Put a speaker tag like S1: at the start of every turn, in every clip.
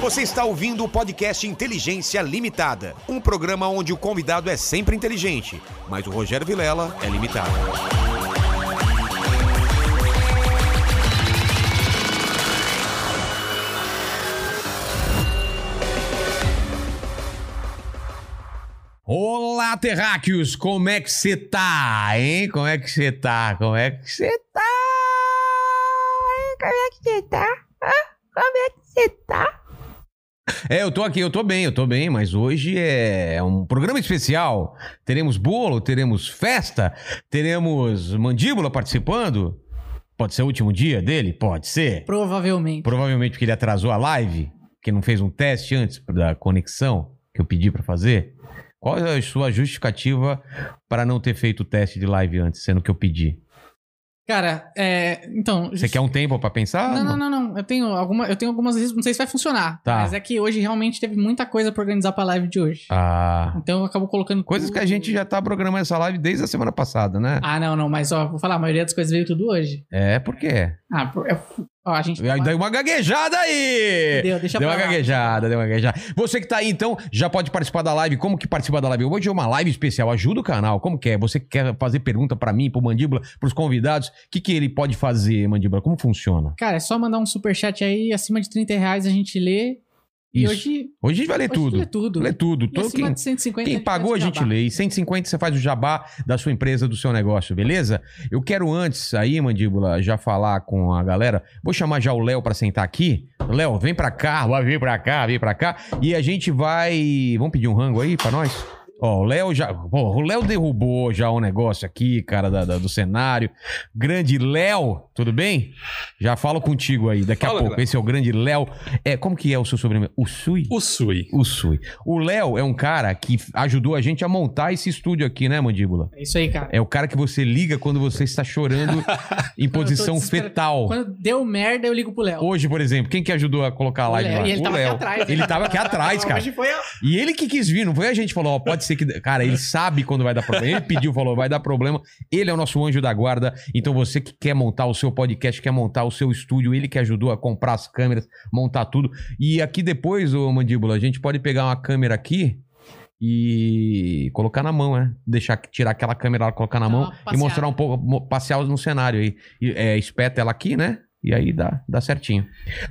S1: Você está ouvindo o podcast Inteligência Limitada, um programa onde o convidado é sempre inteligente, mas o Rogério Vilela é limitado.
S2: Olá, terráqueos! Como é que você tá, hein? Como é que você tá? Como é que você tá? Hein? Como é que você tá? Hã? Como é que você tá? É, eu tô aqui, eu tô bem, eu tô bem, mas hoje é um programa especial. Teremos bolo, teremos festa, teremos mandíbula participando. Pode ser o último dia dele? Pode ser.
S3: Provavelmente.
S2: Provavelmente porque ele atrasou a live, que não fez um teste antes da conexão que eu pedi pra fazer. Qual é a sua justificativa para não ter feito o teste de live antes, sendo que eu pedi?
S3: Cara, é, então.
S2: Você quer um tempo pra pensar?
S3: Não, não, não, não. Eu tenho, alguma, eu tenho algumas vezes, não sei se vai funcionar.
S2: Tá.
S3: Mas é que hoje realmente teve muita coisa pra organizar pra live de hoje.
S2: Ah.
S3: Então eu acabo colocando.
S2: Coisas que a
S3: tudo.
S2: gente já tá programando essa live desde a semana passada, né?
S3: Ah, não, não, mas ó, vou falar, a maioria das coisas veio tudo hoje.
S2: É, por quê?
S3: Ah, por- é- ó, a gente.
S2: Aí Deu uma gaguejada aí!
S3: Deu, deixa
S2: deu
S3: pra
S2: uma
S3: lá.
S2: gaguejada, deu uma gaguejada. Você que tá aí, então, já pode participar da live. Como que participa da live? Hoje é uma live especial. Ajuda o canal. Como que é? Você que quer fazer pergunta pra mim, pro Mandíbula, pros convidados? O que, que ele pode fazer, Mandíbula? Como funciona?
S3: Cara, é só mandar um superchat aí, acima de 30 reais a gente lê. E
S2: Isso. Hoje,
S3: hoje. hoje
S2: a gente vai ler tudo.
S3: Lê tudo.
S2: Lê tudo.
S3: E
S2: Todo
S3: acima
S2: quem,
S3: de 150
S2: quem pagou, a
S3: faz
S2: gente
S3: jabá.
S2: lê. E 150 você faz o jabá da sua empresa, do seu negócio, beleza? Eu quero antes aí, Mandíbula, já falar com a galera. Vou chamar já o Léo pra sentar aqui. Léo, vem pra cá, vai vir pra cá, vem pra cá. E a gente vai... Vamos pedir um rango aí pra nós? Ó, o Léo já... Pô, o Léo derrubou já o negócio aqui, cara, da- da- do cenário. Grande Léo, tudo bem? Já falo contigo aí daqui a
S4: Fala,
S2: pouco.
S4: galera.
S2: Esse é o grande Léo. É, como que é o seu sobrenome? O Sui?
S4: O Sui.
S2: O Sui. O Léo é um cara que f- ajudou a gente a montar esse estúdio aqui, né, Mandíbula?
S3: É isso aí, cara.
S2: É o cara que você liga quando você está chorando em posição
S3: desesperado.
S2: fetal.
S3: Quando deu merda, eu ligo pro Léo.
S2: Hoje, por exemplo, quem que ajudou a colocar a
S3: O
S2: live
S3: Léo.
S2: lá?
S3: E ele
S2: o
S3: tava aqui
S2: Léo.
S3: atrás, né?
S2: Ele tava aqui atrás, cara.
S3: Hoje foi a-
S2: E ele que quis vir, não foi a gente que falou, ó, pode ser que. Cara, ele sabe quando vai dar problema. Ele pediu, falou, vai dar problema. Ele é o nosso anjo da guarda. Então você que quer montar o seu podcast, quer montar o seu estúdio, ele que ajudou a comprar as câmeras, montar tudo. E aqui depois, ô Mandíbula, a gente pode pegar uma câmera aqui e colocar na mão, né? Deixar tirar aquela câmera lá, colocar na
S3: Dar
S2: mão
S3: uma
S2: e
S3: passeada.
S2: mostrar um pouco, mo- passear no cenário aí. E, é, espeta ela aqui, né? E aí dá, dá certinho.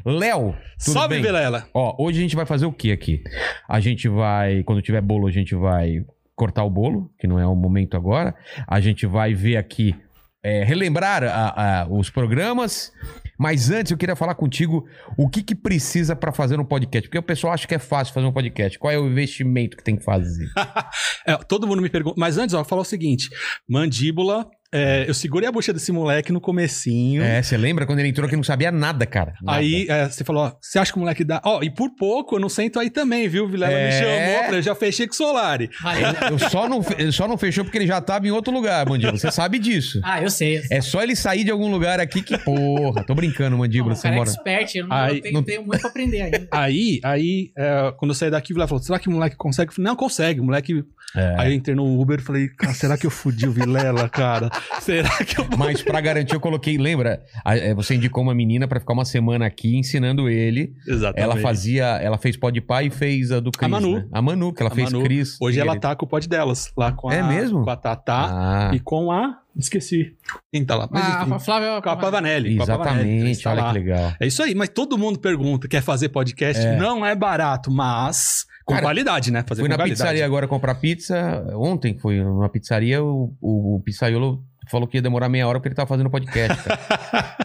S2: Léo, tudo
S4: Salve,
S2: bem?
S4: Vilela.
S2: Ó, hoje a gente vai fazer o que aqui? A gente vai, quando tiver bolo, a gente vai cortar o bolo, que não é o momento agora. A gente vai ver aqui, é, relembrar a- a- os programas. Mas antes eu queria falar contigo o que, que precisa pra fazer um podcast. Porque o pessoal acha que é fácil fazer um podcast. Qual é o investimento que tem que fazer?
S4: É, todo mundo me pergunta. Mas antes, ó, eu vou falar o seguinte: mandíbula. é, eu segurei a bucha desse moleque no comecinho.
S2: É, você lembra quando ele entrou que não sabia nada, cara? Nada.
S4: Aí é, você falou, ó, você acha que o moleque dá. Ó, e por pouco eu não sento aí também, viu? Vilela
S2: É. né?
S4: me chamou, falei, eu já fechei com o Solari.
S3: Valeu.
S2: Eu só não, fe- eu só não fechou porque ele já tava em outro lugar, Mandíbula. Você sabe disso.
S3: Ah, eu sei. Eu sei.
S2: É só ele sair de algum lugar aqui que. Porra, tô brincando, Mandíbula.
S3: Não, o
S2: Você
S3: cara é
S2: mora.
S3: expert, eu não,
S4: Aí,
S3: eu tenho,
S2: não-
S3: tenho muito pra aprender ainda.
S4: Aí, aí, é, quando eu saí daqui, o Vilela falou: será que o moleque consegue? Eu falei, não, consegue, o moleque.
S2: É.
S4: Aí eu entrei no Uber e falei, cara, será que eu fudi o Vilela, cara? será que eu.
S2: Mas pra garantir, eu coloquei, lembra? A- é, Você indicou uma menina pra ficar uma semana aqui ensinando ele.
S4: Exatamente.
S2: Ela fazia, ela fez Pode Pai e fez a do Cris.
S4: Manu.
S2: né? A Manu, que ela
S4: A
S2: fez
S4: Manu.
S2: Cris.
S4: Hoje ela
S2: Ele-
S4: tá com o pod delas, lá com a,
S2: É mesmo?
S4: Com a Tatá.
S2: Ah,
S4: e com a. Esqueci. Quem tá lá? Mas
S3: Ah,
S4: enfim,
S3: a Flávia.
S4: com a Pavanelli. com a Pavanelli, ela
S2: exatamente.
S4: está
S2: Olha
S4: lá.
S2: que legal.
S4: É isso aí, mas todo mundo pergunta: quer fazer podcast? Não é barato, mas. Com
S2: Cara,
S4: qualidade, né? Fazer
S2: Fui
S4: com
S2: na
S4: qualidade.
S2: pizzaria agora comprar pizza. Ontem fui numa pizzaria, o, o, o pizzaiolo falou que ia demorar meia hora porque ele tava fazendo podcast, cara.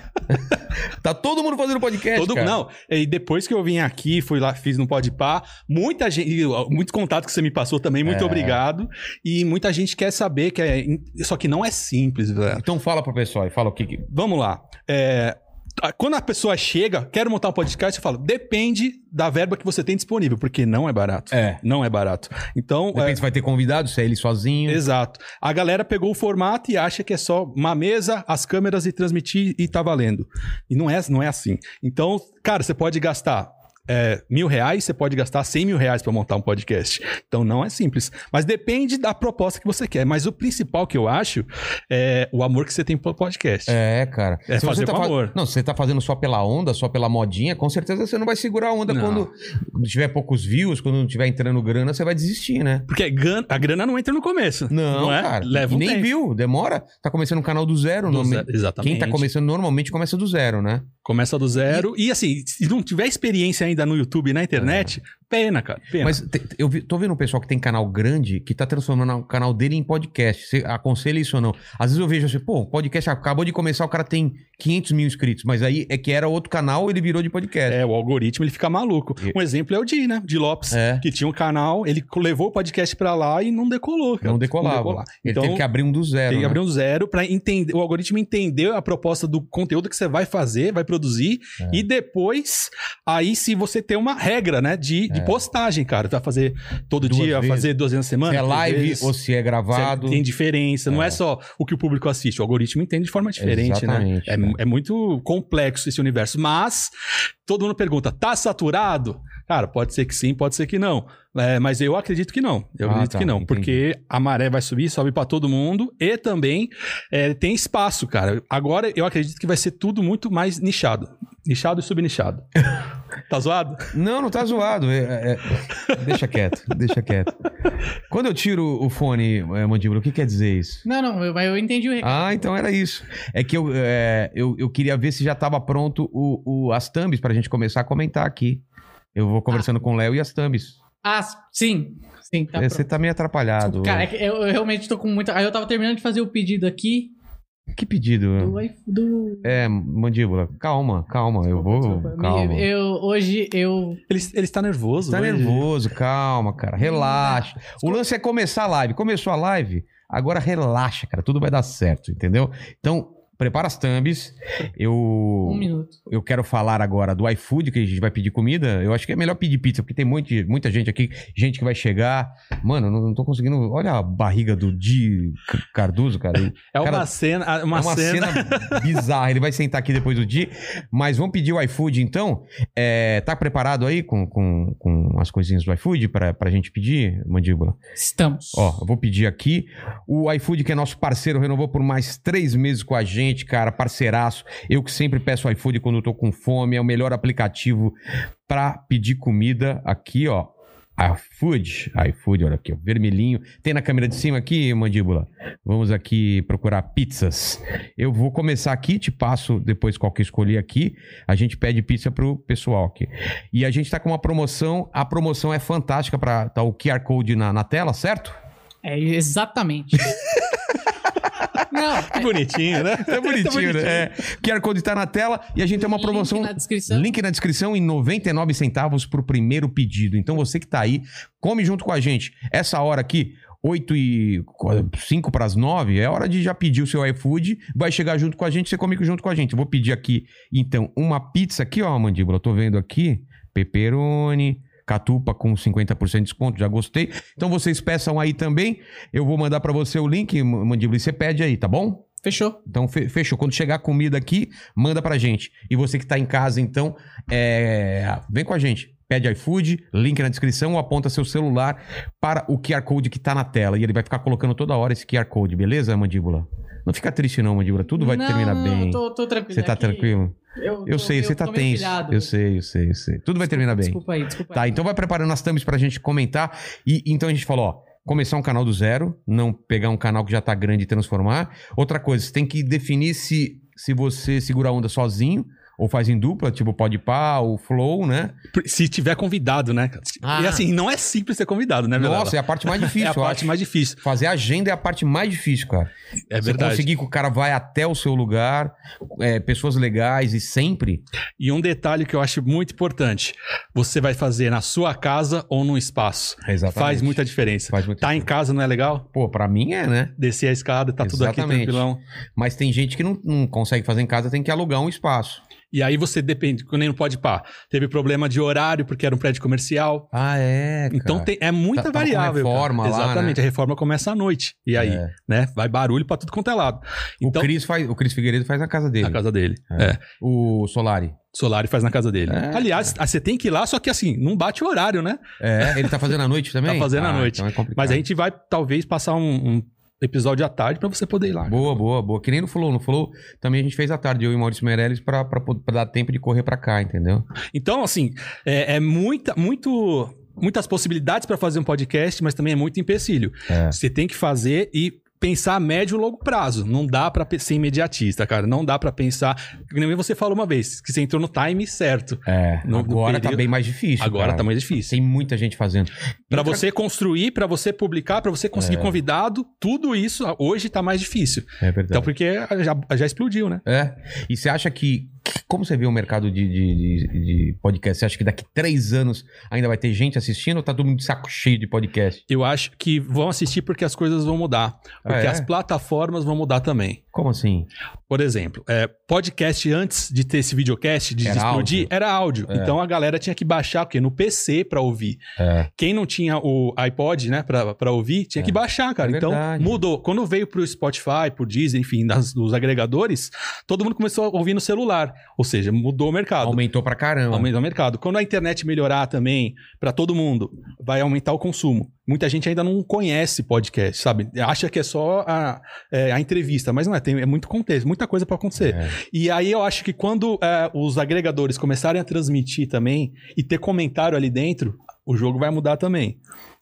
S2: tá todo mundo fazendo podcast,
S4: Todo,
S2: cara.
S4: não, e depois que eu vim aqui, fui lá, fiz no Podpah, muita gente, e, ó, muito contato que você me passou também, muito
S2: É.
S4: obrigado. E muita gente quer saber, que é, só que não é simples, velho.
S2: Então fala pro pessoal e fala o que... que-
S4: Vamos lá. É, a- quando a pessoa chega, quero montar um podcast, eu falo, depende da verba que você tem disponível, porque não é barato.
S2: É.
S4: Não é barato. Então,
S2: Depende se vai ter convidado, se é ele sozinho.
S4: Exato. A galera pegou o formato e acha que é só uma mesa, as câmeras e transmitir e tá valendo. E não é, não é assim. Então, cara, você pode gastar é, mil reais, você pode gastar 100 mil reais para montar um podcast. Então não é simples. Mas depende da proposta que você quer. Mas o principal que eu acho é o amor que você tem pro podcast.
S2: É, cara.
S4: É fazer
S2: tá
S4: com
S2: fa-
S4: amor.
S2: Não, se você tá fazendo só pela onda, só pela modinha, com certeza você não vai segurar a onda
S4: Não.
S2: quando tiver poucos views, quando não tiver entrando grana, você vai desistir, né?
S4: Porque gan- a grana não entra no começo.
S2: Não,
S4: é?
S2: cara.
S4: Leva um
S2: nem
S4: tempo.
S2: viu, demora. Tá começando um canal do zero,
S4: Do
S2: nome.
S4: zero, Exatamente.
S2: Quem tá começando normalmente começa do zero, né?
S4: Começa do zero. E, assim, se não tiver experiência ainda no YouTube e na internet,
S2: É.
S4: pena, cara. Pena.
S2: Mas te- eu vi- tô vendo um pessoal que tem canal grande que tá transformando o canal dele em podcast. Você aconselha isso ou não? Às vezes eu vejo assim, pô, o podcast acabou de começar, o cara tem 500 mil inscritos, mas aí é que era outro canal ele virou de podcast.
S4: É, o algoritmo ele fica maluco.
S2: E-
S4: Um exemplo é o Di, né? Di Lopes,
S2: É.
S4: que tinha um canal, ele co- levou o podcast pra lá e não decolou. cara.
S2: Não decolava.
S4: decolar.
S2: Ele
S4: Então,
S2: teve que abrir um do zero.
S4: tem que
S2: né?
S4: abrir um zero pra entender, o algoritmo entender a proposta do conteúdo que você vai fazer, vai produzir,
S2: É.
S4: e depois, aí se você tem uma regra, né, de, de postagem, cara, vai fazer todo
S2: É. Duas
S4: dia,
S2: vezes.
S4: fazer duas vezes na semana.
S2: Se é
S4: três
S2: live
S4: vezes.
S2: ou se é gravado.
S4: Tem diferença, não é só o que o público assiste, o algoritmo entende de forma diferente,
S2: Exatamente,
S4: né? É,
S2: né?
S4: é muito complexo esse universo, mas todo mundo pergunta, tá saturado? Cara, pode ser que sim, pode ser que não. É, mas eu acredito que não. Eu
S2: Ah,
S4: acredito
S2: tá,
S4: que não,
S2: entendi.
S4: porque a maré vai subir, sobe pra todo mundo e também é, tem espaço, cara. Agora eu acredito que vai ser tudo muito mais nichado. Nichado e subnichado. tá zoado?
S2: Não, não tá zoado. É- é- Deixa quieto, deixa quieto. Quando eu tiro o fone, é, mandíbula, o que quer dizer isso?
S3: Não, não, eu, eu entendi o recado.
S2: Ah, então era isso. É que eu, é, eu, eu queria ver se já tava pronto o, o- as thumbs pra gente começar a comentar aqui. Eu vou conversando com o Léo e as thumbs.
S3: Ah, sim. Sim, Ah. tá
S2: É,
S3: pronto.
S2: Você tá meio atrapalhado.
S3: Cara, é que eu, eu realmente tô com muita. Aí eu tava terminando de fazer o pedido aqui
S2: Que pedido.
S3: do. iPhone- do...
S2: É, mandíbula, calma, calma. Eu vou. Calma.
S3: Eu, hoje eu.
S4: Ele, ele está nervoso.
S2: Tá
S4: hoje.
S2: nervoso, calma, cara. Relaxa. O lance é começar a live. Começou a live, agora relaxa, cara. Tudo vai dar certo, entendeu? Então, prepara as thumbs. Eu,
S3: Um minuto.
S2: eu quero falar agora do iFood, que a gente vai pedir comida. Eu acho que é melhor pedir pizza, porque tem muito, muita gente aqui, gente que vai chegar. Mano, eu não, não tô conseguindo. Olha a barriga do Di Carduso, cara.
S4: É uma
S2: Cara,
S4: cena, uma,
S2: é uma
S4: cena
S2: cena, bizarra. Ele vai sentar aqui depois do dia. Mas vamos pedir o iFood, então. É, tá preparado aí com, com, com as coisinhas do iFood pra, pra gente pedir, Mandíbula?
S3: Estamos.
S2: Ó, eu vou pedir aqui. O iFood, que é nosso parceiro, renovou por mais três meses com a gente, cara. Parceiraço. Eu que sempre peço iFood quando eu tô com fome. É o melhor aplicativo pra pedir comida aqui, ó. iFood, iFood, olha aqui, ó, vermelhinho. Tem na câmera de cima aqui, mandíbula. Vamos aqui procurar pizzas. Eu vou começar aqui, te passo depois qual que eu escolhi aqui. A gente pede pizza pro pessoal aqui. E a gente tá com uma promoção. A promoção é fantástica para tá o QR Code na, na tela, certo?
S3: É, exatamente. não, é,
S4: bonitinha, né?
S2: É bonitinho, né? É. QR Code tá na tela e a gente tem uma promoção.
S3: Link na descrição.
S2: Então, Link na descrição e 99 centavos pro primeiro pedido. Então você que tá aí, come junto com a gente. Essa hora aqui, 8 e 5 para as 9, é hora de já pedir o seu iFood, vai chegar junto com a gente, você come junto com a gente. Eu vou pedir aqui, então, uma pizza aqui, ó, mandíbula, eu tô vendo aqui, pepperoni, catupa com 50% de desconto, já gostei. Então vocês peçam aí também, eu vou mandar pra você o link, mandíbula, e você pede aí, tá bom?
S3: Fechou.
S2: Então, fe- fechou. Quando chegar a comida aqui, manda pra gente. E você que tá em casa, então, é, vem com a gente. Pede iFood, link na descrição ou aponta seu celular para o QR Code que tá na tela. E ele vai ficar colocando toda hora esse QR Code, beleza, Mandíbula? Não fica triste não, Mandíbula. Tudo vai
S3: Não,
S2: terminar
S3: não,
S2: bem.
S3: eu Tô, tô tranquilo.
S2: Você tá
S3: Aqui,
S2: tranquilo?
S3: Eu,
S2: Eu
S3: tô-
S2: sei, você
S3: eu
S2: tá
S3: tô meio
S2: tenso.
S3: pilhado.
S2: Eu sei, eu sei, eu sei. Tudo vai terminar bem.
S3: Desculpa aí, desculpa
S2: Tá,
S3: aí.
S2: então vai preparando as thumbs pra gente comentar. E então a gente falou, ó, começar um canal do zero, não pegar um canal que já tá grande e transformar. Outra coisa, você tem que definir se, se você segura a onda sozinho ou faz em dupla, tipo Podpah ou Flow, né?
S4: Se tiver convidado, né? cara?
S2: Ah.
S4: E assim, não é simples ser convidado, né, Vilela?
S2: Nossa, é a parte mais
S4: é
S2: difícil,
S4: a
S2: eu
S4: parte
S2: acho.
S4: mais difícil.
S2: Fazer agenda é a parte mais difícil, cara.
S4: É
S2: Você
S4: verdade.
S2: conseguir que o cara vai até o seu lugar, é, pessoas legais e sempre.
S4: E um detalhe que eu acho muito importante: você vai fazer na sua casa ou num espaço.
S2: Exatamente.
S4: Faz muita diferença.
S2: Faz muita
S4: Tá em casa, não é legal?
S2: Pô, pra mim é, né?
S4: Descer a escada, tá tudo aqui
S2: Exatamente.
S4: tranquilão.
S2: Mas tem gente que não, não consegue fazer em casa, tem que alugar um espaço.
S4: E aí você depende, que nem não pode pá, teve problema de horário porque era um prédio comercial.
S2: Ah, é. cara.
S4: Então tem, é
S2: Tá-
S4: muita
S2: tá com
S4: variável. cara.
S2: reforma lá, né?
S4: Exatamente, a reforma começa à noite. E aí,
S2: É.
S4: né? Vai barulho pra tudo quanto é lado.
S2: o,
S4: Então,
S2: Cris faz, o Cris Figueiredo faz na casa dele.
S4: na casa dele.
S2: É.
S4: É.
S2: O Solari.
S4: Solari faz na casa dele.
S2: É.
S4: Aliás, aí você tem que ir lá, só que assim, não bate o horário, né?
S2: É, ele tá fazendo à noite também?
S4: Tá fazendo à noite.
S2: Então é complicado.
S4: Mas a gente vai talvez passar um, um episódio à tarde pra você poder ir lá.
S2: Boa, boa, boa. Que nem no Flow. No Flow também a gente fez à tarde, eu e Maurício Meirelles, pra, pra, pod- pra dar tempo de correr pra cá, entendeu?
S4: Então, assim, é, é muita, muito, muitas possibilidades pra fazer um podcast, mas também é muito empecilho.
S2: É.
S4: Você tem que fazer e pensar a médio e longo prazo. Não dá pra pe- ser imediatista, cara. Não dá pra pensar. Que nem você falou uma vez, que você entrou no time certo.
S2: É,
S4: No- no
S2: agora tá
S4: período-
S2: bem mais difícil.
S4: Agora
S2: cara.
S4: tá mais difícil.
S2: Tem muita gente fazendo.
S4: Pra
S2: Outra-
S4: você construir, pra você publicar, pra você conseguir convidado, tudo isso hoje tá mais difícil.
S2: É verdade.
S4: Então, porque já, já explodiu, né?
S2: É. E você acha que. que- Como você vê o mercado de, de, de- de podcast? Você acha que daqui três anos ainda vai ter gente assistindo ou tá todo mundo de saco cheio de podcast?
S4: Eu acho que vão assistir porque as coisas vão mudar. Porque
S2: é?
S4: as plataformas vão mudar também.
S2: Como assim?
S4: Por exemplo, é, podcast antes de ter esse videocast, de
S2: Era
S4: explodir,
S2: áudio.
S4: era áudio. Então a galera tinha que baixar o quê? No PC pra ouvir.
S2: É.
S4: Quem não tinha o iPod, né, pra, pra ouvir, tinha que baixar, cara.
S2: É
S4: então
S2: verdade.
S4: mudou. Quando veio pro Spotify, pro Deezer, enfim, das- dos agregadores, todo mundo começou a ouvir no celular. Ou seja, mudou o mercado.
S2: Aumentou pra caramba.
S4: Aumenta o mercado. Quando a internet melhorar também, pra todo mundo, vai aumentar o consumo. Muita gente ainda não conhece podcast, sabe? Acha que é só a, é, a entrevista, mas não é. Tem, é muito contexto, muita coisa pra acontecer.
S2: É.
S4: E aí eu acho que quando é, os agregadores começarem a transmitir também e ter comentário ali dentro, o jogo vai mudar também.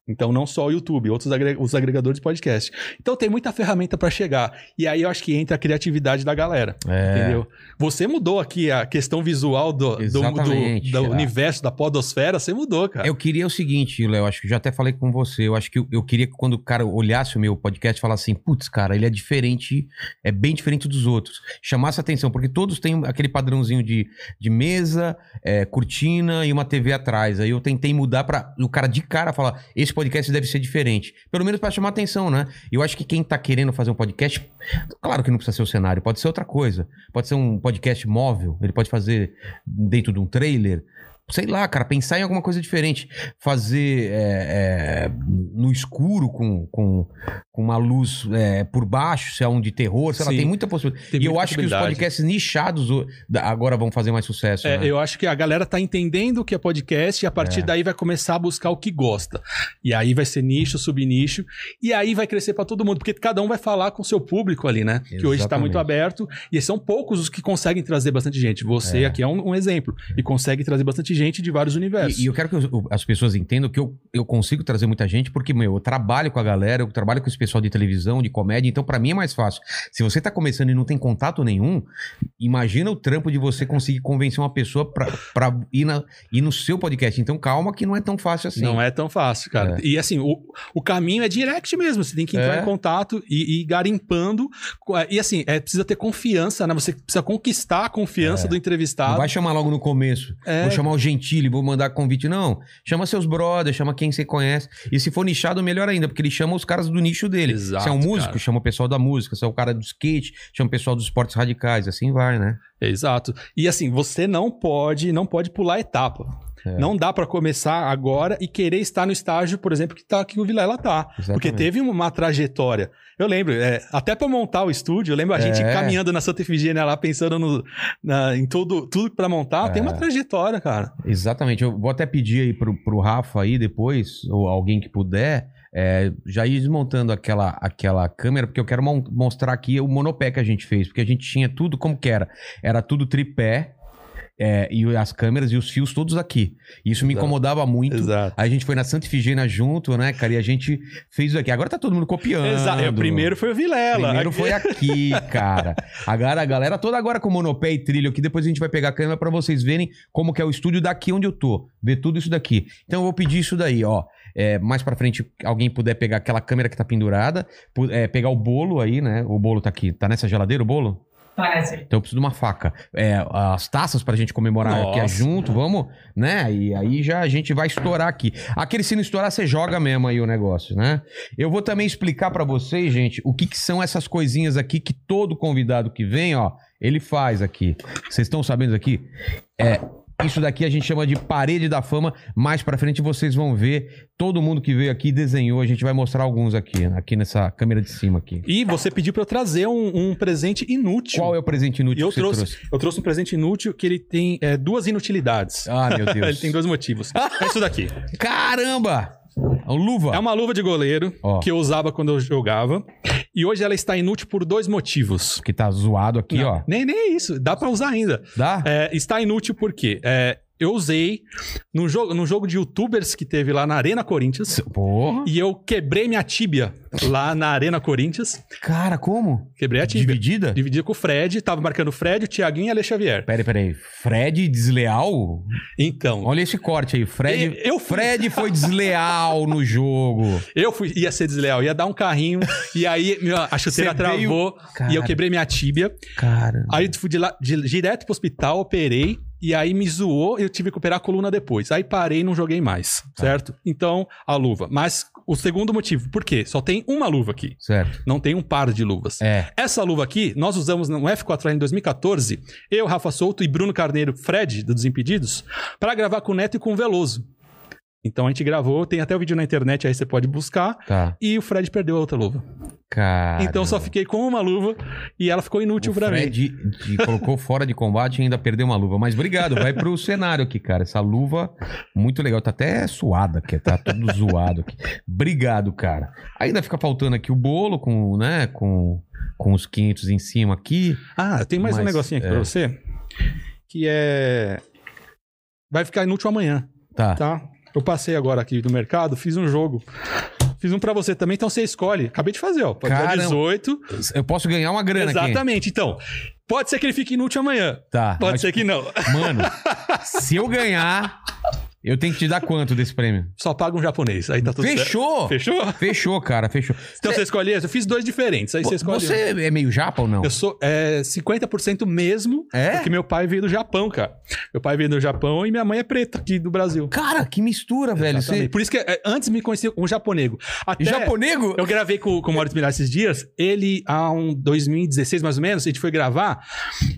S4: Então, não só o YouTube, outros agre- os agregadores de podcast. Então, tem muita ferramenta pra chegar. E aí, eu acho que entra a criatividade da galera.
S2: É.
S4: Entendeu? Você mudou aqui a questão visual do, do- do,
S2: Exatamente, é.
S4: do
S2: Gerardo.
S4: universo da podosfera, você mudou, cara.
S2: Eu queria o seguinte, Léo, acho que eu já até falei com você. Eu acho que eu, eu queria que quando o cara olhasse o meu podcast e falasse assim, putz, cara, ele é diferente, é bem diferente dos outros. Chamasse atenção, porque todos têm um, aquele padrãozinho de, de mesa, é, cortina e uma TV atrás. Aí eu tentei mudar pra o cara de cara falar, esse podcast deve ser diferente. Pelo menos pra chamar atenção, né? Eu acho que quem tá querendo fazer um podcast, claro que não precisa ser o cenário, pode ser outra coisa. Pode ser um podcast móvel, ele pode fazer dentro de um trailer. Sei lá, cara, pensar em alguma coisa diferente. Fazer é, é, no escuro com, com, com uma luz é, por baixo, se é um de terror, sei lá,
S4: Sim.
S2: tem muita possibilidade.
S4: Tem
S2: e eu
S4: muita
S2: acho que os
S4: possibilidade.
S2: podcasts nichados o- da- agora vão fazer mais sucesso.
S4: É,
S2: né?
S4: eu acho que a galera tá entendendo o que é podcast e a
S2: É.
S4: partir daí vai começar a buscar o que gosta. E aí vai ser nicho, subnicho, e aí vai crescer pra todo mundo, porque cada um vai falar com o seu público ali, né? Que hoje tá
S2: Exatamente.
S4: muito aberto e são poucos os que conseguem trazer bastante gente. Você aqui é um, um exemplo e consegue trazer bastante gente de vários universos.
S2: E, e eu quero que os- o- as pessoas entendam que eu, eu consigo trazer muita gente, porque, meu, eu trabalho com a galera, eu trabalho com esse pessoal de televisão, de comédia, então pra mim é mais fácil. Se você tá começando e não tem contato nenhum, imagina o trampo de você conseguir convencer uma pessoa pra, pra ir, na- ir no seu podcast. Então calma que não é tão fácil assim.
S4: Não é tão fácil, cara. E assim, o, o caminho é direct mesmo. Você tem que entrar
S2: É.
S4: em contato e, e ir garimpando. E assim, é, precisa ter confiança, né? Você precisa conquistar a confiança do
S2: É. Não
S4: entrevistado.
S2: vai chamar logo no começo.
S4: É.
S2: Vou chamar o Gentili, vou mandar convite. Não. Chama seus brothers, chama quem você conhece. E se for nichado, melhor ainda, porque ele chama os caras do nicho dele.
S4: Exato,
S2: se é um músico,
S4: cara.
S2: chama o pessoal da música. Se é o cara do skate, chama o pessoal dos esportes radicais. Assim vai, né?
S4: Exato. E assim, você não pode, não pode pular a etapa.
S2: É.
S4: Não dá pra começar agora e querer estar no estágio, por exemplo, que, tá, que o Vilela tá.
S2: Exatamente.
S4: Porque teve uma trajetória. Eu lembro, é, até pra montar o estúdio, eu lembro a
S2: É.
S4: gente caminhando na Santa Efigênia lá, pensando no, na- em tudo, tudo pra montar. Tem
S2: É.
S4: uma trajetória, cara.
S2: Exatamente. Eu vou até pedir aí pro, pro Rafa aí depois, ou alguém que puder, é, já ir desmontando aquela, aquela câmera, porque eu quero mon- mostrar aqui o monopé que a gente fez, porque a gente tinha tudo como que era. Era tudo tripé, é, e as câmeras e os fios todos aqui. E Isso me
S4: Exato.
S2: incomodava muito.
S4: Exato.
S2: Aí a gente foi na Santa Ifigênia junto, né, cara? E a gente fez isso aqui. Agora tá todo mundo copiando.
S4: Exato. é, O primeiro foi o Vilela.
S2: Primeiro foi aqui, cara. Agora a galera toda agora com monopé e trilho aqui. Depois a gente vai pegar a câmera pra vocês verem como que é o estúdio daqui onde eu tô. Ver tudo isso daqui. Então eu vou pedir isso daí, ó. É, mais pra frente, alguém puder pegar aquela câmera que tá pendurada, pu- é, pegar o bolo aí, né? O bolo tá aqui. Tá nessa geladeira o bolo?
S5: Parece.
S2: Então eu preciso de uma faca. É, as taças pra gente comemorar
S4: Nossa.
S2: aqui junto, vamos, né? E aí já a gente vai estourar aqui. Aquele se não estourar, você joga mesmo aí o negócio, né? Eu vou também explicar pra vocês, gente, o que, que são essas coisinhas aqui que todo convidado que vem, ó, ele faz aqui. Vocês estão sabendo aqui? É. Isso daqui a gente chama de parede da fama. Mais pra frente vocês vão ver. Todo mundo que veio aqui desenhou. A gente vai mostrar alguns aqui, aqui nessa câmera de cima aqui.
S4: E você pediu pra eu trazer um, um presente inútil.
S2: Tá. Qual é o presente inútil
S4: Eu
S2: que você
S4: trouxe.
S2: trouxe?
S4: Eu trouxe um presente inútil que ele tem é, duas inutilidades.
S2: Ah, meu Deus.
S4: Ele tem dois motivos. É isso daqui.
S2: Caramba! A luva.
S4: É uma luva de goleiro
S2: Ó.
S4: que eu usava quando eu jogava. E hoje ela está inútil por dois motivos.
S2: Que tá zoado aqui,
S4: Não,
S2: ó.
S4: Nem, nem é isso. Dá pra usar ainda.
S2: Dá?
S4: É, está inútil porque é, eu usei num jogo, num jogo de youtubers que teve lá na Arena Corinthians.
S2: Porra.
S4: E eu quebrei minha tíbia lá na Arena Corinthians.
S2: Cara, como?
S4: Quebrei a tíbia.
S2: Dividida?
S4: Dividi com o Fred, tava marcando o Fred, o Thiaguinho e o Alex Xavier.
S2: Peraí, peraí. Fred desleal?
S4: Então,
S2: Olha esse corte aí. Fred.
S4: E- eu fui.
S2: Fred foi desleal no jogo.
S4: eu fui, ia ser desleal, ia dar um carrinho, e aí minha- a chuteira
S2: Você veio-
S4: travou, e eu
S2: Cara,
S4: quebrei minha tíbia.
S2: Cara.
S4: Aí eu fui de lá, de- direto pro hospital, operei, e aí me zoou, eu tive que operar a coluna depois. Aí parei e não joguei mais,
S2: Tá.
S4: certo? Então, a luva. Mas o segundo motivo, por quê? Só tem uma luva aqui,
S2: Certo.
S4: não tem um par de luvas.
S2: É.
S4: Essa luva aqui, nós usamos no F4L em 2014, eu, Rafa Souto e Bruno Carneiro, Fred, do Desimpedidos, pra gravar com o Neto e com o Veloso. Então a gente gravou, tem até o vídeo na internet, aí você pode buscar.
S2: Tá.
S4: E o Fred perdeu a outra luva.
S2: Cara.
S4: então só fiquei com uma luva e ela ficou inútil
S2: O
S4: pra mim.
S2: Fred te colocou fora de combate e ainda perdeu uma luva. Mas obrigado, vai pro cenário aqui, cara. Essa luva, muito legal. Tá até suada aqui, tá tudo zoado aqui. Obrigado, cara. Ainda fica faltando aqui o bolo com, né, com, com os 500 em cima aqui.
S4: Ah, tem mais um
S2: Mas,
S4: negocinho aqui
S2: é.
S4: pra você. Que é. Vai ficar inútil amanhã,
S2: Tá.
S4: tá? Eu passei agora aqui do mercado, fiz um jogo. Fiz um pra você também, então você escolhe. Acabei de fazer, ó. Pode dar
S2: Caramba.
S4: 18.
S2: Eu posso ganhar uma grana aqui.
S4: Exatamente. Então, pode ser que ele fique inútil amanhã.
S2: Tá.
S4: Pode
S2: mas,
S4: ser que não.
S2: Mano, se eu ganhar, eu tenho que te dar quanto desse prêmio?
S4: Só paga um japonês. Aí tá tudo certo.
S2: Fechou!
S4: Fechou?
S2: Fechou, cara, fechou.
S4: Então você escolhe esse. Eu fiz dois diferentes. Aí você escolhe. um.
S2: Você é meio japa ou não?
S4: Eu sou é, 50% mesmo,
S2: É?
S4: porque meu pai veio do Japão, cara. Meu pai veio do Japão e minha mãe é preta aqui do Brasil.
S2: Cara, que mistura, velho.
S4: Exatamente.
S2: Você...
S4: Por isso que é, antes me conhecia como japonego. Até
S2: Japonego?
S4: eu gravei com, com o Maurício Milhar esses dias. Ele, há um 2016 mais ou menos, a gente foi gravar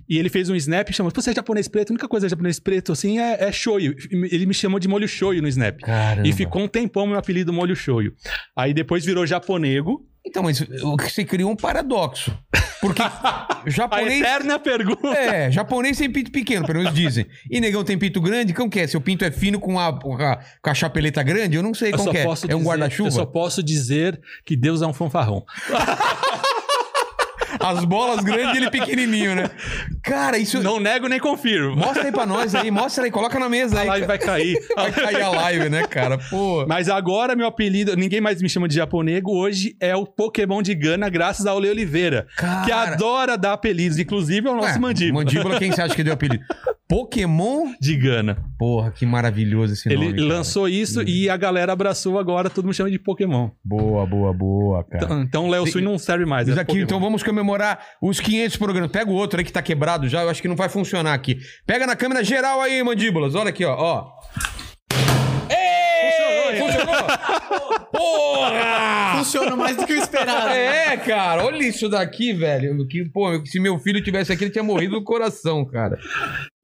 S4: e ele fez um snap e chamou: Pô, você é japonês preto? A única coisa japonês preto assim é, é shoyu. Ele me chamou de molho shoyu no snap.
S2: Caramba.
S4: E ficou um tempão meu apelido molho shoyu. Aí depois virou japonego.
S2: Então, mas o que você criou um paradoxo. Porque
S4: A
S2: japonês.
S4: eterna pergunta.
S2: É, japonês tem pinto pequeno, pelo menos dizem. E negão tem pinto grande, como que é? Seu pinto é fino com a, com a, com a chapeleta grande? Eu não sei
S4: Eu
S2: como
S4: só
S2: que é.
S4: posso
S2: É
S4: dizer-
S2: um
S4: Eu só
S2: guarda-chuva?
S4: posso dizer que Deus é um fanfarrão.
S2: As bolas grandes e ele pequenininho, né? Cara, isso...
S4: Não nego nem confirmo.
S2: Mostra aí pra nós aí, mostra aí, coloca na mesa
S4: A
S2: aí.
S4: live
S2: cara.
S4: vai cair.
S2: Vai cair a live, né, cara? Pô...
S4: Mas agora meu apelido, ninguém mais me chama de japonego, hoje é o Pokémon de Gana, graças ao Leo Oliveira,
S2: Cara...
S4: que adora dar apelidos, inclusive ao nosso
S2: Ué,
S4: mandíbula.
S2: Mandíbula, quem você acha que deu apelido? Pokémon?
S4: De Gana.
S2: Porra, que maravilhoso esse
S4: Ele
S2: nome. cara. Uhum.
S4: lançou isso e a galera abraçou agora, todo mundo chama de Pokémon.
S2: Boa, boa, boa, cara.
S4: Então, então o Léo Sui não serve mais.
S2: Mas
S4: é
S2: aqui,
S4: Pokémon.
S2: então vamos comemorar os 500 programas. Pega o outro aí que tá quebrado já, eu acho que não vai funcionar aqui. Pega na câmera geral aí, mandíbulas. Olha aqui, ó. ó. Ei! Funcionou! Porra!
S3: Funcionou mais do que eu esperava.
S2: Ah. É, cara, olha isso daqui, velho. Que, pô, se meu filho tivesse aqui, ele tinha morrido do coração, cara.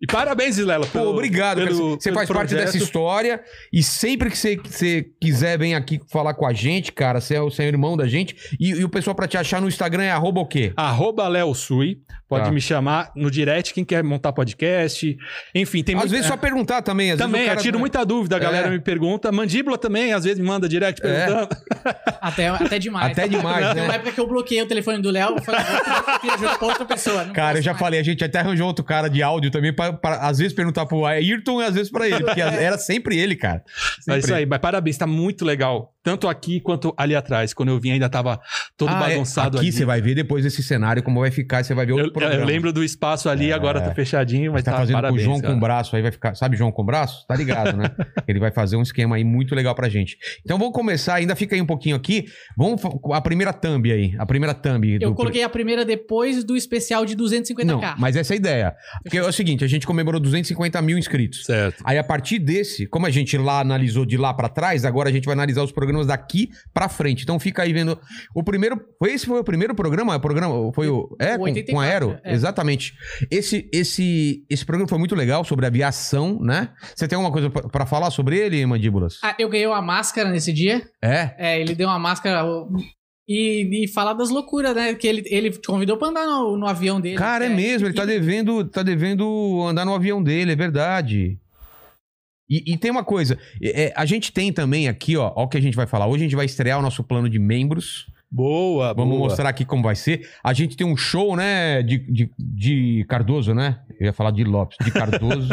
S4: E parabéns, Lela.
S2: Pô, obrigado, cara. Você você faz parte dessa história e sempre que você, que você quiser, vem aqui falar com a gente, cara. Você é o seu irmão da gente. E, e o pessoal pra te achar no Instagram é arroba o quê?
S4: Arroba Léo Sui. Pode
S2: Tá.
S4: me chamar Ah, no direct, quem quer montar podcast. Enfim, tem
S2: Às
S4: muito-
S2: vezes
S4: é,
S2: só perguntar também. Às
S4: Também,
S2: vezes o cara-
S4: eu tiro muita dúvida, a galera
S2: É.
S4: me pergunta. Mandíbula também, às vezes me manda direct
S2: É.
S4: perguntando.
S3: Até, até demais.
S2: Até demais,
S3: Tem uma
S2: né?
S3: época que eu bloqueei o telefone do Léo, eu falei, eu queria jogar pra outra pessoa. não
S2: Cara, eu
S3: posso
S2: já
S3: mais.
S2: falei, a gente até arranjou outro cara de áudio também, pra, pra, às vezes perguntar pro Ayrton e às vezes pra ele, porque era sempre ele, cara.
S4: É
S2: Sempre
S4: isso aí, mas parabéns, tá muito legal. Tanto aqui quanto ali atrás. Quando eu vim, ainda tava todo
S2: Ah, é.
S4: bagunçado
S2: Aqui
S4: ali.
S2: você vai ver depois esse cenário como vai ficar, você vai ver
S4: Eu,
S2: outro
S4: eu
S2: programa. É.
S4: lembro do espaço ali, agora tá fechadinho, mas
S2: Tá fazendo
S4: parabéns,
S2: com o João
S4: cara.
S2: com o braço, aí vai ficar. Sabe João com o braço? Tá ligado, né? Ele vai fazer um esquema aí muito legal pra gente. Então vamos começar, ainda fica aí um pouquinho aqui. Vamos fa- a primeira thumb aí. A primeira thumb.
S3: Eu
S2: do-
S3: coloquei a primeira depois do especial de 250k.
S2: Não, mas essa é a ideia. Porque é o seguinte: a gente comemorou 250 mil inscritos.
S4: Certo.
S2: Aí a partir desse, como a gente lá analisou de lá pra trás, agora a gente vai analisar os programas daqui pra frente. Então fica aí vendo. O primeiro, foi esse foi o primeiro programa, É o programa foi o é
S3: O
S2: com,
S3: 84,
S2: com aero,
S3: é.
S2: exatamente. Esse esse esse programa foi muito legal sobre aviação, né? Você tem alguma coisa pra pra falar sobre ele, mandíbulas?
S3: Ah, eu ganhei uma máscara nesse dia.
S2: É.
S3: É, ele deu uma máscara ó, e, e falar das loucuras, né? Que ele, ele te convidou pra andar no, no avião dele.
S2: Cara,
S6: né?
S2: é mesmo, ele tá devendo, tá devendo andar no avião dele, é verdade. E, e tem uma coisa, é, é, a gente tem também aqui, ó, ó o que a gente vai falar. Hoje a gente vai estrear o nosso plano de membros.
S4: Boa,
S2: Vamos
S4: boa.
S2: mostrar aqui como vai ser. A gente tem um show, né, de, de, de Cardoso, né? Eu ia falar de Lopes, de Cardoso.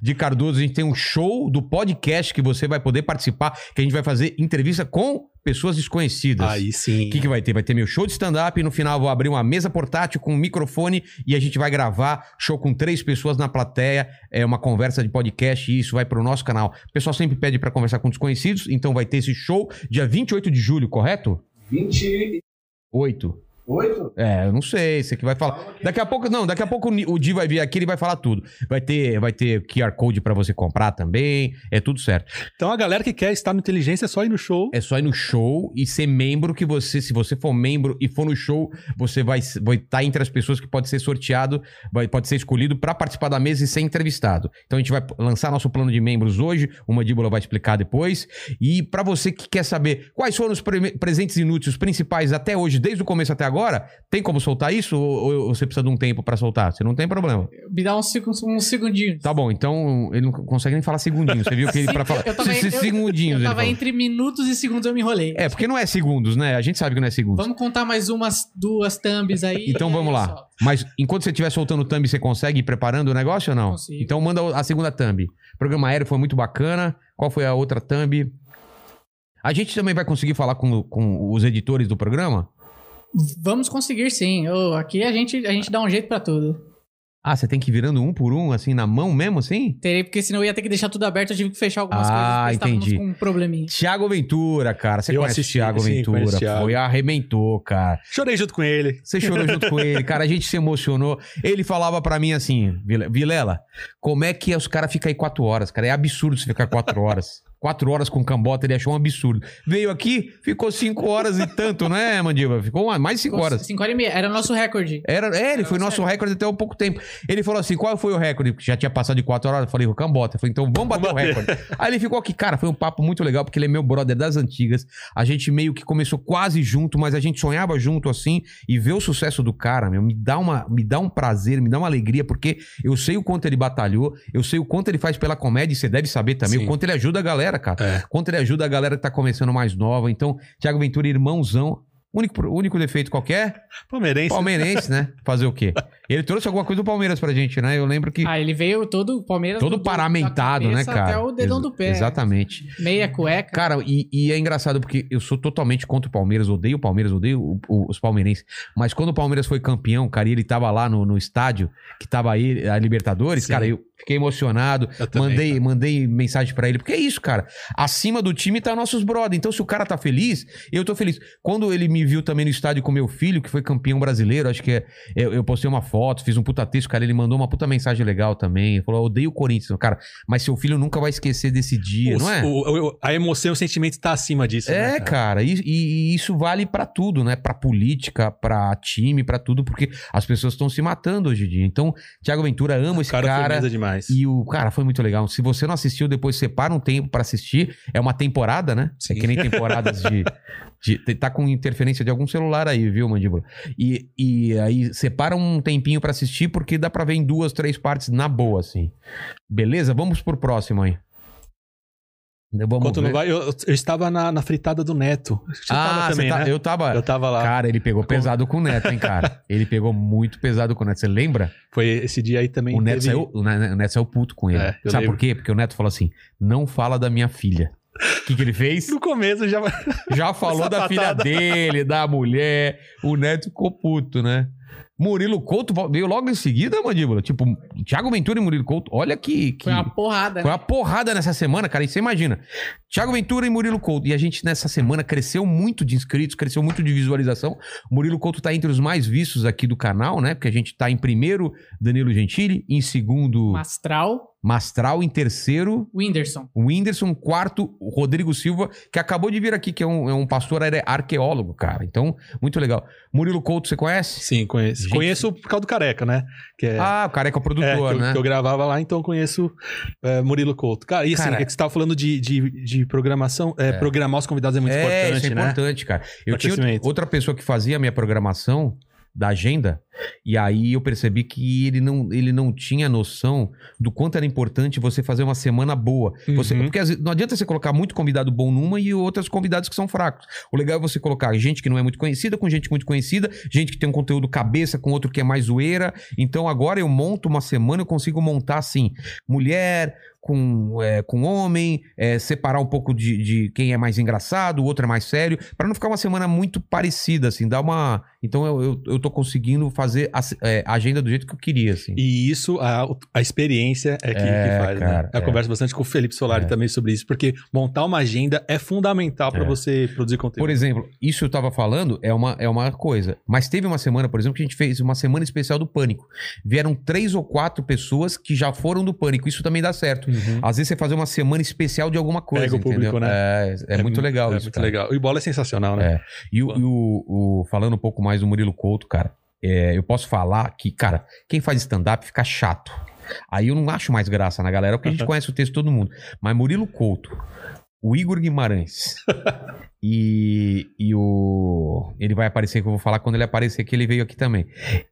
S2: de Cardoso, a gente tem um show do podcast que você vai poder participar, que a gente vai fazer entrevista com pessoas desconhecidas.
S4: Aí sim.
S2: O que, que vai ter? Vai ter meu show de stand-up. e No final, eu vou abrir uma mesa portátil com um microfone e a gente vai gravar show com três pessoas na plateia. É uma conversa de podcast e isso vai pro nosso canal. O pessoal sempre pede pra conversar com desconhecidos, então vai ter esse show dia 28 de julho, correto?
S5: 28?
S2: 8. É, eu não sei, você que vai falar. Daqui a pouco, não, daqui a pouco o Ni- o Di vai vir aqui, ele vai falar tudo. Vai ter, vai ter QR Code pra você comprar também, é tudo certo.
S4: Então a galera que quer estar no Inteligência é só ir no show.
S2: É só ir no show e ser membro que você, se você for membro e for no show, você vai estar vai tá entre as pessoas que pode ser sorteado, vai, pode ser escolhido pra participar da mesa e ser entrevistado. Então a gente vai lançar nosso plano de membros hoje, o Mandíbula vai explicar depois. E pra você que quer saber quais foram os preme- presentes inúteis os principais até hoje, desde o começo até agora, tem como soltar isso ou, ou você precisa de um tempo pra soltar? Você não tem problema.
S3: Me dá uns, segun- uns segundinhos.
S2: Tá bom, então ele não consegue nem falar segundinho. Você viu que ele para falar
S3: eu tava-
S2: se- se-
S3: eu-
S2: segundinhos.
S3: Eu
S2: ele
S3: tava
S2: falou.
S3: entre minutos e segundos eu me enrolei.
S2: É, porque não é segundos, né? A gente sabe que não é segundos.
S3: Vamos contar mais umas duas thumbs aí.
S2: Então
S3: e aí
S2: vamos lá.
S3: eu solto.
S2: Mas enquanto você estiver soltando o thumb, você consegue ir preparando o negócio ou não?
S3: Consigo.
S2: Então manda a segunda thumb. O programa aéreo foi muito bacana. Qual foi a outra thumb? A gente também vai conseguir falar com, com os editores do programa?
S3: Vamos conseguir sim. Ô, aqui a gente, a gente dá um jeito pra tudo.
S2: Ah, você tem que ir virando um por um, assim, na mão mesmo, assim?
S3: Terei, porque senão eu ia ter que deixar tudo aberto. Eu tive que fechar algumas
S2: Ah,
S3: coisas. porque
S2: entendi.
S3: estávamos com um probleminha.
S2: Tiago Ventura, cara. Você
S4: Eu
S2: conhece
S4: assisti,
S2: Tiago
S4: sim,
S2: Ventura?
S4: conheço Thiago.
S2: Foi, arrebentou, cara.
S4: Chorei junto com ele.
S2: Você chorou junto com ele, cara. A gente se emocionou. Ele falava pra mim assim, "Vile- Vilela, como é que os caras ficam aí quatro horas, cara? É absurdo você ficar quatro horas. Quatro horas com cambota, ele achou um absurdo. Veio aqui, ficou cinco horas e tanto, né, Mandiba? Ficou uma- mais cinco horas.
S3: 5 horas e meia. Era o nosso recorde.
S2: Era, é, ele foi nosso recorde até há pouco tempo. Ele falou assim: qual foi o recorde? Porque Já tinha passado de quatro horas. Eu falei, o Cambota. Eu falei, então vamos bater,
S4: Vamos
S2: o recorde. Aí ele ficou aqui, cara, foi um papo muito legal, porque ele é meu brother das antigas. A gente meio que começou quase junto, mas a gente sonhava junto assim. E ver o sucesso do cara, meu, me dá, uma, me dá um prazer, me dá uma alegria, porque eu sei o quanto ele batalhou, eu sei o quanto ele faz pela comédia, e você deve saber também o
S4: Sim.
S2: quanto ele ajuda a galera, cara.
S4: É.
S2: O quanto ele ajuda a galera que tá começando mais nova. Então, Thiago Ventura, irmãozão. Único, único defeito qualquer
S4: Palmeirense.
S2: Palmeirense, né? Fazer o quê? Ele trouxe alguma coisa do Palmeiras pra gente, né? Eu lembro que.
S3: Ah, ele veio todo Palmeiras.
S2: todo
S3: do- do- da
S2: paramentado, né,
S3: cabeça
S2: cara?
S3: Até o dedão
S2: Ex-
S3: do pé.
S2: Exatamente.
S3: Meia cueca.
S2: Cara, e, e é engraçado porque eu sou totalmente contra o Palmeiras, odeio o Palmeiras, odeio o- o- os palmeirenses. Mas quando o Palmeiras foi campeão, cara, e ele tava lá no, no estádio, que tava aí a Libertadores,
S4: Sim.
S2: cara, eu fiquei emocionado.
S4: Eu também,
S2: mandei, mandei mensagem pra ele, porque é isso, cara. Acima do time tá nossos brother. Então, se o cara tá feliz, eu tô feliz. Quando ele me viu também no estádio com meu filho, que foi campeão brasileiro, acho que é. Eu, eu postei uma foto, fiz um puta texto, cara. Ele mandou uma puta mensagem legal também. Ele falou: "Eu odeio o Corinthians, cara, mas seu filho nunca vai esquecer desse dia,
S4: O-
S2: não é?
S4: o- o- a emoção e o sentimento tá acima disso. né,
S2: É, cara, e, e- e isso vale pra tudo, né? Pra política, pra time, pra tudo, porque as pessoas estão se matando hoje em dia. Então, Thiago Ventura ama esse
S4: O cara,
S2: cara.
S4: foi mesa demais.
S2: e o cara foi muito legal. Se você não assistiu, depois separa um tempo pra assistir. É uma temporada, né?
S4: Sim.
S2: É que nem temporadas de, de- de- Tá com interferência de algum celular aí, viu, Mandíbula? E, e aí separa um tempinho pra assistir, porque dá pra ver em duas, três partes na boa, assim. Beleza? Vamos pro próximo aí. Vamos
S4: Enquanto não
S2: ver.
S4: vai, eu, eu estava na, na fritada do Neto. Você
S2: Ah,
S4: tava
S2: você
S4: também,
S2: tá-
S4: né?
S2: eu tava.
S4: Eu tava lá.
S2: Cara, ele pegou
S4: Como-
S2: pesado com o Neto, hein, cara? ele pegou muito pesado com o Neto. Você lembra?
S4: Foi esse dia aí também.
S2: O Neto,
S4: teve-
S2: saiu, o Ne- o Neto saiu puto com ele.
S4: É, eu
S2: Sabe
S4: lembro.
S2: por quê? Porque o Neto falou assim: não fala da minha filha. O que, que ele fez?
S4: No começo já.
S2: Já falou da
S4: Sapatada.
S2: filha dele, da mulher. O Neto ficou puto, né? Murilo Couto veio logo em seguida, mandíbula. Tipo, Thiago Ventura e Murilo Couto. Olha que. que...
S3: Foi uma porrada. né?
S2: Foi uma porrada nessa semana, cara. E você imagina. Thiago Ventura e Murilo Couto. E a gente nessa semana cresceu muito de inscritos, cresceu muito de visualização. Murilo Couto tá entre os mais vistos aqui do canal, né? Porque a gente tá em primeiro Danilo Gentili, em segundo
S3: Mastral,
S2: Mastral, em terceiro
S3: Whindersson.
S2: o Whindersson, quarto, o Rodrigo Silva, que acabou de vir aqui, que é um, é um pastor are- arqueólogo, cara. Então, muito legal. Murilo Couto, você conhece?
S4: Sim, conheço.
S2: Gente.
S4: Conheço por causa do Careca, né? Que é.
S2: Ah, o careca
S4: é,
S2: produtor,
S4: que, eu,
S2: né?
S4: que eu gravava lá, então conheço é, Murilo Couto. Cara, e assim,
S2: Cara.
S4: é que você tava falando de, de, de programação, é, programar os convidados é muito
S2: é,
S4: importante,
S2: isso é
S4: né?
S2: importante, cara. Eu
S4: Pra
S2: tinha
S4: crescimento.
S2: outra pessoa que fazia a minha programação da agenda, e aí eu percebi que ele não, ele não tinha noção do quanto era importante você fazer uma semana boa. Você-
S4: Uhum.
S2: porque às vezes, não adianta você colocar muito convidado bom numa e outros convidados que são fracos. O legal é você colocar gente que não é muito conhecida com gente muito conhecida, gente que tem um conteúdo cabeça com outro que é mais zoeira. Então agora eu monto uma semana, eu consigo montar assim, mulher, com, é, com homem, é, separar um pouco de, de quem é mais engraçado, o outro é mais sério, para não ficar uma semana muito parecida, assim, dá uma. Então eu, eu, eu tô conseguindo fazer a, se- é, a agenda do jeito que eu queria, assim.
S4: E isso, a, a experiência é que,
S2: É,
S4: que faz,
S2: cara,
S4: né? Eu
S2: é.
S4: converso bastante com o Felipe Solari
S2: É.
S4: também sobre isso, porque montar uma agenda é fundamental pra
S2: É.
S4: você produzir conteúdo.
S2: Por exemplo, isso eu tava falando é uma, é uma coisa. Mas teve uma semana, por exemplo, que a gente fez uma semana especial do pânico. Vieram três ou quatro pessoas que já foram do pânico. Isso também dá certo.
S4: Uhum.
S2: Às vezes você fazer uma semana especial de alguma coisa.
S4: Pega o público,
S2: entendeu? É, é muito legal
S4: É
S2: isso.
S4: muito
S2: cara.
S4: legal. E bola é sensacional, né?
S2: E, o, e o- o- falando um pouco mais do Murilo Couto, cara, é, eu posso falar que, cara, quem faz stand-up fica chato. Aí eu não acho mais graça na galera, porque a gente conhece o texto de todo mundo. Mas Murilo Couto, o Igor Guimarães e, e o. Ele vai aparecer, que eu vou falar quando ele aparecer, que ele veio aqui também.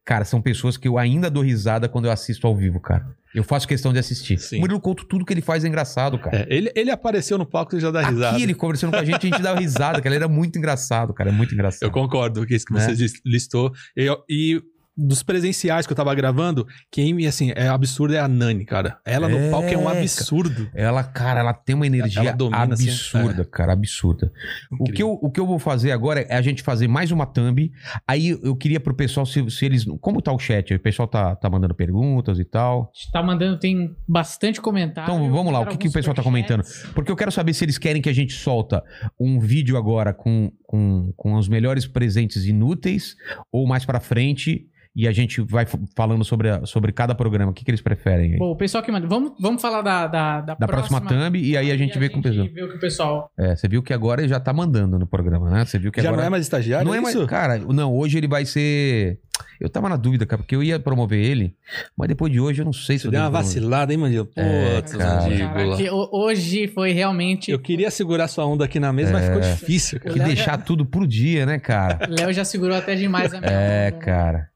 S2: Cara, são pessoas que eu ainda dou risada quando eu assisto ao vivo, cara. Eu faço questão de assistir.
S4: Sim.
S2: Murilo Couto, tudo que ele faz é engraçado,
S4: É,
S2: cara.
S4: ele, ele apareceu no palco e já dá risada.
S2: Aqui ele conversando com a gente, a gente dá risada, cara. Ele era muito engraçado, cara. É muito engraçado.
S4: Eu concordo com isso que
S2: Né?
S4: você dis- listou. E, eu- e dos presenciais que eu tava gravando, quem, me, assim, é absurdo é a Nani, cara. Ela
S2: É,
S4: no palco é um
S2: cara.
S4: absurdo.
S2: Ela, cara, ela tem uma energia
S4: Ela domina, assim,
S2: absurda, cara, absurda. O que, eu, o que eu vou fazer agora é a gente fazer mais uma thumb. Aí eu queria pro pessoal, se, se eles. Como tá o chat? aí? O pessoal tá, tá mandando perguntas e tal.
S3: A gente tá mandando, tem bastante comentário.
S2: Então, vamos lá, o que que o pessoal tá comentando? Porque eu quero saber se eles querem que a gente solta um vídeo agora com, com, com os melhores presentes inúteis ou mais pra frente e a gente vai f- falando sobre, a- sobre cada programa. O que, que eles preferem? aí?
S3: Bom, o pessoal que manda. Vamos, vamos falar da, da, da,
S2: Da próxima, thumb e aí a gente vê com o pessoal.
S3: vê o que o pessoal.
S2: É, você viu que agora ele já tá mandando no programa, né? Você viu que
S4: já
S2: agora.
S4: não é mais estagiário?
S2: Não é mais.
S4: isso?
S2: Cara, não, hoje ele vai ser. Eu tava na dúvida, cara, porque eu ia promover ele, mas depois de hoje eu não sei se
S4: Você
S2: eu
S4: deu
S2: devo
S4: uma
S2: promover.
S4: vacilada, hein, Mandíbula?
S2: É,
S4: Putz,
S2: cara.
S4: Mandíbula.
S3: que ho- hoje foi realmente.
S4: Eu queria segurar sua onda aqui na mesa, mas ficou difícil, cara.
S2: Que É, deixar tudo pro dia, né, cara?
S3: O Léo já segurou até demais a minha.
S2: É,
S3: mão.
S2: cara.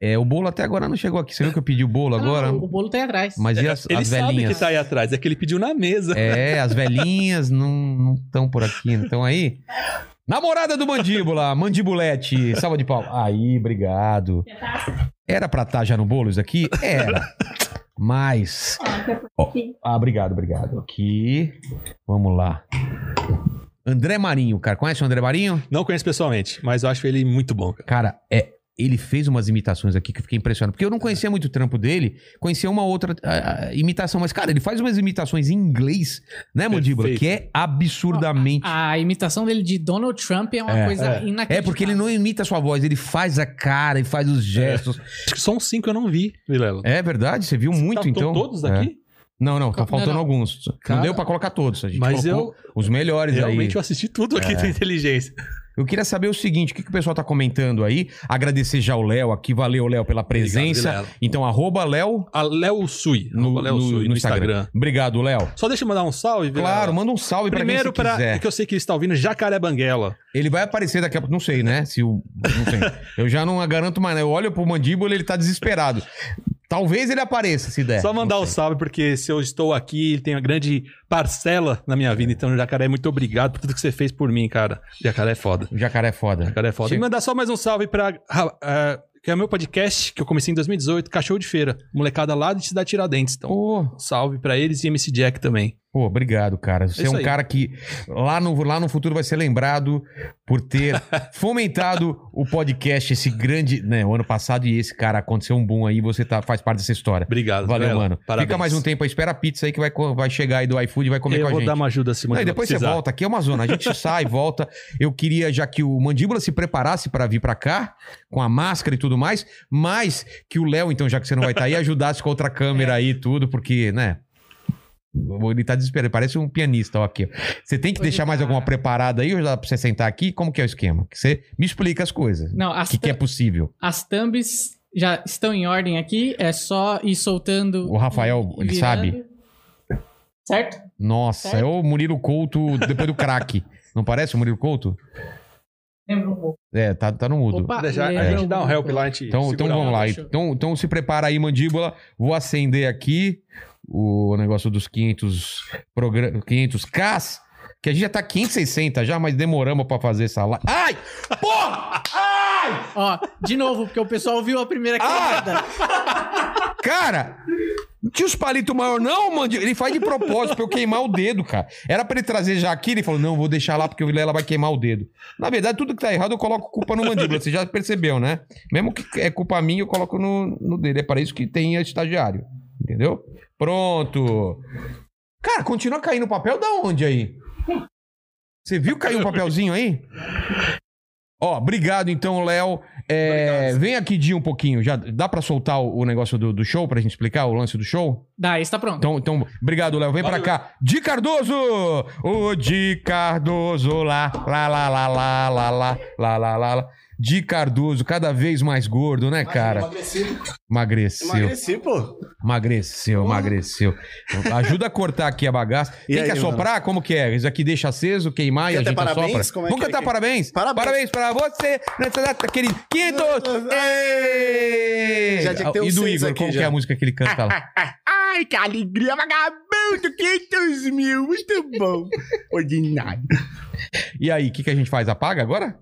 S2: É, o bolo até agora não chegou aqui. Você viu que eu pedi o bolo
S3: Ah,
S2: agora?
S3: O bolo tá aí atrás.
S2: Mas e as,
S4: É, Ele
S2: as
S4: sabe
S2: velhinhas?
S4: que tá aí atrás, é que ele pediu na mesa.
S2: É, as velhinhas não estão por aqui. Então aí. Namorada do Mandíbula, Mandibulete, salva de pau. Aí, obrigado. Era pra estar já no bolo isso aqui? Era. Mas. Ó, ah, obrigado, obrigado. Aqui. Vamos lá. André Marinho, cara. Conhece o André Marinho?
S4: Não conheço pessoalmente, mas eu acho ele muito bom, cara.
S2: Cara, é. Ele fez umas imitações aqui que eu fiquei impressionado. Porque eu não
S4: É.
S2: conhecia muito o trampo dele, conhecia uma outra ah, ah, imitação. Mas, cara, ele faz umas imitações em inglês, né, Mandíbula?
S4: Perfeito.
S2: Que é absurdamente.
S3: A imitação dele de Donald Trump é uma
S2: É,
S3: coisa
S4: é.
S3: inacreditável.
S2: É, porque ele não imita a sua voz, ele faz a cara e faz os gestos.
S4: É. Acho que só uns cinco eu não vi, Vilela.
S2: É, verdade, você viu muito
S4: Tá- tão
S2: então.
S4: todos
S2: É.
S4: daqui?
S2: Não, não, tá
S3: Não,
S2: faltando
S3: não.
S2: alguns.
S4: Cara,
S2: não deu pra colocar todos, a gente
S4: Mas
S2: colocou
S4: eu
S2: os melhores
S4: realmente
S2: aí. É.
S4: eu assisti tudo aqui da inteligência.
S2: Eu queria saber o seguinte, o que, que o pessoal tá comentando aí? Agradecer já o Léo aqui, valeu Léo pela presença.
S4: Obrigado, Vilela.
S2: então arroba Léo
S4: A Léo Sui,
S2: no,
S4: arroba Léo
S2: no-
S4: Sui
S2: no Instagram. Obrigado, Léo.
S4: Só deixa eu mandar um salve, Vilela.
S2: Claro, manda um salve
S4: Primeiro
S2: pra quem
S4: pra,
S2: você quiser.
S4: que eu sei que está ouvindo, Jacaré Banguela.
S2: Ele vai aparecer daqui a pouco, não sei, né? Se o. Não sei. Eu já não garanto mais, né? Eu olho pro mandíbula, ele tá desesperado. Talvez ele apareça, se der.
S4: Só mandar
S2: não
S4: um
S2: sei.
S4: salve, porque se eu estou aqui, ele tem uma grande parcela na minha vida. Então, Jacaré, muito obrigado por tudo que você fez por mim, cara. Jacaré é foda.
S2: O jacaré é foda.
S4: Jacaré é foda. E
S2: Chega.
S4: mandar só mais um salve pra. ra- é, que é o meu podcast, que eu comecei em 2018, Cachorro de Feira. Molecada lá de Cidade Tiradentes. Então,
S2: Pô,
S4: salve pra eles e MC Jack também.
S2: Pô, obrigado, cara. Você é
S4: Isso
S2: um
S4: aí.
S2: cara que lá no, lá no futuro vai ser lembrado por ter fomentado o podcast, esse grande. Né, o ano passado e esse, cara, aconteceu um boom aí, você tá, faz parte dessa história.
S4: Obrigado.
S2: Valeu,
S4: Vilela.
S2: mano.
S4: Parabéns.
S2: Fica mais um tempo aí, espera a pizza aí que vai, co- vai chegar aí do iFood e vai comer
S4: Eu
S2: com a
S4: vou
S2: gente.
S4: dar uma ajuda, Simone.
S2: Não, e depois você volta aqui, é uma zona. A gente sai, volta. Eu queria já que o Mandíbula se preparasse pra vir pra cá, com a máscara e tudo mais, mas que o Léo, então, já que você não vai estar aí, ajudasse com a outra câmera aí e tudo, porque, né? Ele tá desesperado, ele parece um pianista, ó, aqui. Você tem que
S3: Pode
S2: deixar mais
S3: parar.
S2: alguma preparada aí, ou já dá pra você sentar aqui? Como que é o esquema? Que Você me explica as coisas.
S3: Não, as,
S2: O que, que é possível?
S3: as thumbs já estão em ordem aqui, é só ir soltando.
S2: O Rafael,
S3: e
S2: ele sabe?
S3: Certo?
S2: Nossa, é
S3: Sério?
S2: o Murilo Couto depois do craque. Não parece o Murilo Couto?
S3: Lembra um pouco.
S2: É, tá, tá no mudo.
S3: Opa,
S4: Deixa- a
S3: lembra
S4: gente
S3: um
S4: dá um help
S3: pouco.
S4: lá, a gente
S2: Então, então
S4: segura
S2: vamos lá.
S3: fechou.
S2: Então, então se prepara aí, mandíbula. Vou acender aqui o negócio dos 500 progra- 500Ks. Que a gente já tá 560 já, mas demoramos pra fazer essa live. Ai! Porra! Ai!
S3: Ó, de novo, porque o pessoal viu a primeira queimada.
S2: Cara! Não tinha os palitos maior não, mandíbula. Ele faz de propósito pra eu queimar o dedo, cara. Era pra ele trazer já aqui, ele falou, não, vou deixar lá porque o Vilela vai queimar o dedo. Na verdade, tudo que tá errado eu coloco culpa no mandíbula. Você já percebeu, né? Mesmo que é culpa minha, eu coloco no, no dele. É para isso que tem estagiário. Entendeu? Pronto. Cara, continua caindo papel da onde aí? Você viu cair um papelzinho aí? Ó, obrigado então, Léo. É, vem aqui, Dia, um pouquinho. Já dá pra soltar o, o negócio do, do show pra gente explicar o lance do show?
S3: Dá, está pronto.
S2: Então, então obrigado, Léo. Vem pra
S4: Valeu.
S2: cá. Di Cardoso! O Di Cardoso lá, lá, lá, lá, lá, lá, lá, lá, lá, lá, lá. Di Cardoso, cada vez mais gordo, né, cara?
S5: Emagreci,
S2: Emagreceu,
S5: emagreci, pô.
S2: emagreceu, emagreceu. Ajuda a cortar aqui a bagaça.
S5: E
S2: Tem que
S5: aí,
S2: assoprar? Como que é? Isso aqui deixa aceso, queimar e a
S5: Quer ter
S2: gente
S5: parabéns?
S2: assopra.
S5: Como é que
S2: Vamos
S5: é
S2: cantar
S5: que-
S2: parabéns?
S5: Parabéns.
S2: Parabéns pra você nessa data, querido. Quintos! Ei!
S5: Já tinha que ter
S2: E
S5: uns
S2: do
S5: seis
S2: Igor,
S5: aqui
S2: como que
S5: já.
S2: é a música que ele canta lá?
S5: Ai, que alegria, vagabundo! 500 mil, muito bom. Ordinário.
S2: Tá E aí, o que, que a gente faz? Apaga agora?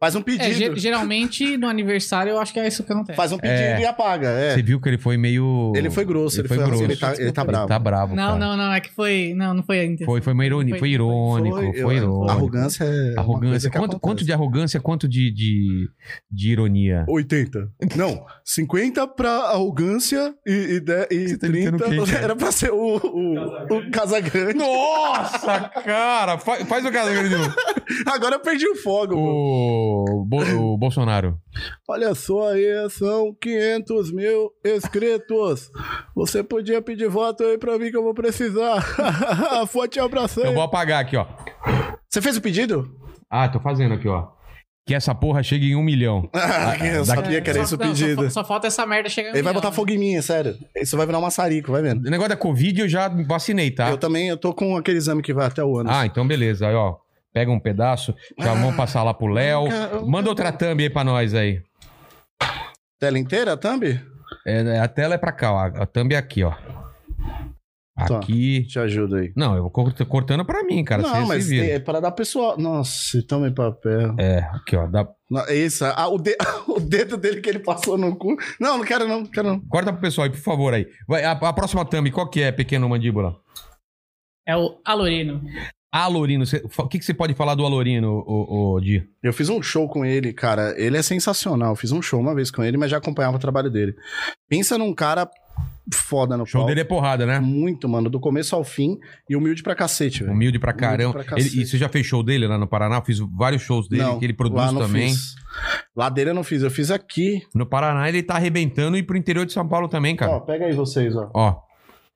S5: Faz um
S3: É, ge-
S5: pedido.
S3: geralmente no aniversário eu acho que é isso que acontece.
S5: Faz um pedido
S2: É.
S5: e apaga. É.
S2: Você viu que ele foi meio.
S5: Ele foi grosso, ele foi assim, ele tá- ele tá bravo.
S2: Ele tá bravo.
S3: não,
S2: cara.
S3: não, não, é que foi. Não, não foi a intenção.
S2: Foi, foi uma ironia, foi
S3: Foi-
S2: irônico, foi,
S5: eu-
S2: irônico.
S5: Arrogância é. uma coisa
S2: Arrogância.
S5: que
S2: Quanto,
S5: acontece.
S2: quanto de arrogância, quanto de, de, de ironia?
S5: 80. Não, 50 pra arrogância e, e, de, e
S2: Você tá imitando
S5: 30
S2: quem, cara?
S5: Então, era pra ser o, o, o Casagrande.
S2: Nossa, cara! Faz, faz o caso, Grandinho.
S5: Agora eu perdi o fogo. pô.
S2: O, Bo- o Bolsonaro.
S5: Olha só aí, são 500 mil inscritos. Você podia pedir voto aí pra mim que eu vou precisar. Forte abraço
S2: Eu
S5: aí.
S2: vou apagar aqui, ó.
S5: Você fez o pedido?
S2: Ah, tô fazendo aqui, ó. Que essa porra chegue em um milhão.
S5: Ah, eu
S2: daqui-
S5: sabia que era
S3: Só-
S5: isso o
S3: não, só
S5: pedido.
S3: fa- Só, falta essa merda chegar. no
S5: Ele vai
S3: milhão,
S5: botar
S3: né?
S5: fogo em mim, é sério. Isso vai virar um maçarico, vai vendo.
S2: O negócio da Covid eu já vacinei, tá?
S5: Eu também, eu tô com aquele exame que vai até o ano. Ah,
S2: Ah, então beleza. Aí, ó. Pega um pedaço, já vamos passar lá pro Léo.
S5: cara,
S2: Manda outra thumb aí pra nós aí.
S5: Tela inteira, thumb?
S2: É, a tela é pra cá, ó. A thumb é aqui, ó.
S5: Tá.
S2: Aqui.
S5: Te ajuda aí.
S2: Não, eu vou cort- cortando pra mim, cara.
S5: não,
S2: Você- você
S5: mas
S2: vira.
S5: tem- é para dar pessoal. Nossa, então também papel.
S2: É, aqui, ó. Dá...
S5: Não, É isso. Ah, o, de- o dedo dele que ele passou no cu. Não, não quero, não, não quero não.
S2: Corta pro pessoal aí, por favor, aí. Vai, a, a próxima thumb, qual que é, pequeno mandíbula?
S3: É o Alorino.
S2: Alorino. cê- fa- O que, que Ah, você pode falar do Alorino, ô, ô, Di?
S5: Eu fiz um show com ele, cara. Ele é sensacional. Eu fiz um show uma vez com ele, mas já acompanhava o trabalho dele. Pensa num cara foda no
S2: O show
S5: palco.
S2: dele é porrada, né?
S5: Muito, mano. Do começo ao fim e humilde pra cacete, velho.
S2: Humilde pra
S5: Humilde
S2: caramba.
S5: pra
S2: Ele-
S5: cacete.
S2: e você já fez show dele lá no Paraná? Eu fiz vários shows dele
S5: Não,
S2: que ele
S5: lá
S2: produz
S5: não
S2: também.
S5: Fiz. Lá dele eu não fiz, eu fiz aqui.
S2: No Paraná ele tá arrebentando e pro interior de São Paulo também, cara.
S5: Ó, pega aí vocês, ó.
S2: Ó.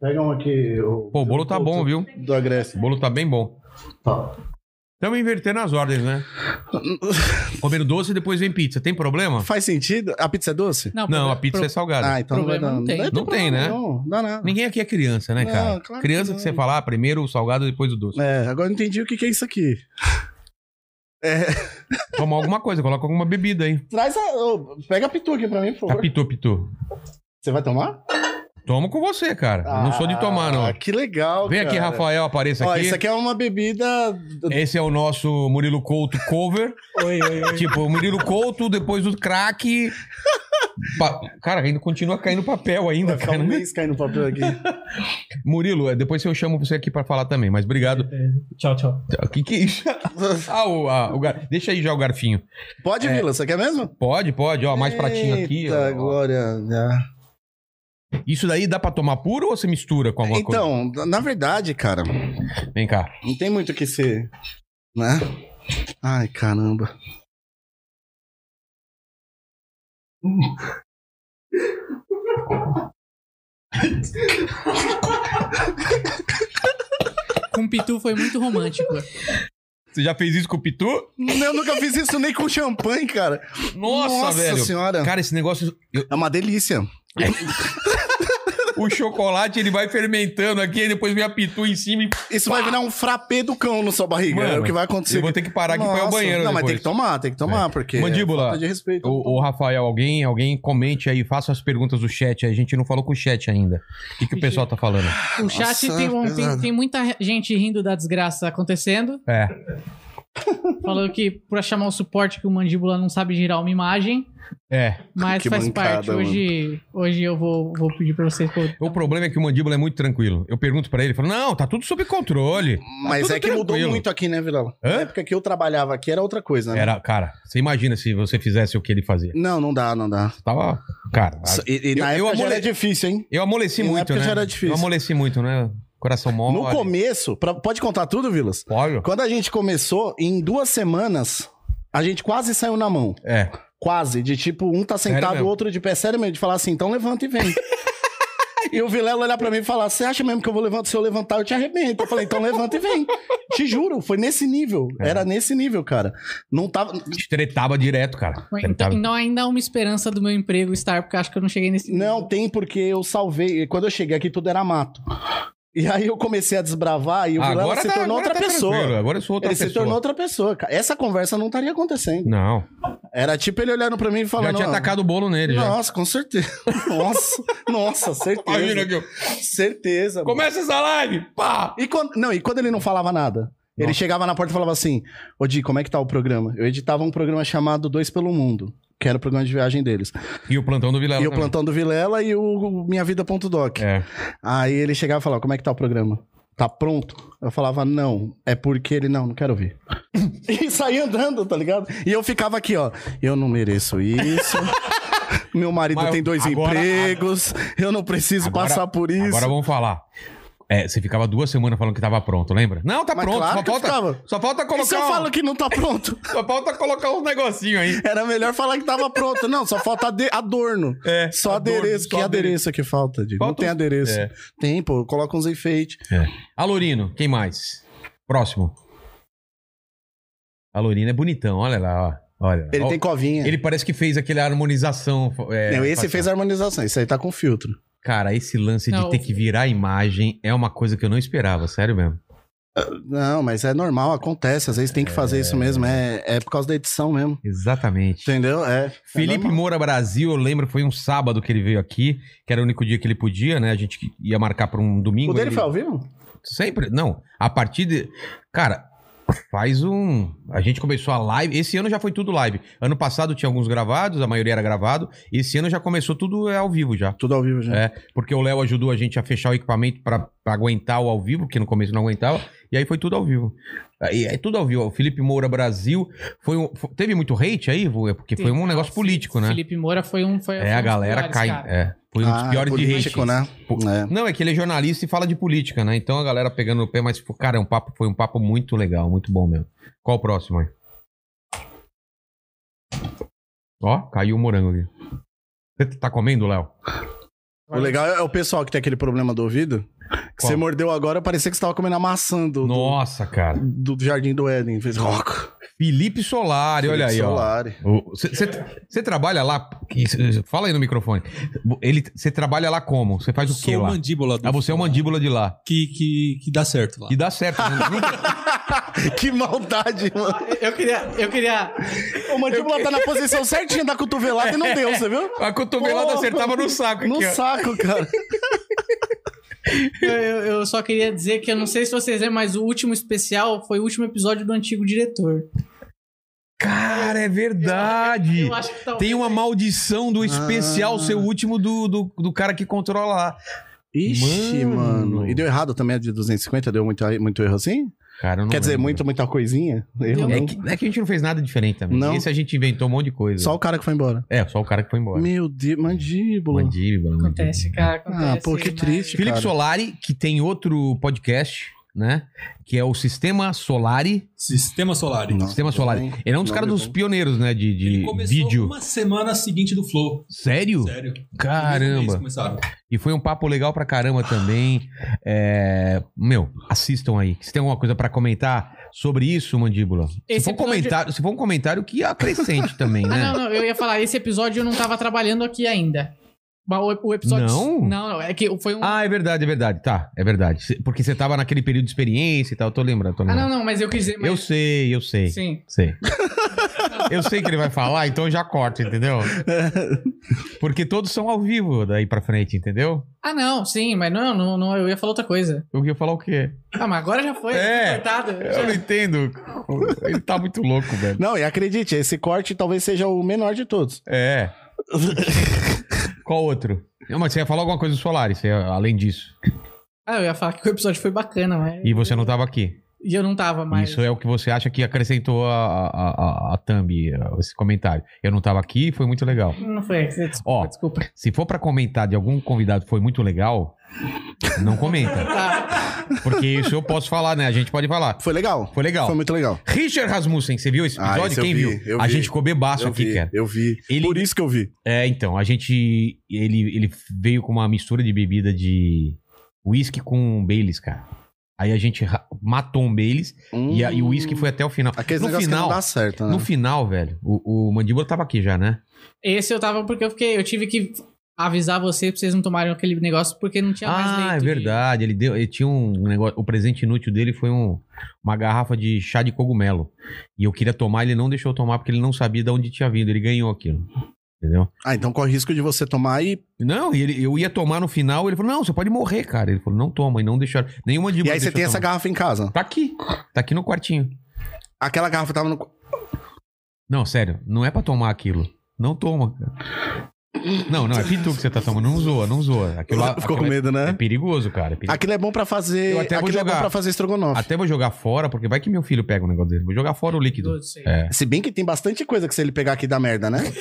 S5: Pega um aqui. O...
S2: Pô, o bolo tá bom, viu?
S5: Do Agreste.
S2: O bolo tá bem bom.
S5: Tá.
S2: Estamos invertendo as ordens, né? Comendo doce e depois vem pizza. Tem problema?
S5: Faz sentido? A pizza é doce?
S2: Não, a
S3: pro-
S2: pizza
S3: pro-
S2: é salgada.
S5: Ah, então não vai dar.
S3: problema não tem.
S5: vai ter
S2: Não tem,
S5: problema,
S2: né?
S5: Não, dá nada.
S2: Ninguém aqui é criança, né,
S5: Não,
S2: cara?
S5: claro que
S2: criança que,
S5: não.
S2: você falar primeiro o salgado, depois o doce.
S5: É, agora eu entendi o que, que é isso aqui. É,
S2: Toma alguma coisa, coloca alguma bebida aí.
S5: traz a. ô, pega a pitu aqui pra mim, por
S2: Tá
S5: favor.
S2: pitu, pitu.
S5: Você vai tomar?
S2: Tomo com você, cara. Eu não sou de tomar, não.
S5: Ah, Que legal,
S2: Vem aqui,
S5: cara.
S2: Rafael, apareça
S5: Ó,
S2: aqui.
S5: isso aqui é uma bebida. do-
S2: Esse é o nosso Murilo Couto cover.
S3: Oi, oi, oi.
S2: tipo, o Murilo Couto, depois o craque. Pa- Cara, ainda continua caindo papel ainda,
S5: Vai ficar
S2: cara.
S5: um mês caindo papel aqui.
S2: Murilo, é, depois eu chamo você aqui pra falar também, mas obrigado.
S7: Tchau, tchau.
S2: O que, que é isso? Ah, o, ah, o gar- Deixa aí já o garfinho. É.
S5: Pode, Vila, você quer mesmo?
S2: Pode, pode, ó, mais pratinho aqui.
S5: Eita, né?
S2: ó, ó.
S5: glória.
S2: Isso daí dá pra tomar puro ou você mistura com alguma coisa? Ah.
S5: Então, na verdade, cara,
S2: Vem cá.
S5: não tem muito o que ser, né? Ai, caramba.
S3: Com Pitu foi muito romântico.
S2: Você já fez isso com o Pitu?
S5: Eu nunca fiz isso nem com champanhe, cara.
S2: Nossa, velho.
S5: senhora.
S2: Cara, esse negócio. eu-
S5: É uma delícia.
S2: o chocolate ele vai fermentando aqui, aí depois vem a pitu em cima e.
S5: Isso vai virar um frappé do cão na sua barriga.
S2: Mano,
S5: é o que vai acontecer.
S2: Eu vou ter que parar aqui pra ir ao
S5: Nossa,
S2: banheiro.
S5: Não, mas tem
S2: depois. É.
S5: que tomar, tem que tomar, porque.
S2: Mandíbula,
S5: falta de respeito.
S2: Ô, ô, Rafael, alguém, alguém comente aí, faça as perguntas do chat. aí. A gente não falou com o chat ainda. O que, que o pessoal tá falando?
S3: O chat
S5: Nossa,
S3: tem, um- tem-
S5: pesado.
S3: tem muita gente rindo da desgraça acontecendo.
S2: É.
S3: Falou que pra chamar o suporte que o mandíbula não sabe girar uma imagem.
S2: É.
S3: Mas
S5: Que
S3: faz
S5: mancada,
S3: parte.
S5: mano.
S3: Hoje, hoje eu vou, vou pedir pra vocês. pô,
S2: O problema é que o mandíbula é muito tranquilo. Eu pergunto pra ele, ele fala: Não, tá tudo sob controle. Tá
S5: Mas
S2: tudo
S5: é que mudou
S2: tranquilo.
S5: muito aqui, né, Vilela?
S2: Hã?
S5: Na época que eu trabalhava aqui era outra coisa, né?
S2: Era, Ah, cara, você imagina se você fizesse o que ele fazia.
S5: Não, não dá, não dá.
S2: Tava. Cara,
S5: E, e na
S2: Eu- eu
S5: época já
S2: amole-
S5: era difícil, hein?
S2: eu amoleci
S5: Na
S2: muito,
S5: época
S2: né?
S5: já era difícil.
S2: Eu amoleci muito, né? Coração mole.
S5: No começo, pra- pode contar tudo, Vilas?
S2: Olha.
S5: Quando a gente começou, em duas semanas, a gente quase saiu na mão.
S2: É.
S5: Quase, de tipo, um tá
S2: Sério
S5: sentado,
S2: mesmo?
S5: o outro de pé. Sério mesmo, de falar assim, então levanta e vem. e o Vilela olhar pra mim e falar, você acha mesmo que eu vou levantar? Se eu levantar, eu te arrebento. Eu falei, então levanta e vem. Te juro, foi nesse nível.
S2: É.
S5: Era nesse nível, cara. Não tava...
S2: Estretava direto, cara.
S3: Então,
S2: Tretava.
S3: então ainda há uma esperança do meu emprego estar, porque eu acho que eu não cheguei nesse.
S5: Não, tem porque eu salvei. Quando eu cheguei aqui, tudo era mato. E aí eu comecei a desbravar e o Vilela se
S2: tá-
S5: tornou
S2: agora
S5: outra
S2: tá
S5: pessoa.
S2: tranquilo, Agora eu sou outra
S5: ele
S2: pessoa.
S5: se tornou outra pessoa, cara. Essa conversa não estaria acontecendo.
S2: Não.
S5: Era tipo ele olhando pra mim e
S2: Já
S5: falando...
S2: tinha
S5: "Não,
S2: atacado o bolo nele, já.
S5: Nossa, com certeza. Nossa, nossa, certeza.
S2: que eu...
S5: Certeza. mano.
S2: Começa essa live! Pá!
S5: E quando, não, e quando ele não falava nada? Ele
S2: Nossa.
S5: chegava na porta e falava assim: Ô Di, como é que tá o programa? Eu editava um programa chamado Dois pelo Mundo, que era o programa de viagem deles.
S2: E o plantão do Vilela.
S5: e o
S2: também.
S5: Plantão do Vilela e o Minha Vida.doc.
S2: É.
S5: Aí ele chegava e falava: Como é que tá o programa? Tá pronto? Eu falava: Não, é porque ele, não, não quero ver. e saía andando, tá ligado? E eu ficava aqui, ó: Eu não mereço isso. Meu marido
S2: Mas
S5: tem dois
S2: agora-
S5: empregos, eu não preciso
S2: Agora-
S5: passar por isso.
S2: Agora vamos falar. É, você ficava duas semanas falando que tava pronto, lembra? Não, tá
S5: Mas
S2: pronto.
S5: claro
S2: só,
S5: que eu
S2: falta,
S5: ficava.
S2: só falta
S5: E se eu
S2: colocar.
S5: falo
S2: um-
S5: que não tá pronto?
S2: Só falta colocar uns negocinhos aí.
S5: Era melhor falar que tava pronto. Não, só falta ade- adorno.
S2: É.
S5: Só
S2: adorno,
S5: adereço.
S2: só
S5: que adereço que falta, Diego? Não
S2: Falta
S5: tem
S2: uns-
S5: adereço.
S2: É.
S5: Tem, pô. Coloca uns enfeites.
S2: Alorino, quem mais? Próximo. Alorino é bonitão, olha lá, ó. Olha. lá.
S5: Ele
S2: Ó,
S5: tem covinha.
S2: ele parece que fez aquela harmonização. é,
S5: Não, esse
S2: facial.
S5: fez a harmonização. Esse aí tá com filtro.
S2: Cara, esse lance de
S3: Não,
S2: ter
S3: o-
S2: que virar a imagem é uma coisa que eu não esperava, sério mesmo.
S5: Ah, Não, mas é normal, acontece. Às vezes tem que fazer isso mesmo. É, é por causa da edição mesmo.
S2: Exatamente.
S5: Entendeu? É.
S2: Felipe Moura Brasil, eu lembro, foi um sábado que ele veio aqui, que era o único dia que ele podia, né? A gente ia marcar pra um domingo.
S5: O dele
S2: ele-
S5: foi ao vivo?
S2: Sempre, não. A partir de. Cara, faz um. A gente começou a live. Esse ano já foi tudo live. Ano passado tinha alguns gravados, a maioria era gravado. Esse ano já começou tudo é, ao vivo já.
S5: Tudo ao vivo já.
S2: É. Porque o Léo ajudou a gente a fechar o equipamento pra pra aguentar o ao vivo, que no começo não aguentava. E aí foi tudo ao vivo. Aí é tudo ao vivo. O Felipe Moura Brasil. Foi um- fo- teve muito hate aí, Vô? É Porque foi um
S3: Ah,
S2: negócio
S3: o
S2: político, né?
S3: Felipe Moura foi um. Foi, foi
S2: É,
S3: um
S2: a
S3: dos
S2: galera
S3: piores,
S2: cai.
S3: cara.
S2: É. Foi um dos
S5: Ah,
S2: piores de
S5: político,
S2: hate.
S5: né?
S2: Po-
S5: É.
S2: Não, é que ele é jornalista e fala de política, né? Então a galera pegando no pé, mas, tipo, cara, é um papo, foi um papo muito legal, muito bom mesmo. Qual o próximo aí? Ó, caiu o morango aqui. Você tá comendo, Léo?
S5: O legal é o pessoal que tem aquele problema do ouvido. Que
S2: Qual?
S5: você mordeu agora, parecia que você tava comendo a maçã do, do,
S2: Nossa, cara.
S5: do Jardim do Éden. Fez rock.
S2: Felipe Solari, olha aí,
S5: Solari.
S2: ó. Você trabalha lá. que- cê- Fala aí no microfone. Você trabalha lá como? Você faz o
S4: Sou
S2: quê lá?
S4: mandíbula do
S2: Ah, você é o mandíbula de lá.
S4: que, que, que dá certo lá.
S2: E dá certo. né? Nunca-
S5: que maldade, mano.
S3: Eu queria. Eu queria.
S5: O mandíbula tá na posição certinha da cotovelada e não deu, você viu?
S2: A cotovelada
S5: Porra.
S2: acertava no saco.
S5: No
S2: aqui, ó.
S5: saco, cara.
S3: Eu, eu- eu só queria dizer que eu não sei se vocês lembram, mas o último especial foi o último episódio do antigo diretor.
S2: Cara, é verdade.
S3: Eu acho que tá talvez-
S2: Tem uma maldição do
S5: Ah.
S2: especial, seu último, do, do, do cara que controla lá.
S5: Ixi,
S2: Mano.
S5: mano. E deu errado também a de 250? Deu muito, muito erro assim?
S2: Cara, eu não
S5: Quer dizer,
S2: lembro.
S5: muito, muita coisinha?
S3: Não.
S5: Erro
S2: É
S5: não.
S2: que, é que a gente não fez nada diferente também.
S5: Não.
S2: Esse a gente inventou um monte de coisa.
S5: Só o cara que foi embora.
S2: É, só o cara que foi embora.
S5: Meu Deus, mandíbula.
S2: Mandíbula.
S3: Acontece, cara. Acontece,
S5: Ah, pô, que
S3: mas-
S5: triste.
S2: Felipe
S5: cara.
S2: Solari, que tem outro podcast, né? Que é o Sistema Solari.
S7: Sistema Solar.
S5: Nossa,
S2: Sistema
S5: tudo
S2: Solari.
S5: bem.
S2: Ele é um dos
S5: Não,
S2: caras
S5: eu
S2: dos
S5: não.
S2: pioneiros, né? De, de
S7: Ele começou
S2: vídeo.
S7: uma semana seguinte do Flow.
S2: Sério?
S7: Sério. Eles
S2: Caramba.
S7: começaram.
S2: E foi um papo legal pra caramba também. É, Meu, assistam aí. Se tem alguma coisa pra comentar sobre isso, Mandíbula? Se
S3: Esse
S2: for, um
S3: episódio-
S2: comentário, se for um comentário que acrescente também,
S3: Ah,
S2: né?
S3: não, não, eu ia falar, esse episódio eu não tava trabalhando aqui ainda. Mas O, o episódio.
S2: Não?
S3: Não, não, é que foi um. Ah,
S2: Ah, é verdade, é verdade. Tá, é verdade. Cê- Porque você tava naquele período de experiência e tal. Tô lembrando, tô lembrando.
S3: Ah, não, não, mas eu quis dizer. Mas...
S2: Eu sei, eu sei.
S3: Sim.
S2: Sei. Eu sei que ele vai falar, então eu já corto, entendeu? Porque todos são ao vivo daí pra frente, entendeu?
S3: Ah, não, sim, mas não, não, não, eu ia falar outra coisa.
S2: Eu ia falar o quê?
S3: Ah, mas agora já foi,
S2: É.
S3: cortado. já-
S2: Eu não entendo. Ele tá muito louco, velho.
S5: Não, e acredite, esse corte talvez seja o menor de todos.
S2: É. Qual outro? Não, mas você ia falar alguma coisa do Solaris, você ia- além disso.
S3: Ah, eu ia falar que o episódio foi bacana, mas.
S2: E você não tava aqui.
S3: E eu não tava mais.
S2: Isso é o que você acha que acrescentou a, a, a, a thumb, esse comentário. Eu não tava aqui, foi muito legal.
S3: Não foi. Desculpa,
S2: Ó.
S3: desculpa.
S2: Se for pra comentar de algum convidado que foi muito legal, não comenta.
S3: Tá.
S2: Porque isso eu posso falar, né? A gente pode falar.
S5: Foi legal.
S2: Foi legal.
S5: Foi muito legal.
S2: Richard Rasmussen, você viu esse
S5: Ah,
S2: episódio?
S5: esse eu
S2: Quem
S5: vi,
S2: viu?
S5: eu
S2: A
S5: vi.
S2: gente ficou bebaço
S5: eu
S2: aqui,
S5: vi,
S2: cara.
S5: eu vi.
S2: Ele-
S5: Por isso que eu vi.
S2: É, então, a gente. Ele, ele veio com uma mistura de bebida de uísque com Baileys, cara. Aí a gente ra- matou um Baileys e, a- e o uísque foi até o final.
S5: Hum. Aqueles
S2: no
S5: negócios
S2: final,
S5: que não dá certo, né?
S2: no final, velho, o, o mandíbula tava aqui já, né?
S3: Esse eu tava porque eu fiquei. Eu tive que avisar vocês pra vocês não tomarem aquele negócio porque não tinha mais leito.
S2: ah, é
S3: de-
S2: verdade. Ele deu, ele tinha um negócio. O presente inútil dele foi um- uma garrafa de chá de cogumelo. E eu queria tomar, ele não deixou eu tomar porque ele não sabia de onde tinha vindo. Ele ganhou aquilo. Entendeu?
S5: Ah, então corre risco de você tomar e.
S2: Não, e ele, eu ia tomar no final, ele falou, não, você pode morrer, cara. Ele falou, não toma, e não deixaram. Nenhuma de
S5: E aí você tem essa garrafa em casa.
S2: Tá aqui, tá aqui no quartinho.
S5: Aquela garrafa tava no.
S2: Não, sério, não é pra tomar aquilo. Não toma, cara. Não, não, é pitu que você tá tomando. Não zoa, não zoa. Aquilo lá,
S5: Ficou com
S2: aquilo é-
S5: medo,
S2: É
S5: né?
S2: perigoso, cara. é perigo-
S5: Aquilo é bom pra fazer.
S2: Eu até vou
S5: Aquilo é
S2: jogar.
S5: bom pra fazer estrogonofe.
S2: Até vou jogar fora, porque vai que meu filho pega o negócio dele. Vou jogar fora o líquido.
S3: Doce.
S2: É.
S5: Se bem que tem bastante coisa que se ele pegar aqui dá merda, né?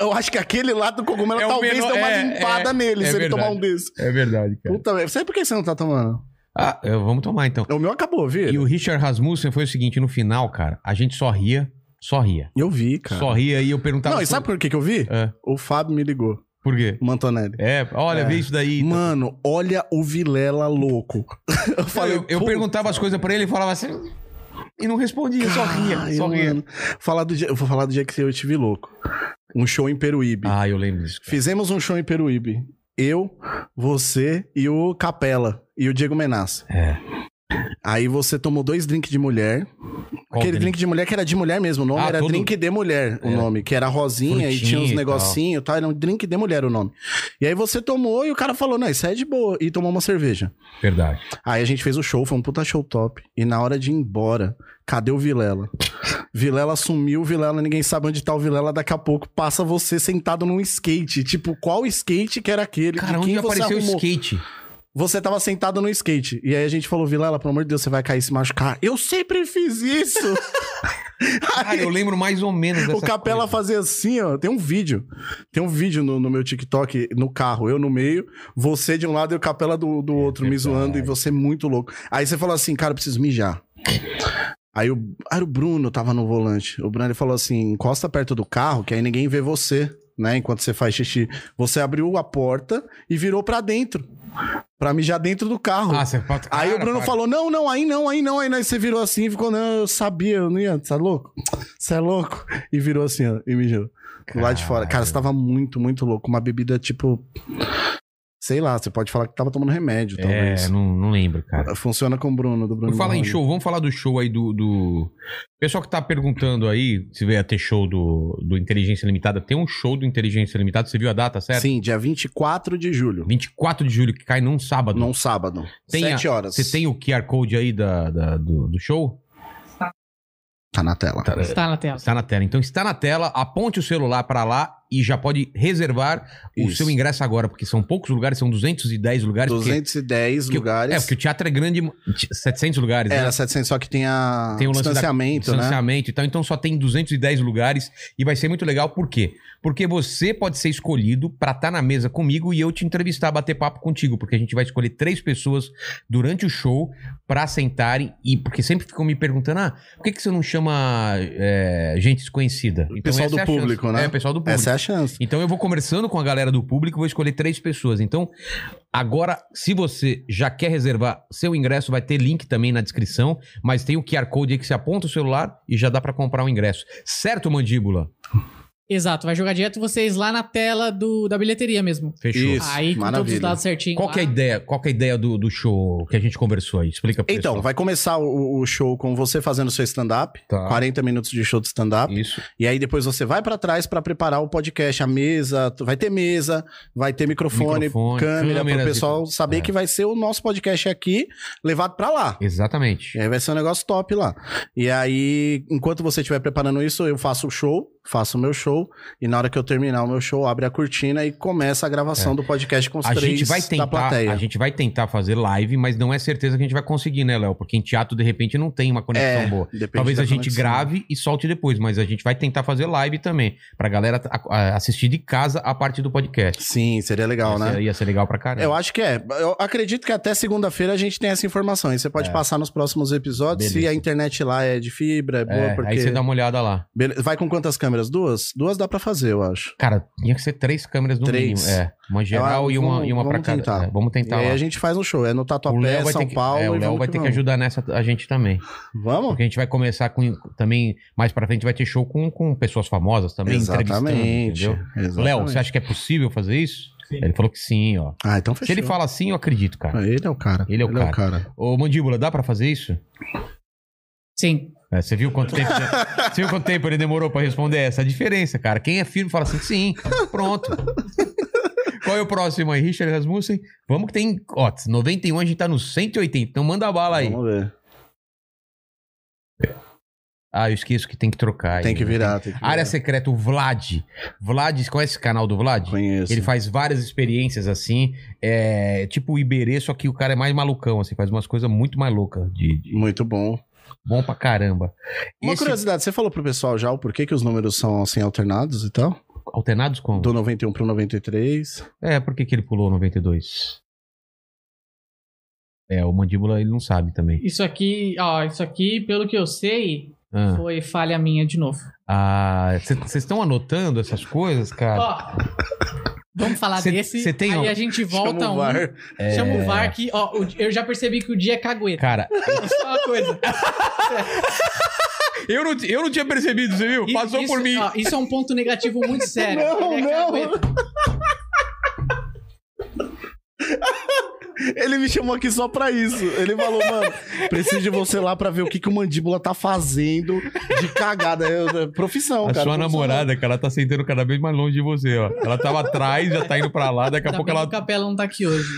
S5: Eu acho que aquele lá do cogumelo
S2: É o
S5: talvez
S2: menor-
S5: dê uma
S2: é,
S5: limpada
S2: é,
S5: nele
S2: é
S5: se ele
S2: verdade.
S5: tomar um desse.
S2: É verdade,
S5: Puta merda. Sabe por que você não tá tomando?
S2: Ah, eu- vamos tomar então.
S5: O meu acabou, viu?
S2: E o Richard Rasmussen foi o seguinte, no final, cara, a gente só ria, só ria.
S5: Eu vi, cara.
S2: Só ria e eu perguntava...
S5: não, e sabe por que, que eu vi?
S2: É.
S5: O Fábio me ligou,
S2: por quê?
S5: o Mantonelli.
S2: É, olha,
S5: É.
S2: vê isso daí.
S5: Mano, olha o Vilela louco. Eu
S2: Não,
S5: falei,
S2: eu, eu
S5: "Pô,
S2: perguntava as coisas pra ele e falava assim. E não respondia, só ria,
S5: caralho,
S2: só ria.
S5: mano." Falar do dia, eu vou falar do dia que eu estive louco. Um show em Peruíbe.
S2: Ah, eu lembro disso.
S5: Fizemos um show em Peruíbe. Eu, você e o Capela e o Diego Menas.
S2: É.
S5: Aí você tomou dois drinks de mulher.
S2: Qual
S5: aquele
S2: drink?
S5: drink? de mulher que era de mulher mesmo. O nome
S2: Ah, É.
S5: era
S2: todo-
S5: drink de mulher, o
S2: Era.
S5: nome. Que era rosinha e
S2: Frutinha
S5: tinha uns
S2: e tal.
S5: negocinhos e tal. Era um drink de mulher o nome. E aí você tomou e o cara falou, não, isso é de boa. E tomou uma cerveja.
S2: Verdade.
S5: Aí a gente fez o show, foi um puta show top. E na hora de ir embora, cadê o Vilela? Vilela sumiu, Vilela, ninguém sabe onde tá o Vilela. Daqui a pouco passa você sentado num skate. Tipo, qual skate que era aquele?
S2: Cara,
S5: De
S2: onde
S5: quem você
S2: apareceu o
S5: arrumou?
S2: skate?
S5: Você tava sentado no skate. E aí a gente falou, Vilela, pelo amor de Deus, você vai cair e se machucar. Eu sempre fiz isso!
S2: Cara, eu lembro mais ou menos dessa
S5: O Capela
S2: coisa.
S5: fazia assim, ó. Tem um vídeo. Tem um vídeo no, no meu TikTok, no carro. Eu no meio, você de um lado e o Capela do, do outro, me
S2: É verdade.
S5: zoando. E você muito louco. Aí você falou assim, cara, eu preciso mijar. Aí o, aí o Bruno tava no volante. O Bruno ele falou assim, encosta perto do carro, que aí ninguém vê você, né? Enquanto você faz xixi. Você abriu a porta e virou pra dentro. Pra mijar dentro do carro.
S2: Ah, você fala,
S5: Aí
S2: cara,
S5: o Bruno
S2: para.
S5: falou: não, não, aí não, aí não, aí não. Aí você virou assim e ficou, não, eu sabia, eu não ia, tá louco? Você é louco? E virou assim, ó, e mijou. Do lado de fora. Cara, você tava muito, muito louco. Uma bebida tipo. Sei lá, você pode falar que tava tomando remédio,
S2: É,
S5: talvez.
S2: não, não lembro, cara.
S5: Funciona com o Bruno, do Bruno.
S2: Por falar em
S5: Marrone.
S2: show, vamos falar do show aí do. do... Pessoal que tá perguntando aí se vai ter show do, do Inteligência Limitada. Tem um show do Inteligência Limitada, você viu a data, certo?
S5: Sim, dia 24 de julho.
S2: 24 de julho, que cai num sábado.
S5: Num sábado.
S2: Tem a-
S5: sete horas.
S2: Você tem o QR Code aí da, da- do, do show?
S5: Tá na tela.
S3: Está na tela.
S2: Está na tela. Então está na tela, aponte o celular para lá e já pode reservar o
S5: Isso.
S2: seu ingresso agora, porque são poucos lugares, são 210 lugares. porque-
S5: 210
S2: porque-
S5: lugares.
S2: É, porque o teatro é grande, 700 lugares, né?
S5: Era 700, só que tem a
S2: Tem o lance da-
S5: distanciamento, né?
S2: distanciamento e tal. Então só tem 210 lugares e vai ser muito legal. Por quê? Porque você pode ser escolhido para estar na mesa comigo e eu te entrevistar, bater papo contigo, porque a gente vai escolher três pessoas durante o show para sentarem e porque sempre ficam me perguntando, ah, por que, que você não chama é, gente desconhecida?
S5: Pessoal
S2: essa
S5: do
S2: é a chance.
S5: público, né?
S2: É, pessoal do público.
S5: Essa é a chance.
S2: Então eu vou conversando com a galera do público, vou escolher três pessoas. Então, agora, se você já quer reservar seu ingresso, vai ter link também na descrição, mas tem o QR Code aí que você aponta o celular e já dá pra comprar o ingresso. Certo, mandíbula?
S3: Exato, vai jogar direto vocês lá na tela do, da bilheteria mesmo.
S2: Fechou.
S5: Isso,
S3: Aí com todos
S5: maravilha.
S3: os dados certinho.
S2: Qual que é a
S3: lá.
S2: ideia? Qual que é a ideia do, do show que a gente conversou aí? Explica pro
S5: Então,
S2: pessoal.
S5: vai começar o, o show com você fazendo seu stand-up.
S2: Tá.
S5: 40 minutos de show de stand-up.
S2: Isso.
S5: E aí depois você vai pra trás pra preparar o podcast, a mesa, tu- vai ter mesa, vai ter microfone,
S2: Microfone,
S5: câmera, pro
S2: câmeras e
S5: pessoal
S2: tudo.
S5: saber
S2: É.
S5: que vai ser o nosso podcast aqui levado pra lá. E
S2: Exatamente.
S5: aí vai ser um negócio top lá. E aí, enquanto você estiver preparando isso, eu faço o show, faço o meu show, e na hora que eu terminar o meu show, abre a cortina e começa a gravação do podcast com os
S2: É. A
S5: três
S2: gente, vai
S5: da
S2: tentar,
S5: plateia.
S2: a gente vai tentar fazer live, mas não é certeza que a gente vai conseguir, né, Léo? Porque em teatro, de repente, não tem uma conexão
S5: É,
S2: boa.
S5: depende
S2: Talvez
S5: da
S2: a gente
S5: conexão.
S2: grave e solte depois, mas a gente vai tentar fazer live também, pra galera a- a- assistir de casa a parte do podcast.
S5: Sim, seria legal,
S2: ia,
S5: né?
S2: ser, ia ser legal pra caramba.
S5: Eu acho que é. Eu acredito que até segunda-feira a gente tem essa informação. E você pode passar nos próximos episódios se
S2: É. Beleza.
S5: a internet lá é de fibra, é boa,
S2: É,
S5: porque.
S2: Aí você dá uma olhada lá.
S5: Bele- Vai com quantas câmeras? Duas? Duas dá pra fazer, eu acho.
S2: Cara, tinha que ser três câmeras no
S5: Três.
S2: mínimo. É, uma geral
S5: Eu-
S2: e uma,
S5: vamos-
S2: e uma pra
S5: vamos
S2: cada.
S5: tentar.
S2: É, vamos
S5: E
S2: tentar
S5: aí
S2: lá.
S5: a gente faz um show. É no
S2: o
S5: Tatuapé,
S2: Léo vai,
S5: São
S2: ter que,
S5: Paulo.
S2: é, o
S5: e
S2: Léo
S5: vamos
S2: vai ter que
S5: vamos.
S2: ajudar nessa a gente também.
S5: Vamos?
S2: Porque a gente vai começar com também mais pra frente vai ter show com, com pessoas famosas também,
S5: Exatamente.
S2: entendeu?
S5: Exatamente.
S2: Léo, você acha que é possível fazer isso?
S7: Sim.
S2: Ele falou que sim, ó.
S5: Ah, então
S2: Se
S5: fechou.
S2: ele fala sim, eu acredito, cara.
S5: Ah, Ele é o cara.
S2: Ele é o cara.
S5: cara.
S2: Ô, Mandíbula, dá pra fazer isso?
S3: Sim.
S2: É, você viu quanto tempo você viu quanto tempo ele demorou pra responder essa? A diferença, cara. Quem é firme fala assim, sim, pronto. Qual é o próximo aí? Richard Rasmussen? Vamos que tem. Ó, 91 a gente tá no 180, então manda bala aí.
S5: Vamos ver.
S2: Ah, eu esqueço que tem que trocar. aí. né?
S5: Tem que virar. Tem que virar.
S2: Área secreta, o Vlad. Vlad, conhece esse canal do Vlad?
S5: Conheço.
S2: Ele faz várias experiências assim, é, tipo o Iberê, só que o cara é mais malucão, assim, faz umas coisas muito mais loucas, de, de-
S5: Muito bom.
S2: bom pra caramba.
S5: Uma
S2: Esse-
S5: curiosidade, você falou pro pessoal já o porquê que os números são assim alternados e tal?
S2: Alternados como?
S5: Do 91 pro 93.
S2: É, por que, que ele pulou 92? É, o mandíbula ele não sabe também.
S3: Isso aqui, ó, isso aqui, pelo que eu sei,
S2: Ah,
S3: foi falha minha de novo.
S2: Ah, vocês estão anotando essas coisas, cara?
S3: Ó, vamos falar
S2: Cê-
S3: desse.
S2: cê tem,
S3: aí
S2: ó,
S3: a gente volta
S5: Chama o
S3: um.
S5: VAR.
S2: É,
S3: Chama o VAR que, ó, o- eu já percebi que o dia é cagueta.
S2: Cara,
S3: Só uma coisa.
S2: eu não, eu não tinha percebido, você viu?
S3: I-
S2: Passou
S3: isso-
S2: por mim.
S3: ó, isso é um ponto negativo muito sério.
S5: Não,
S3: Ele é
S5: não.
S3: cagueta.
S5: Ele me chamou aqui só pra isso. Ele falou, mano, preciso de você lá pra ver o que, que o mandíbula tá fazendo de cagada. É, é profissão,
S2: a
S5: cara.
S2: sua
S5: profissional.
S2: namorada, cara, ela tá sentando cada vez mais longe de você, ó. Ela tava atrás, já tá indo pra lá, daqui a
S3: Ainda
S2: pouco
S3: bem que
S2: ela.
S3: O Capela não tá aqui hoje.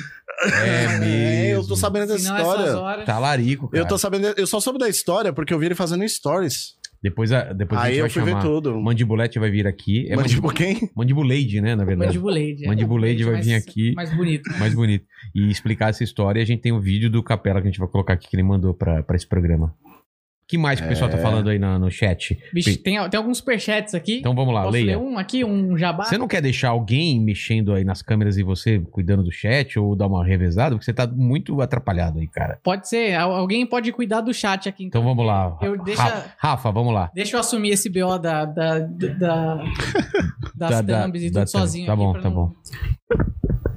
S2: É
S5: É,
S2: mesmo.
S5: eu tô sabendo dessa
S3: Senão essas
S5: história.
S3: horas...
S2: Tá larico, cara.
S5: Eu tô sabendo, eu só soube da história porque eu vi ele fazendo stories.
S2: Depois a, depois a
S5: Aí
S2: gente
S5: eu
S2: vai
S5: fui
S2: chamar.
S5: ver tudo.
S2: Mandibulete vai vir aqui. É
S5: Mas
S2: mandib...
S5: tipo, quem?
S2: Mandibuleide, né, na verdade.
S3: Mandibuleide. é.
S2: Mandibuleide vai vir
S3: Mais-
S2: aqui.
S3: Mais bonito.
S2: mais bonito. E explicar essa história. E a gente tem um vídeo do Capela que a gente vai colocar aqui que ele mandou pra, pra esse programa. O que mais que
S5: É.
S2: o pessoal tá falando aí na- no chat?
S3: Bicho, tem, tem alguns superchats aqui.
S2: Então vamos lá,
S3: Posso ler
S2: leia.
S3: um aqui, um jabá?
S2: Você não quer deixar alguém mexendo aí nas câmeras e você cuidando do chat ou dar uma revezada? Porque você tá muito atrapalhado aí, cara.
S3: Pode ser. Al- Alguém pode cuidar do chat aqui. Então,
S2: Então vamos lá.
S3: Eu
S2: Ra-
S3: deixa-
S2: Rafa, Rafa, vamos lá.
S3: deixa eu assumir esse BO da, da, da- das
S2: Da- da-
S3: thumbs e tudo
S2: da thumb.
S3: sozinho.
S2: Tá
S3: aqui
S2: bom,
S3: pra
S2: tá
S3: não-
S2: bom.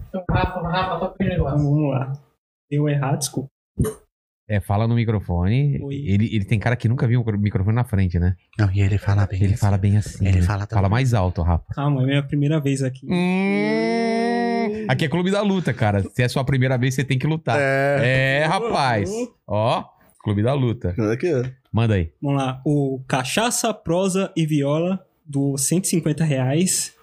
S3: Então, Rafa, Rafa, toca o negócio.
S7: Vamos lá. Deu errado, desculpa.
S2: É, fala no microfone.
S7: Oi.
S2: Ele, ele tem cara que nunca viu o microfone na frente, né?
S5: Não, e ele fala bem.
S2: Ele fala bem assim.
S5: Ele
S2: né?
S5: fala tão-
S2: Fala mais alto, Rafa.
S7: Calma, é minha primeira vez aqui.
S2: Hum, aqui é clube da luta, cara. Se é sua primeira vez, você tem que lutar.
S5: É.
S2: É, rapaz. Ó, clube da luta.
S5: Aqui.
S2: Manda aí.
S8: Vamos lá. O Cachaça, Prosa e Viola, do R$ 150 reais.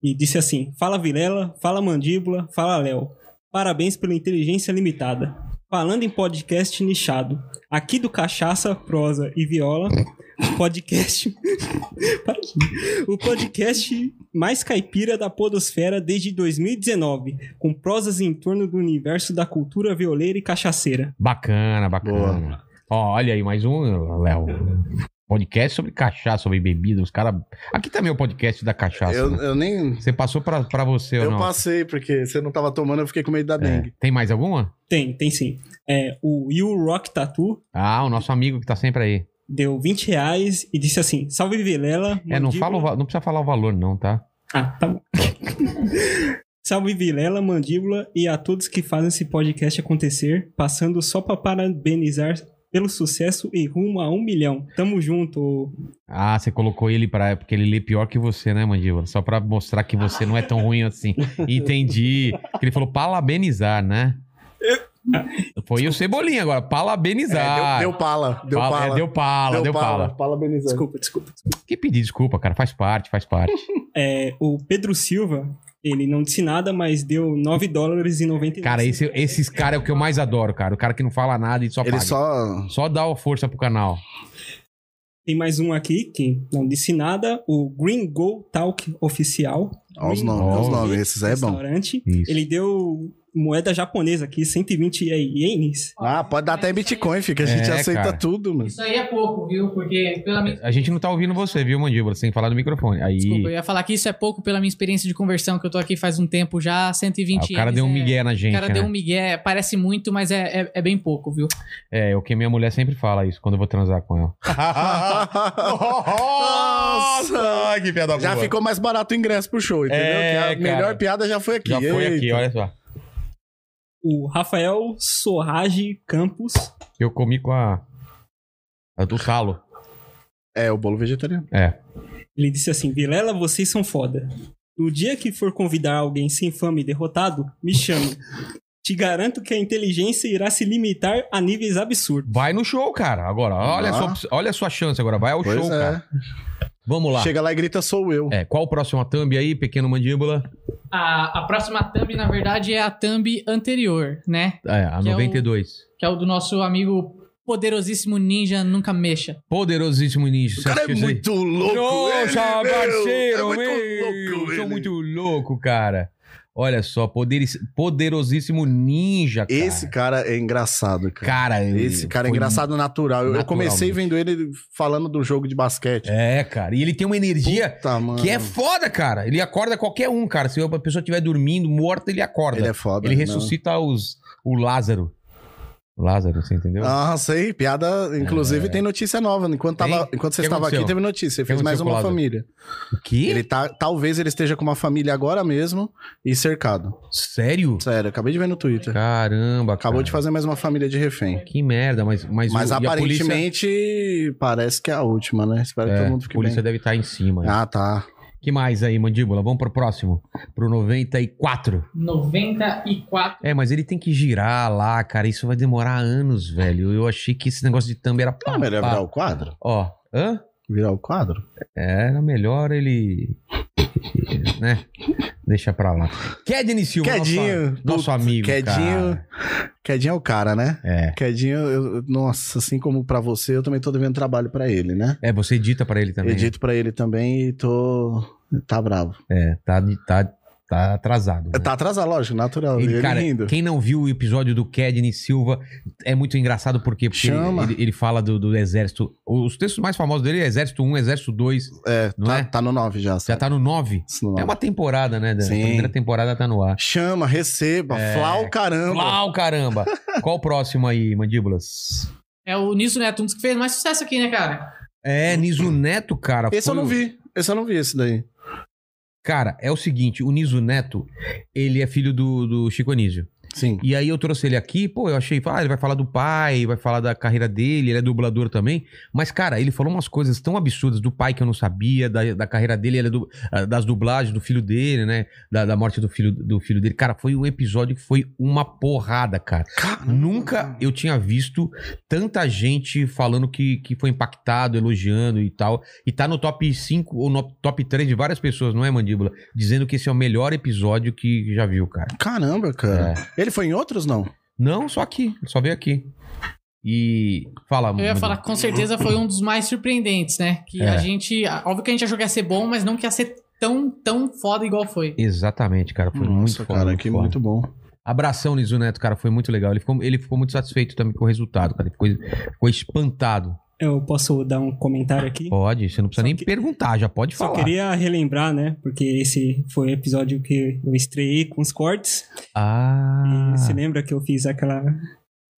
S8: E disse assim: Fala Vilela, fala Mandíbula, fala Léo. Parabéns pela inteligência limitada. Falando em podcast nichado, aqui do Cachaça, Prosa e Viola, o podcast. Para aqui. o podcast mais caipira da Podosfera desde 2019, com prosas em torno do universo da cultura violeira e cachaceira.
S2: Bacana, bacana. Ó, olha aí, mais um, Léo. Podcast sobre cachaça, sobre bebida. Os caras. Aqui também é o podcast da cachaça.
S5: Eu,
S2: né?
S5: eu nem.
S2: Você passou pra, pra você ou
S5: Eu
S2: não?
S5: passei, porque você não tava tomando, eu fiquei com medo da
S2: É.
S5: dengue.
S2: Tem mais alguma?
S8: Tem, tem sim. É, o You Rock Tattoo
S2: Ah, o nosso amigo que tá sempre aí.
S8: deu 20 reais e disse assim: Salve Vilela.
S2: É, não,
S8: mandíbula-
S2: fala o va- não precisa falar o valor, não, tá?
S8: Ah, tá bom. Salve Vilela, Mandíbula e a todos que fazem esse podcast acontecer, passando só pra parabenizar pelo sucesso e rumo a um milhão. Tamo junto.
S2: Ah, você colocou ele pra. Porque ele lê pior que você, né, Mandíbula? Só pra mostrar que você não é tão ruim assim. Entendi. Que Ele falou parabenizar, né? Foi o Cebolinha agora,
S5: É,
S2: parabenizar.
S5: deu, deu pala, deu
S2: Fala-
S5: pala.
S2: é, deu pala, deu, pala.
S5: Parabenizando.
S8: Desculpa, desculpa.
S2: Que pedir desculpa, cara, faz parte, faz parte.
S8: É, o Pedro Silva, ele não disse nada, mas deu 9 dólares e 99.
S2: Cara, esse, esses caras é o que eu mais adoro, cara. O cara que não fala nada e só
S5: Ele
S2: paga. Só...
S5: só.
S2: dá uma força pro canal.
S8: Tem mais um aqui que não disse nada, o Green Go Talk Oficial.
S5: Olha os
S8: Green
S5: nomes, olha os
S2: Bom.
S8: Go
S5: nomes. Esses aí é bom.
S8: Restaurante.
S2: Isso.
S8: Ele deu moeda japonesa aqui, 120 ienes.
S5: Ah, pode dar até em Bitcoin, fica. A gente
S2: É,
S5: aceita
S2: cara.
S5: tudo, mano.
S3: Isso aí é pouco, viu? Porque, pela minha...
S2: A gente não tá ouvindo você, viu, Mandíbula? Você tem que falar no microfone. Aí ah,
S3: Desculpa, eu ia falar que isso é pouco pela minha experiência de conversão, que eu tô aqui faz um tempo já,
S2: ah,
S3: 120
S2: o cara deu um
S3: ienes é-
S2: migué na
S3: O
S2: gente,
S3: cara
S2: né?
S3: deu um migué, parece muito, mas é, é, é bem pouco, viu?
S2: É, o que minha mulher sempre fala isso quando eu vou transar com ela.
S5: Nossa,
S2: que piada
S5: Já ficou mais barato o ingresso pro show, entendeu?
S2: É,
S5: Que a melhor
S2: cara.
S5: piada já foi aqui. É,
S2: Já foi
S5: Eita.
S2: aqui, olha só.
S8: O Rafael Sorrage Campos.
S2: Eu comi com a... a do calo.
S5: É, o bolo vegetariano.
S2: É.
S8: Ele disse assim: Vilela, vocês são foda. No dia que for convidar alguém sem fama e derrotado, me chame. Te garanto que a inteligência irá se limitar a níveis absurdos.
S2: Vai no show, cara, agora. Olha,
S5: Ah.
S2: a sua, opção- olha a sua chance agora, vai ao
S5: Pois
S2: show,
S5: é.
S2: cara. Vamos lá.
S5: Chega lá e grita, sou eu.
S2: É, qual o próximo a thumb aí, pequeno mandíbula?
S3: A, a próxima thumb, na verdade, é a thumb anterior, né?
S2: É, a
S3: Que é o-
S2: 92.
S3: Que é o do nosso amigo poderosíssimo ninja Nunca Mexa.
S2: Poderosíssimo ninja.
S5: O cara é muito louco. ele,
S2: Nossa,
S5: meu,
S2: parceiro,
S5: é muito
S2: meu.
S5: louco
S2: Sou
S5: ele.
S2: muito louco, cara. Olha só, poderis- poderosíssimo ninja, cara.
S5: Esse cara é engraçado, cara.
S2: cara. eu-
S5: Esse cara é
S2: foi-
S5: engraçado natural. Eu- Eu comecei vendo
S2: Naturalmente.
S5: ele falando do jogo de basquete.
S2: É, cara. E ele tem uma energia
S5: Puta, mano.
S2: que é foda, cara. Ele acorda qualquer um, cara. Se a pessoa estiver dormindo, morta, ele acorda.
S5: Ele
S2: Ele,
S5: é foda. não.
S2: ressuscita os, o Lázaro. Lázaro, você entendeu?
S5: Ah, sei. Piada, inclusive, tem notícia nova. Enquanto, tava,
S2: É. Tem?
S5: enquanto você
S2: Que
S5: estava
S2: aconteceu?
S5: aqui, teve notícia. Ele
S2: Que
S5: fez mais
S2: aconteceu
S5: uma
S2: com o Lázaro?
S5: família.
S2: o quê?
S5: Ele tá, talvez ele esteja com uma família agora mesmo e cercado.
S2: Sério?
S5: Sério, acabei de ver no Twitter.
S2: Caramba,
S5: Acabou
S2: cara.
S5: de fazer mais uma família de refém.
S2: Que merda, mas... Mas,
S5: Mas
S2: o- e a polícia-
S5: aparentemente parece que é a última, né? Espero que
S2: É,
S5: todo mundo
S2: a
S5: fique
S2: polícia
S5: bem.
S2: deve estar em cima. né?
S5: Ah, tá.
S2: Que mais aí, mandíbula? Vamos pro próximo. Pro 94.
S3: 94.
S2: É, mas ele tem que girar lá, cara. Isso vai demorar anos, velho. Eu achei que esse negócio de thumb era pá,
S5: Não, é melhor
S2: pá.
S5: virar o quadro?
S2: Ó, hã?
S5: Virar o quadro?
S2: Era melhor ele. né? Deixa pra lá. Kedney Silva.
S5: Quedinho.
S2: Nosso, nosso amigo.
S5: Quedinho.
S2: Cara.
S5: Quedinho é o cara, né?
S2: É.
S5: Quedinho, eu- nossa, assim como pra você, eu também tô devendo trabalho pra ele, né?
S2: É, você edita pra ele também.
S5: Edito pra ele também e tô. Tá bravo.
S2: É, tá, de- tá, tá atrasado. né?
S5: Tá atrasado, lógico, natural. Tá Ele,
S2: Ele, cara,
S5: rindo.
S2: quem não viu o episódio do Kedney Silva é muito engraçado por quê? porque ele-
S5: Chama.
S2: Ele, ele fala do, do Exército. Os textos mais famosos dele é Exército 1, Exército 2.
S5: É,
S2: não
S5: tá,
S2: é?
S5: tá no 9 já.
S2: Já
S5: sabe?
S2: tá no 9.
S5: Isso no
S2: É uma temporada, né? Dan?
S5: Sim.
S2: A primeira temporada tá no ar.
S5: Chama, receba,
S2: É.
S5: flau caramba.
S2: Uau, caramba! Qual o próximo aí, mandíbulas?
S3: É o Niso Neto, um dos que fez mais sucesso aqui, né, cara?
S2: É, Niso Neto, cara.
S5: Esse eu
S2: foi
S5: não
S2: o-
S5: vi. Esse eu não vi, esse daí.
S2: Cara, é o seguinte, o Niso Neto, ele é filho do, do Chico Anísio.
S5: Sim.
S2: E aí eu trouxe ele aqui, pô, eu achei, ah, ele vai falar do pai, vai falar da carreira dele, ele é dublador também. Mas, cara, ele falou umas coisas tão absurdas do pai que eu não sabia, da, da carreira dele, ele é du- ah, das dublagens do filho dele, né? Da, da morte do filho, do filho dele. Cara, foi um episódio que foi uma porrada, cara. Nunca eu tinha visto tanta gente falando que, que foi impactado, elogiando e tal. E tá no top 5 ou no top 3 de várias pessoas, não é, Mandíbula? Dizendo que esse é o melhor episódio que já viu, cara.
S5: Caramba, cara. Ele foi em outros, não?
S2: Não, só aqui. Ele só veio aqui. E
S3: Eu
S2: fala.
S3: ia
S2: Mandíbula.
S3: falar que com certeza foi um dos mais surpreendentes, né? Que
S2: É.
S3: a gente. Óbvio que a gente achou que ia ser bom, mas não que ia ser tão, tão foda igual foi.
S2: Exatamente, cara. Foi muito foda.
S5: cara,
S2: muito
S5: que
S2: foda.
S5: muito bom.
S2: Abração, Nizu Neto, cara. Foi muito legal. Ele ficou, ele ficou muito satisfeito também com o resultado, cara. Ele ficou, ficou espantado.
S8: Eu posso dar um comentário aqui?
S2: Pode, você não precisa
S8: Só
S2: nem
S8: que-
S2: perguntar, já pode
S8: Só
S2: falar.
S8: queria relembrar, né? Porque esse foi o episódio que eu estreiei com os cortes.
S2: Ah,
S8: E você lembra que eu fiz aquela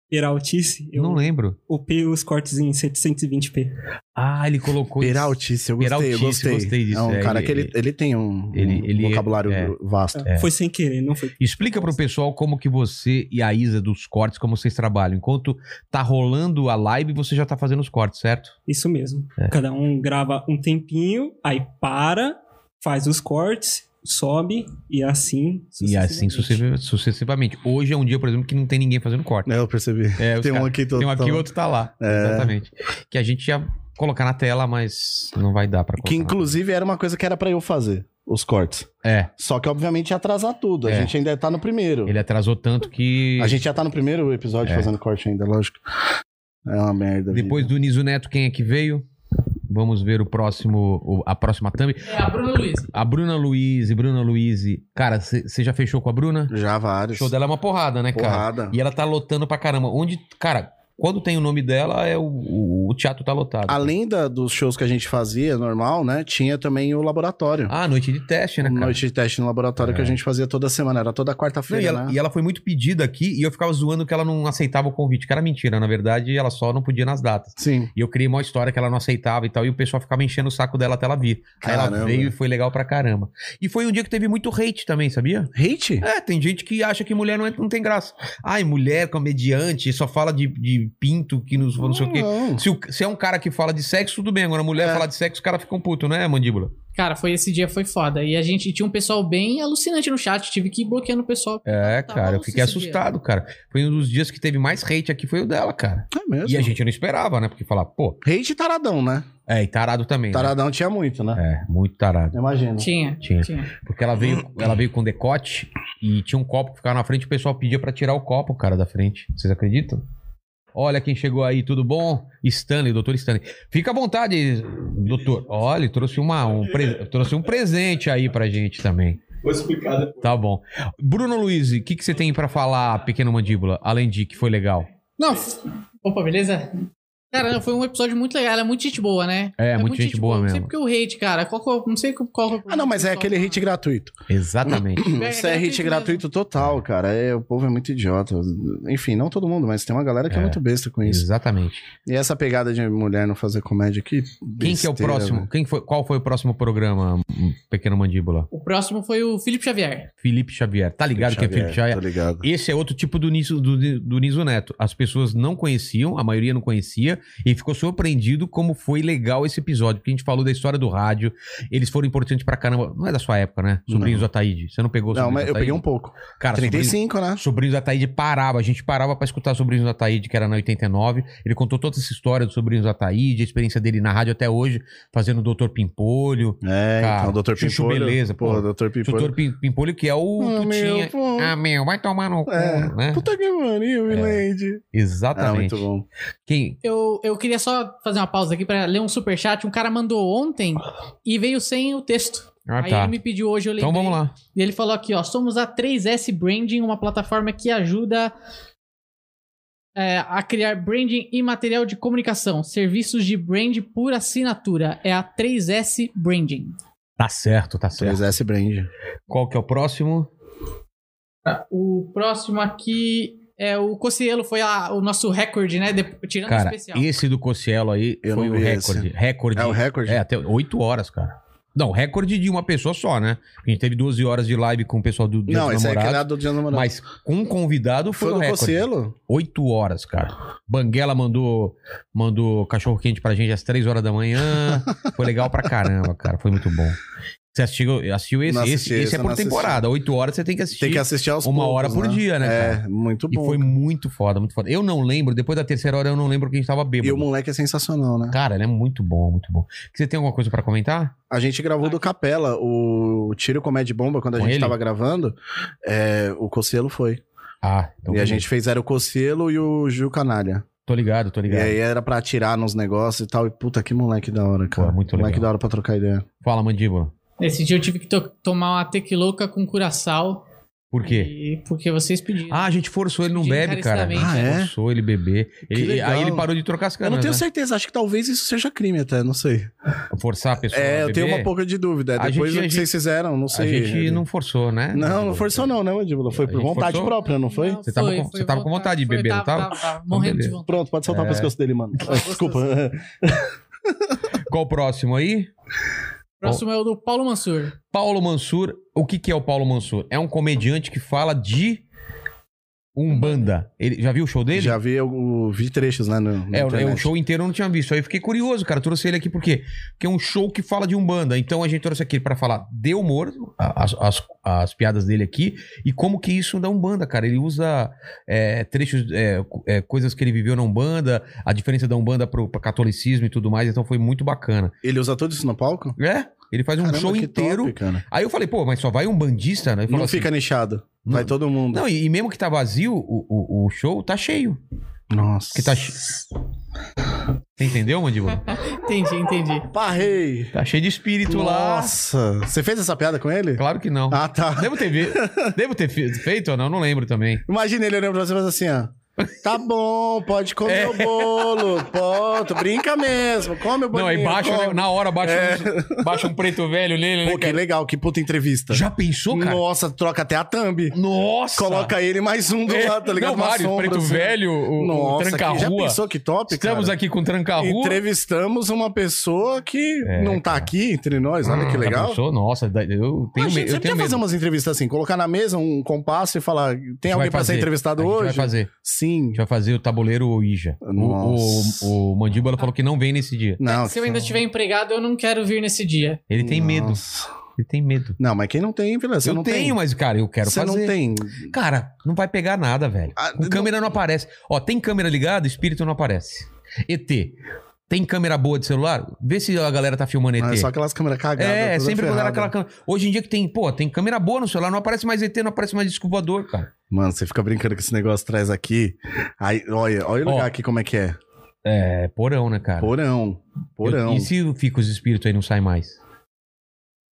S8: peraltice? Eu
S2: não lembro.
S8: upei os cortes em 720p.
S2: Ah, ele colocou. isso.
S5: Peraltice, eu gostei,
S2: Peraltice,
S5: eu gostei.
S2: gostei disso,
S5: É um
S2: é,
S5: cara
S2: ele-
S5: que ele, ele tem um,
S2: ele-
S5: um
S2: ele-
S5: vocabulário
S2: é.
S5: vasto.
S8: Foi sem querer, não foi.
S2: Explica pro pessoal como que você e a Isa dos cortes, como vocês trabalham. Enquanto tá rolando a live, você já tá fazendo os cortes, certo?
S8: Isso mesmo.
S2: É.
S8: Cada um grava um tempinho, aí para, faz os cortes, sobe e assim
S2: E
S8: sucessivamente.
S2: assim sucessiva- sucessivamente. Hoje é um dia, por exemplo, que não tem ninguém fazendo corte.
S5: É, eu percebi.
S2: É, os
S5: tem um
S2: caras-
S5: aqui,
S2: tem um aqui e
S5: total.
S2: outro tá lá.
S5: É.
S2: Exatamente. Que a gente ia colocar na tela, mas não vai dar pra colocar.
S5: Que
S2: na
S5: inclusive era uma coisa que era pra eu fazer, os cortes.
S2: É.
S5: Só que obviamente ia atrasar tudo. A
S2: É.
S5: gente ainda tá no primeiro.
S2: Ele atrasou tanto que.
S5: A gente já tá no primeiro episódio
S2: É.
S5: fazendo corte ainda, lógico. É uma merda.
S2: Depois do Niso Neto, quem é que veio? Vamos ver o próximo, o- a próxima thumb.
S3: É, a Bruna Luiz.
S2: A Bruna Luiz, Bruna Luiz. Cara, você já fechou com a Bruna?
S5: vida. Já vários.
S2: O show dela é uma porrada, né, cara?
S5: Porrada.
S2: E ela tá lotando pra caramba. Onde, cara, quando tem o nome dela, é o, o, o teatro tá lotado.
S5: Além da, dos shows que a gente fazia, normal, né? Tinha também o laboratório.
S2: Ah, noite de teste, né, cara? É.
S5: Noite de teste no laboratório que a gente fazia toda semana. Era toda
S2: Não, e,
S5: quarta-feira,
S2: ela,
S5: né?
S2: e ela foi muito pedida aqui e eu ficava zoando que ela não aceitava o convite, que era mentira. Na verdade, ela só não podia nas datas.
S5: Sim.
S2: E eu criei uma história que ela não aceitava e tal, e o pessoal ficava enchendo o saco dela até ela vir. Aí ela
S5: Caramba.
S2: veio e foi legal pra caramba. E foi um dia que teve muito hate também, sabia?
S5: Hate?
S2: É, tem gente que acha que mulher não, é- não tem graça. Ai, mulher, comediante, só fala de, de pinto, que não, não sei o quê.
S5: Não.
S2: Se, o- se é um cara que fala de sexo, tudo bem. Agora, mulher
S5: É.
S2: fala de sexo, os caras ficam puto, né, mandíbula?
S3: Cara, foi esse dia, foi foda. E a gente tinha um pessoal bem alucinante no chat. Tive que ir bloqueando o pessoal.
S2: É,
S3: Tá
S2: cara, eu
S3: maluco
S2: fiquei
S3: esse
S2: assustado, cara. Foi um dos dias que teve mais hate aqui, foi o dela, cara.
S5: É mesmo.
S2: E a gente não esperava, né? Porque falar, pô,
S5: Hate e taradão, né?
S2: é, e tarado também. né?
S5: Taradão tinha muito, né?
S2: É, muito tarado.
S5: Imagina.
S3: Tinha,
S2: Tinha.
S3: tinha.
S2: Porque ela veio, ela veio com decote e tinha um copo que ficava na frente, o pessoal pedia pra tirar o copo, cara, da frente. Vocês acreditam? Olha quem chegou aí, tudo bom? Stanley, doutor Stanley. Fica à vontade, doutor. Olha, trouxe, uma, um, pre- trouxe um presente aí pra gente também.
S7: Vou explicar depois.
S2: Tá bom. Bruno Luiz, o que, que você tem pra falar, pequeno mandíbula, além de que foi legal?
S3: Não. f- Opa, beleza? Cara, não, foi um episódio muito legal. Ela é muito gente boa, né?
S2: É,
S3: Ela
S2: muito gente boa
S3: Não sei
S2: mesmo.
S3: porque o hate, cara. Qual que é o- não sei qual que é o
S5: Ah, não, mas é aquele hate gratuito.
S2: Exatamente.
S5: Isso é hate
S3: mesmo.
S5: gratuito total, cara. É, o povo é muito idiota. Enfim, não todo mundo, mas tem uma galera que é,
S2: É.
S5: muito besta com isso.
S2: Exatamente.
S5: E essa pegada de mulher não fazer comédia aqui.
S2: Quem que é o
S5: né?
S2: próximo? Quem foi, qual foi o próximo programa, hum, pequeno mandíbula?
S3: O próximo foi o Felipe Xavier.
S2: Felipe Xavier. Tá ligado quem é Felipe Xavier?
S5: Tá ligado.
S2: Esse é outro tipo do Niso, do, do Niso Neto. As pessoas não conheciam, a maioria não conhecia, e ficou surpreendido como foi legal esse episódio, porque a gente falou da história do rádio, eles foram importantes pra caramba. Não é da sua época, né? Sobrinhos do Ataíde. Você não pegou
S5: Não,
S2: Sobrinhos
S5: mas
S2: do
S5: eu peguei um
S2: Ataíde?
S5: pouco.
S2: Cara, Sobrinhos-
S5: 35, né?
S2: Sobrinhos do Ataíde parava, a gente parava pra escutar Sobrinhos do Ataíde, que era na 89. Ele contou toda essa história do Sobrinhos do Ataíde, a experiência dele na rádio até hoje, fazendo o Doutor Pimpolho.
S5: É,
S2: Cara,
S5: então, Dr.
S2: chuchu
S5: Pimpolho.
S2: beleza,
S5: Porra,
S2: pô.
S5: Dr.
S2: Doutor
S5: Pimpolho.
S2: Pim- Pimpolho, que é o
S5: Ah,
S2: Tutinha.
S5: meu, pô.
S2: Ah, meu, vai tomar no cu,
S5: É.
S2: né?
S5: Puta que pariu, Milady. Ah,
S2: Exatamente.
S5: muito bom.
S2: Quem,
S3: Eu, eu queria só fazer uma pausa aqui pra ler um superchat. Um cara mandou ontem e veio sem o texto.
S2: Ah,
S3: Aí
S2: tá.
S3: ele me pediu hoje, eu lembrei.
S2: Então vamos lá.
S3: E ele falou aqui, ó, somos a 3S Branding, uma plataforma que ajuda é, a criar branding e material de comunicação, serviços de brand por assinatura. É a 3S Branding.
S2: Tá certo, tá
S5: 3S Brand.
S2: Qual que é o próximo?
S3: O próximo aqui é o Cocielo, foi a- o nosso recorde, né? De-
S6: é
S3: tirando
S2: Cara,
S3: o especial.
S2: esse do Cocielo aí
S5: Eu
S2: foi
S5: não
S2: o
S5: vi
S2: recorde. Recorde.
S5: É o recorde?
S2: É, até 8 horas, cara. Não, recorde de uma pessoa só, né? A gente teve 12 horas de live com o pessoal do Dia
S5: Não,
S2: dos
S5: esse é aquele
S2: Namorados,
S5: lá do Dia Namorado.
S2: Mas com um convidado
S5: foi
S2: foi, o
S5: do
S2: recorde.
S5: Cocielo?
S2: 8 horas, cara. Banguela mandou, mandou cachorro quente pra gente às 3 horas da manhã. foi legal pra caramba, cara. Foi muito bom. Você assistiu, assistiu esse?
S5: Não assisti
S2: esse,
S5: esse,
S2: esse é
S5: eu
S2: por
S5: não assisti.
S2: temporada. 8 horas você tem que assistir.
S5: Tem que assistir aos
S2: uma
S5: poucos,
S2: hora por dia, né,
S5: É,
S2: cara?
S5: muito
S2: E
S5: bom.
S2: foi muito foda, muito foda. Eu não lembro, depois da terceira hora eu não lembro quem estava bêbado.
S5: E o moleque é sensacional, né?
S2: Cara, ele é muito bom, muito bom. Você tem alguma coisa pra comentar?
S5: A gente gravou do Capela, o Tiro Comédia Bomba, quando a
S2: Com
S5: gente
S2: ele?
S5: tava gravando, é, o Cocielo foi.
S2: Ah, então
S5: e a
S2: beleza.
S5: gente fez era o Cocielo e o Gil Canalha.
S2: Tô ligado, tô ligado.
S5: E aí era pra atirar nos negócios e tal. E puta, que moleque da hora, cara.
S2: Pô, muito
S5: moleque
S2: legal.
S5: da hora pra trocar ideia.
S2: Fala, mandíbula.
S3: Nesse dia eu tive que to- tomar uma tequiloca com curaçal.
S2: Por quê?
S3: E porque vocês pediram.
S2: Ah, a gente forçou ele não
S3: Pedi
S2: bebe, cara.
S3: encarecidamente.
S5: Ah, é?
S2: Forçou ele beber. Ele-
S5: legal.
S2: aí ele parou de trocar as
S5: eu
S2: canas,
S5: não tenho
S2: né?
S5: certeza, acho que talvez isso seja crime até, não sei.
S2: Forçar a pessoa
S5: É,
S2: a
S5: eu tenho
S2: beber,
S5: uma pouca de dúvida. é,
S2: A
S5: Depois
S2: gente-
S5: o
S2: a
S5: que
S2: gente-
S5: vocês fizeram, não
S2: A
S5: sei.
S2: gente não forçou, né?
S5: Não, não forçou não, né, Mandíbula? Foi
S2: A
S5: por
S2: gente
S5: vontade
S2: forçou?
S5: própria, não foi?
S2: Você tava com- você tava com vontade de
S3: foi,
S2: beber, não
S3: tava?
S2: tava? Então,
S3: tava morrendo
S2: beleza.
S3: de vontade.
S5: Pronto, pode soltar
S2: É.
S5: o pescoço dele, mano. Desculpa.
S2: Qual o próximo aí?
S3: Próximo é o do Paulo Mansur.
S2: Paulo Mansur. O que, que é o Paulo Mansur? É um comediante que fala de Umbanda. Ele, já viu o show dele?
S5: Já vi, o, vi trechos, né? No, na
S2: É, o- é,
S5: internet.
S2: o show inteiro eu não tinha visto. Aí eu fiquei curioso, cara. Trouxe ele aqui por quê? Porque é um show que fala de Umbanda. Então a gente trouxe aqui pra falar de humor, a- as, as- as piadas dele aqui, e como que isso da Umbanda, cara. Ele usa é, trechos, é, co- é, coisas que ele viveu na Umbanda, a diferença da Umbanda pro, pro catolicismo e tudo mais. Então foi muito bacana.
S5: Ele usa tudo isso no palco?
S2: É? Ele faz um
S5: Caramba,
S2: show
S5: que
S2: inteiro.
S5: top, cara.
S2: Aí eu falei, pô, mas só vai um bandista, né? Ele falou
S5: Não
S2: assim,
S5: fica nichado. Vai
S2: Não.
S5: todo mundo.
S2: Não, e, e mesmo que tá vazio, o, o- o show tá cheio.
S5: Nossa.
S2: Que tá che- Você entendeu, Mandíbula?
S3: Entendi, entendi.
S5: Parrei!
S2: tá cheio de espírito lá.
S5: Nossa! Você fez essa piada com ele?
S2: Claro que não.
S5: Ah, tá.
S2: Devo ter, vi- Devo ter fi- feito ou não? Não lembro também.
S5: Imagina ele olhando pra você e falando assim, ó. Tá bom, pode
S2: É.
S5: comer o bolo. Pode, brinca mesmo. Come o bolo.
S2: não, aí baixa, né? na hora baixa,
S5: É.
S2: um, baixa um preto velho nele, né?
S5: Pô, que
S2: cara?
S5: legal, que puta entrevista.
S2: Já pensou, cara?
S5: Nossa, troca até a thumb.
S2: Nossa!
S5: Coloca ele mais um do
S2: É,
S5: lado, tá ligado?
S2: Não,
S5: Uma
S2: vários,
S5: sombra,
S2: preto
S5: assim.
S2: velho, o, o
S5: Nossa, que, já
S2: tranca-rua.
S5: pensou que top,
S2: Estamos
S5: cara?
S2: aqui com o tranca-rua.
S5: Entrevistamos uma pessoa que
S2: É, Hum,
S5: não tá aqui entre nós, olha que
S2: Já
S5: legal.
S2: pensou? Ah, Nossa, da- eu tenho,
S5: Imagina,
S2: me-
S5: você
S2: eu tenho
S5: podia fazer
S2: medo.
S5: umas entrevistas assim, colocar na mesa um compasso e falar: tem
S2: gente vai
S5: alguém pra
S2: fazer.
S5: ser entrevistado
S2: A gente vai
S5: hoje?
S2: fazer.
S5: Sim.
S2: A gente vai fazer o tabuleiro Ouija. O,
S5: Nossa.
S2: o, o Mandíbula falou que não vem nesse dia.
S5: Não,
S3: Se eu ainda estiver empregado, eu não quero vir nesse dia.
S2: Ele tem medo.
S5: Nossa.
S2: Ele tem medo.
S5: Não, mas quem não tem, Vila, você
S2: eu
S5: não
S2: tenho,
S5: tem.
S2: mas, cara, eu quero
S5: Você
S2: fazer.
S5: não tem.
S2: Cara, não vai pegar nada, velho.
S5: Ah,
S2: Com
S5: não-
S2: câmera não aparece. Ó, tem câmera ligada, espírito não aparece. ET. Tem câmera boa de celular? Vê se a galera tá filmando ET.
S5: Ah, é só aquelas câmeras cagadas.
S2: é,
S5: toda
S2: sempre quando era
S5: ferrada.
S2: aquela câmera. Hoje em dia que tem, pô, tem câmera boa no celular, não aparece mais ET, não aparece mais descobridor, cara.
S5: Mano, você fica brincando com esse negócio atrás aqui. Aí, olha, olha o
S2: Ó.
S5: lugar aqui como é que é.
S2: É, porão, né, cara?
S5: Porão. Porão.
S2: Eu- e se fica os espíritos aí e não sai mais?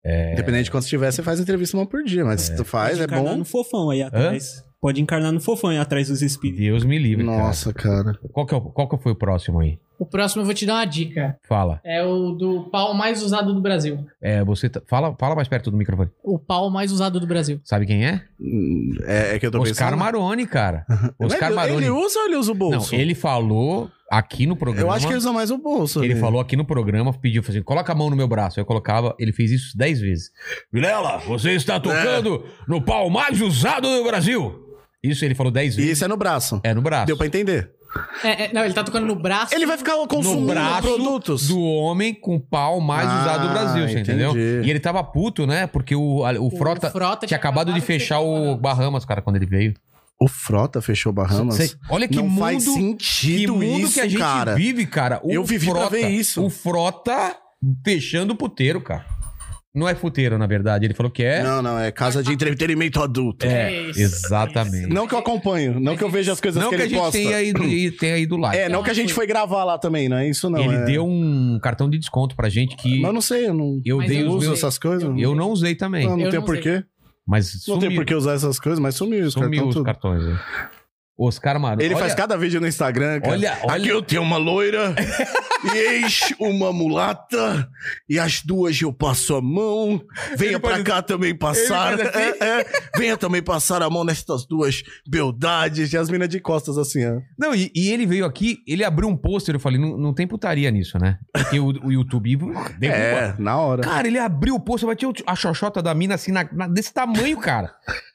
S2: É.
S5: Independente de quanto tiver, você faz entrevista uma por dia, mas se tu faz,
S8: Pode
S5: é
S8: encarnar
S5: bom.
S8: no um fofão aí atrás. Pode encarnar no fofão aí atrás dos espíritos.
S2: Deus me livre, Nossa.
S5: Nossa, cara.
S2: cara. Qual que, é o- qual que foi o próximo aí?
S3: O próximo eu vou te dar uma dica.
S2: Fala.
S3: É o do pau mais usado do Brasil.
S2: É, você tá- fala, fala mais perto do microfone.
S3: O pau mais usado do Brasil.
S2: Sabe quem é?
S5: Hum, É, é que eu tô
S2: Oscar
S5: pensando.
S2: Maroni, cara.
S5: Mas
S2: Oscar
S5: ele-
S2: Maroni.
S5: Ele usa ou ele usa o
S2: Não,
S5: bolso?
S2: ele falou aqui no programa.
S5: Eu acho que ele usa mais o bolso.
S2: Ele
S5: né?
S2: falou aqui no programa, pediu, falou assim, coloca a mão no meu braço. Eu colocava, ele fez isso dez vezes. Vilela, você
S5: É.
S2: está tocando no pau mais usado do Brasil. Isso ele falou dez
S5: E
S2: vezes.
S5: isso é no braço.
S2: É no braço.
S5: Deu pra entender.
S3: É, é, não, ele tá tocando no braço.
S5: Ele vai ficar
S2: no
S5: consumindo
S2: braço
S5: produtos.
S2: do homem com o pau mais
S5: Ah,
S2: usado do Brasil, você
S5: entendi.
S2: entendeu? E ele tava puto, né? Porque o, a- o Frota tinha acabado de fechar o
S3: barco.
S2: Bahamas, cara, quando ele veio.
S5: O Frota fechou Bahamas.
S2: Cê- olha que
S5: não
S2: mundo,
S5: faz
S2: que
S5: sentido
S2: mundo
S5: isso,
S2: que a gente
S5: cara.
S2: vive, cara. O
S5: Eu vivi pra ver isso.
S2: O Frota fechando o puteiro, cara. Não é puteiro, na verdade. Ele falou que é.
S5: Não, não, é casa de entretenimento adulto.
S2: É,
S3: É isso.
S2: exatamente.
S5: Não que eu acompanho, não que eu vejo as coisas
S2: Não
S5: que
S2: que a
S5: ele
S2: gente
S5: posta.
S2: tenha ido, e tenha ido lá.
S5: É, não que a gente foi gravar lá também, não é isso não.
S2: ele
S5: é...
S2: deu um cartão de desconto pra gente que
S5: Mas eu não sei, eu não
S2: eu
S3: Mas
S2: dei
S3: eu
S2: os
S3: não
S5: uso
S2: meus.
S3: sei.
S5: essas coisas.
S3: Eu-
S2: Eu não usei também.
S5: Ah, Não, não
S3: Eu
S5: tem
S3: não sei.
S5: porquê.
S2: Mas
S5: Não
S2: sumiu,
S5: tem porquê usar essas coisas, mas sumiu os
S2: sumiu
S5: cartão
S2: os
S5: tudo.
S2: cartões. né? Oscar Maroni.
S5: Ele
S2: olha-
S5: faz cada vídeo no Instagram, cara.
S2: Olha, olha.
S5: Aqui eu tenho uma loira e eis uma mulata e as duas eu passo a mão. Venha
S2: Ele
S5: pra
S2: faz-
S5: cá também passar.
S2: Ele faz
S5: É, é. Venha também passar a mão nestas duas beldades. E as minas de costas assim, ó.
S2: Não, e, e ele veio aqui, ele abriu um pôster. Eu falei, não, não tem putaria nisso, né? Porque o, o YouTube derruba.
S5: É, na hora.
S2: Cara, ele abriu o pôster, bateu a xoxota da mina assim, na- na- desse tamanho, cara.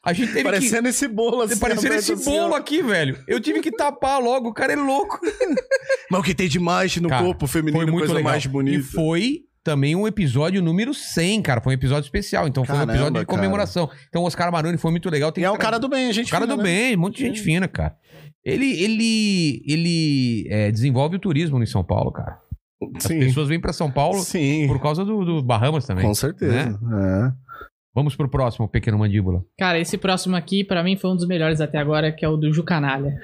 S2: A gente teve que.
S5: Parecendo esse bolo assim.
S2: Parecendo
S5: aberto
S2: esse
S5: assim,
S2: bolo
S5: ó.
S2: aqui, velho. Eu tive que tapar logo, o cara é louco.
S5: Mas o que tem de mais no
S2: Cara,
S5: corpo feminino, é coisa mais
S2: E
S5: bonita.
S2: foi também um episódio número 100, cara. Foi um episódio especial. Então foi um
S5: Caramba,
S2: episódio de
S5: cara.
S2: comemoração. Então o Oscar Maroni foi muito legal.
S5: E
S2: Tem
S5: é
S2: que
S5: um cara do bem, a gente.
S2: O cara
S5: fina,
S2: do
S5: né?
S2: bem, um monte de gente fina, cara. Ele, ele, ele é, desenvolve o turismo em São Paulo, cara. As
S5: Sim.
S2: pessoas vêm pra São Paulo
S5: Sim.
S2: né? por causa do, do Bahamas também.
S5: é. Com certeza.
S2: Né? Vamos pro próximo, pequeno mandíbula.
S3: Cara, esse próximo aqui, pra mim, foi um dos melhores até agora, que é o do Jucanalha.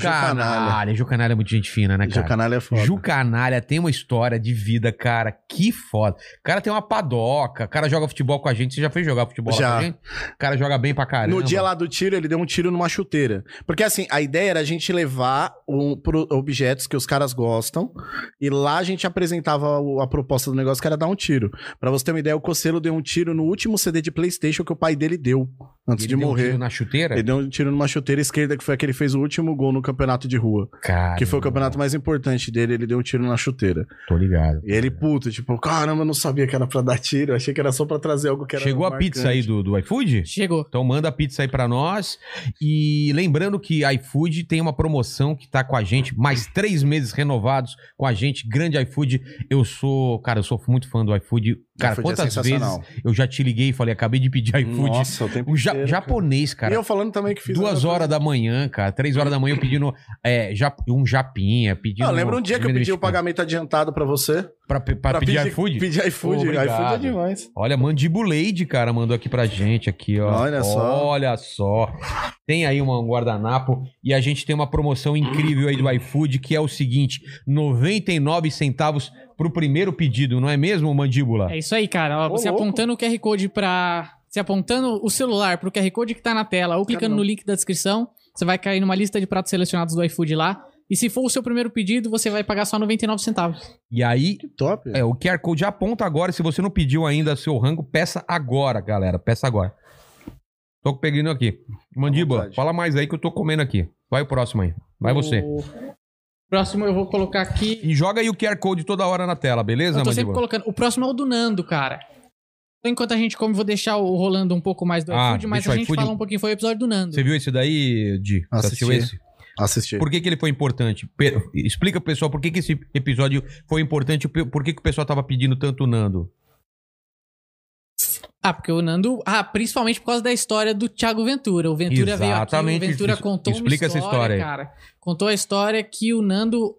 S2: Jucanalha. Jucanalha é muito gente fina, né,
S5: Já
S2: cara?
S5: canalha é foda.
S2: Ju Canalha tem uma história de vida, cara. Que foda. O cara tem uma padoca. O cara joga futebol com a gente. Você já fez jogar futebol
S5: Já.
S2: com a gente? O cara joga bem pra caramba.
S5: No dia lá do tiro, ele deu um tiro numa chuteira. Porque assim, a ideia era a gente levar um, pro- objetos que os caras gostam. E lá a gente apresentava o- a proposta do negócio, que era dar um tiro. Pra você ter uma ideia, o Cosselo deu um tiro no último CD de Playstation que o pai dele deu antes
S2: Ele
S5: de
S2: deu um
S5: morrer.
S2: tiro na chuteira?
S5: ele deu um tiro numa chuteira esquerda, que foi a que ele fez o último gol no campeonato de rua.
S2: Cara,
S5: Que foi o campeonato mais importante dele, ele deu um tiro na chuteira.
S2: Tô ligado.
S5: E ele puto, tipo, caramba, eu não sabia que era pra dar tiro, achei que era só pra trazer algo que era
S2: Chegou a
S5: marcante."
S2: pizza aí do, do iFood?
S3: Chegou.
S2: Então manda a pizza aí pra nós. E lembrando que iFood tem uma promoção que tá com a gente, mais três meses renovados com a gente. Grande iFood. Eu sou, cara, eu sou muito fã do iFood. Cara,
S5: iFood é
S2: quantas vezes
S5: sensacional.
S2: eu já te liguei e falei, acabei de pedir iFood.
S5: Nossa, o tempo
S2: o ja-
S5: inteiro, cara.
S2: japonês, cara.
S5: E eu falando também que fiz.
S2: Duas horas da manhã, cara. Três horas da manhã eu pedindo é, ja- um japinha, pedindo...
S5: Eu lembro um dia que eu pedi o pagamento adiantado pra você.
S2: Pra, pra, pra pedir iFood?
S5: Pedir iFood.
S2: Obrigado.
S5: iFood é demais.
S2: Olha, Mandibuleide, cara, mandou aqui pra gente, aqui, ó.
S5: Olha só.
S2: Olha só. Tem aí uma- um guardanapo e a gente tem uma promoção incrível aí do iFood, que é o seguinte, 99 centavos pro primeiro pedido, não é mesmo, Mandíbula?
S3: É isso aí, cara. Ó,
S5: Ô,
S3: você
S5: louco.
S3: apontando o QR Code pra. Se apontando o celular pro QR Code que tá na tela ou clicando
S5: Caramba.
S3: no link da descrição, você vai cair numa lista de pratos selecionados do iFood lá. E se for o seu primeiro pedido, você vai pagar só 99 centavos.
S2: E aí,
S5: Top.
S2: é, o QR Code aponta agora, se você não pediu ainda seu rango, peça agora, galera, peça agora. Tô pegando aqui. Mandíbula,
S5: vontade.
S2: fala mais aí que eu tô comendo aqui. Vai o próximo aí, vai você.
S3: O próximo eu vou colocar aqui.
S2: E joga aí o QR Code toda hora na tela, beleza,
S3: Eu tô sempre
S2: Mandíbula?
S3: colocando. O próximo é o do Nando, cara. Então, enquanto a gente come, vou deixar o rolando um pouco mais do
S2: Ah,
S3: iFood, mas
S2: deixa o
S3: a gente
S2: iFood.
S3: fala um pouquinho. Foi o episódio do Nando.
S2: Você viu esse daí, Di? Você Assistiu
S5: Assisti.
S2: esse?
S5: Assisti.
S2: Por que, que ele foi importante? Pe- Explica pro pessoal por que, que esse episódio foi importante, pe- por que, que o pessoal tava pedindo tanto o Nando.
S3: Ah, porque o Nando. Ah, principalmente por causa da história do Thiago Ventura. O Ventura veio
S2: Exatamente
S3: aqui. O Ventura
S2: isso.
S3: contou
S2: Explica
S3: uma
S2: essa
S3: história,
S2: história aí.
S3: cara. Contou a história que o Nando.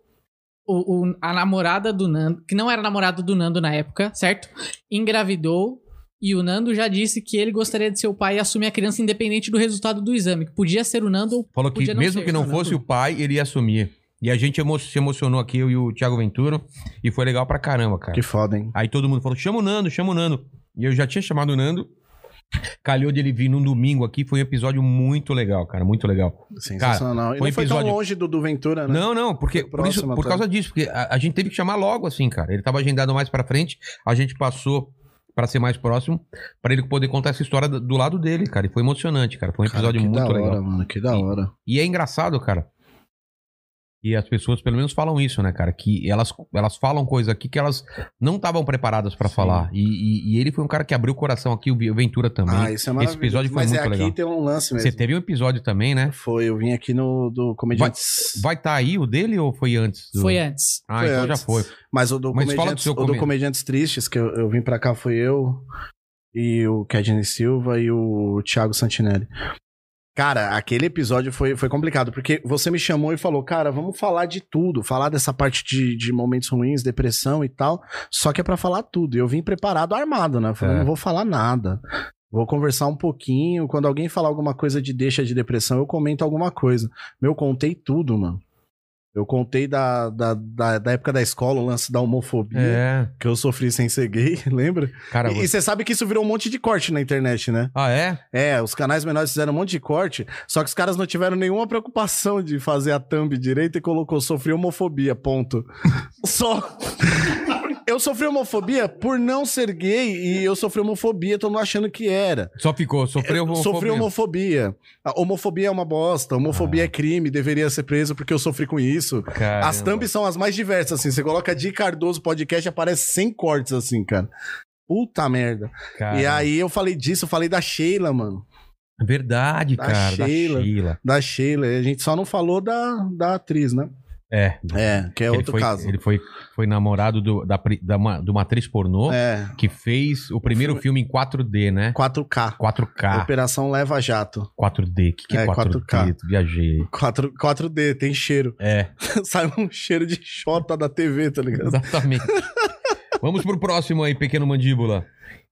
S3: O, o- a namorada do Nando, que não era namorada do Nando na época, certo? Engravidou. E o Nando já disse que ele gostaria de ser o pai e assumir a criança independente do resultado do exame. Que podia ser o Nando ou
S2: Falou que
S3: Podia não
S2: mesmo
S3: ser,
S2: que não
S3: né?
S2: fosse o pai, ele ia assumir. E a gente emo- se emocionou aqui, eu e o Thiago Ventura, e foi legal pra caramba, cara.
S5: Que foda, hein?
S2: Aí todo mundo falou: chama o Nando, chama o Nando. E eu já tinha chamado o Nando. Calhou de ele vir num domingo aqui, foi um episódio muito legal, cara, muito legal.
S5: Sensacional. e
S2: foi um
S5: não foi
S2: episódio-
S5: tão longe do, do Ventura, né?
S2: Não, não, porque
S5: Foi
S2: por, isso-
S5: próximo
S2: por
S5: até.
S2: causa disso, porque a, a gente teve que chamar logo, assim, cara. Ele tava agendado mais pra frente, a gente passou pra ser mais próximo, pra ele poder contar essa história do, do lado dele, cara. E foi emocionante, cara. Foi um
S5: Cara,
S2: episódio
S5: que
S2: muito
S5: da hora,
S2: legal.
S5: mano. Que da hora.
S2: E é engraçado, cara. E as pessoas, pelo menos, falam isso, né, cara? Que elas, elas falam coisa aqui que elas não estavam preparadas pra falar. E, e- e ele foi um cara que abriu o coração aqui, o Vi- o Ventura também.
S5: Ah, isso é maravilhoso.
S2: episódio foi
S5: Mas é
S2: muito
S5: aqui
S2: legal.
S5: tem um lance
S2: Você
S5: mesmo.
S2: teve um episódio também, né?
S5: Foi, eu vim aqui no do Comediantes.
S2: Vai estar aí o dele ou foi antes? do-
S3: foi antes.
S2: Ah,
S5: Foi
S2: então já
S5: antes.
S2: foi.
S5: Mas o do,
S2: Mas fala do
S5: comediantes,
S2: seu
S5: o do
S2: comedi-
S5: Comediantes Tristes, que eu, eu vim pra cá, foi eu e o Kedney Silva e o Thiago Santinelli. Cara, aquele episódio foi, foi complicado, porque você me chamou e falou, cara, vamos falar de tudo, falar dessa parte de, de momentos ruins, depressão e tal, só que é pra falar tudo. E eu vim preparado, armado, né? Falei,
S2: É.
S5: não vou falar nada. Vou conversar um pouquinho, quando alguém falar alguma coisa de deixa de depressão, eu comento alguma coisa. Meu, contei tudo, mano. Eu contei da, da, da, da época da escola, o lance da homofobia,
S2: É.
S5: que eu sofri sem ser gay, lembra?
S2: Cara,
S5: E- e você sabe que isso virou um monte de corte na internet, né?
S2: Ah, é?
S5: É, os canais menores fizeram um monte de corte, só que os caras não tiveram nenhuma preocupação de fazer a thumb direita e colocou sofri homofobia, ponto. só. Eu sofri homofobia por não ser gay e eu sofri homofobia, todo mundo achando que era.
S2: Só ficou, sofreu homofobia.
S5: Sofri homofobia. A homofobia é uma bosta, homofobia é crime, deveria ser preso porque eu sofri com isso.
S2: Ah. Caramba.
S5: As thumbs são as mais diversas, assim. Você coloca Di Cardoso podcast, aparece 100 cortes, assim, cara. Puta merda.
S2: Cara,
S5: E aí eu falei disso, eu falei da Sheila, mano.
S2: Verdade,
S5: Da
S2: cara. Da
S5: Sheila.
S2: Sheila.
S5: Da Sheila. E A gente só não falou da, da atriz, né?
S2: É.
S5: É, que é
S2: ele
S5: outro
S2: foi,
S5: caso.
S2: Ele foi, foi namorado do, da, pri- da, uma, de uma atriz pornô
S5: É,
S2: que fez o primeiro filme em 4D, né?
S5: 4K.
S2: 4K.
S5: Operação Leva Jato.
S2: 4D. O Ah. que, que é,
S5: É,
S2: 4D?
S5: 4K.
S2: Viajei.
S5: 4, 4D, tem cheiro.
S2: É,
S5: Sai um cheiro de xota da TV, tá ligado?
S2: exatamente. Vamos pro próximo aí, pequeno mandíbula.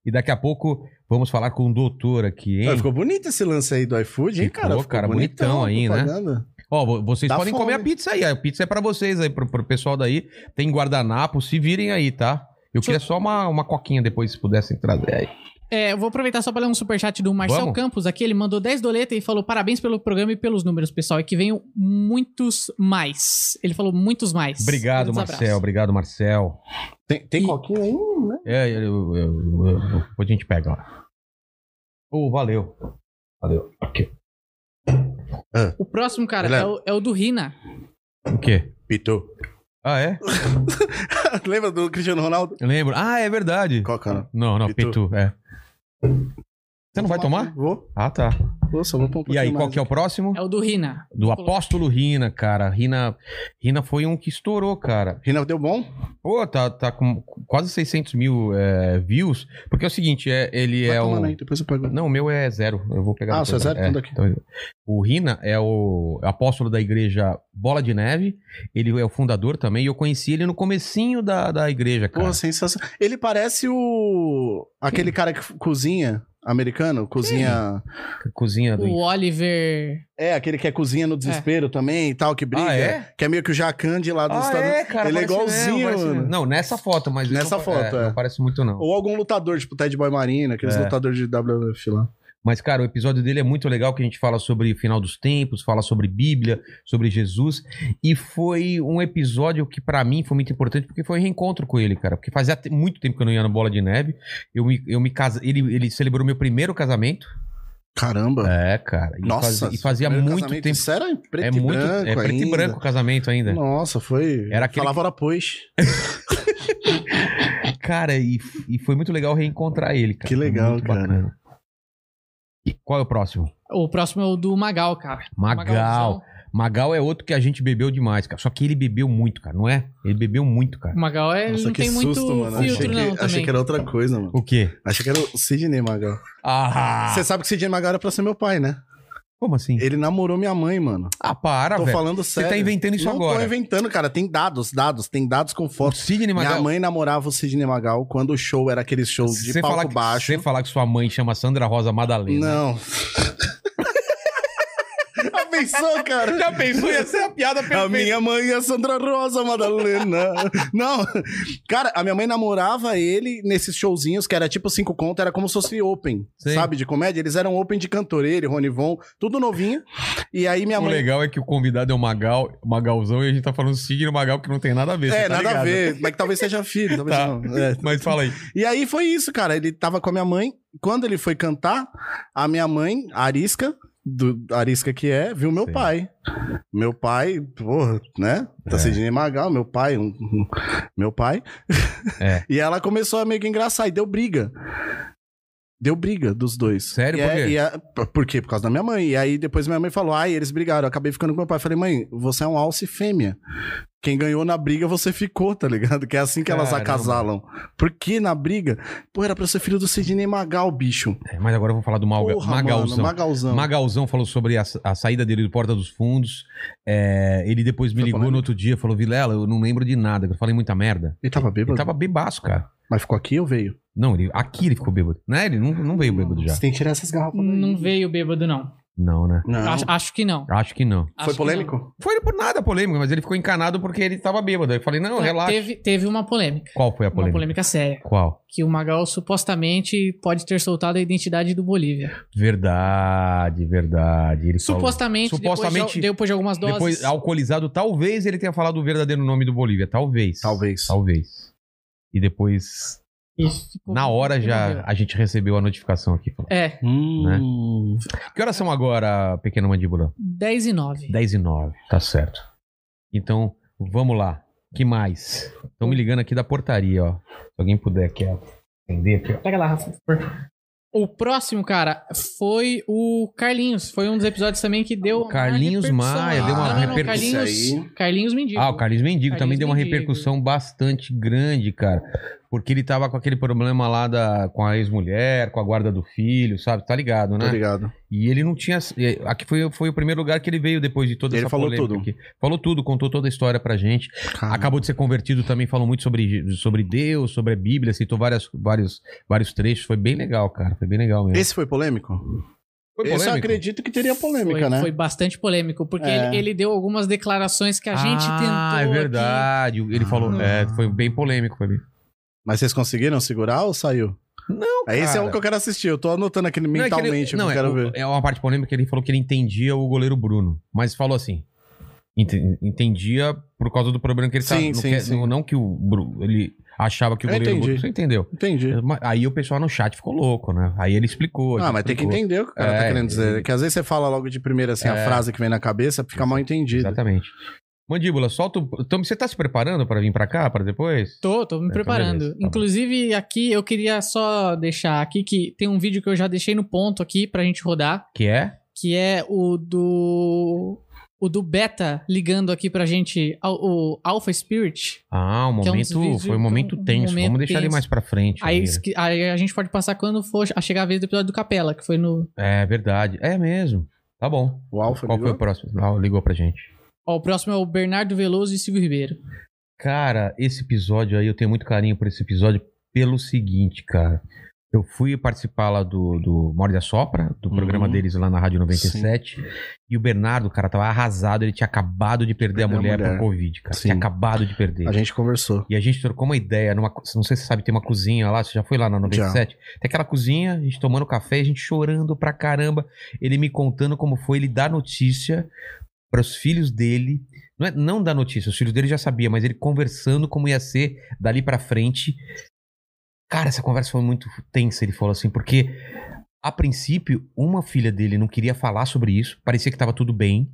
S2: E daqui a pouco vamos falar com o doutor aqui, hein?
S5: Olha, ficou bonito esse lance aí do iFood, hein,
S2: Ficou,
S5: cara?
S2: cara, bonitão aí, né?
S5: né?
S2: Ó, vo- vocês
S5: Dá
S2: podem
S5: fome.
S2: comer a pizza aí. A pizza é pra vocês aí, pro, pro pessoal daí. Tem guardanapo, se virem aí, tá? Eu queria só uma, uma coquinha depois, se pudessem trazer aí.
S3: É, eu vou aproveitar só pra ler um superchat do Marcel
S2: Vamos.
S3: Campos aqui. Ele mandou 10 doletas e falou parabéns pelo programa e pelos números, pessoal. E que venham muitos mais. Ele falou muitos mais.
S2: Obrigado,
S3: Muitos
S2: Marcel.
S3: abraços.
S2: Obrigado, Marcel.
S5: Tem, tem coquinha aí, né?
S2: É, eu, eu- eu- eu- depois a gente pega lá. Ô, valeu. Valeu. Aqui.
S3: O próximo, cara,
S5: Ele é-
S3: é o, é o do Rina.
S2: O quê?
S5: Pitou.
S2: Ah, é?
S5: Lembra do Cristiano Ronaldo?
S2: Eu lembro. Ah, é verdade.
S5: Coca, né?
S2: Não, não,
S5: Pitu.
S2: Pitu, é. Você não vai tomar?
S5: Vou. um
S2: Ah, tá.
S5: Vou, só vou pôr um
S2: E aí,
S5: pouquinho
S2: qual
S5: mais.
S2: que é o próximo?
S3: É o do Rina.
S2: Do Apóstolo Rina, cara. Rina, Rina foi um que estourou, cara.
S5: Rina, deu bom?
S2: Pô, tá, tá com quase 600 mil é, views. Porque é o seguinte, é, ele
S5: Vai
S2: é
S5: tomando
S2: um...
S5: aí, depois eu pego.
S2: Não, o meu é zero. Eu vou pegar
S5: Ah,
S2: depois,
S5: o seu é
S2: né?
S5: zero? Então daqui.
S2: então, o Rina é o apóstolo da igreja Bola de Neve. Ele é o fundador também. E eu conheci ele no comecinho da, da igreja, cara.
S5: Pô, sensacional. Ele parece o... Aquele cara que f- cozinha, americano, cozinha...
S2: Cozinha do...
S3: O Oliver.
S5: É, aquele que é cozinha no desespero também e tal, que briga.
S2: Ah, é? Ah,
S5: Que é meio que o Jacande lá dos Estados Unidos.
S2: cara.
S5: Ele é
S2: parece
S5: igualzinho,
S2: mesmo, parece
S5: mano.
S2: mesmo. Não, nessa foto, mas...
S5: Nessa
S2: não,
S5: foto, é.
S2: Não parece muito, não.
S5: Ou algum lutador, tipo Ted Boy Marina, aqueles
S2: É.
S5: lutadores de WWF lá.
S2: Mas, cara, o episódio dele é muito legal, que a gente fala sobre o final dos tempos, fala sobre Bíblia, sobre Jesus. E foi um episódio que, pra mim, foi muito importante, porque foi um reencontro com ele, cara. Porque fazia te- muito tempo que eu não ia na Bola de Neve. Eu me, eu me casa... ele, ele celebrou meu primeiro casamento.
S5: Caramba.
S2: É, cara. E
S5: Nossa.
S2: fazia- e fazia
S5: primeiro
S2: muito
S5: casamento.
S2: tempo.
S5: Isso era preto
S2: é
S5: e
S2: muito,
S5: branco
S2: é preto e
S5: ainda.
S2: branco o casamento ainda.
S5: Nossa, foi.
S2: Era aquele-
S5: Falava hora pois.
S2: Cara, e, e foi muito legal reencontrar ele, cara.
S5: Que
S2: Foi
S5: legal,
S2: muito
S5: cara.
S2: bacana. E qual é o próximo?
S3: O próximo é o do Magal, cara.
S2: Magal. Magal é outro que a gente bebeu demais, cara. Só que ele bebeu muito, cara, não é? Ele bebeu muito, cara.
S3: O Magal é, não tem muito filtro,
S5: Achei que,
S3: não,
S5: achei
S3: também.
S5: que era outra coisa, mano.
S2: O quê?
S5: Achei que era o Sidney Magal.
S2: Ah!
S5: Você sabe que o Sidney Magal era pra ser meu pai, né?
S2: Como assim?
S5: Ele namorou minha mãe, mano.
S2: Ah, para,
S5: Tô
S2: velho.
S5: falando sério.
S2: Você tá inventando isso
S5: Não
S2: agora.
S5: tô inventando, cara. Tem dados, dados. Tem dados com
S2: O
S5: fotos.
S2: Sidney
S5: Minha
S2: Magal.
S5: mãe namorava o Sidney Magal quando o show era aquele show de
S2: Você
S5: palco
S2: falar que,
S5: baixo.
S2: Você falar que sua mãe chama Sandra Rosa Madalena.
S5: Não. Já pensou, cara?
S2: Já pensou? Ia ser a piada
S5: A minha mãe é Sandra Rosa Madalena. Não, cara, a minha mãe namorava ele nesses showzinhos que era tipo cinco conto, era como se fosse open,
S2: Sim.
S5: sabe, de comédia. Eles eram open de cantor, ele, Rony Von, tudo novinho. E aí minha
S2: O
S5: mãe...
S2: legal é que o convidado é o Magal, Magalzão, e a gente tá falando Sidney Magal que não tem nada a ver.
S5: É,
S2: você tá
S5: nada a
S2: ligado?
S5: ver, mas que talvez seja filho, talvez
S2: Tá.
S5: não. É.
S2: Mas fala aí.
S5: E aí foi isso, cara. Ele tava com a minha mãe. Quando ele foi cantar, a minha mãe, a Arisca, do a Arisca que é, viu meu
S2: Sim.
S5: pai. Meu pai, porra, né? Tá
S2: É.
S5: Sidney Magal, meu pai, um- um- meu pai.
S2: É.
S5: E ela começou a meio que engraçar e deu briga. Deu briga dos dois.
S2: Sério?
S5: E
S2: Por
S5: é-
S2: quê?
S5: e é- por- por quê? Por causa da minha mãe. E aí depois minha mãe falou, ai, eles brigaram. Eu acabei ficando com meu pai. Eu Falei, mãe, você é um alce fêmea. Quem ganhou na briga, você ficou, tá ligado? Que é assim que elas
S2: Caramba.
S5: acasalam. Por que na briga? Pô, era pra ser filho do Sidney Magal, bicho.
S2: É, mas agora eu vou falar do Malga-
S5: Porra,
S2: Magalzão.
S5: mano, Magalzão.
S2: Magalzão falou sobre a, a saída dele do Porta dos Fundos. É, ele depois me
S5: Foi
S2: ligou no
S5: polêmico.
S2: outro dia, falou: Vilela, eu não lembro de nada, eu falei muita merda.
S5: Ele tava bêbado?
S2: Ele tava bebaço, cara.
S5: Mas ficou aqui ou veio? Hum,
S2: Não, ele, aqui ele ficou bêbado. Né? Ele não, não veio bêbado já.
S5: Você tem que tirar essas garrafas daí.
S3: Não veio bêbado, não.
S2: Não, né?
S5: Não.
S3: Acho, acho que não.
S2: Acho que não.
S3: Acho
S5: Foi
S3: que
S5: polêmico?
S2: Foi por nada a polêmica, mas ele ficou encanado porque ele tava bêbado. Eu falei: não,
S3: não.
S2: relaxa.
S3: Tá, É, Teve, teve uma polêmica.
S2: Qual foi a
S3: Uma
S2: polêmica?
S3: polêmica séria.
S2: Qual?
S3: Que o Magal supostamente pode ter soltado a identidade do Bolívia.
S2: Verdade, verdade. Ele falou-
S3: Supostamente, depois,
S2: Supostamente-
S3: de, depois de algumas doses.
S2: Depois, alcoolizado, talvez ele tenha falado o verdadeiro nome do Bolívia. Talvez.
S5: Talvez.
S2: Talvez. E depois,
S3: Isso, ficou-
S2: na hora já, a gente recebeu a notificação aqui. Falou. Né?
S3: É,
S5: Hum.
S2: Que horas são agora, pequeno mandíbula?
S3: 10 e 9.
S2: 10 e 9. Tá certo. Então, vamos lá. que mais? Estão me ligando aqui da portaria, ó. Se alguém puder aqui, ó. Atender aqui, ó.
S3: Pega lá, Rafa. por favor. O próximo, cara, foi o Carlinhos. Foi um dos episódios também que deu. uma
S2: Carlinhos
S3: repercussão. Ah,
S2: Maia, deu uma
S3: Não, não, não,
S2: repercussão.
S3: Carlinhos, Carlinhos Mendigo.
S2: Ah, o Carlinhos Mendigo
S3: Carlinhos
S2: também deu uma
S3: Mendigo.
S2: repercussão bastante grande, cara. Porque ele tava com aquele problema lá da, com a ex-mulher, com a guarda do filho, sabe? Tá ligado, né?
S5: Tô ligado.
S2: E ele não tinha. e Aqui foi, foi o primeiro lugar que ele veio depois de toda
S5: Ele
S2: essa
S5: falou
S2: polêmica
S5: tudo.
S2: aqui. Falou tudo, contou toda a história pra gente.
S5: Caramba.
S2: Acabou de ser convertido também, falou muito sobre, sobre Deus, sobre a Bíblia, citou várias, vários, vários trechos. Foi bem legal, cara. Foi bem legal mesmo.
S5: Esse foi polêmico?
S2: foi
S5: Esse eu
S2: polêmico?
S5: acredito que teria polêmica,
S3: foi,
S5: né?
S3: Foi bastante polêmico, porque
S5: É.
S3: ele, ele deu algumas declarações que a gente tentou.
S2: Ah, é
S3: aqui.
S2: verdade. Ele falou. É, foi bem polêmico pra mim.
S5: Ah. Mas vocês conseguiram segurar ou saiu?
S2: Não,
S5: Esse é
S2: cara.
S5: um que eu quero assistir. Eu tô anotando aqui
S2: Não, é que ele-
S5: mentalmente
S2: não,
S5: o
S2: é,
S5: que eu quero ver.
S2: é uma parte polêmica que ele falou que ele entendia o goleiro Bruno, mas falou assim. ente- Entendia por causa do problema que ele
S5: Sim,
S2: tava.
S5: sim,
S2: não,
S5: sim.
S2: Não, não que o Bruno. Ele achava que o
S5: Eu
S2: goleiro
S5: entendi.
S2: Bruno. Você entendeu?
S5: Entendi.
S2: Mas Aí o pessoal no chat ficou louco, né? Aí ele explicou.
S5: Ah,
S2: ele
S5: mas tem que
S2: explicou.
S5: entender o que o cara tá
S2: É,
S5: querendo dizer.
S2: ele-
S5: Que às vezes você fala logo de primeira, assim, a
S2: É.
S5: frase que vem na cabeça, fica mal entendido.
S2: Exatamente. Mandíbula, solta o. Então, você tá se preparando pra vir pra cá, pra depois?
S3: Tô, tô me
S2: Então,
S3: preparando.
S2: beleza, tá bom.
S3: Inclusive, aqui eu queria só deixar aqui que tem um vídeo que eu já deixei no ponto aqui pra gente rodar,
S2: Que é?
S3: que é o do. O do Beta ligando aqui pra gente, ao- o Alpha Spirit.
S2: Ah, o
S3: Que é um
S2: momento.
S3: dos vídeos-
S2: foi um momento
S3: um
S2: tenso.
S3: momento
S2: Vamos deixar ele
S3: tenso.
S2: mais pra frente.
S3: Aí,
S2: ali.
S3: diz que- aí a gente pode passar quando for a chegar a vez do episódio do Capela, que foi no.
S2: É verdade. É mesmo. Tá bom.
S5: O Alfa
S2: Qual foi o
S5: ligou?
S2: próximo? Ah, ligou pra gente.
S3: Ó, o próximo é o Bernardo Veloso e Silvio Ribeiro.
S2: Cara, esse episódio aí, eu tenho muito carinho por esse episódio pelo seguinte, cara. Eu fui participar lá do, do Morde a Sopra, do programa
S5: Uhum.
S2: deles lá na Rádio 97. E o Bernardo, cara, tava arrasado. Ele tinha acabado de perder a
S5: Perdeu a
S2: mulher,
S5: mulher.
S2: por Covid, cara.
S5: É. Sim.
S2: Tinha acabado de perder.
S5: A gente conversou.
S2: E a gente trocou uma ideia. Numa, co- não sei se você sabe, tem uma cozinha lá. Você já foi lá na 97? Tem aquela cozinha, a gente tomando café, a gente chorando pra caramba. Ele me contando como foi. Ele dá notícia pros filhos dele. Não, é, não dá notícia, os filhos dele já sabia, mas ele conversando como ia ser dali pra frente. Cara, essa conversa foi muito tensa. Ele falou assim, porque a princípio, uma filha dele não queria falar sobre isso, parecia que tava tudo bem.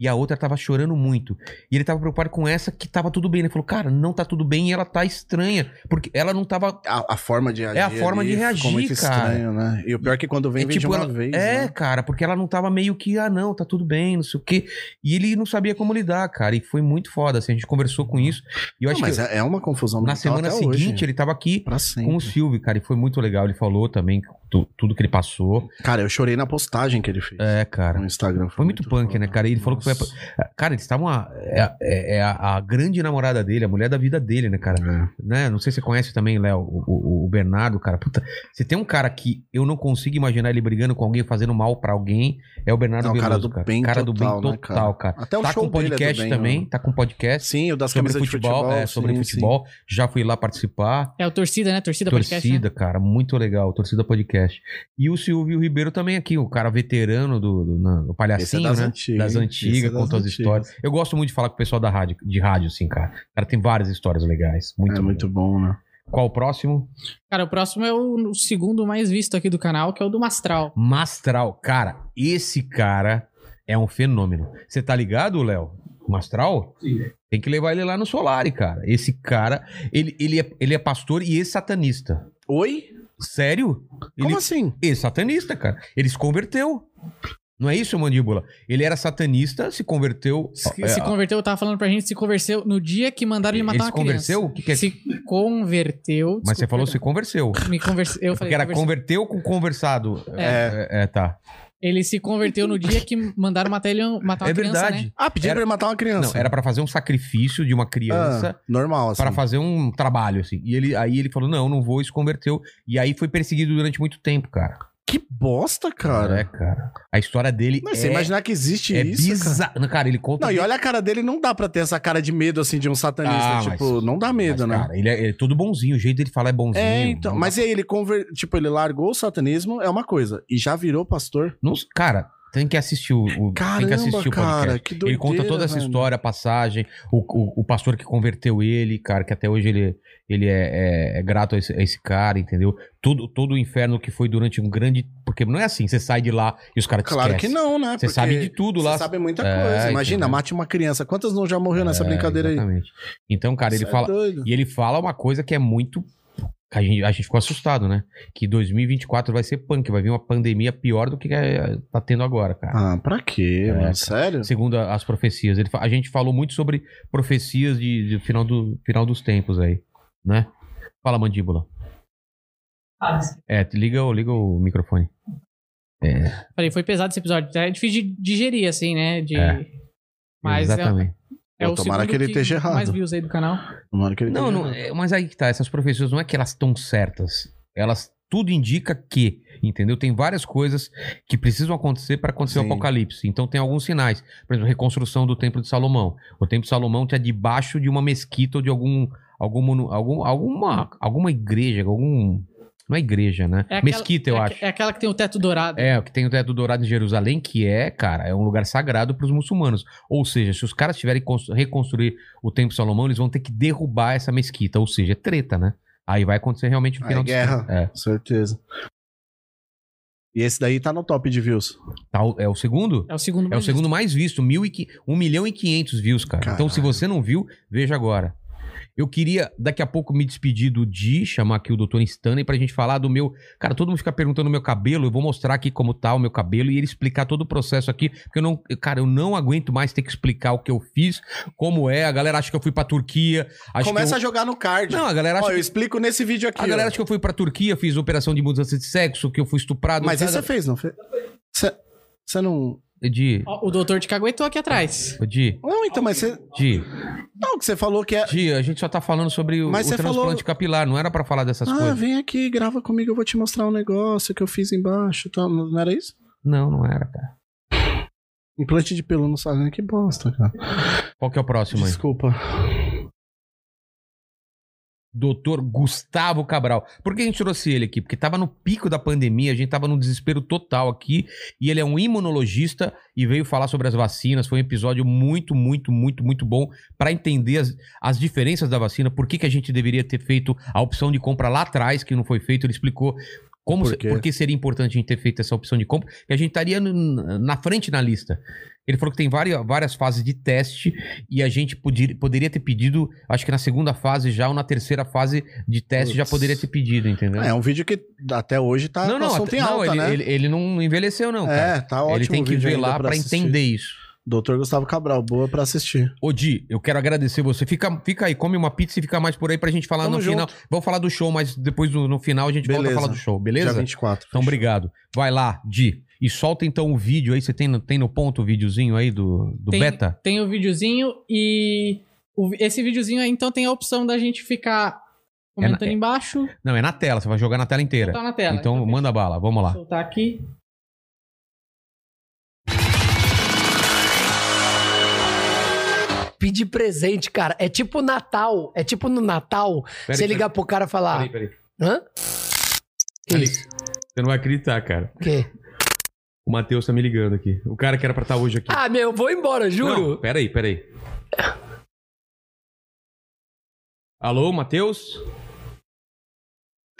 S2: E a outra tava chorando muito. E ele tava preocupado com essa que tava tudo bem. Ele falou, cara, não tá tudo bem e ela tá estranha. Porque ela não tava. É
S5: A, a forma de reagir.
S2: a forma de
S5: ficou
S2: reagir,
S5: muito
S2: cara.
S5: estranho, né? E o pior é que quando vem,
S2: É
S5: vem
S2: tipo,
S5: de uma
S2: ela-
S5: vez.
S2: é,
S5: né?
S2: cara, porque ela não tava meio que, ah, não, tá tudo bem, não sei o quê. E ele não sabia como lidar, cara. E foi muito foda, assim, a gente conversou com isso. E eu
S5: Não,
S2: acho
S5: mas
S2: que
S5: é é uma confusão
S2: na
S5: mental
S2: semana
S5: até
S2: seguinte
S5: hoje.
S2: ele tava aqui
S5: Pra
S2: com
S5: sempre.
S2: o Silvio, cara, e foi muito legal. Ele falou também tu- tudo que ele passou.
S5: Cara, eu chorei na postagem que ele fez
S2: É, cara.
S5: no Instagram.
S2: Foi muito punk,
S5: foda.
S2: né, cara? E ele falou que foi a-
S5: Nossa.
S2: Cara, eles estavam. a- É, é- é a, a grande namorada dele, a mulher da vida dele, né, cara?
S5: É.
S2: Né? Não sei se você conhece também, Léo, o, o- o Bernardo, cara. Puta, se tem um cara que eu não consigo imaginar ele brigando com alguém, fazendo mal pra alguém, é o Bernardo
S5: É o cara
S2: Veloso,
S5: do bem
S2: cara
S5: total,
S2: do bem
S5: né, cara?
S2: total, cara.
S5: Até o
S2: tá
S5: show
S2: com
S5: dele
S2: podcast
S5: é do bem,
S2: também,
S5: né?
S2: tá com podcast
S5: Sim, o das
S2: sobre
S5: camisas
S2: futebol,
S5: de futebol.
S2: é, sobre
S5: sim,
S2: futebol. Já fui lá participar.
S3: É o Torcida, né? Torcida,
S2: Torcida,
S3: Podcast. né?
S2: cara, muito legal, torcida podcast. E o Silvio Ribeiro também aqui, o cara veterano do, do, na- do
S5: sim. Esse é
S2: palhacinho,
S5: das
S2: né?
S5: antigas.
S2: das
S5: hein?
S2: antigas,
S5: Esse é das
S2: contou as
S5: antigas.
S2: histórias. Eu gosto muito de falar com o pessoal da rádio, de rádio, assim, cara. Cara, tem várias histórias legais. Muito,
S5: é muito bom, né?
S2: Qual o próximo?
S3: Cara, o próximo é o, o segundo mais visto aqui do canal, que é o do Mastral.
S2: Mastral. Cara, esse cara é um fenômeno. Você tá ligado, Léo? Mastral?
S7: Sim.
S2: Tem que levar ele lá no Solari, cara. Esse cara, ele, ele, é, ele é pastor e ex-satanista.
S5: Oi?
S2: Sério? Ele
S5: Como assim?
S2: ex-satanista, cara. Ele se converteu. Não é isso, mandíbula? Ele era satanista, se converteu.
S3: Se,
S2: É,
S3: se converteu, eu tava falando pra gente, se converteu no dia que mandaram ele matar
S2: Ele se
S3: uma criança.
S2: converteu? O que que é-
S3: Se converteu.
S2: Mas você
S3: desculpa,
S2: falou
S3: perdão.
S2: se converteu.
S3: Me converse... Eu falei,
S2: Porque era
S3: conversei.
S2: converteu com conversado.
S3: É.
S2: é, é, tá.
S3: Ele se converteu no dia que mandaram matar ele, matar uma
S2: é
S3: criança,
S2: verdade.
S3: né?
S5: Ah, pediram
S2: Era-
S5: pra ele matar uma
S2: Não,
S5: criança.
S2: era pra fazer um sacrifício de uma criança
S5: Ah, normal, assim.
S2: pra fazer um trabalho assim. E ele aí ele falou: "Não, não vou", e se converteu. E aí foi perseguido durante muito tempo, cara.
S5: Que bosta, cara.
S2: é, cara. A história dele
S5: Não,
S2: é,
S5: você imaginar que existe
S2: é
S5: isso, cara.
S2: bizarra. Cara. ele conta
S5: Não, e olha a cara dele, não dá pra ter essa cara de medo, assim, de um satanista.
S2: Ah,
S5: tipo,
S2: mas-
S5: não dá
S2: Mas,
S5: medo, né?
S2: Cara, ele é, ele é todo bonzinho, o jeito dele falar é bonzinho.
S5: é, então.
S2: Não-
S5: Mas e aí, ele conver... tipo, ele largou o satanismo, é uma coisa. E já virou pastor.
S2: não- cara, tem que assistir o, o- tem que
S5: Caramba,
S2: assistir o podcast.
S5: cara, que doideira,
S2: Ele conta toda essa
S5: velho.
S2: história, a passagem, o, o, o pastor que converteu ele, cara, que até hoje ele, ele é, é- é grato a esse, a esse cara, entendeu? Todo, todo o inferno que foi durante um grande. Porque não é assim, você sai de lá e os caras te
S5: Claro
S2: esquecem.
S5: que não, né?
S2: Você sabe de tudo lá.
S5: Você sabe muita
S2: É,
S5: coisa. Imagina,
S2: entendeu?
S5: mate uma criança. Quantas não já morreu nessa brincadeira aí?
S2: É,
S5: Ah,
S2: Exatamente. Então, cara, ele
S5: Cê é
S2: fala.
S5: doido.
S2: E ele fala uma coisa que é muito. A gente, a gente ficou assustado, né? Que 2024 vai ser punk, vai vir uma pandemia pior do que é, tá tendo agora, cara.
S5: Ah, pra quê,
S2: É, cara.
S5: mano? Sério?
S2: segundo a- as profecias. Ele fa- a gente falou muito sobre profecias de, de final, do, final dos tempos aí, né? Fala, mandíbula.
S7: Ah,
S2: É, liga o, liga o microfone. É,
S3: Falei, foi pesado esse episódio. É difícil de digerir, assim, né? De...
S2: É.
S3: Mas é-
S2: exatamente.
S3: é
S5: Pô, tomara
S3: segundo
S5: que ele esteja errado.
S3: mais views aí do canal.
S5: Tomara que ele
S2: Não,
S5: tenha-
S2: não, é, mas aí que tá, essas profecias não é que elas estão certas. Elas tudo indica que, entendeu? Tem várias coisas que precisam acontecer para acontecer o
S5: Sim.
S2: apocalipse. Então tem alguns sinais. Por exemplo, reconstrução do Templo de Salomão. O Templo de Salomão está debaixo de uma mesquita ou de algum, algum, monu- algum alguma alguma igreja, algum não é igreja, né?
S3: É aquela-
S2: mesquita, eu
S3: é,
S2: acho.
S3: É aquela que tem o teto dourado.
S2: É, o que tem o teto dourado em Jerusalém, que é, cara, é um lugar sagrado para os muçulmanos. Ou seja, se os caras tiverem que cons- reconstruir o Templo de Salomão, eles vão ter que derrubar essa mesquita. Ou seja, é treta, né? Aí vai acontecer realmente o
S5: Aí
S2: final dos
S5: guerra.
S2: tempos. É,
S5: Com certeza. E esse daí tá no top de views.
S2: Tá o- é o segundo?
S3: É o segundo
S2: É o
S3: mais
S2: segundo mais visto, 1 milhão e 500 views, cara. Então, se você não viu, veja agora. Eu queria, daqui a pouco, me despedir do Di, chamar aqui o Dr. Stanley pra gente falar do meu... Cara, todo mundo fica perguntando o meu cabelo, eu vou mostrar aqui como tá o meu cabelo e ele explicar todo o processo aqui, porque eu não... eu- Cara, eu não aguento mais ter que explicar o que eu fiz, como é, a galera acha que eu fui pra Turquia, acha
S5: Começa a
S2: que
S5: jogar no card.
S2: eu... Não, a galera acha
S5: Ó,
S2: que...
S5: eu explico nesse vídeo aqui.
S2: A
S5: ó.
S2: galera acha que eu fui pra Turquia, fiz operação de mudança de sexo, que tá eu fui estuprado.
S5: Mas esse
S2: sabe?
S5: você fez, não fez? Você você não...
S2: Di,
S3: Ó, O doutor te caguetou aqui atrás.
S2: Di,
S5: Não, então, mas você...
S2: Di...
S5: Não, que você falou que é...
S2: Tia, a gente só tá falando sobre o,
S5: Mas
S2: o
S5: você
S2: transplante
S5: falou-
S2: capilar, não era pra falar dessas
S5: Ah,
S2: coisas.
S5: vem aqui, grava comigo, eu vou te mostrar um negócio que eu fiz embaixo. Tá? Não não era isso?
S2: Não, não era, cara.
S5: Implante de pelo no salão, que bosta, cara.
S2: Qual que é o próximo aí?
S5: Desculpa.
S2: Doutor Gustavo Cabral. Por que a gente trouxe ele aqui? Porque tava no pico da pandemia, a gente tava num desespero total aqui, e ele é um imunologista e veio falar sobre as vacinas. Foi um episódio muito, muito, muito, muito bom pra entender as, as diferenças da vacina, por que, que a gente deveria ter feito a opção de compra lá atrás, que não foi feito, ele explicou. Como,
S5: Por
S2: se-
S5: quê?
S2: por que seria importante a gente ter feito essa opção de compra? Que a gente estaria n- na frente na lista. Ele falou que tem várias, várias fases de teste e a gente podir- poderia ter pedido, acho que na segunda fase já ou na terceira fase de teste já
S5: Putz.
S2: poderia ter pedido, entendeu?
S5: É um vídeo que até hoje tá
S2: não,
S5: com
S2: não,
S5: assunto
S2: até-
S5: em
S2: não,
S5: alta,
S2: ele,
S5: né?
S2: ele, ele não envelheceu não, cara.
S5: é, tá ótimo
S2: ele tem
S5: o
S2: que
S5: vídeo
S2: ver
S5: ainda
S2: lá pra
S5: assistir.
S2: entender isso.
S5: Doutor Gustavo Cabral, boa pra assistir.
S2: Ô, Di, eu quero agradecer você. Fica, fica aí, come uma pizza e fica mais por aí pra gente falar
S5: Tamo
S2: no
S5: junto.
S2: final. Vamos falar do show, mas depois no, no final a gente volta
S5: Beleza.
S2: a falar do show,
S5: Dia
S2: beleza?
S5: 24.
S2: Então, obrigado. Vai lá, Di. E solta então o vídeo aí. Você tem, no- tem no ponto o videozinho aí do, do
S3: Tem-
S2: beta?
S3: Tem o videozinho e. o- esse videozinho aí, então, tem a opção da gente ficar comentando
S2: É na-
S3: embaixo.
S2: Não, é na tela. Você vai jogar na tela inteira.
S3: Tá na tela.
S2: então, manda bala. Vamos lá.
S3: Vou soltar aqui.
S9: pedir presente, cara. É tipo Natal. É tipo no Natal,
S2: Peraí,
S9: você ligar pro cara e falar.
S2: peraí, peraí.
S9: Hã? Que
S2: Peraí.
S9: isso?
S2: Você não vai acreditar, cara.
S9: O quê?
S2: O Matheus tá me ligando aqui. O cara que era pra estar hoje aqui.
S9: Ah, meu, eu vou embora,
S2: Não,
S9: juro.
S2: peraí, peraí. Alô, Matheus?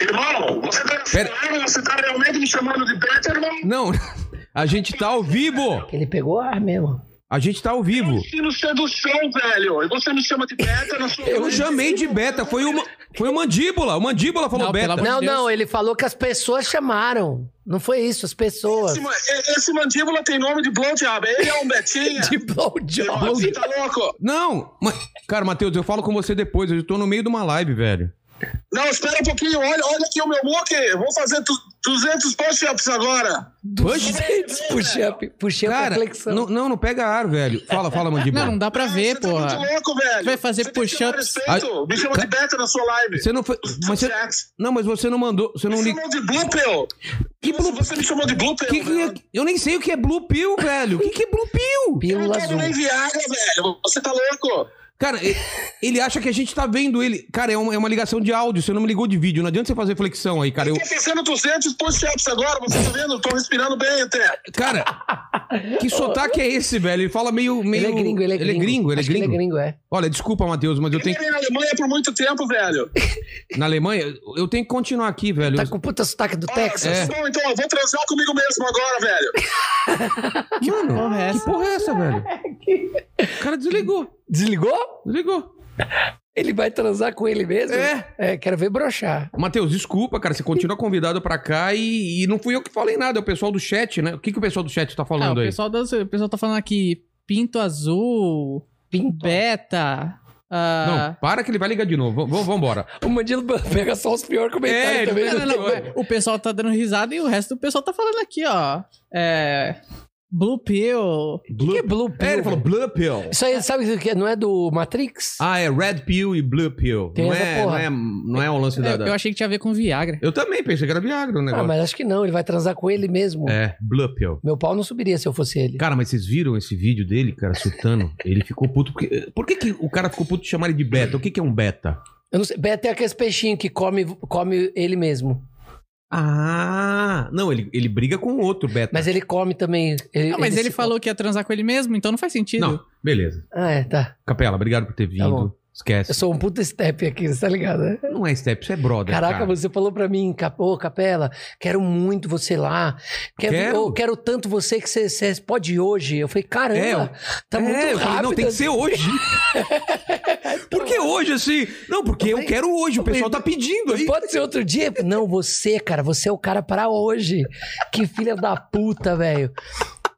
S10: Irmão, você tá
S2: Pera-
S10: ensinando, você tá realmente me chamando de Pet, irmão?
S2: Não, a gente tá ao vivo.
S9: Ele pegou ar mesmo.
S2: A gente tá ao vivo.
S10: Eu ensino ser do chão, velho. E você me chama de Pet, eu não sou.
S2: Eu chamei de beta, foi uma foi o mandíbula, o mandíbula falou
S3: Não,
S2: beta.
S3: pelo amor-
S9: Não,
S3: Deus.
S9: não, ele falou que as pessoas chamaram. Não foi isso, as pessoas.
S10: Esse, ma- e- é, esse mandíbula tem nome de Blowjob. Ele é um Betinha.
S9: De blowjob.
S10: Irmão, Você tá louco?
S2: Não, mas, cara, Matheus, eu falo com você depois, eu tô no meio de uma live, velho.
S10: Não, espera um pouquinho. Olha, olha aqui o meu book. Vou fazer tu, 200 push-ups agora.
S9: Puxa, puxa a
S2: Cara,
S9: flexão.
S2: não, não, não pega ar, velho. Fala, fala, mandíbula.
S3: Não, não dá pra ver,
S10: Você
S3: porra.
S10: tá muito louco, velho.
S3: Vai fazer
S10: Você tem que ter mais
S3: push-ups.
S10: respeito. Me chama de Beta na sua live.
S2: Você não foi, mas você,
S10: Jax.
S2: não, mas você não mandou, você não
S10: Me
S2: ligou.
S10: chamou de Blue Pill.
S2: Que blue,
S10: Você me chamou de Blue Pill.
S2: que, que
S10: velho.
S2: é- eu nem sei o que é blue pill, velho. O que, que é blue pill?
S10: Eu
S9: Pílula
S10: não tomo
S9: azul.
S10: nem Viagra, é velho. Você tá louco?
S2: Cara, e- ele acha que a gente tá vendo ele. Cara, é uma, é uma ligação de áudio, você não me ligou de vídeo. Não adianta você fazer flexão aí, cara. Eu,
S10: Eu tô fazendo 200 push-ups agora, você tá vendo? Eu tô respirando bem até.
S2: cara, que sotaque é esse, velho? Ele fala meio. meio
S9: Ele é gringo, ele é gringo.
S2: Ele é gringo, ele é
S9: Acho que
S2: gringo.
S9: é.
S2: Olha, desculpa, Matheus, mas eu
S10: Eu
S2: tenho.
S10: morei é na Alemanha por muito tempo, velho.
S2: Na Alemanha, eu tenho que continuar aqui, velho.
S9: Tá com puta sotaque do
S10: Ah,
S9: Texas?
S2: É.
S10: Bom, então eu vou transar comigo mesmo agora, velho.
S2: Mano,
S3: porra é
S2: que
S3: essa?
S2: porra é essa, velho? O cara desligou.
S9: Desligou?
S2: Desligou.
S9: Ele vai transar com ele mesmo?
S2: É.
S9: É, quero ver brochar.
S2: Matheus, desculpa, cara. Você continua convidado pra cá e, e não fui eu que falei nada. É o pessoal do chat, né? O que, que o pessoal do chat
S3: Ah,
S2: tá
S3: o
S2: falando aí?
S3: pessoal, das- o pessoal tá falando aqui pinto azul,
S9: Pinto.
S3: beta.
S2: Não,
S6: Ah,
S2: para que ele vai ligar de novo. Vamos embora.
S9: O Mandilo pega só os piores comentários
S2: É,
S9: também. né?
S2: ele-
S9: do
S6: não, não, não,
S9: pior.
S6: mas O pessoal tá dando risada e o resto do pessoal tá falando aqui, ó. É. Blue Pill.
S9: O que é Blue Pill?
S2: É, ele falou
S9: velho?
S2: Blue Pill.
S9: Isso aí, sabe o que é? Não é do Matrix?
S2: Ah, é Red Pill e Blue Pill.
S9: Tem
S2: Não
S9: essa
S2: é, não,
S9: porra.
S2: é, não é um lance da...
S6: Eu,
S2: da-
S6: eu achei que tinha a ver com Viagra.
S2: Eu também pensei que era Viagra o
S9: Ah,
S2: negócio.
S9: mas acho que não. Ele vai transar com ele mesmo.
S2: É, Blue Pill.
S9: Meu pau não subiria se eu fosse ele.
S2: Cara, mas vocês viram esse vídeo dele, cara, surtando? Ele ficou puto. Porque... Por que, que o cara ficou puto de chamar ele de beta? O que, que é um beta?
S9: Eu não sei. Beto é aqueles peixinhos que come, come ele mesmo.
S2: Ah, não, ele, ele briga com outro beta.
S9: Mas ele come também.
S6: Não, Ah, mas ele
S9: se-
S6: falou que ia transar com ele mesmo, então não faz sentido.
S2: Não, beleza.
S9: Ah, é, tá.
S2: Capela, obrigado por ter vindo.
S9: bom.
S2: Esquece.
S9: Eu sou um puta step aqui, você tá ligado? né?
S2: Não é step, isso é brother.
S9: Caraca,
S2: cara.
S9: você falou pra mim, Cap- ô Capela, quero muito você lá. Quero,
S2: Quero.
S9: eu quero tanto você que você, você pode ir hoje. Eu falei, caramba, tá
S2: é,
S9: muito
S2: eu
S9: rápido.
S2: falei, não, tem que ser hoje.
S9: tá
S2: Por que hoje, assim? Não, porque eu quero hoje, o pessoal tá pedindo aí.
S9: Pode ser outro dia? Não, você, cara, você é o cara pra hoje. Que filha da puta, velho.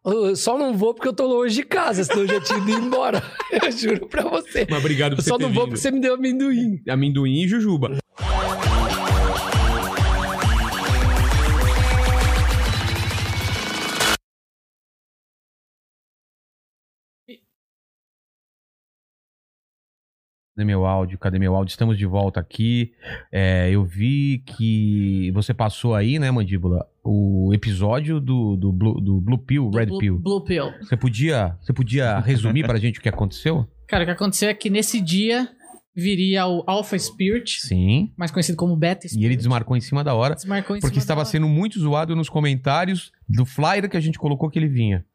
S9: Eu só não vou porque eu tô longe de casa, senão eu já tinha ido embora. Eu juro pra você.
S2: Mas obrigado
S9: Eu
S2: por
S9: só
S2: ter
S9: não vou
S2: vindo.
S9: porque você me deu amendoim.
S2: Amendoim e jujuba. Cadê meu áudio? Cadê meu áudio? Estamos de volta aqui. É, eu vi que você passou aí, né, Mandíbula, o episódio do, do, Blue, do Blue Pill, Red
S6: Blue,
S2: Pill.
S6: Blue Pill.
S2: Você podia, você podia resumir pra gente o que aconteceu?
S6: Cara, o que aconteceu é que nesse dia viria o Alpha Spirit,
S2: Sim.
S6: mais conhecido como Beta Spirit.
S2: E ele desmarcou em cima da hora.
S6: desmarcou em
S2: Porque
S6: cima
S2: estava
S6: da-
S2: sendo muito zoado nos comentários do flyer que a gente colocou que ele vinha.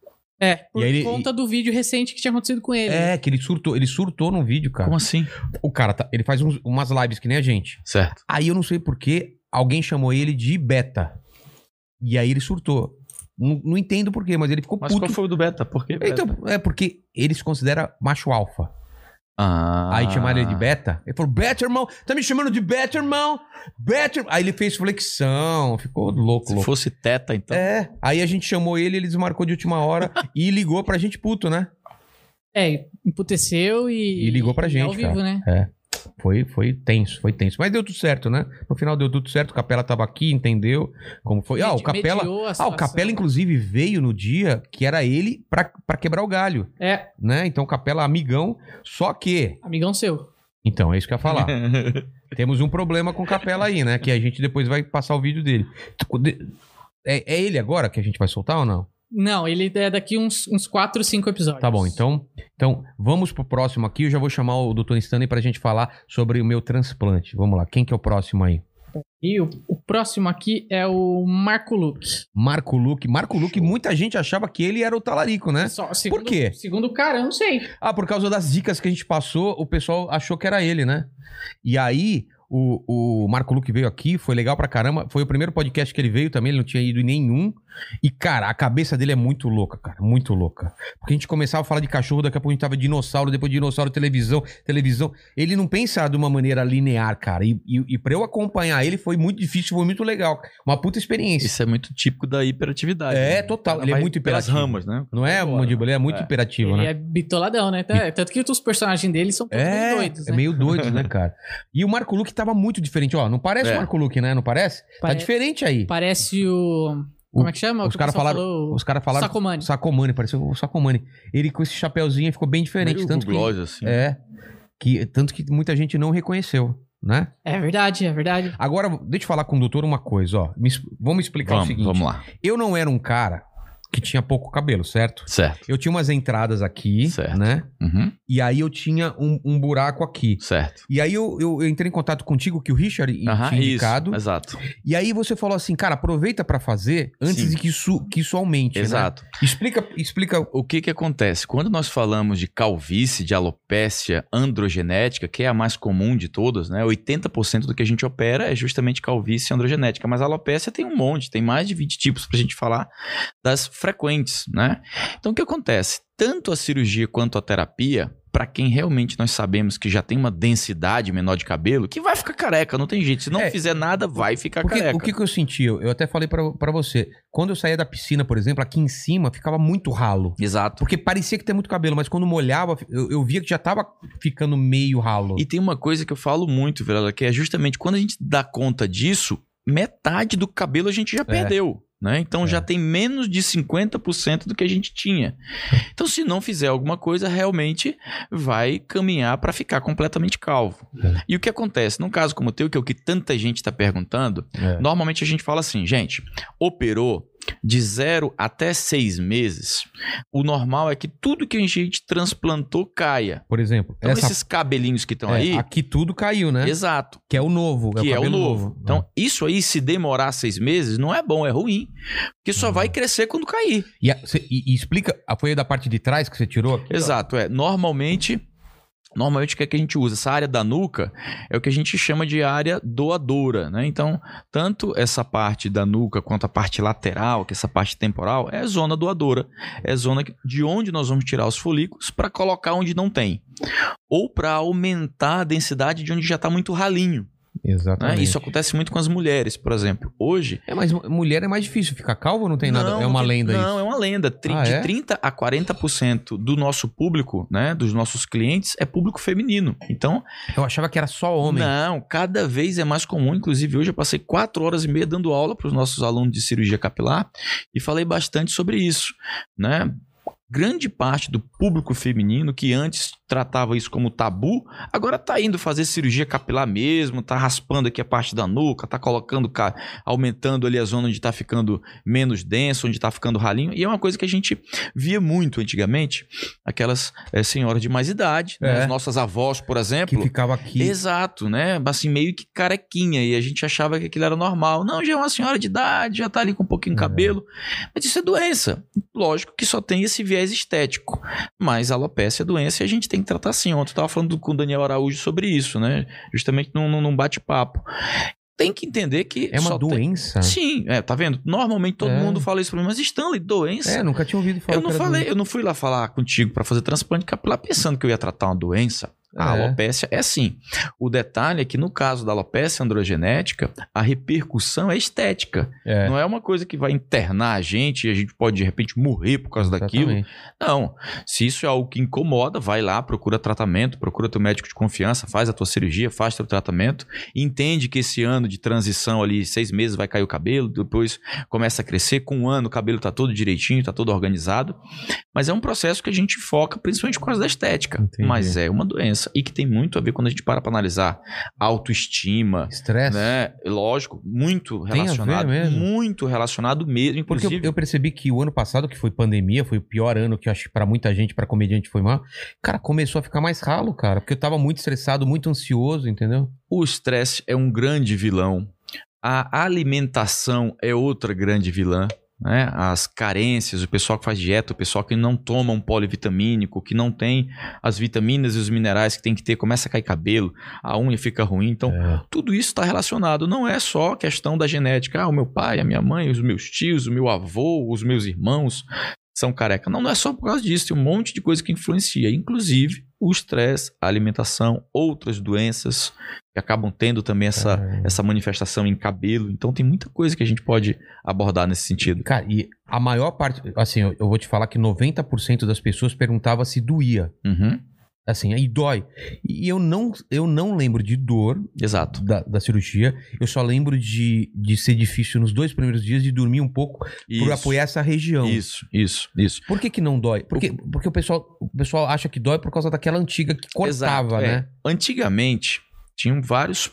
S6: É, por
S2: E aí ele-
S6: conta do vídeo recente que tinha acontecido com ele.
S2: É, que ele surtou, ele surtou num vídeo, cara.
S11: Como assim?
S2: O cara, tá- ele faz uns- umas lives que nem a gente.
S11: Certo.
S2: Aí eu não sei porquê, alguém chamou ele de beta. E aí ele surtou. Não, não entendo porquê, mas ele ficou
S11: Mas
S2: puto.
S11: qual foi o do beta? Por que beta?
S2: Então, é porque ele se considera macho alfa.
S11: Ah.
S2: Aí chamaram ele de beta. Ele falou, beta, irmão. Tá me chamando de beta, irmão. Beta. Aí ele fez flexão. Ficou louco,
S11: Se
S2: louco.
S11: fosse teta, então.
S2: É, aí a gente chamou ele, ele desmarcou de última hora e ligou pra gente puto, né?
S6: É, emputeceu e.
S2: E ligou pra gente,
S6: Ao vivo,
S2: cara. É.
S6: né?
S2: Foi, foi tenso, foi tenso. Mas deu tudo certo, né? No final deu tudo certo, o Capela tava aqui, entendeu como foi. Ah, o
S6: Medi-
S2: Capela...
S6: mediou a
S2: Ah, o
S6: situação.
S2: Capela, inclusive, veio no dia que era ele pra, pra quebrar o galho,
S6: É,
S2: né? Então, o Capela, amigão, só que...
S6: amigão seu.
S2: Então, é isso que eu ia falar. Temos um problema com o Capela aí, né? Que a gente depois vai passar o vídeo dele. É, é ele agora que a gente vai soltar ou não?
S6: Não, ele é daqui uns, uns 4, 5 episódios.
S2: Tá bom, então, então vamos pro próximo aqui. Eu já vou chamar o Dr. Stanley pra gente falar sobre o meu transplante. Vamos lá, quem que é o próximo aí?
S6: E o, o próximo aqui é o Marco Luke.
S2: Marco Luque. Marco Luque, muita gente achava que ele era o talarico, né?
S6: Só, segundo,
S2: quê?
S6: Segundo o cara, eu não sei.
S2: Ah, por causa das dicas que a gente passou, o pessoal achou que era ele, né? E aí, o, o Marco Luque veio aqui, foi legal pra caramba. Foi o primeiro podcast que ele veio também, ele não tinha ido em nenhum. E, cara, a cabeça dele é muito louca, cara, muito louca. Porque a gente começava a falar de cachorro, daqui a pouco a gente tava dinossauro, depois dinossauro, televisão, televisão. Ele não pensa de uma maneira linear, cara. E, e, e pra eu acompanhar ele foi muito difícil, foi muito legal. Uma puta experiência.
S11: Isso é muito típico da hiperatividade.
S2: É,
S11: né?
S2: total.
S11: Ela
S2: Ele é
S11: vai
S2: muito
S11: pelas
S2: hiperativo.
S11: ramas, né?
S2: Não é,
S11: Agora.
S2: Mandíbula? Ele é muito
S11: É.
S2: imperativo,
S6: Ele
S2: né?
S6: é bitoladão, né?
S3: é,
S6: Tá- Tanto que os personagens dele são todos meio
S2: É,
S6: doidos,
S2: é
S6: né?
S2: meio doido, né, cara? E o Marco Luque tava muito diferente, ó. Não parece
S11: É.
S2: o Marco Luque, né? Não parece? Tá
S6: Pare-
S2: diferente aí.
S6: Parece o. Como é que chama? O
S2: Os
S6: que o
S2: caras
S6: pessoal
S2: falaram,
S6: falou?
S2: os caras falaram
S6: Sacomani.
S2: Sacomani, pareceu o Sacomani. Ele com esse chapéuzinho ficou bem diferente,
S11: Meio
S2: tanto que
S11: Googlose, assim.
S2: é que tanto que muita gente não reconheceu, né?
S6: É verdade, é verdade.
S2: Agora, deixa eu falar com o doutor uma coisa, ó. Me es- vamos explicar o
S11: Vamos,
S2: seguinte.
S11: vamos lá.
S2: Eu não era um cara que tinha pouco cabelo, certo?
S11: Certo.
S2: Eu tinha umas entradas aqui,
S11: Certo.
S2: né?
S11: Uhum.
S2: E aí eu tinha um- um buraco aqui.
S11: Certo.
S2: E aí eu, eu- eu entrei em contato contigo, que o Richard
S11: Aham,
S2: tinha
S11: isso,
S2: indicado.
S11: Exato.
S2: E aí você falou assim, cara, aproveita pra fazer antes
S11: Sim.
S2: de que isso, que isso aumente. né?
S11: Exato.
S2: Explica, explica.
S11: O que que acontece? Quando nós falamos de calvície, de alopécia androgenética, que é a mais comum de todas, né? 80% do que a gente opera é justamente calvície androgenética, mas a alopécia tem um monte, tem mais de 20 tipos pra gente falar das frequentes, né? Então o que acontece? Tanto a cirurgia quanto a terapia para quem realmente nós sabemos que já tem uma densidade menor de cabelo, que vai ficar careca, não tem jeito. Se não
S2: É.
S11: fizer nada, vai ficar
S2: Porque
S11: careca.
S2: o que, que eu senti? Eu eu até falei pra pra você. Quando eu saía da piscina, por exemplo, aqui em cima ficava muito ralo.
S11: Exato.
S2: Porque parecia que tem muito cabelo, mas quando molhava, eu, eu via que já tava ficando meio ralo.
S11: E tem uma coisa que eu falo muito, Vilela, que é justamente quando a gente dá conta disso, metade do cabelo a
S2: É.
S11: gente já perdeu. Né? Então já tem menos de 50% do que a gente tinha. Então, se não fizer alguma coisa, realmente vai caminhar para ficar completamente calvo.
S2: É.
S11: E o que acontece? Num caso como o teu, que é o que tanta gente está perguntando,
S2: É.
S11: normalmente a gente fala assim, gente, operou de zero até seis meses, o normal é que tudo que a gente transplantou caia.
S2: Por exemplo,
S11: Então,
S2: essa-
S11: esses cabelinhos que estão
S2: é,
S11: aí.
S2: aqui tudo caiu, né?
S11: Exato.
S2: Que é o novo. né?
S11: Que é o
S2: cabelo
S11: novo. Então, isso aí, se demorar seis meses, não é bom, é ruim. Porque só vai crescer quando cair.
S2: Uhum. E, a- cê- e- e explica, a- foi da parte de trás que você tirou? aqui, ó?
S11: Exato, é. Normalmente. Normalmente o que, é que a gente usa? Essa área da nuca é o que a gente chama de área doadora, né? Então, tanto essa parte da nuca quanto a parte lateral, que é essa parte temporal, é zona doadora. É zona que- de onde nós vamos tirar os folículos para colocar onde não tem. Ou para aumentar a densidade de onde já está muito ralinho. né?
S2: É, Exatamente.
S11: Isso acontece muito com as mulheres, por exemplo. Hoje,
S2: É, mas mu- mulher é mais difícil ficar calvo ou não tem nada?
S11: não,
S2: É uma
S11: não tem-
S2: lenda
S11: não,
S2: isso.
S11: é uma lenda. Tri-
S2: Ah,
S11: de
S2: é?
S11: 30 a 40% do nosso público, né, dos nossos clientes, é público feminino. Então,
S2: Eu achava que era só homem.
S11: não, cada vez é mais comum. Inclusive, hoje eu passei 4 horas e meia dando aula para os nossos alunos de cirurgia capilar e falei bastante sobre isso, né? Grande parte do público feminino que antes tratava isso como tabu, agora tá indo fazer cirurgia capilar mesmo, tá raspando aqui a parte da nuca, tá colocando, ca- aumentando ali a zona onde tá ficando menos denso, onde tá ficando ralinho. E é uma coisa que a gente via muito antigamente, aquelas eh, senhoras de mais idade, né?
S2: É.
S11: as nossas avós, por exemplo.
S2: Que ficava aqui.
S11: Exato, né? Assim, meio que carequinha. E a gente achava que aquilo era normal. Não, já é uma senhora de idade, já tá ali com um pouquinho
S2: É.
S11: de cabelo. Mas isso é doença. Lógico que só tem esse viés estético. Mas a alopecia é doença e a gente tem que tratar assim. Ontem eu tava falando com o Daniel Araújo sobre isso, né? Justamente num, num- num bate-papo. Tem que entender que.
S2: é uma
S11: só tem-
S2: doença?
S11: Sim, é, tá vendo? Normalmente todo
S2: É.
S11: mundo fala isso pra mim, mas Stanley, doença.
S2: É, nunca tinha ouvido falar.
S11: Eu
S2: que
S11: não
S2: era
S11: falei,
S2: doença.
S11: eu não fui lá falar contigo pra fazer transplante capilar pensando que eu ia tratar uma doença. A
S2: É.
S11: alopecia é sim. O detalhe é que no caso da alopecia androgenética, a repercussão é estética.
S2: É.
S11: Não é uma coisa que vai internar a gente e a gente pode de repente morrer por causa daquilo.
S2: Exatamente.
S11: Não. Se isso é algo que incomoda, vai lá, procura tratamento, procura teu médico de confiança, faz a tua cirurgia, faz teu tratamento. Entende que esse ano de transição ali, seis meses vai cair o cabelo, depois começa a crescer. Com um ano o cabelo tá todo direitinho, tá todo organizado. Mas é um processo que a gente foca principalmente por causa da estética.
S2: Entendi.
S11: Mas é uma doença e que tem muito a ver quando a gente para pra analisar autoestima,
S2: Estresse.
S11: né? Lógico, muito
S2: Tem a ver
S11: relacionado.
S2: mesmo.
S11: Muito relacionado mesmo.
S2: Porque eu,
S11: Inclusive,
S2: eu percebi que o ano passado, que foi pandemia, foi o pior ano que eu acho que pra muita gente, pra comediante foi mal. Cara, começou a ficar mais ralo, cara. Porque eu tava muito estressado, muito ansioso, entendeu?
S11: O estresse é um grande vilão. A alimentação é outra grande vilã. Né? As carências, o pessoal que faz dieta, o pessoal que não toma um polivitamínico, que não tem as vitaminas e os minerais que tem que ter, começa a cair cabelo, a unha fica ruim. Então, tudo isso está relacionado. Não é só questão da genética. Ah, o meu pai, a minha mãe, os meus tios, o meu avô, os meus irmãos são careca. Não, não é só por causa disso. Tem um monte de coisa que influencia, inclusive o estresse, a alimentação, outras doenças que acabam tendo também essa, essa manifestação em cabelo. Então tem muita coisa que a gente pode abordar nesse sentido.
S2: Cara, e a maior parte, assim, eu, eu vou te falar que 90% das pessoas perguntava se doía.
S11: Uhum,
S2: Assim, aí dói. E eu não, eu não lembro de dor
S11: Exato.
S2: da, da cirurgia, eu só lembro de, de ser difícil nos dois primeiros dias, de dormir um pouco por apoiar essa região.
S11: Isso, isso, isso.
S2: Por que, que não dói? Porque, porque o, pessoal, o pessoal acha que dói por causa daquela antiga que cortava,
S11: Exato, é.
S2: né?
S11: Antigamente, tinham vários.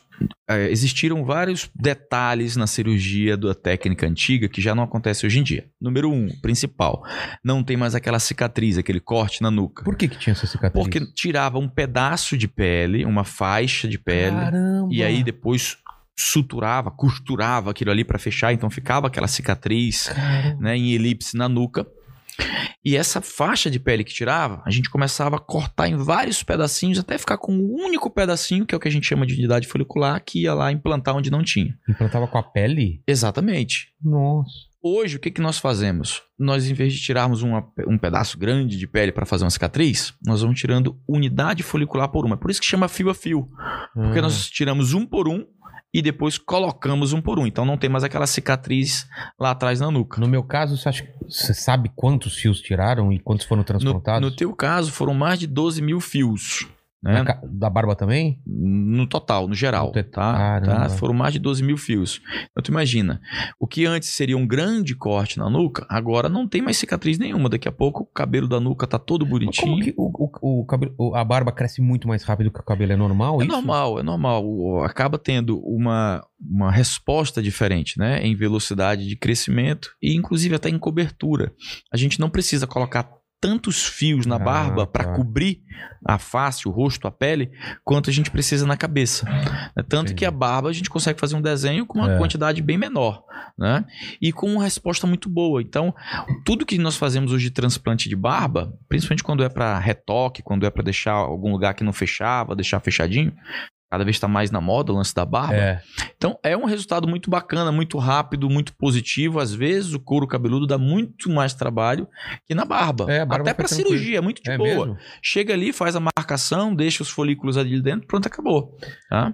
S11: eh, existiram vários detalhes na cirurgia da técnica antiga que já não acontece hoje em dia. Número um, principal, não tem mais aquela cicatriz, aquele corte na nuca.
S2: Por que, que tinha essa cicatriz?
S11: Porque tirava um pedaço de pele, uma faixa de pele,
S2: Caramba.
S11: e aí depois suturava, costurava aquilo ali para fechar, então ficava aquela cicatriz, né, em elipse na nuca. E essa faixa de pele que tirava, a gente começava a cortar em vários pedacinhos até ficar com um único pedacinho, que é o que a gente chama de unidade folicular, que ia lá implantar onde não tinha.
S2: Implantava com a pele?
S11: Exatamente.
S2: Nossa.
S11: Hoje, o que, que nós fazemos? Nós, em vez de tirarmos uma- um pedaço grande de pele para fazer uma cicatriz, nós vamos tirando unidade folicular por uma. É Por isso que chama fio a fio. Porque
S2: Ah.
S11: nós tiramos um por um e depois colocamos um por um. Então não tem mais aquela cicatriz lá atrás na nuca.
S2: No meu caso, você, acha- você sabe quantos fios tiraram e quantos foram transplantados?
S11: No teu caso, foram mais de 12 mil fios.
S2: Na
S11: Né?
S2: ca- Da barba também?
S11: No total, no geral. Tá?
S2: Caramba.
S11: Tá? Foram mais de 12 mil fios. Então tu imagina, o que antes seria um grande corte na nuca, agora não tem mais cicatriz nenhuma. Daqui a pouco o cabelo da nuca tá todo bonitinho.
S2: Como que o, o- o cabelo- o- a barba cresce muito mais rápido que o cabelo? É normal
S11: É
S2: isso?
S11: normal, é normal. O- Acaba tendo uma, uma resposta diferente, né? Em velocidade de crescimento e, inclusive, até em cobertura. A gente não precisa colocar tantos fios
S2: Ah,
S11: na barba para
S2: tá.
S11: cobrir a face, o rosto, a pele, quanto a gente precisa na cabeça. né? Tanto que a barba a gente consegue fazer um desenho com uma
S2: É.
S11: quantidade bem menor, né? E com uma resposta muito boa. Então, tudo que nós fazemos hoje de transplante de barba, principalmente quando é para retoque, quando é para deixar algum lugar que não fechava, deixar fechadinho, cada vez está mais na moda o lance da barba. Então, é um resultado muito bacana, muito rápido, muito positivo. Às vezes, o couro cabeludo dá muito mais trabalho que na barba.
S2: É, a barba
S11: Até
S2: fica
S11: para
S2: tranquila.
S11: cirurgia, é muito de
S2: É
S11: boa.
S2: mesmo?
S11: Chega ali, faz a marcação, deixa os folículos ali dentro, pronto, acabou.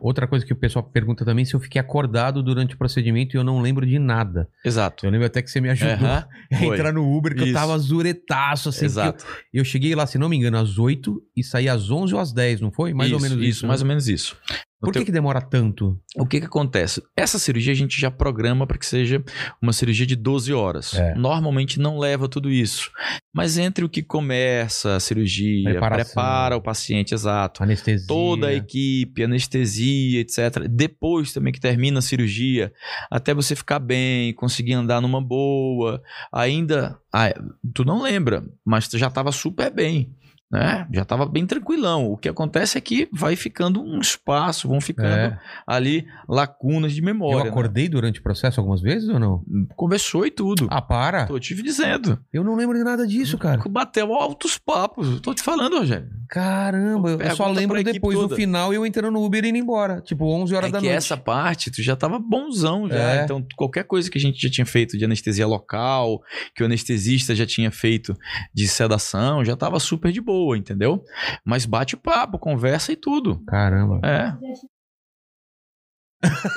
S2: Outra coisa que o pessoal pergunta também é se eu fiquei acordado durante o procedimento e eu não lembro de nada.
S11: Exato.
S2: Eu lembro até que você me ajudou
S11: Aham,
S2: a
S11: foi.
S2: entrar no Uber, que eu
S11: Isso.
S2: tava zuretaço, assim. que
S11: Exato.
S2: Eu, eu cheguei lá, se não me engano, às 8 e saí às 11 ou às 10, não foi? Mais ou
S11: Isso,
S2: menos isso. né?
S11: isso, mais ou menos isso. Então
S2: Por que, que demora tanto?
S11: O que, que acontece? Essa cirurgia a gente já programa para que seja uma cirurgia de 12 horas.
S2: É.
S11: Normalmente não leva tudo isso. Mas entre o que começa a cirurgia,
S2: Preparação.
S11: prepara o paciente, exato.
S2: Anestesia.
S11: Toda a equipe, anestesia, etc. Depois também que termina a cirurgia, até você ficar bem, conseguir andar numa boa. Ainda. ah, tu não lembra, mas tu já estava super bem. Né? Já estava bem tranquilão. O que acontece é que vai ficando um espaço, vão ficando
S2: É.
S11: ali lacunas de
S2: eu
S11: memória. né?
S2: acordei durante o processo algumas vezes ou não?
S11: Conversou e tudo.
S2: Ah, para.
S11: Tô te dizendo. Hum,
S2: Eu não lembro de nada disso, cara.
S11: Bateu altos papos. Tô te falando, Rogério.
S2: Caramba, eu
S11: Pergunta
S2: só
S11: É, pra
S2: lembro
S11: equipe
S2: depois, no
S11: toda.
S2: final, eu entrando no Uber e indo embora. Tipo, 11 horas
S11: é
S2: da
S11: que
S2: noite.
S11: essa parte tu já tava bonzão já.
S2: É.
S11: Então, qualquer coisa que a gente já tinha feito de anestesia local, que o anestesista já tinha feito de sedação, já tava super de boa, entendeu? Mas bate papo, conversa e tudo.
S2: Caramba.
S11: É.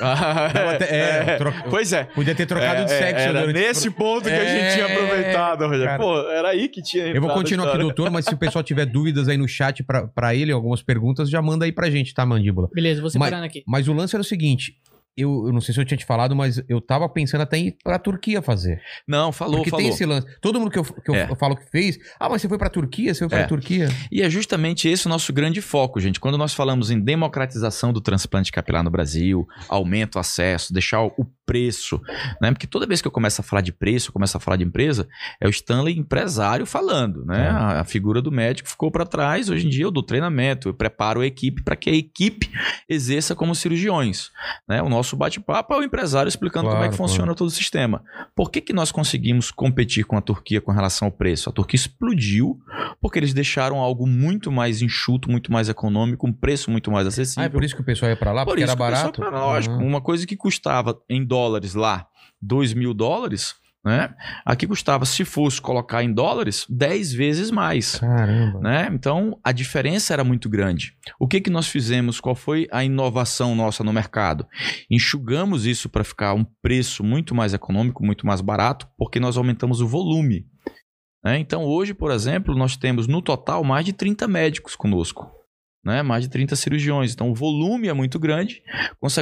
S11: Ah,
S2: Não, até- é,
S11: é.
S2: troca-
S11: Pois é.
S2: Podia ter trocado de sexo
S11: Era
S2: durante-
S11: nesse ponto que a gente tinha
S2: É,
S11: aproveitado,
S2: cara.
S11: Rogério. Pô, era aí que tinha.
S2: Eu vou
S11: entrado a
S2: continuar aqui,
S11: história.
S2: doutor, mas se o pessoal tiver dúvidas aí no chat pra, pra ele, algumas perguntas, já manda aí pra gente, tá, Mandíbula?
S3: Beleza, vou
S2: mas,
S3: separando aqui.
S2: Mas o lance era o seguinte, eu, eu não sei se eu tinha te falado, mas eu tava pensando até em ir pra Turquia fazer.
S11: Não, falou,
S2: Porque
S11: falou.
S2: tem esse lance. Todo mundo que eu, que eu, eu falo que fez, ah, mas você foi pra Turquia, você foi pra
S11: É.
S2: Turquia.
S11: E é justamente esse o nosso grande foco, gente. Quando nós falamos em democratização do transplante capilar no Brasil, aumento o acesso, deixar o preço, né? Porque toda vez que eu começo a falar de preço, eu começo a falar de empresa, é o Stanley empresário falando, né?
S2: É.
S11: A, a figura do médico ficou para trás. Hoje em dia eu dou treinamento, eu preparo a equipe para que a equipe exerça como cirurgiões, né? O nosso bate-papo é o empresário explicando como é
S2: Claro,
S11: que funciona
S2: claro.
S11: todo o sistema. Por que, que nós conseguimos competir com a Turquia com relação ao preço? A Turquia explodiu porque eles deixaram algo muito mais enxuto, muito mais econômico, um preço muito mais acessível.
S2: Ah, é por isso que o pessoal ia pra lá,
S11: Por
S2: porque
S11: isso
S2: era
S11: que o pessoal
S2: barato?
S11: pra- lógico,
S2: Ah.
S11: uma coisa que custava em dólares lá 2 mil dólares, né? Aqui custava, se fosse colocar em dólares, 10 vezes mais.
S2: Caramba.
S11: Né? Então a diferença era muito grande. O que, que nós fizemos? Qual foi a inovação nossa no mercado? Enxugamos isso para ficar um preço muito mais econômico, muito mais barato, porque nós aumentamos o volume. né? Então hoje, por exemplo, nós temos no total mais de 30 médicos conosco. Né? Mais de 30 cirurgiões. Então o volume é muito grande,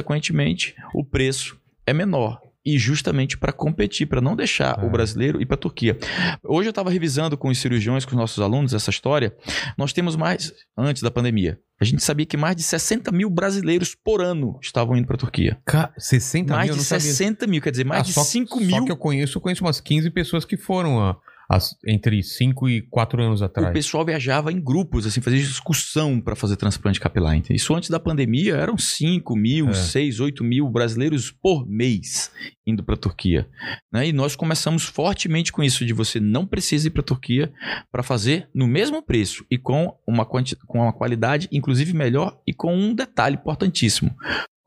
S11: consequentemente, o preço é menor. E justamente para competir, para não deixar
S2: É.
S11: o brasileiro ir para a Turquia. Hoje eu estava revisando com os cirurgiões, com os nossos alunos, essa história. Nós temos mais, antes da pandemia, a gente sabia que mais de 60 mil brasileiros por ano estavam indo para a Turquia.
S2: Ca- 60
S11: mais
S2: mil, eu
S11: de
S2: não sabia.
S11: 60 mil, quer dizer, mais
S2: Ah,
S11: de
S2: só-
S11: 5
S2: Só
S11: mil.
S2: que eu conheço, eu conheço umas 15 pessoas que foram a- as- entre 5 e 4 anos atrás.
S11: O pessoal viajava em grupos, assim, fazia discussão para fazer transplante capilar. entende? Isso antes da pandemia eram 5 mil,
S2: É.
S11: 6, 8 mil brasileiros por mês indo para a Turquia. né? E nós começamos fortemente com isso, de você não precisa ir para a Turquia para fazer no mesmo preço e com uma, quanti- com uma qualidade, inclusive melhor, e com um detalhe importantíssimo.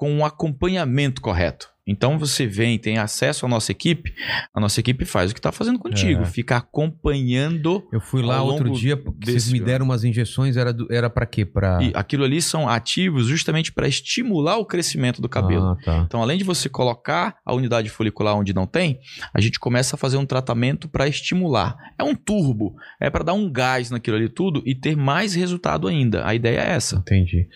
S11: com o acompanhamento correto. Então você vem, tem acesso à nossa equipe, a nossa equipe faz o que está fazendo contigo,
S2: É.
S11: fica acompanhando.
S2: Eu fui lá
S11: ao
S2: outro
S11: longo
S2: dia, vocês
S11: desse
S2: me deram umas injeções, era, do- era para quê? Pra...
S11: E aquilo ali são ativos justamente para estimular o crescimento do cabelo.
S2: Ah, tá.
S11: Então, além de você colocar a unidade folicular onde não tem, a gente começa a fazer um tratamento para estimular. É um turbo, é para dar um gás naquilo ali tudo e ter mais resultado ainda. A ideia é essa.
S2: Entendi.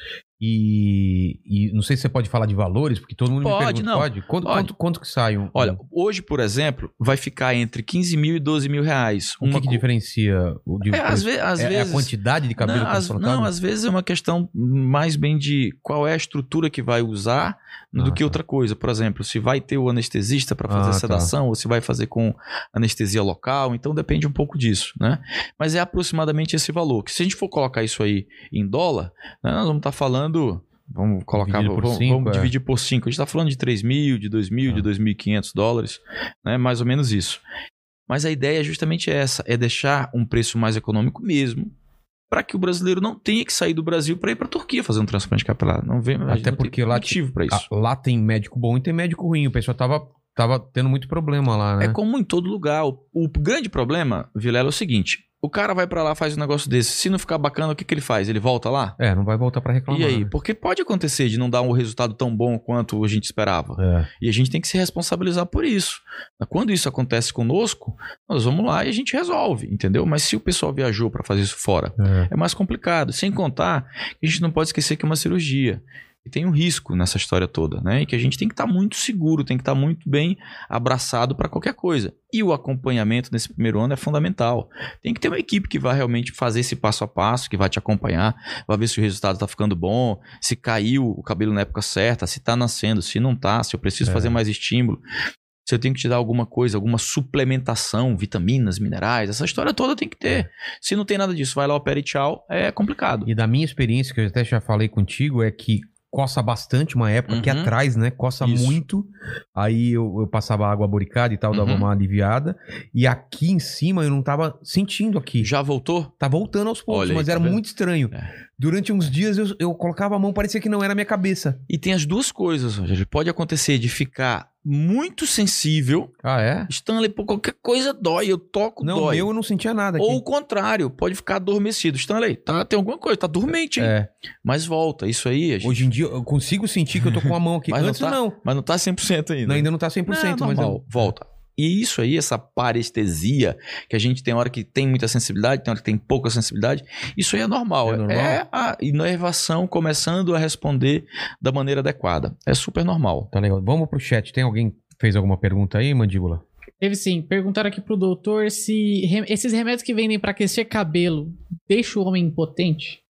S2: E, e não sei se você pode falar de valores, porque todo mundo me
S11: Pode,
S2: pergunta,
S11: não.
S2: pode? Quanto,
S11: Pode.
S2: Quanto, quanto que sai um?
S11: Olha, hoje, por exemplo, vai ficar entre 15 mil e 12 mil reais.
S2: o que, que diferencia? O de
S11: É, às ve- às
S2: é, é
S11: vezes-
S2: a né? quantidade de cabelo
S11: não,
S2: que
S11: às,
S2: você
S11: não, às vezes é uma questão mais bem de qual é a estrutura que vai usar do que outra coisa. Por exemplo, se vai ter o anestesista para fazer
S2: tá. Ah, tá.
S11: sedação ou se vai fazer com anestesia local. Então depende um pouco disso, né? Mas é aproximadamente esse valor. Que se a gente for colocar isso aí em dólar, né, nós vamos estar falando... Vamos colocar,
S2: Dividido por
S11: vamos,
S2: cinco,
S11: vamos
S2: é. Ah.
S11: dividir por 5. A gente está falando de 3 mil, de 2 mil, de 2.500 dólares, né? mais ou menos isso. Mas a ideia é justamente essa: é deixar um preço mais econômico mesmo, para que o brasileiro não tenha que sair do Brasil para ir para a Turquia fazer um transplante capilar. Não vem,
S2: Até porque lá,
S11: motivo pra isso.
S2: Ah, lá tem médico bom e tem médico ruim. O pessoal tava, tava tendo muito problema lá, né?
S11: É como em todo lugar. O, o grande problema, Vilela, é o seguinte: o cara vai para lá, faz um negócio desse. Se não ficar bacana, o que, que ele faz? Ele volta lá?
S2: É, não vai voltar pra reclamar.
S11: E aí?
S2: né?
S11: Porque pode acontecer de não dar um resultado tão bom quanto a gente esperava.
S2: É.
S11: E a gente tem que se responsabilizar por isso. Quando isso acontece conosco, nós vamos lá e a gente resolve, entendeu? Mas se o pessoal viajou para fazer isso fora, é. mais complicado. Sem contar que a gente não pode esquecer que é uma cirurgia. E tem um risco nessa história toda, né? E que a gente tem que estar muito seguro, tem que estar muito bem abraçado para qualquer coisa. E o acompanhamento nesse primeiro ano é fundamental. Tem que ter uma equipe que vai realmente fazer esse passo a passo, que vai te acompanhar, vai ver se o resultado está ficando bom, se caiu o cabelo na época certa, se está nascendo, se não tá, se eu preciso
S2: É.
S11: fazer mais estímulo. Se eu tenho que te dar alguma coisa, alguma suplementação, vitaminas, minerais, essa história toda tem que ter. Se não tem nada disso, vai lá, opera e tchau, é complicado.
S2: É. E da minha experiência, que eu até já falei contigo, é que coça bastante uma época que
S11: Uhum.
S2: atrás, né? Coça
S11: Isso.
S2: muito. Aí eu, eu passava água boricada e tal, dava
S11: Uhum.
S2: uma aliviada. E aqui em cima eu não tava sentindo aqui.
S11: Já voltou?
S2: Tá voltando aos poucos,
S11: Olha aí,
S2: mas
S11: tá
S2: era
S11: vendo? É.
S2: muito estranho. Durante uns dias eu, eu colocava a mão, parecia que não era a minha cabeça.
S11: E tem as duas coisas, Rogério. Pode acontecer de ficar muito sensível.
S2: Ah, é?
S11: Stanley, pô, qualquer coisa dói, eu toco,
S2: Não,
S11: dói.
S2: meu eu não sentia nada aqui.
S11: Ou o contrário, pode ficar adormecido. Stanley, tá, tem alguma coisa, tá dormente, hein?
S2: É.
S11: Mas volta, isso aí.
S2: Hoje em dia eu consigo sentir que eu tô com a mão aqui.
S11: Mas
S2: Antes
S11: não tá,
S2: não.
S11: Mas não tá 100% ainda.
S2: Não, ainda não tá 100%,
S11: Não,
S2: mas
S11: normal,
S2: eu-
S11: volta. E isso aí, essa parestesia, que a gente tem hora que tem muita sensibilidade, tem hora que tem pouca sensibilidade, isso aí é normal. É,
S2: normal?
S11: a inervação começando a responder da maneira adequada. É super normal.
S2: Tá legal. Vamos pro chat. Tem alguém que fez alguma pergunta aí, mandíbula?
S3: Teve sim. Perguntaram aqui pro doutor se re- esses remédios que vendem pra crescer cabelo deixam o homem impotente.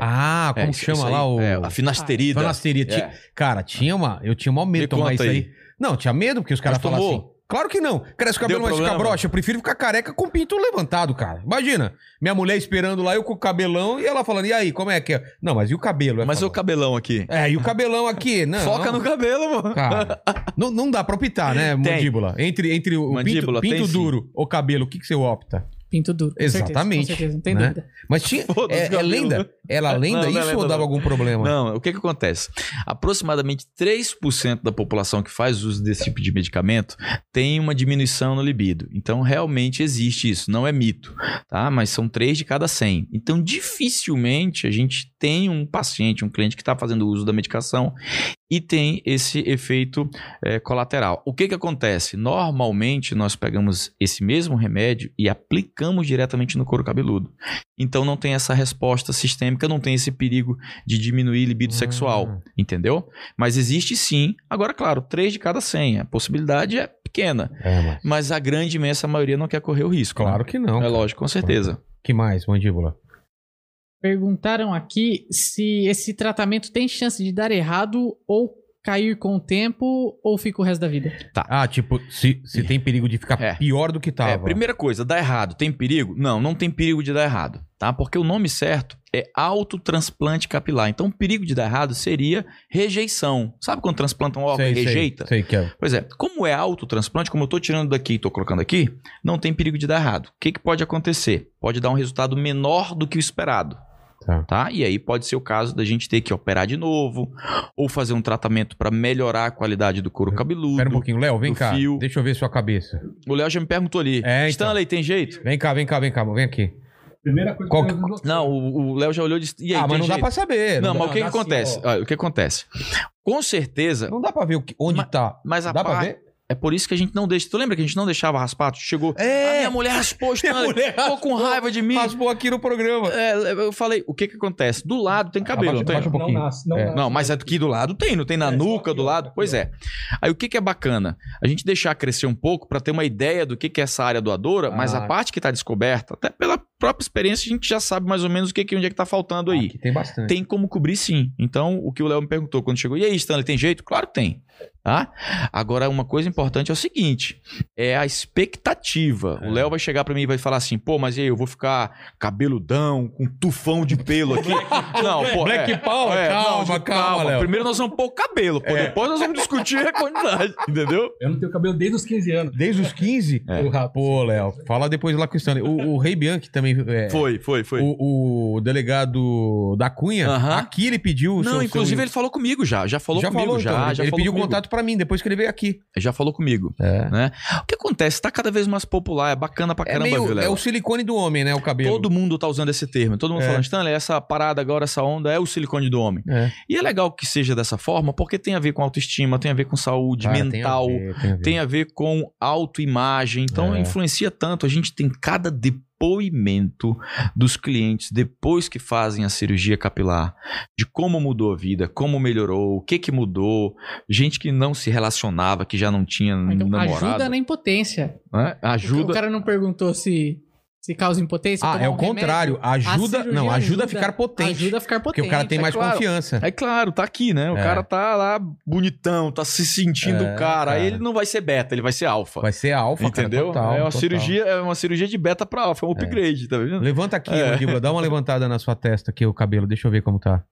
S2: ah, como
S11: é, isso-
S2: chama
S11: isso aí,
S2: lá o.
S11: é, a finasterida.
S2: Finasterida. Ti-
S11: É.
S2: Cara, tinha uma. Eu tinha mó medo
S11: Me
S2: de tomar
S11: conta
S2: isso
S11: aí.
S2: aí. Não, tinha medo, porque os caras
S11: Mas
S2: falavam
S11: tomou?
S2: assim. Claro que não. Cresce o cabelo,
S11: Deu
S2: mas fica
S11: problema?
S2: broxa. Eu prefiro ficar careca com o pinto levantado, cara. Imagina. Minha mulher esperando lá, eu com o cabelão e ela falando, e aí, como é que é? Não, mas e o cabelo?
S11: Mas e o
S2: eu...
S11: cabelão aqui?
S2: É, e o cabelão aqui? Não.
S11: Foca no cabelo, mano.
S2: Cara, não, não dá pra optar, né,
S11: Tem.
S2: mandíbula? Entre, entre o
S11: Mandíbula,
S2: pinto,
S11: tem
S2: pinto
S11: sim.
S2: duro ou cabelo, o que, que você opta?
S3: Pinto duro. com certeza,
S2: Exatamente.
S3: com certeza, não tem
S2: né?
S3: dúvida.
S2: Mas tinha.
S11: Foda-se,
S2: É, é
S11: cabelo.
S2: lenda? Era lenda
S11: Não, não é
S2: isso
S11: lenda,
S2: ou dava
S11: não.
S2: algum problema?
S11: Não, o que, que acontece? Aproximadamente 3% da população que faz uso desse tipo de medicamento tem uma diminuição no libido. Então, realmente existe isso, não é mito, tá? Mas são 3 de cada 100. Então, dificilmente a gente tem um paciente, um cliente que está fazendo uso da medicação e tem esse efeito eh, colateral. O que, que acontece? Normalmente, nós pegamos esse mesmo remédio e aplicamos diretamente no couro cabeludo. Então, não tem essa resposta sistêmica, não tem esse perigo de diminuir libido
S2: Hum.
S11: sexual, entendeu? Mas existe sim. Agora, claro, 3 de cada 100. A possibilidade é pequena.
S2: É, mas...
S11: Mas a grande imensa maioria não quer correr o risco.
S2: Claro que não.
S11: É lógico, com certeza.
S2: que mais, mandíbula?
S3: Perguntaram aqui se esse tratamento tem chance de dar errado ou cair com o tempo ou fica o resto da vida.
S2: Ah, tipo, se, se tem perigo de ficar
S11: Tá. É.
S2: pior do que tava.
S11: É, primeira coisa, dá errado. Tem perigo? Não, não tem perigo de dar errado, tá? Porque o nome certo é autotransplante capilar. Então, o perigo de dar errado seria rejeição. Sabe quando transplanta um órgão
S2: sei,
S11: e
S2: sei,
S11: rejeita?
S2: Sei, que é.
S11: Pois é, como é autotransplante, como eu estou tirando daqui e estou colocando aqui, não tem perigo de dar errado. O que, que pode acontecer? Pode dar um resultado menor do que o esperado. Tá. E aí pode ser o caso da gente ter que operar de novo ou fazer um tratamento para melhorar a qualidade do couro cabeludo.
S2: Espera um pouquinho, Léo, vem
S11: do
S2: cá.
S11: fio.
S2: Deixa eu ver sua cabeça.
S11: O Léo já me perguntou ali.
S2: É, então.
S11: Stanley, tem jeito?
S2: Vem cá, vem cá, vem cá, vem aqui.
S11: Primeira coisa
S2: Qual-
S11: Não, o o Léo já olhou e disse. E aí,
S2: Ah, mas
S11: tem
S2: não dá
S11: jeito?
S2: pra saber,
S11: Não,
S2: não
S11: mas
S2: dá-
S11: o que, que
S2: dá assim,
S11: acontece? Olha, o que acontece? Com certeza.
S2: Não dá pra ver onde tá.
S11: Mas a
S2: Dá pra
S11: par-
S2: ver?
S11: É por isso que a gente não deixa. Tu lembra que a gente não deixava raspar? Tu chegou.
S2: É.
S11: A minha mulher raspou, Stanley.
S2: mulher
S11: Ficou com raiva de mim.
S2: Raspou aqui no programa.
S11: É, eu falei, o que que acontece? Do lado tem cabelo,
S2: Abaixa-
S11: não tem?
S2: abaixa um pouquinho. Não nasce, não É,
S11: É.
S2: nasce.
S11: Não, mas aqui do lado tem, não tem na nuca, do lado? Pois é. Aí o que que é bacana? A gente deixar crescer um pouco pra ter uma ideia do que que é essa área doadora, mas a
S2: Ah.
S11: parte que tá descoberta, até pela própria experiência, a gente já sabe mais ou menos o que que onde é que tá faltando aí.
S2: Tem bastante.
S11: Tem como cobrir sim. Então, o que o Léo me perguntou quando chegou, e aí, Stanley, tem jeito? Claro que tem. Tá? Agora, uma coisa importante é o seguinte: é a expectativa.
S2: É.
S11: O Léo vai chegar pra mim e vai falar assim: pô, mas e aí, eu vou ficar cabeludão, com tufão de pelo aqui. não, pô.
S2: Black Power, calma,
S11: tipo,
S2: É, calma, Léo.
S11: Primeiro nós vamos pôr o cabelo, pô.
S2: É.
S11: Depois nós vamos discutir a quantidade, entendeu? É.
S12: Eu não tenho cabelo desde os 15 anos.
S2: Desde os 15? tá, Pô, Léo, fala depois lá com o Stanley. O, o Rei Bianchi também. é,
S11: Foi, foi, foi.
S2: O, o delegado da Cunha,
S11: Aham.
S2: aqui ele pediu. o
S11: Não,
S2: seu-
S11: inclusive
S2: seu-
S11: ele falou comigo já. Já falou
S2: Já
S11: comigo
S2: falou,
S11: já.
S2: então. Ele-
S11: já
S2: ele
S11: falou
S2: pediu
S11: comigo.
S2: contato pra mim depois que ele veio aqui.
S11: Já falou comigo. Né? O que acontece? Tá cada vez mais popular, é bacana pra
S2: É,
S11: caramba,
S2: meio-
S11: viu, Léo?
S2: é o silicone do homem, né? O cabelo.
S11: Todo mundo tá usando esse termo. Todo mundo
S2: É.
S11: falando, Stanley, essa parada agora, essa onda é o silicone do homem.
S2: É.
S11: E é legal que seja dessa forma, porque tem a ver com autoestima, tem a ver com saúde
S2: Cara, Ah, tem a
S11: mental, tem a,
S2: ver, tem a
S11: ver,
S2: ver.
S11: com autoimagem. Então,
S2: É.
S11: influencia tanto. A gente tem cada depoimento dos clientes depois que fazem a cirurgia capilar, de como mudou a vida, como melhorou, o que que mudou, gente que não se relacionava, que já não tinha
S3: Então,
S11: namorado.
S3: ajuda na impotência.
S11: né?
S3: O
S11: Ajuda.
S3: cara não perguntou se, se causa impotência.
S2: Ah,
S3: tomar
S2: é o
S3: um remédio.
S2: contrário.
S3: A
S2: Ajuda.
S3: cirurgia
S2: Não, ajuda a ficar potente.
S3: Ajuda a ficar
S2: Porque
S3: é potente.
S2: o cara tem mais
S11: claro.
S2: confiança.
S11: É claro, tá aqui, né? O
S2: É.
S11: cara tá lá bonitão, tá se sentindo
S2: É,
S11: o cara. Aí
S2: cara.
S11: ele não vai ser beta, ele vai ser alfa.
S2: Vai ser alfa, cara,
S11: Entendeu?
S2: total,
S11: é uma
S2: total.
S11: cirurgia, é uma cirurgia de beta pra alfa, é um upgrade, tá vendo?
S2: Levanta aqui,
S11: É.
S2: mandíbula. Dá uma levantada na sua testa aqui, o cabelo. Deixa eu ver como tá.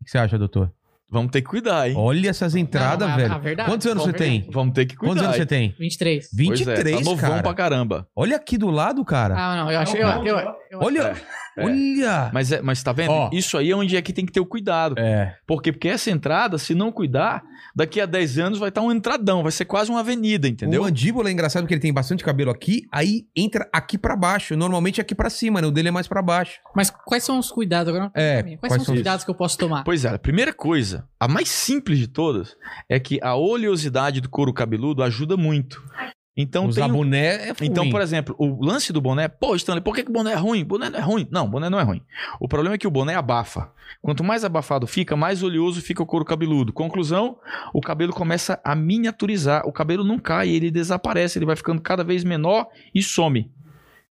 S2: O que você acha, doutor?
S11: Vamos ter que cuidar, hein?
S2: Olha essas entradas,
S3: Não, é a-
S2: velho.
S3: a verdade,
S2: Quantos anos
S3: a
S2: você
S3: verdade.
S2: tem?
S11: Vamos ter que cuidar.
S2: Quantos anos você tem?
S3: 23.
S11: Pois
S2: 23,
S11: é, tá novão
S2: cara.
S11: pra caramba.
S2: Olha aqui do lado, cara.
S3: Ah, não, eu acho. Eu, eu, eu-
S2: olha,
S11: É.
S2: olha.
S11: Mas, é, mas tá vendo?
S2: Ó.
S11: Isso aí é onde é que tem que ter o cuidado.
S2: É.
S11: Por quê? Porque essa entrada, se não cuidar, daqui a 10 anos vai estar um entradão, vai ser quase uma avenida, entendeu?
S2: O mandíbula é engraçado porque ele tem bastante cabelo aqui, aí entra aqui pra baixo. Normalmente é aqui pra cima, né? O dele é mais pra baixo.
S3: Mas quais são os cuidados agora?
S2: É,
S3: Quais, são os cuidados que eu posso tomar?
S11: Pois é, a primeira coisa, a mais simples de todas, é que a oleosidade do couro cabeludo ajuda muito. Então
S2: Usar
S11: tem um-
S2: boné é ruim.
S11: Então, por exemplo, o lance do boné, pô, Stanley, por que, que o boné é ruim? Boné não é ruim. Não, boné não é ruim. O problema é que o boné abafa. Quanto mais abafado fica, mais oleoso fica o couro cabeludo. Conclusão, o cabelo começa a miniaturizar. O cabelo não cai, ele desaparece, ele vai ficando cada vez menor e some.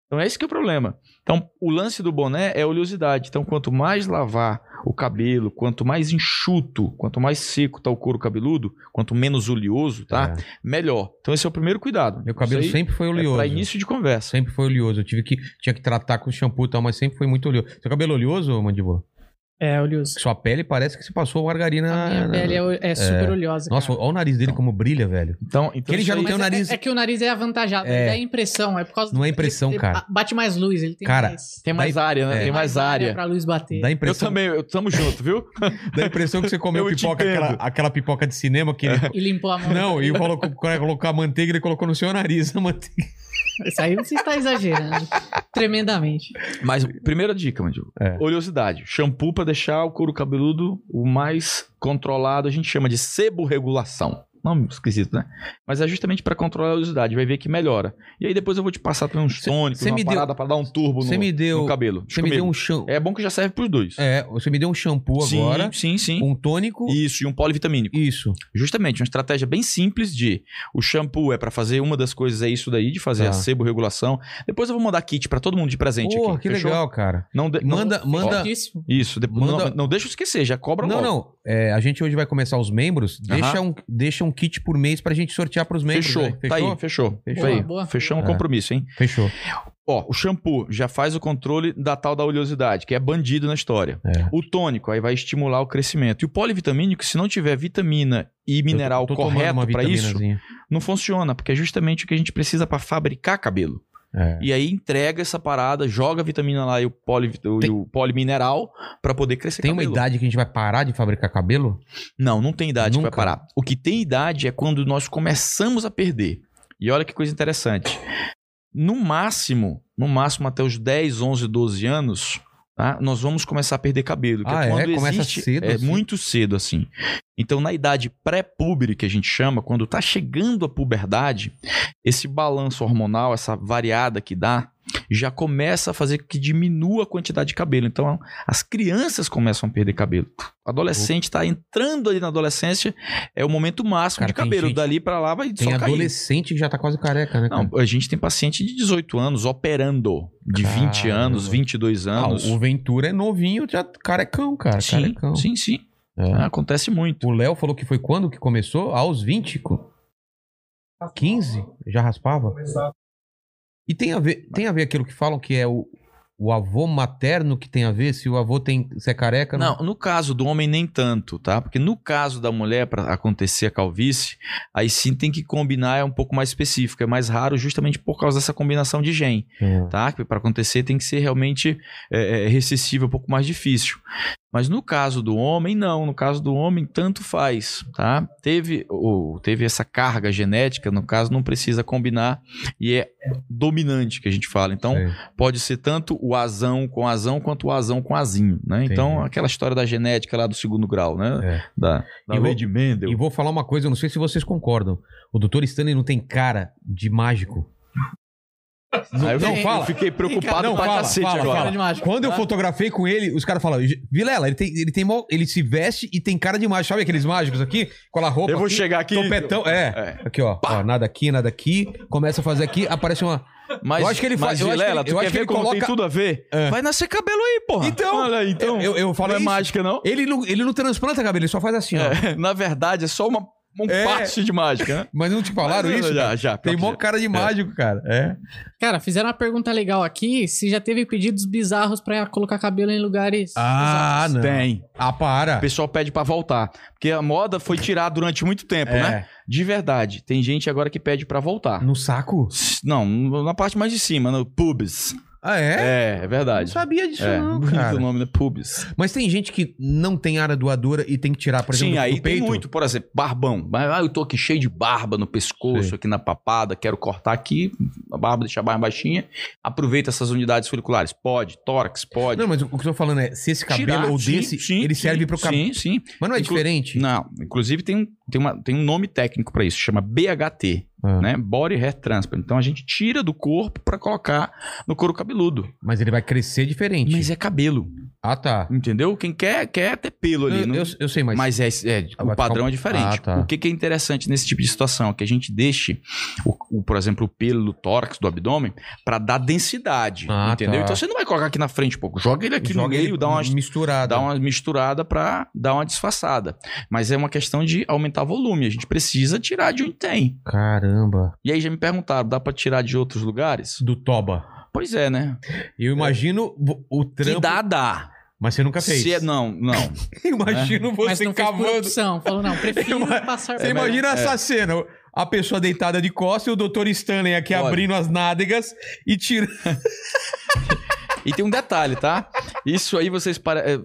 S11: Então, é esse que é o problema. Então, o lance do boné é a oleosidade. Então, quanto mais lavar o cabelo, quanto mais enxuto, quanto mais seco tá o couro cabeludo, quanto menos oleoso, tá? Melhor. Então, esse é o primeiro cuidado.
S2: Meu cabelo
S11: Isso aí-
S2: sempre foi
S11: é
S2: oleoso.
S11: pra início de conversa.
S2: Sempre foi oleoso. Eu tive que, tinha que tratar com shampoo e tal, mas sempre foi muito oleoso. Seu cabelo é oleoso, mandíbula?
S3: É, oleoso.
S2: Sua pele parece que você passou margarina.
S3: A minha pele é, é super oleosa.
S2: Nossa,
S3: cara.
S2: olha o nariz dele como brilha, velho.
S11: Então,
S2: Que
S11: então
S2: ele já
S11: isso
S2: não
S11: aí-
S2: tem o
S3: Mas é-
S2: nariz.
S3: É, que o nariz é avantajado,
S2: É.
S3: ele dá impressão, é por causa
S2: Não é
S3: do-
S2: impressão,
S3: ele- ele
S2: cara.
S3: Bate mais luz, ele tem
S2: Cara,
S3: mais,
S11: Tem mais
S2: Dá-
S11: área, né?
S2: é.
S11: Tem mais área.
S3: pra luz bater.
S2: Dá a
S11: Eu
S2: impressão,
S11: também, eu tamo junto, viu?
S2: dá a impressão que você comeu
S11: Eu te
S2: pipoca,
S11: entendo. É.
S2: aquela, aquela pipoca de cinema que ele.
S3: E limpou a mão.
S2: Não, e colocou, quando colocou a manteiga, ele colocou no seu nariz a manteiga.
S3: Isso aí você está exagerando. tremendamente.
S11: Mas primeira dica, Mandíbula.
S2: É.
S11: Oleosidade. Shampoo pra deixar o couro cabeludo o mais controlado. A gente chama de seborregulação. Nome esquisito, né? Mas é justamente pra controlar a oleosidade. Vai ver que melhora. E aí depois eu vou te passar também uns tônicos,
S2: cê
S11: uma
S2: me deu-
S11: parada pra dar um turbo
S2: cê
S11: no,
S2: me deu-
S11: no cabelo.
S2: Você me deu um
S11: Comigo.
S2: shampoo.
S11: É bom que já serve pros dois.
S2: É, você me deu um shampoo
S11: sim,
S2: agora,
S11: sim, sim.
S2: um tônico.
S11: Isso, e um polivitamínico.
S2: Isso.
S11: Justamente, uma estratégia bem simples de o shampoo é pra fazer uma das coisas é isso daí de fazer
S2: Tá.
S11: a sebo regulação. Depois eu vou mandar kit pra todo mundo de presente
S2: Porra,
S11: aqui.
S2: que
S11: fechou?
S2: legal, cara.
S11: Não de- não-
S2: Manda, manda.
S3: Certíssimo.
S11: isso, depois
S2: manda-
S11: não, não deixa eu esquecer, já cobra
S2: Não,
S11: logo.
S2: não. É, a gente hoje vai começar os membros.
S11: Aham.
S2: Deixa, um, deixa um kit por mês pra gente sortear pros membros.
S11: Fechou,
S2: né?
S11: tá aí, fechou.
S2: Fechou.
S11: Fechou, aí.
S3: Boa, boa.
S11: fechou um
S2: É.
S11: compromisso, hein?
S2: Fechou.
S11: Ó, o shampoo já faz o controle da tal da oleosidade, que é bandido na história.
S2: É.
S11: O tônico aí vai estimular o crescimento. E o polivitamínico, se não tiver vitamina e mineral
S2: Eu tô tomando
S11: correto
S2: uma
S11: pra isso,
S2: vitaminazinha.
S11: não funciona, porque é justamente o que a gente precisa pra fabricar cabelo.
S2: É.
S11: E aí entrega essa parada, joga a vitamina lá e o, poli, o- e o polimineral pra poder crescer
S2: Tem uma
S11: cabelo.
S2: idade que a gente vai parar de fabricar cabelo?
S11: Não, não tem idade para parar. O que tem idade é quando nós começamos a perder. E olha que coisa interessante. No máximo, no máximo até os 10, 11, 12 anos, tá? nós vamos começar a perder cabelo. Que
S2: Ah, é?
S11: é quando
S2: Começa
S11: existe,
S2: cedo,
S11: É
S2: assim?
S11: muito cedo, assim. Então, na idade pré-pubre, que a gente chama, quando tá chegando a puberdade, esse balanço hormonal, essa variada que dá, já começa a fazer com que diminua a quantidade de cabelo. Então, as crianças começam a perder cabelo. O adolescente está entrando ali na adolescência, é o momento máximo
S2: Cara,
S11: de
S2: tem
S11: cabelo.
S2: gente-
S11: Dali para lá vai
S2: Tem
S11: só cair.
S2: adolescente que já tá quase careca, né?
S11: Não, a gente tem paciente de 18 anos operando, de 20
S2: Caramba.
S11: anos, 22
S2: Ah,
S11: anos.
S2: o Ventura é novinho, já carecão, cara.
S11: Sim,
S2: carecão. É.
S11: sim, sim. Ah, Acontece muito.
S2: O Léo falou que foi quando que começou? Aos 20? co- 15? Já raspava? E tem a ver, tem a ver aquilo que falam que é o, o avô materno que tem a ver se o avô tem se é careca?
S11: Não, no caso do homem nem tanto, tá? Porque no caso da mulher, para acontecer a calvície, aí sim tem que combinar, é um pouco mais específico, é mais raro justamente por causa dessa combinação de gene,
S2: Hum.
S11: tá? Que para acontecer tem que ser realmente é, é, recessivo, é um pouco mais difícil. Mas no caso do homem, não. No caso do homem, tanto faz, tá? Teve, ou, teve essa carga genética, no caso, não precisa combinar e é dominante que a gente fala. Então, pode ser tanto o azão com azão quanto o azão com azinho, né? Então, aquela história da genética lá do segundo grau, né?
S2: É.
S11: Da, da
S2: E vou-
S11: lei de Mendel.
S2: E vou falar uma coisa, eu não sei se vocês concordam. O Dr. Stanley não tem cara de mágico. Não,
S11: Aí eu
S2: não,
S11: fiquei-
S2: fala.
S11: eu fiquei preocupado
S2: Não,
S11: pra
S2: fala,
S11: cacete
S2: fala,
S11: agora.
S2: fala.
S11: Cara de mágico,
S2: Quando eu
S11: tá?
S2: fotografei com ele, os caras falaram, Vilela, ele tem, ele tem mó- ele se veste e tem cara de mágico. Sabe aqueles mágicos aqui? Com a roupa
S11: Eu vou
S2: aqui,
S11: chegar aqui-
S2: Topetão, é. Aqui, ó, Ó, Nada aqui, nada aqui. Começa a fazer aqui, aparece uma...
S11: Mas,
S2: eu acho que ele
S11: mas
S2: faz... eu acho que
S11: Vilela,
S2: ele-
S11: tu
S2: eu
S11: quer
S2: acho que
S11: ver
S2: ele
S11: como
S2: coloca...
S11: tem tudo a ver? Vai nascer cabelo aí, porra.
S2: Então,
S11: Olha aí, então.
S2: eu, eu falo
S11: não é
S2: isso.
S11: mágica, não?
S2: Ele não, ele não transplanta cabelo, ele só faz assim, ó.
S11: É, na verdade, é só uma, um
S2: É.
S11: passe de mágica, né?
S2: Mas não te falaram
S11: Mas,
S2: isso?
S11: Já,
S2: cara?
S11: já. pior
S2: Tem
S11: que
S2: mó
S11: já. É.
S2: cara de mágico, cara. É.
S3: Cara, fizeram uma pergunta legal aqui, se já teve pedidos bizarros pra colocar cabelo em lugares...
S2: Ah, não.
S11: Tem.
S2: Ah, para.
S11: O pessoal pede pra voltar. Porque a moda foi tirar durante muito tempo,
S2: É.
S11: né? De verdade. Tem gente agora que pede pra voltar.
S2: No saco?
S11: Não, na parte mais de cima, no pubis.
S2: Ah, é?
S11: É, é verdade.
S2: Não sabia disso
S11: é.
S2: não,
S11: Bonito
S2: cara.
S11: o nome, né? Pubis.
S2: Mas tem gente que não tem área doadora e tem que tirar, por exemplo,
S11: Sim,
S2: do
S11: aí tem
S2: peito.
S11: muito. Por exemplo, barbão. Ah, eu tô aqui cheio de barba no pescoço, aqui na papada, quero cortar aqui, a barba deixar mais baixinha. Aproveita essas unidades foliculares. Pode, tórax, pode.
S2: Não, mas o que eu tô falando é, se esse cabelo
S11: Tirar,
S2: ou
S11: sim,
S2: desse,
S11: sim,
S2: ele
S11: sim,
S2: serve pro cabelo.
S11: Sim, sim.
S2: Mas não é
S11: Inclu-
S2: diferente?
S11: Não, inclusive tem, um- tem, uma- tem um nome técnico para isso, chama BHT,
S2: Ah.
S11: né? Body Hair Transplant. Então a gente tira do corpo para colocar no couro cabeludo.
S2: Mas ele vai crescer diferente.
S11: Mas é cabelo,
S2: Ah, tá.
S11: entendeu? Quem quer, quer ter pelo ali.
S2: Eu,
S11: não-
S2: eu, eu sei, mas...
S11: mas é, é,
S2: Ah, vai
S11: o padrão
S2: ficar-
S11: é diferente.
S2: Ah, tá.
S11: O que, que é interessante nesse tipo de situação é que a gente deixe, o, o, por exemplo, o pelo do tórax, do abdômen, para dar densidade,
S2: Ah,
S11: entendeu?
S2: tá.
S11: Então você não vai colocar aqui na frente um pouco, joga ele aqui no
S2: Joga ele
S11: meio, dá uma
S2: misturada.
S11: dá uma misturada para dar uma disfarçada. Mas é uma questão de aumentar volume. A gente precisa tirar de onde tem.
S2: Caramba.
S11: E aí já me perguntaram, dá para tirar de outros lugares?
S2: Do toba.
S11: Pois é, né?
S2: Eu imagino vo- o
S11: Que
S2: trampo...
S11: dá, dá.
S2: Mas você nunca fez.
S11: Se é- não, não. É.
S2: Imagino
S3: Mas
S2: você
S3: não fez por
S2: cavando.
S3: opção. Falou, não, prefiro passar... É.
S2: Você
S11: é.
S2: imagina essa cena, a pessoa deitada de costas e o doutor Stanley aqui
S11: Olha.
S2: abrindo as nádegas e tirando.
S11: E tem um detalhe, tá? Isso aí vocês pare- é,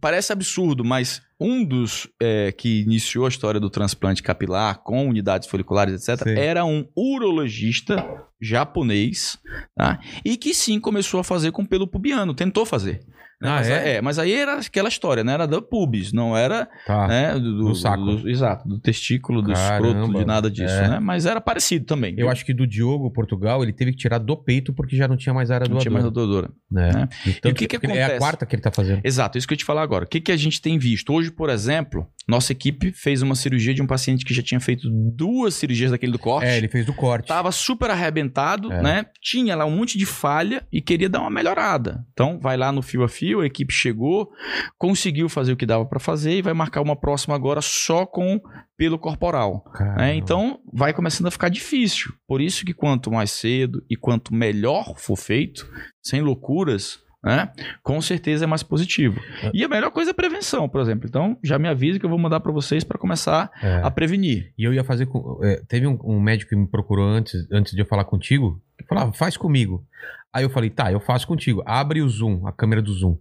S11: parece absurdo, mas um dos é, que iniciou a história do transplante capilar com unidades foliculares, etc.,
S2: Sei.
S11: era um urologista japonês, tá? E que sim começou a fazer com pelo pubiano, tentou fazer. né?
S2: Ah,
S11: mas,
S2: é?
S11: mas aí era aquela história, né? Era da pubis, não era
S2: Tá.
S11: né, do, do-
S2: do saco.
S11: do- exato, do testículo, do
S2: Caramba.
S11: escroto, de nada disso,
S2: É.
S11: né? Mas era parecido também.
S2: Eu acho que do Diogo, Portugal, ele teve que tirar do peito porque já não tinha mais área
S11: que não tinha mais
S2: doadora.
S11: doadora.
S2: É.
S11: né?
S2: De tanto
S11: o que que
S2: porque É a
S11: acontece?
S2: quarta que ele tá fazendo.
S11: Exato, isso que eu te falar agora. O que, que a gente tem visto? Hoje, por exemplo, nossa equipe fez uma cirurgia de um paciente que já tinha feito duas cirurgias daquele do corte.
S2: É, ele fez do corte.
S11: Tava super arrebentado,
S2: É.
S11: né? Tinha lá um monte de falha e queria dar uma melhorada. Então, vai lá no fio a fio, a equipe chegou, conseguiu fazer o que dava pra fazer e vai marcar uma próxima agora só com pelo corporal.
S2: Caramba.
S11: né? Então, vai começando a ficar difícil. Por isso que quanto mais cedo e quanto melhor for feito, sem loucuras, né? Com certeza é mais positivo. E a melhor coisa é prevenção, por exemplo. Então, já me avisa que eu vou mandar para vocês para começar
S2: É.
S11: a prevenir.
S2: E eu ia fazer com. é, teve um, um médico que me procurou antes, antes de eu falar contigo, que falava, faz comigo. Aí eu falei, tá, eu faço contigo. Abre o zoom, a câmera do zoom.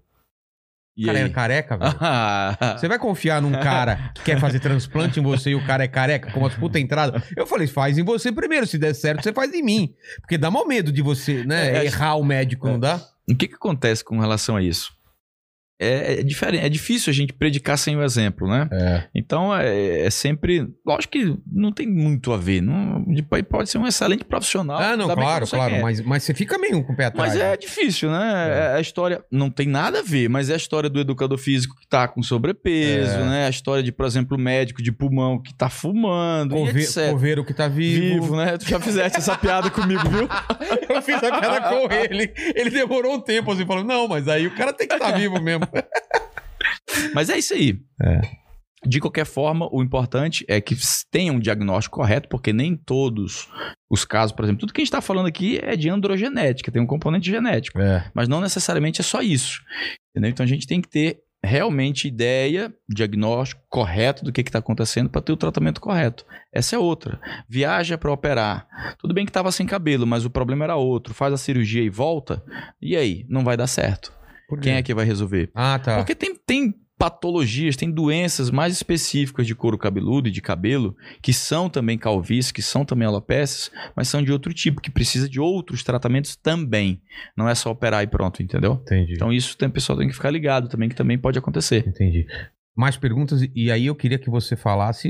S11: E
S2: cara,
S11: aí?
S2: era careca, velho.
S11: Ah.
S2: Você vai confiar num cara que quer fazer transplante em você e o cara é careca, com uma puta entrada? Eu falei, faz em você primeiro, se der certo, você faz em mim. Porque dá mal medo de você,
S11: É,
S2: né? errar o médico, não dá?
S11: O que, que acontece com relação a isso? É, é diferente, é difícil a gente predicar sem o exemplo, né? Então é, é sempre. Lógico que não tem muito a ver. Não, de- pode ser um excelente profissional.
S2: Ah, não,
S11: ainda bem que
S2: claro,
S11: você
S2: claro.
S11: quer.
S2: Mas, mas você fica meio com o pé atrás.
S11: é. Mas
S2: né?
S11: é difícil, né? É. A história não tem nada a ver, mas é a história do educador físico que tá com sobrepeso,
S2: É.
S11: né? A história de, por exemplo, o médico de pulmão que tá fumando, e
S2: Corve-
S11: etc.
S2: Coveiro que tá vivo.
S11: Vivo, né? Tu já fizeste essa piada comigo, viu?
S2: Eu fiz a piada com ele. Ele demorou um tempo assim, falando, não, mas aí o cara tem que estar vivo mesmo.
S11: Mas é isso aí. De qualquer forma, o importante é que s- tenha um diagnóstico correto, porque nem todos os casos, por exemplo, tudo que a gente está falando aqui é de androgenética, tem um componente genético. Mas não necessariamente é só isso. entendeu? Então a gente tem que ter realmente ideia, diagnóstico correto do que está acontecendo para ter o tratamento correto. Essa é outra. Viaja para operar. Tudo bem que estava sem cabelo, mas o problema era outro. Faz a cirurgia e volta. E aí? Não vai dar certo. Quem é que vai resolver?
S2: Ah, tá.
S11: Porque tem, tem patologias, tem doenças mais específicas de couro cabeludo e de cabelo, que são também calvície, que são também alopecias, mas são de outro tipo, que precisa de outros tratamentos também. Não é só operar e pronto, entendeu?
S2: Entendi.
S11: Então isso tem, o pessoal tem que ficar ligado também, que também pode acontecer.
S2: Entendi. Mais perguntas, e aí eu queria que você falasse,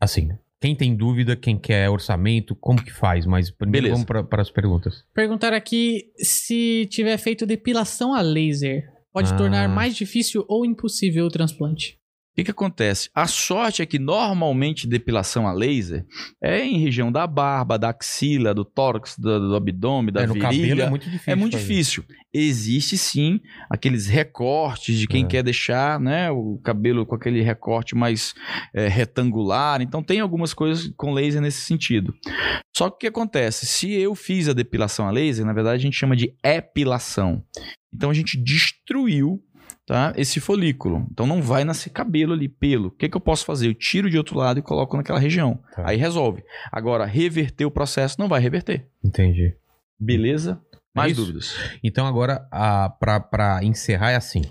S2: assim, quem tem dúvida, quem quer orçamento, como que faz, mas primeiro
S11: Beleza.
S2: vamos para as perguntas.
S3: Perguntaram aqui se tiver feito depilação a laser, pode
S11: Ah.
S3: tornar mais difícil ou impossível o transplante.
S11: O que, que acontece? A sorte é que normalmente depilação a laser é em região da barba, da axila, do tórax, do, do abdômen, da
S2: É, no
S11: virilha.
S2: cabelo é muito difícil
S11: É muito
S2: fazer.
S11: difícil. Existe sim aqueles recortes de
S2: É.
S11: quem quer deixar né, o cabelo com aquele recorte mais é, retangular. Então tem algumas coisas com laser nesse sentido. Só que o que acontece? Se eu fiz a depilação a laser, na verdade a gente chama de epilação. Então a gente destruiu tá? Esse folículo. Então não vai nascer cabelo ali, pelo. O que, que eu posso fazer? Eu tiro de outro lado e coloco naquela região.
S2: Tá.
S11: Aí resolve. Agora, reverter o processo não vai reverter.
S2: Entendi.
S11: Beleza? Mais
S2: É isso?
S11: dúvidas.
S2: Então agora, para encerrar, é assim.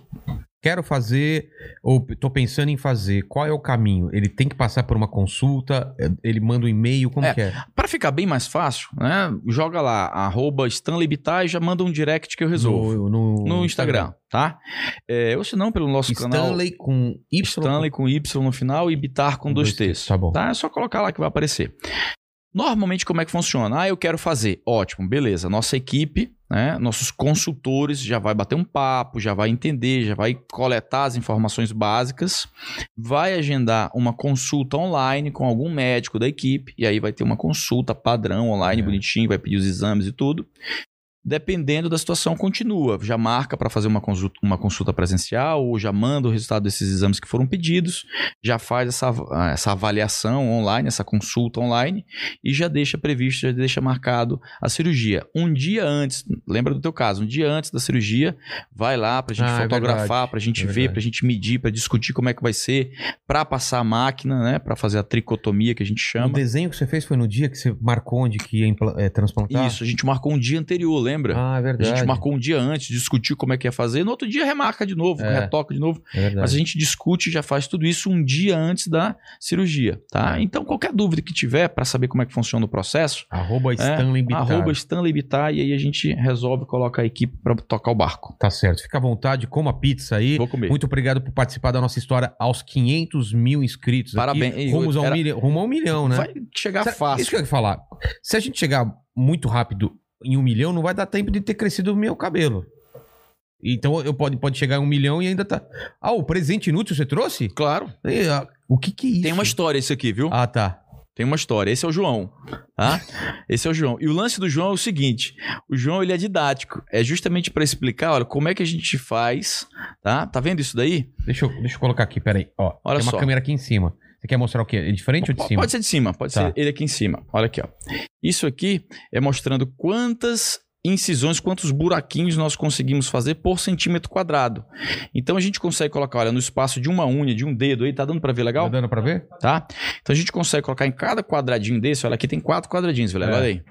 S2: Quero fazer, ou tô pensando em fazer, qual é o caminho? Ele tem que passar por uma consulta, ele manda um e-mail, como que é?
S11: Para ficar bem mais fácil, né? Joga lá, arroba Stanley Bittar e já manda um direct que eu resolvo.
S2: No, no-
S11: Instagram, tá? É, ou se não, pelo nosso canal.
S2: Stanley com Y.
S11: Stanley com Y no final e Bitar com dois, T's. Tá
S2: bom.
S11: É só colocar lá que vai aparecer. Normalmente, como é que funciona? Ah, eu quero fazer. Ótimo, beleza. Nossa equipe, né? Nossos consultores já vai bater um papo, já vai entender, já vai coletar as informações básicas, vai agendar uma consulta online com algum médico da equipe, e aí vai ter uma consulta padrão online, bonitinho, vai pedir os exames e tudo. Dependendo da situação, continua. Já marca para fazer uma consulta, uma consulta presencial, ou já manda o resultado desses exames que foram pedidos, já faz essa, av- ah, essa avaliação online, essa consulta online, e já deixa previsto, já deixa marcado a cirurgia. Um dia antes, lembra do teu caso, um dia antes da cirurgia, vai lá para a gente
S2: Ah, é
S11: fotografar,
S2: verdade.
S11: para a gente
S2: É
S11: ver,
S2: verdade.
S11: para a gente medir, para discutir como é que vai ser, para passar a máquina, né, para fazer a tricotomia que a gente chama.
S2: O desenho que você fez foi no dia que você marcou onde que ia impla- é, transplantar?
S11: Isso, a gente marcou um dia anterior, lembra?
S2: Ah, é verdade.
S11: A gente marcou um dia antes, discutiu como é que ia fazer. No outro dia remarca de novo,
S2: É.
S11: retoca de novo.
S2: É verdade.
S11: Mas a gente discute e já faz tudo isso um dia antes da cirurgia, tá?
S2: É.
S11: Então, qualquer dúvida que tiver para saber como é que funciona o processo...
S2: Arroba
S11: é,
S2: Stanley Bittar.
S11: Arroba Stanley Bittar e aí a gente resolve, coloca a equipe para tocar o barco.
S2: Tá certo. Fica à vontade, coma pizza aí. Vou
S11: comer.
S2: Muito obrigado por participar da nossa história aos 500 mil inscritos.
S11: Parabéns.
S2: Aqui,
S11: E
S2: rumos ao
S11: era-
S2: milhão, rumo a um milhão, né?
S11: Vai chegar
S2: Será-
S11: fácil.
S2: Isso que eu ia falar. Se a gente chegar muito rápido em um milhão, não vai dar tempo de ter crescido o meu cabelo. Então eu pode, pode chegar em um milhão e ainda tá. Ah, o presente inútil você trouxe?
S11: Claro.
S2: o que que é isso?
S11: Tem uma história isso aqui, viu?
S2: Ah, tá.
S11: Tem uma história. Esse é o João, tá? Esse é o João. E o lance do João é o seguinte: o João ele é didático. É justamente para explicar, olha, como é que a gente faz, tá? Tá vendo isso daí?
S2: Deixa eu, deixa eu colocar aqui, peraí. Ó,
S11: Olha
S2: tem uma
S11: só.
S2: câmera aqui em cima. Você quer mostrar o quê? É de frente ou de
S11: Po-
S2: cima?
S11: Pode ser de cima, pode
S2: Tá.
S11: ser ele aqui em cima. Olha aqui, ó. Isso aqui é mostrando quantas incisões, quantos buraquinhos nós conseguimos fazer por centímetro quadrado. Então a gente consegue colocar, olha, no espaço de uma unha, de um dedo aí, tá dando para ver legal?
S2: Tá dando para ver?
S11: Tá. Então a gente consegue colocar em cada quadradinho desse, olha aqui tem quatro quadradinhos, velho,
S2: É.
S11: olha aí.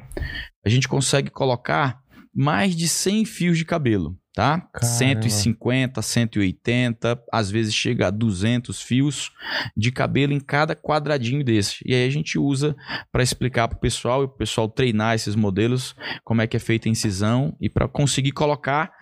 S11: A gente consegue colocar mais de 100 fios de cabelo, tá?
S2: Caramba.
S11: 150, 180, às vezes chega a 200 fios de cabelo em cada quadradinho desse. E aí a gente usa para explicar pro pessoal e pro pessoal treinar esses modelos, como é que é feita a incisão e para conseguir colocar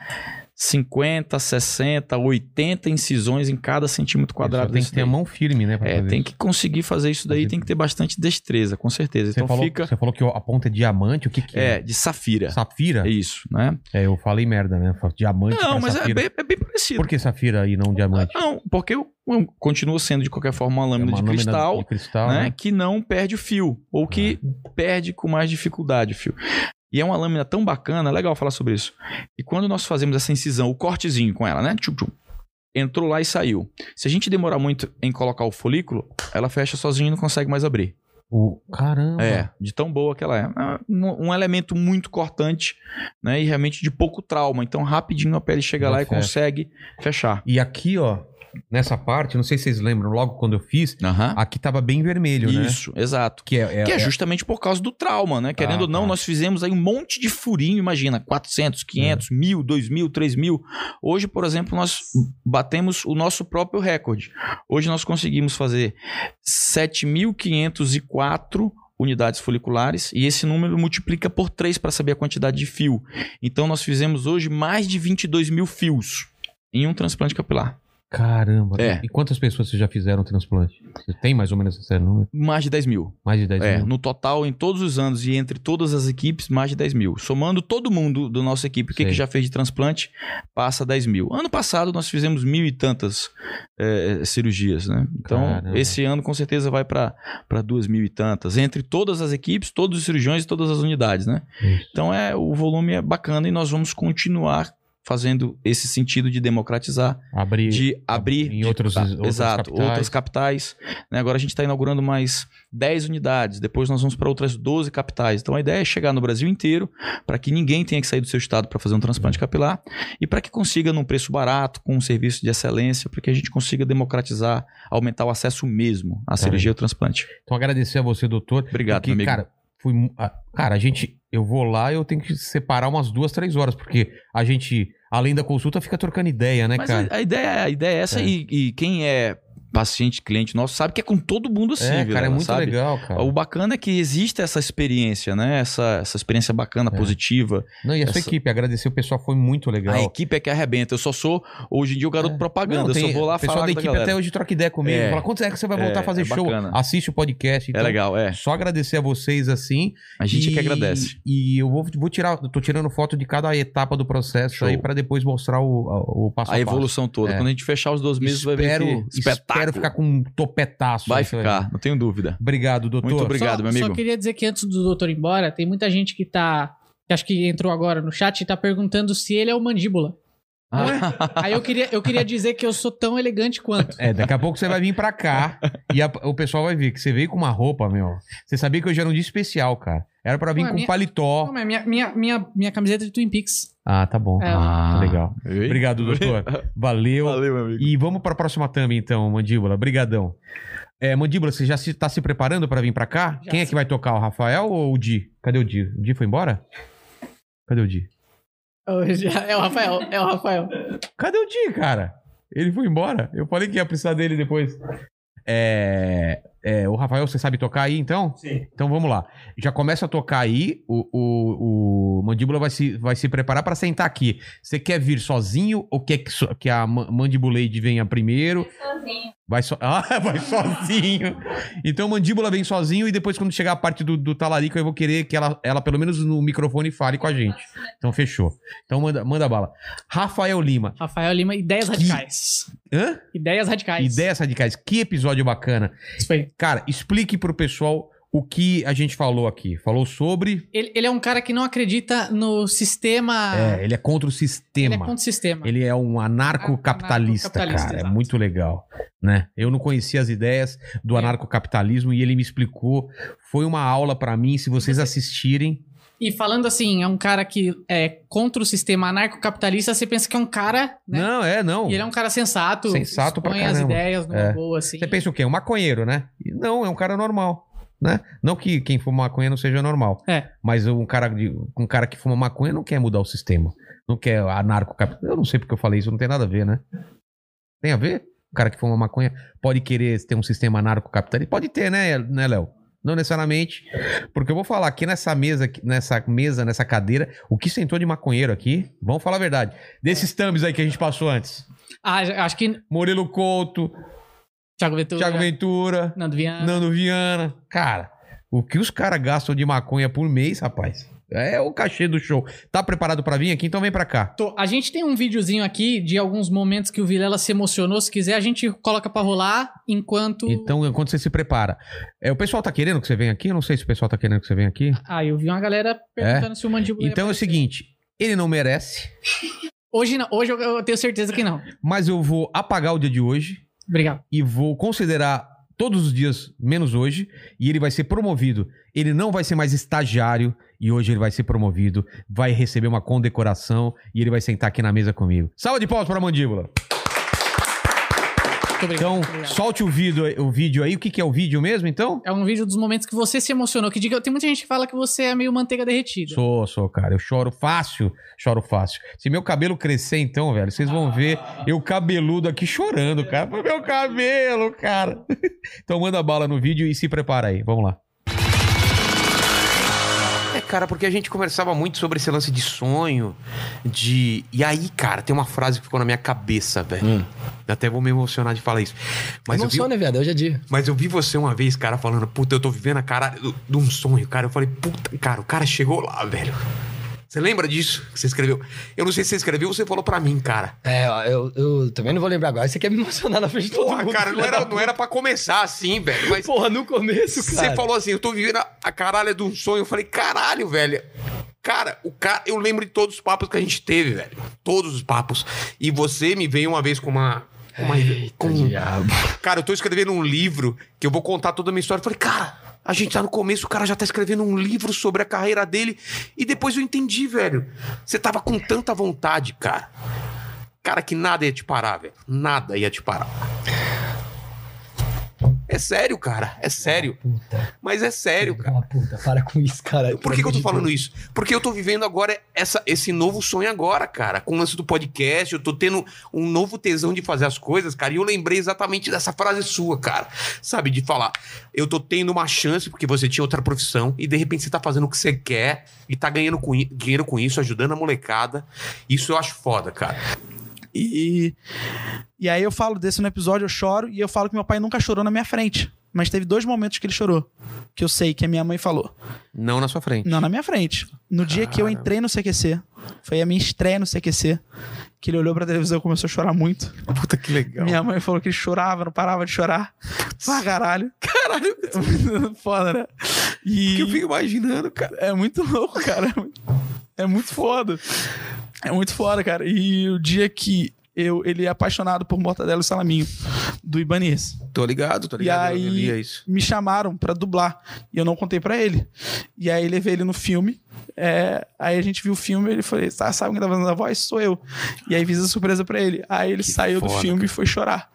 S11: 50, 60, 80 incisões em cada centímetro quadrado.
S2: tem
S11: desse
S2: que ter a
S11: daí.
S2: mão firme, né? pra
S11: É,
S2: fazer
S11: tem
S2: isso.
S11: que conseguir fazer isso daí, tem que ter bastante destreza, com certeza.
S2: Você,
S11: então
S2: falou,
S11: fica
S2: você falou que a ponta é diamante, o que, que é?
S11: é, de safira.
S2: Safira?
S11: É isso, né?
S2: É, eu falei merda, né? Diamante.
S11: Não,
S2: pra
S11: mas é
S2: safira.
S11: bem- é bem parecido.
S2: Por que safira e não diamante?
S11: Não, porque eu- eu- continua sendo de qualquer forma É uma lâmina,
S2: É uma
S11: de,
S2: lâmina
S11: cristal,
S2: de cristal,
S11: né,
S2: né? É.
S11: que não perde o fio, ou que perde com mais dificuldade o fio. E é uma lâmina tão bacana, é legal falar sobre isso. E quando nós fazemos essa incisão, o cortezinho com ela, né? Tchum, tchum, entrou lá e saiu. Se a gente demorar muito em colocar o folículo, ela fecha sozinha e não consegue mais abrir.
S2: O... Caramba.
S11: É, de tão boa que ela é. É Um um elemento muito cortante, né? E realmente de pouco trauma. Então, rapidinho a pele chega
S2: Ela
S11: lá e
S2: fecha.
S11: consegue fechar.
S2: E aqui, ó, nessa parte, não sei se vocês lembram, logo quando eu fiz, aqui tava bem vermelho, né?
S11: Isso, exato.
S2: Que é,
S11: que é justamente por causa do trauma, né? Querendo ou não, nós fizemos aí um monte de furinho, imagina, 400, 500, 1000, 2000, 3000. Hoje, por exemplo, nós batemos o nosso próprio recorde. Hoje nós conseguimos fazer 7504 unidades foliculares e esse número multiplica por 3 para saber a quantidade de fio. Então nós fizemos hoje mais de 22 mil fios em um transplante capilar.
S2: Caramba.
S11: É.
S2: E quantas pessoas vocês já fizeram transplante? Você tem mais ou menos esse número?
S11: Mais de 10 mil.
S2: Mais de 10
S11: É,
S2: mil.
S11: no total, em todos os anos e entre todas as equipes, mais de 10 mil. Somando todo mundo do nossa equipe, o que, que já fez de transplante, passa 10 mil. Ano passado, nós fizemos mil e tantas eh, cirurgias, né? Então,
S2: Caramba.
S11: esse ano, com certeza, vai para duas mil e tantas. Entre todas as equipes, todos os cirurgiões e todas as unidades, né? Então, é, o volume é bacana e nós vamos continuar fazendo esse sentido de democratizar,
S2: Abrir-
S11: de abrir
S2: em outros-
S11: tá,
S2: outras
S11: exato,
S2: capitais.
S11: outras capitais. né? Agora a gente está inaugurando mais 10 unidades, depois nós vamos para outras 12 capitais. Então a ideia é chegar no Brasil inteiro para que ninguém tenha que sair do seu estado para fazer um transplante capilar e para que consiga num preço barato, com um serviço de excelência, para que a gente consiga democratizar, aumentar o acesso mesmo à cirurgia e ao transplante.
S2: Então agradecer a você, doutor.
S11: Obrigado,
S2: porque,
S11: meu amigo.
S2: cara, fui, mu- a- cara, a gente, eu vou lá, eu tenho que separar umas duas, três horas, porque a gente, além da consulta, fica trocando ideia, né,
S11: Mas
S2: cara?
S11: a, a ideia, a ideia é essa
S2: É.
S11: E, e quem é paciente, cliente nosso, sabe que é com todo mundo assim,
S2: É,
S11: Vilela,
S2: cara, é muito
S11: sabe?
S2: legal, cara.
S11: O bacana é que existe essa experiência, né? Essa, essa experiência bacana, positiva.
S2: É. Não, e é a sua
S11: Essa-
S2: equipe, agradecer o pessoal, foi muito legal. É.
S11: A equipe é que arrebenta. Eu só sou, hoje em dia, o garoto propaganda.
S2: Não,
S11: eu
S2: tem-
S11: só vou lá
S2: o pessoal
S11: falar
S2: da
S11: com a
S2: equipe
S11: galera.
S2: até hoje troca ideia comigo. Fala, quando é que você vai voltar a fazer
S11: é
S2: show?
S11: bacana.
S2: Assiste o podcast. então,
S11: legal, é.
S2: Só agradecer a vocês assim.
S11: A gente é que agradece.
S2: E eu vou, vou tirar, eu tô tirando foto de cada etapa do processo aí pra depois mostrar o, a- o passo a,
S11: a
S2: passo.
S11: evolução toda.
S2: É.
S11: Quando a gente fechar os dois meses, vai
S2: espero,
S11: ver que espetáculo.
S2: espero ficar com um topetaço.
S11: Vai
S2: Isso aí.
S11: ficar, não tenho dúvida.
S2: Obrigado, doutor.
S11: Muito obrigado,
S2: Só-
S11: meu
S2: só
S11: amigo.
S3: Só queria dizer que antes do doutor ir embora, tem muita gente que tá. Que acho que entrou agora no chat e tá perguntando se ele é o mandíbula. é? Aí eu queria, eu queria dizer que eu sou tão elegante quanto.
S2: É, daqui a pouco você vai vir pra cá e a- o pessoal vai ver que você veio com uma roupa, meu. Você sabia que hoje era um dia especial, cara. Era pra vir
S3: Ué,
S2: com
S3: minha-
S2: paletó.
S3: Não, mas minha, minha, minha, minha camiseta é de Twin Peaks.
S2: Ah, tá bom.
S3: É.
S2: Ah, legal.
S11: Ei.
S2: Obrigado, doutor. Valeu.
S11: Valeu, meu amigo.
S2: E vamos para a próxima thumb, então, Mandíbula. Brigadão. É, Mandíbula, você já está se, tá se preparando para vir para cá? Quem é que vai tocar? O Rafael ou o Di? Cadê o Di? O Di foi embora? Cadê o Di?
S3: É o Rafael, é o Rafael.
S2: Cadê o Di, cara? Ele foi embora. Eu falei que ia precisar dele depois. É, é, o Rafael, você sabe tocar aí, então? Sim. Então vamos lá. Já começa a tocar aí. O, o, o Mandíbula vai se, vai se preparar para sentar aqui. Você quer vir sozinho ou quer que, so- que a Ma- Mandibuleide venha primeiro?
S12: Sozinho.
S2: Vai, so... ah, vai sozinho. Então, mandíbula vem sozinho e depois, quando chegar a parte do, do talarico, eu vou querer que ela, ela, pelo menos no microfone, fale com a gente. Então, fechou. Então, manda, manda bala. Rafael Lima.
S3: Rafael Lima, ideias radicais.
S2: Hã?
S3: Ideias radicais.
S2: Ideias radicais. Que episódio bacana. Cara, explique pro pessoal o que a gente falou aqui. Falou sobre.
S3: Ele, ele é um cara que não acredita no sistema.
S2: É, ele é contra o sistema.
S3: Ah. Ele é contra o sistema.
S2: Ele é um anarcocapitalista,
S3: Anarcocapitalista,
S2: cara. É
S3: exato.
S2: muito legal, né? Eu não conhecia as ideias
S3: É.
S2: do anarcocapitalismo e ele me explicou. Foi uma aula pra mim, se vocês assistirem.
S3: E falando assim, é um cara que é contra o sistema anarcocapitalista, você pensa que é um cara, né?
S2: Não, é, não.
S3: E ele é um cara sensato.
S2: Sensato pra
S3: expõe
S2: caramba.
S3: as ideias numa
S2: É.
S3: boa, assim.
S2: Você pensa o quê? Um maconheiro, né? E Não, é um cara normal. Né? Não que quem fuma maconha não seja normal.
S3: É.
S2: Mas um cara, de- um cara que fuma maconha não quer mudar o sistema. Não quer anarcocapital. Eu não sei porque eu falei isso, não tem nada a ver, né? Tem a ver? O cara que fuma maconha pode querer ter um sistema anarcocapitalista? Pode ter, né, né, Léo? Não necessariamente. Porque eu vou falar aqui nessa mesa, aqui- nessa mesa, nessa cadeira, o que sentou de maconheiro aqui, vamos falar a verdade. Desses thumbs aí que a gente passou antes.
S3: Ah, já- acho que
S2: Murilo Couto,
S3: Thiago Ventura.
S2: Thiago Ventura,
S3: Nando Viana.
S2: Nando Viana. Cara, o que os caras gastam de maconha por mês, rapaz? É o cachê do show. Tá preparado pra vir aqui? Então vem pra cá.
S3: Tô- A gente tem um videozinho aqui de alguns momentos que o Vilela se emocionou. Se quiser, a gente coloca pra rolar enquanto.
S2: Então, enquanto você se prepara. É, o pessoal tá querendo que você venha aqui? Eu não sei se o pessoal tá querendo que você venha aqui.
S3: Ah, eu vi uma galera perguntando
S2: É?
S3: se o mandíbula. ia-
S2: Então é o seguinte, ele não merece,
S3: Hoje, não, hoje eu- eu tenho certeza que não.
S2: mas eu vou apagar o dia de hoje.
S3: Obrigado.
S2: E vou considerar todos os dias, menos hoje, e ele vai ser promovido. Ele não vai ser mais estagiário, e hoje ele vai ser promovido, vai receber uma condecoração, e ele vai sentar aqui na mesa comigo. Salva de palmas para a mandíbula. então, solte o vídeo, o vídeo aí. O que, que é o vídeo mesmo, então?
S3: É um vídeo dos momentos que você se emocionou. Que diga, tem muita gente que fala que você é meio manteiga derretida.
S2: Sou, sou, cara. Eu choro fácil, choro fácil. Se meu cabelo crescer, então, velho, vocês vão ver eu cabeludo aqui chorando, cara. Foi meu cabelo, cara. Então manda bala no vídeo e se prepara aí. Vamos lá. É, cara, porque a gente conversava muito sobre esse lance de sonho, de. E aí, cara, tem uma frase que ficou na minha cabeça, velho.
S9: Hum.
S2: Até vou me emocionar de falar isso. Mas eu vi,
S9: Emociona, viado, hoje é dia.
S2: mas eu vi você uma vez, cara, falando, puta, eu tô vivendo a cara do- de um sonho, cara. Eu falei, puta, cara, o cara chegou lá, velho. Você lembra disso que você escreveu? Eu não sei se você escreveu ou você falou pra mim, cara.
S9: É, ó, eu, eu também não vou lembrar agora. Você quer me emocionar na frente de todo
S2: Porra,
S9: mundo,
S2: cara, não
S9: filha
S2: era,
S9: da
S2: não era pra começar assim, velho. Mas
S9: Porra, no começo, cara.
S2: Você falou assim, eu tô vivendo a, a caralha de um sonho. Eu falei, caralho, velho. Cara, o cara, eu lembro de todos os papos que a gente teve, velho. Todos os papos. E você me veio uma vez com uma. com uma com... um Cara, eu tô escrevendo um livro que eu vou contar toda a minha história. Eu falei, cara, a gente tá no começo, o cara já tá escrevendo um livro sobre a carreira dele. E depois eu entendi, velho. Você tava com tanta vontade, cara. Cara, que nada ia te parar, velho. Nada ia te parar. É sério, cara. É sério. Mas é sério, cara.
S9: Uma puta, para com isso, cara.
S2: Por que, que eu tô falando isso? Porque eu tô vivendo agora essa, esse novo sonho agora, cara. Com o lance do podcast, eu tô tendo um novo tesão de fazer as coisas, cara. E eu lembrei exatamente dessa frase sua, cara. Sabe, de falar, eu tô tendo uma chance porque você tinha outra profissão e de repente você tá fazendo o que você quer e tá ganhando com i- dinheiro com isso, ajudando a molecada. Isso eu acho foda, cara.
S12: E, e aí eu falo desse no episódio, eu choro, e eu falo que meu pai nunca chorou na minha frente. Mas teve dois momentos que ele chorou. Que eu sei que a minha mãe falou.
S2: Não na sua frente.
S12: Não na minha frente. No dia que eu entrei no CQC, foi a minha estreia no CQC, que ele olhou pra televisão e começou a chorar muito.
S2: Puta que legal.
S12: Minha mãe falou que ele chorava, não parava de chorar. Pra caralho. Caralho. foda, né? E... Que eu
S2: fico imaginando, cara.
S12: É muito louco, cara. É muito- É muito foda. É muito foda, cara. E o dia que eu, ele é apaixonado por mortadela e salaminho, do Ibanez.
S2: Tô ligado, tô
S12: E aí me chamaram pra dublar e eu não contei pra ele. E aí levei ele no filme. é, aí a gente viu o filme, ele falou: "Sa- sabe quem tá fazendo a voz? Sou eu. E aí fiz a surpresa pra ele. Aí ele saiu do
S2: foda,
S12: filme e foi chorar.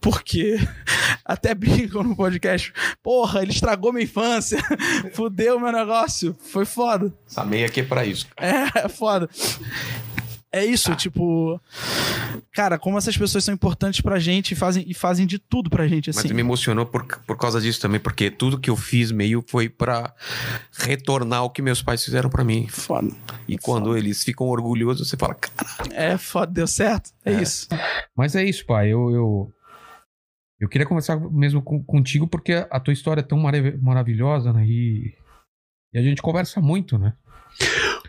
S12: Porque até brincam no podcast. Porra, ele estragou minha infância. Fudeu meu negócio. Foi foda.
S2: Essa meia aqui é pra isso.
S12: É, é foda. É
S2: Ah.
S12: isso, tipo. Cara, como essas pessoas são importantes pra gente e fazem, e fazem de tudo pra gente, assim.
S2: Mas me emocionou por, por causa disso também, porque tudo que eu fiz meio foi pra retornar o que meus pais fizeram pra mim.
S12: Foda.
S2: E quando eles ficam orgulhosos, você fala, cara.
S12: É, foda, deu certo. É, isso.
S2: Mas é isso, pai. Eu, eu, eu queria conversar mesmo com- contigo, porque a, a tua história é tão marav- maravilhosa, né? E, e a gente conversa muito, né?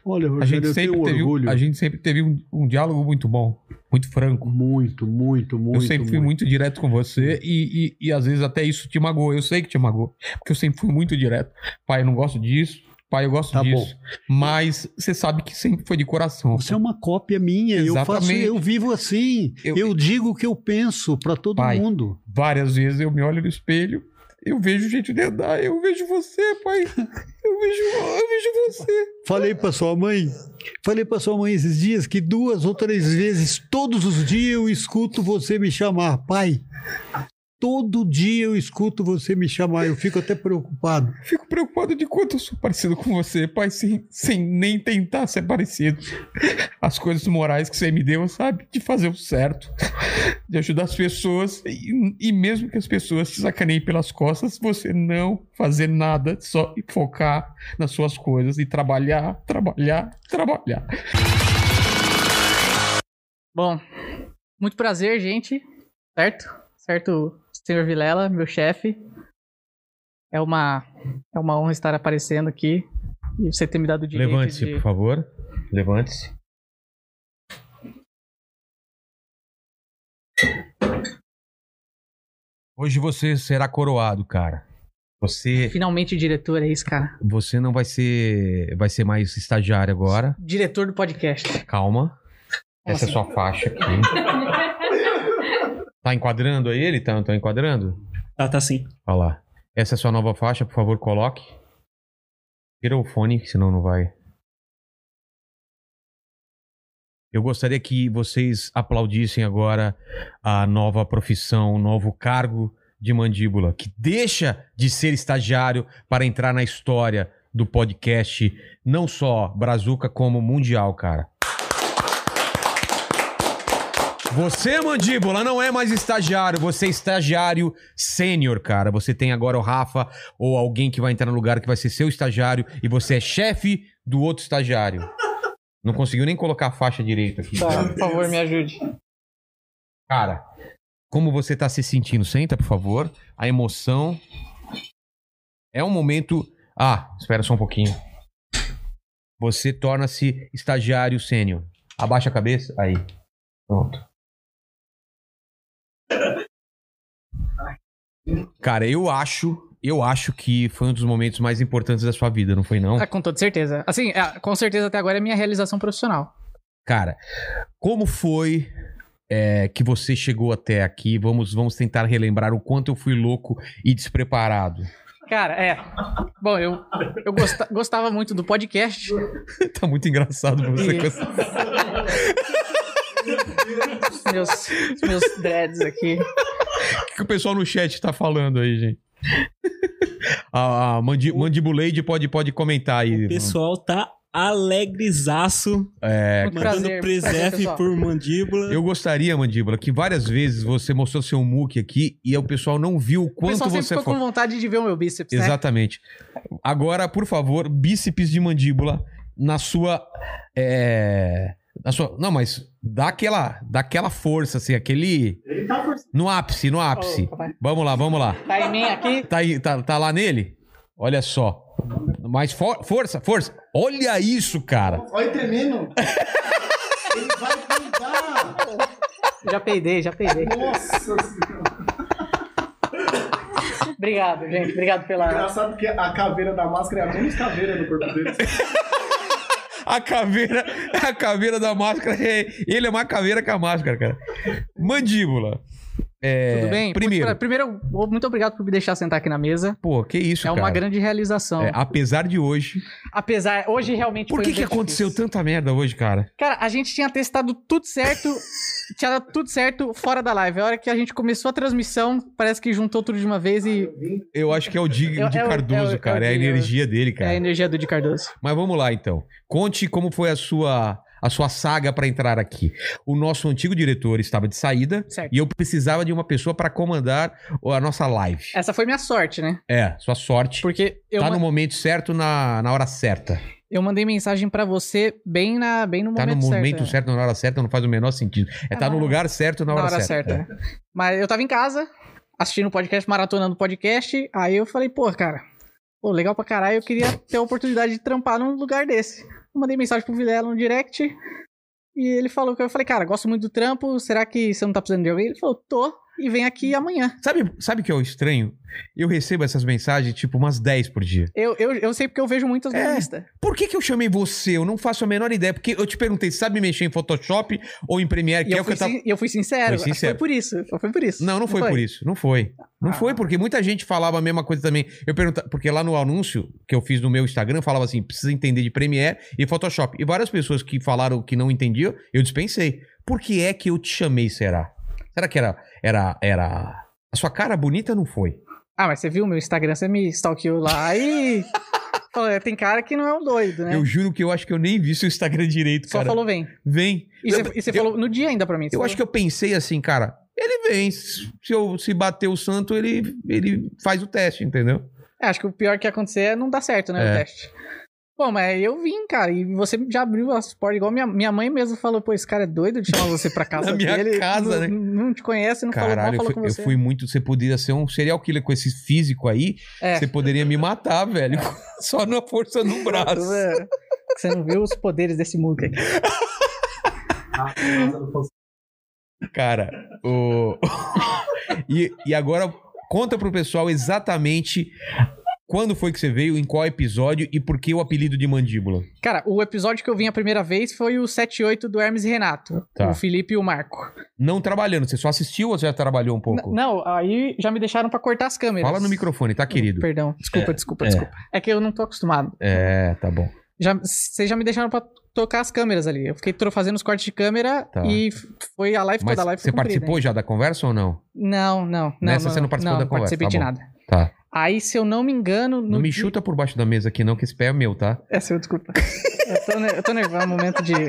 S13: Olha,
S2: A
S13: Rogério,
S2: gente,
S13: eu
S2: sempre
S13: tenho
S2: teve, um-
S13: orgulho.
S2: a gente sempre teve um, um diálogo muito bom, muito franco.
S13: Muito, muito, muito.
S2: Eu sempre fui muito direto com você e, e, e às vezes até isso te magoou. Eu sei que te magoou, porque eu sempre fui muito direto. Pai, eu não gosto disso. Pai, eu
S13: Tá
S2: gosto disso. Mas você sabe que sempre foi de coração.
S13: Você é uma cópia minha. Eu, faço,
S2: Exatamente.
S13: eu vivo assim. Eu, digo o que eu penso pra todo mundo.
S2: Várias vezes eu me olho no espelho, eu vejo gente dedar, eu vejo você, pai. Eu
S10: vejo, eu vejo você. Falei pra sua mãe, falei pra sua mãe esses dias que duas ou três vezes, todos os dias eu escuto você me chamar, pai. Todo dia eu escuto você me chamar, eu fico até preocupado.
S2: Fico preocupado de quanto eu sou parecido com você, pai, sem, sem nem tentar ser parecido. As coisas morais que você me deu, sabe? De fazer o certo, de ajudar as pessoas. E, e mesmo que as pessoas te sacaneiem pelas costas, você não fazer nada, só focar nas suas coisas e trabalhar, trabalhar, trabalhar.
S6: Bom, muito prazer, gente. Certo? Certo, senhor Vilela, meu chefe. É uma, é uma honra estar aparecendo aqui e você ter me dado o direito
S2: Levante-se,
S6: de...
S2: por favor. Levante-se. Hoje você será coroado, cara. Você,
S6: Finalmente diretor, é isso, cara.
S2: você não vai ser, vai ser mais estagiário agora.
S6: Diretor do podcast.
S2: Calma. Essa é
S6: assim?
S2: sua faixa aqui. Tá enquadrando aí ele? Tá, tá enquadrando?
S8: Tá, tá sim.
S2: Olha lá. Essa é sua nova faixa, por favor, coloque. Tira o fone, senão não vai. Eu gostaria que vocês aplaudissem agora a nova profissão, o novo cargo de mandíbula, que deixa de ser estagiário para entrar na história do podcast, não só Brazuca, como mundial, cara. Você, mandíbula, não é mais estagiário, você é estagiário sênior, cara. Você tem agora o Rafa ou alguém que vai entrar no lugar que vai ser seu estagiário e você é chefe do outro estagiário. Não conseguiu nem colocar a faixa direito aqui.
S6: Tá, por favor, me ajude.
S2: Cara, como você tá se sentindo? Senta, por favor. A emoção. É um momento. Ah, espera só um pouquinho. Você torna-se estagiário sênior. Abaixa a cabeça. Aí. Pronto. Cara, eu acho. Eu acho que foi um dos momentos mais importantes da sua vida, não foi não?
S6: Ah, com toda certeza. Assim, é, com certeza até agora é minha realização profissional.
S2: Cara, como foi é, que você chegou até aqui? Vamos, vamos tentar relembrar o quanto eu fui louco e despreparado.
S6: Cara, é. Bom, eu, eu gosta- gostava muito do podcast.
S2: tá muito engraçado você com essa...
S6: Os meus, os meus dreads aqui.
S2: O que que o pessoal no chat tá falando aí, gente? A, a mandi, Mandibuleide pode, pode comentar aí.
S8: O pessoal tá alegrezaço.
S2: É,
S8: mandando
S2: prazer, prazer,
S8: presef
S2: pessoal.
S8: por mandíbula.
S2: Eu gostaria, Mandíbula, que várias vezes você mostrou seu muque aqui e o pessoal não viu o
S6: O
S2: quanto
S6: pessoal sempre
S2: você
S6: ficou
S2: foi.
S6: com vontade de ver o meu bíceps, né?
S2: Exatamente. Agora, por favor, bíceps de mandíbula na sua. é, na sua não, mas dá aquela, dá aquela força, assim, aquele. No ápice, no ápice. vamos lá, vamos lá.
S6: Tá em mim aqui.
S2: Tá, aí, tá, tá lá nele? Olha só. Mais for- força, força. Olha isso, cara.
S14: Olha tremendo.
S5: É
S14: Ele vai cuidar.
S6: Já peidei, já peidei. Obrigado, gente. Obrigado pela.
S5: Engraçado que a caveira da máscara é a menos caveira no corpo dele.
S2: A caveira, a caveira da máscara. é- Ele é uma caveira com a máscara, cara. Mandíbula. É,
S6: Tudo bem?
S2: Primeiro.
S6: Muito pra- primeiro, muito obrigado por me deixar sentar aqui na mesa.
S2: Pô, que isso,
S6: É
S2: cara.
S6: uma grande realização.
S2: É, apesar de hoje.
S6: Apesar, hoje realmente
S2: Por
S6: então. foi
S2: que,
S6: um
S2: que
S6: dia
S2: aconteceu tanta merda hoje, cara?
S6: Cara, a gente tinha testado tudo certo. tinha dado tudo certo fora da live. A hora que a gente começou a transmissão, parece que juntou tudo de uma vez e.
S2: Eu acho que é o Di,
S6: É-
S2: Di
S6: é o-
S2: Cardoso,
S6: é o- é o
S2: cara. É, a
S6: Di-
S2: energia dele, cara.
S6: É a energia do Di Cardoso.
S2: Mas vamos lá, então. Conte como foi a sua a sua saga para entrar aqui. O nosso antigo diretor estava de saída
S6: Certo.
S2: e eu precisava de uma pessoa para comandar a nossa live.
S6: Essa foi minha sorte, né?
S2: É, sua sorte.
S6: Porque eu
S2: tá
S6: ma-
S2: no momento certo, na, na hora certa.
S6: Eu mandei mensagem pra você bem, na, bem no
S2: Tá no
S6: momento certo. né? é.
S2: momento certo, na hora certa, não faz o menor sentido. É, tá no lugar certo, na hora, certa.
S6: certa.
S2: É.
S6: né? Mas eu tava em casa, assistindo o podcast, maratonando o podcast. Aí eu falei, pô, cara, pô, legal pra caralho. Eu queria ter a oportunidade de trampar num lugar desse. Eu mandei mensagem pro Vilela no direct. E ele falou que eu falei, cara, gosto muito do trampo. Será que você não tá precisando de alguém? Ele falou, tô. e vem aqui amanhã.
S2: Sabe, sabe o que é o estranho? Eu recebo essas mensagens, tipo, umas 10 por dia.
S6: Eu, eu, eu sei porque eu vejo muitas
S2: É.
S6: na lista.
S2: Por que, que eu chamei você? Eu não faço a menor ideia. Porque eu te perguntei, sabe mexer em Photoshop ou em Premiere?
S6: E
S2: Que é
S6: eu,
S2: o
S6: fui
S2: que eu tava...
S6: sin- e eu fui sincero.
S2: Foi sincero.
S6: Foi por isso. Foi Ah. por isso.
S2: Não, não foi, por isso. Não foi. Não foi, porque muita gente falava a mesma coisa também. Eu perguntava, porque lá no anúncio que eu fiz no meu Instagram, falava assim: precisa entender de Premiere e Photoshop. E várias pessoas que falaram que não entendiam, eu dispensei. Por que é que eu te chamei, será? Será que era. era, era... A sua cara bonita não foi?
S6: Ah, mas você viu meu Instagram, você me stalkeou lá e. Falou, tem cara que não é um doido, né?
S2: Eu juro que eu acho que eu nem vi seu Instagram direito,
S6: Só
S2: cara.
S6: falou vem.
S2: Vem.
S6: E você e você falou no dia ainda pra mim.
S2: Eu acho que eu pensei assim, cara, ele vem. Se, eu, se bater o santo, ele, ele faz o teste, entendeu?
S6: É, acho que o pior que ia acontecer é não dar certo, né?
S2: É.
S6: O teste. Pô, mas eu vim, cara, e você já abriu as portas, igual minha, minha mãe mesmo falou, pô, esse cara é doido de chamar você pra casa
S2: Na minha
S6: dele. não,
S2: casa, né?
S6: Não te conhece, não falou mal,
S2: Caralho, eu
S6: falou
S2: fui,
S6: com
S2: eu
S6: você.
S2: fui muito. Você poderia ser um serial killer com esse físico aí.
S6: É.
S2: Você poderia me matar, velho. Só na força do braço.
S6: Você- Você não viu os poderes desse mundo aqui.
S2: Cara, o. e, e agora conta pro pessoal exatamente quando foi que você veio, em qual episódio e por que o apelido de mandíbula.
S6: Cara, o episódio que eu vim a primeira vez foi o 7-8 do Hermes e Renato.
S2: Tá.
S6: O Felipe e o Marco.
S2: Não trabalhando, você só assistiu ou você já trabalhou um pouco?
S6: Não, aí já me deixaram pra cortar as câmeras. Hum,
S2: Fala no microfone, tá, querido?
S6: Perdão, desculpa, desculpa, desculpa. É que eu não tô acostumado.
S2: É, tá bom.
S6: Já, vocês já me deixaram pra tocar as câmeras ali. Eu fiquei tro- fazendo os cortes de câmera
S2: Tá.
S6: e f- foi a live
S2: Mas
S6: toda. A live foi
S2: você
S6: comprida,
S2: participou
S6: hein?
S2: já da conversa ou não?
S6: Não, não. não
S2: Nessa você não participou da conversa.
S6: Não participei
S2: tá
S6: de
S2: bom.
S6: nada.
S2: Tá.
S6: Aí, se eu não me engano...
S2: Não me chuta por baixo da mesa aqui, não, que esse pé é meu, tá?
S6: É seu, desculpa. eu, tô, ne- eu tô nervoso, é um momento de...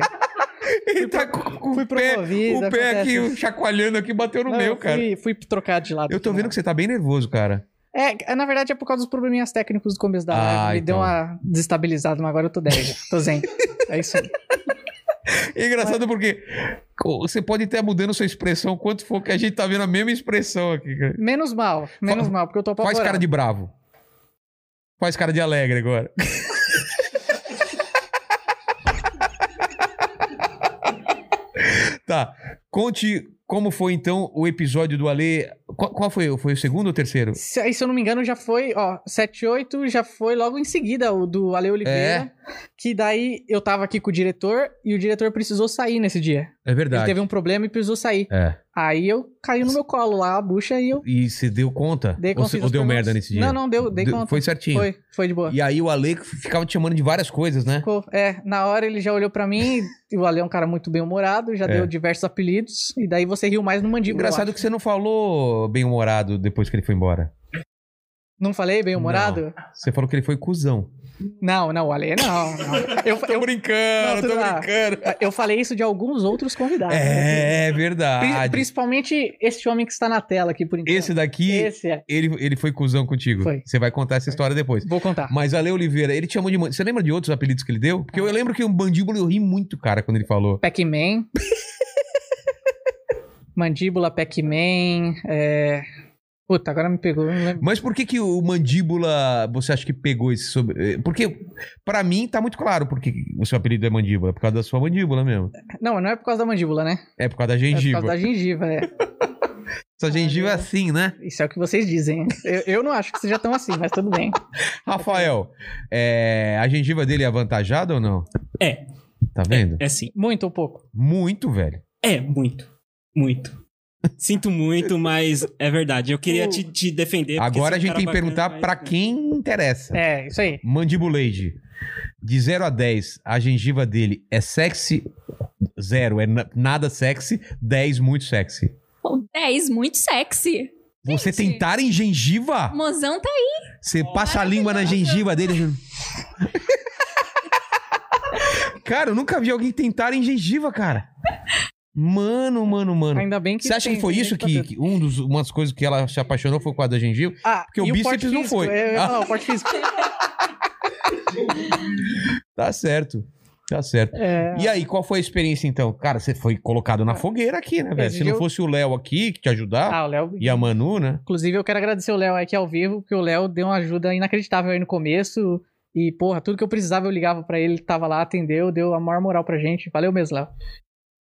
S2: Ele tá com
S6: fui promovido,
S2: o pé
S6: acontece.
S2: aqui chacoalhando aqui, bateu no
S6: Não,
S2: meu,
S6: eu
S2: cara.
S6: Fui, fui trocar de lado. né?
S2: Eu tô vendo que você tá bem nervoso, cara.
S6: É, é, na verdade é por causa dos probleminhas técnicos do começo da
S2: Ah,
S6: live. Me deu
S2: então.
S6: uma desestabilizada, mas agora eu tô 10. tô zen. É isso aí.
S2: É engraçado porque você pode estar mudando sua expressão quanto for, que a gente tá vendo a mesma expressão aqui, cara.
S6: Menos mal, menos mal, porque eu tô apavorado.
S2: Faz cara de bravo. Faz cara de alegre agora. tá. Conte como foi então o episódio do Ale. Qual, qual foi? Foi o segundo ou terceiro?
S6: Se, aí, se eu não me engano, já foi, ó, 7-8 já foi logo em seguida o do Ale
S2: É.
S6: Oliveira. Que daí eu tava aqui com o diretor e o diretor precisou sair nesse dia.
S2: É
S6: Ele
S2: verdade.
S6: teve um problema e precisou sair.
S2: É.
S6: Aí eu caí no meu colo lá, a bucha, e eu
S2: E você deu conta?
S6: dei
S2: ou
S6: conta.
S2: cê-
S6: fiz
S2: ou
S6: as
S2: deu
S6: perguntas.
S2: merda nesse dia?
S6: Não, não, deu, dei
S2: Deu-
S6: conta.
S2: Foi certinho?
S6: Foi, foi de boa.
S2: E aí o Ale ficava te chamando de várias coisas, né?
S6: Ficou- É, na hora ele já olhou pra mim, e o Ale é um cara muito bem humorado, já
S2: É.
S6: deu diversos apelidos, e daí você riu mais no mandíbula. eu
S2: Engraçado
S6: acho.
S2: que você não falou bem-humorado depois que ele foi embora.
S6: Não falei bem humorado?
S2: Você falou que ele foi cuzão.
S6: Não, não, o Ale não. não. Eu, tô
S2: brincando,
S6: tô brincando. Eu falei isso de alguns outros convidados.
S2: É, é
S6: Pri-
S2: verdade.
S6: Principalmente esse homem que está na tela aqui por enquanto.
S2: Esse daqui,
S6: Esse é.
S2: ele, ele foi cuzão contigo.
S6: Foi.
S2: Você vai contar essa história depois.
S6: Vou contar.
S2: Mas Ale Oliveira, ele te chamou de... man- Você lembra de outros apelidos que ele deu? Porque eu lembro que um bandíbulo eu ri muito, cara, quando ele falou.
S6: Pac-Man. Mandíbula, Pac-Man. É... Puta, agora me pegou, eu não lembro.
S2: Mas por que que o Mandíbula, você acha que pegou esse sobre... eh, Porque, pra mim, tá muito claro porque o seu apelido é Mandíbula. Por causa da sua mandíbula mesmo.
S6: Não, mas não é por causa da mandíbula, né?
S2: É por causa da
S6: É por
S2: gengiva.
S6: causa da gengiva, é.
S2: Essa gengiva é assim, né?
S6: Isso é o que vocês dizem. Eu, eu não acho que vocês já estão assim, mas tudo bem.
S2: Rafael, é, a gengiva dele é avantajada ou não?
S8: É.
S2: Tá vendo?
S8: É sim.
S6: Muito ou pouco?
S2: Muito, velho.
S8: É, muito. Muito. Sinto muito, mas é verdade. Eu queria te, te defender. porque
S2: Agora a
S8: você é um
S2: gente tem que
S8: cara bacana,
S2: perguntar
S8: mas-
S2: pra quem interessa.
S6: É, isso aí.
S2: Mandibuleide. De 0 a 10, a gengiva dele é sexy? Zero, é na- nada sexy. 10, muito sexy.
S15: Pô, 10, muito sexy.
S2: Você tentar em gengiva?
S15: Mozão tá aí.
S2: Você passa a língua na gengiva dele. cara, eu nunca vi alguém tentar em gengiva, cara. Mano, mano, mano.
S6: Ainda bem que
S2: Você acha
S6: tem
S2: que foi
S6: gente
S2: isso
S6: que tá
S2: que, que um dos, uma das coisas que ela se apaixonou foi com a da gengiva?
S6: Ah,
S2: porque o
S6: e
S2: bíceps
S6: porte
S2: não
S6: físico,
S2: foi.
S6: é,
S2: Ah.
S6: Não, o porte físico.
S2: Tá certo. Tá certo.
S6: É.
S2: E aí, qual foi a experiência então? Cara, você foi colocado na fogueira aqui, né, velho?
S6: Esse
S2: Se não
S6: eu-
S2: fosse o Léo aqui que te ajudar
S6: Ah, o Léo.
S2: e a Manu, né?
S6: Inclusive, eu quero agradecer o Léo aqui ao vivo, porque o Léo deu uma ajuda inacreditável aí no começo. E, porra, tudo que eu precisava, eu ligava pra ele, ele tava lá, atendeu, deu a maior moral pra gente. Valeu mesmo, Léo.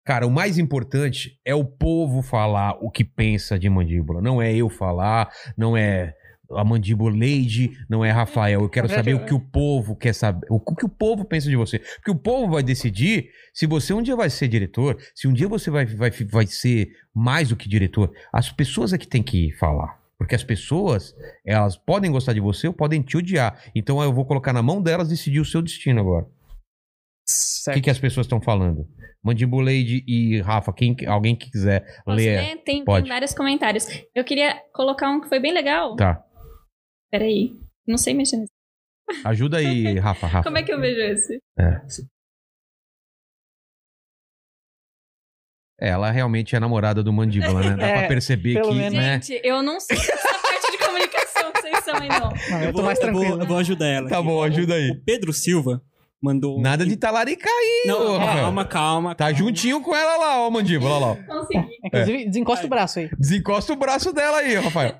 S2: Cara, o mais importante é o povo falar o que pensa de mandíbula. Não é eu falar, não é a mandíbula Lady, não é Rafael. Eu quero saber o que o povo quer saber, o que o povo pensa de você. Porque o povo vai decidir se você um dia vai ser diretor, se um dia você vai, vai, vai ser mais do que diretor. As pessoas é que tem que falar. Porque as pessoas, elas podem gostar de você ou podem te odiar. Então eu vou colocar na mão delas decidir o seu destino agora. O que, que as pessoas estão falando? Mandibuleide e Rafa, quem, alguém que quiser
S15: Posso
S2: ler.
S15: ler? né? Tem,
S2: pode.
S15: tem vários comentários. Eu queria colocar um que foi bem legal.
S2: Tá.
S15: Peraí. Não sei mexer nesse.
S2: Ajuda aí, Rafa, Rafa.
S15: Como é que eu vejo esse?
S2: É, Ela realmente é namorada do Mandíbula, né? Dá
S15: É,
S2: pra perceber
S15: pelo
S2: que,
S15: menos.
S2: né?
S15: Gente, eu não sei essa parte de comunicação que vocês são aí, não.
S6: Ah,
S8: eu tô mais tranquilo. Eu vou, ajudar ela. Tá
S2: bom, ajuda aí.
S8: O Pedro Silva mandou. um
S2: Nada de talarica aí,
S8: Não,
S2: ô,
S8: calma,
S2: Rafael.
S8: calma, calma.
S2: Tá juntinho com ela lá, ó, Mandíbula, olha lá. ó.
S15: Consegui.
S2: É.
S3: Inclusive, desencosta o braço aí.
S2: Desencosta o braço dela aí, Rafael.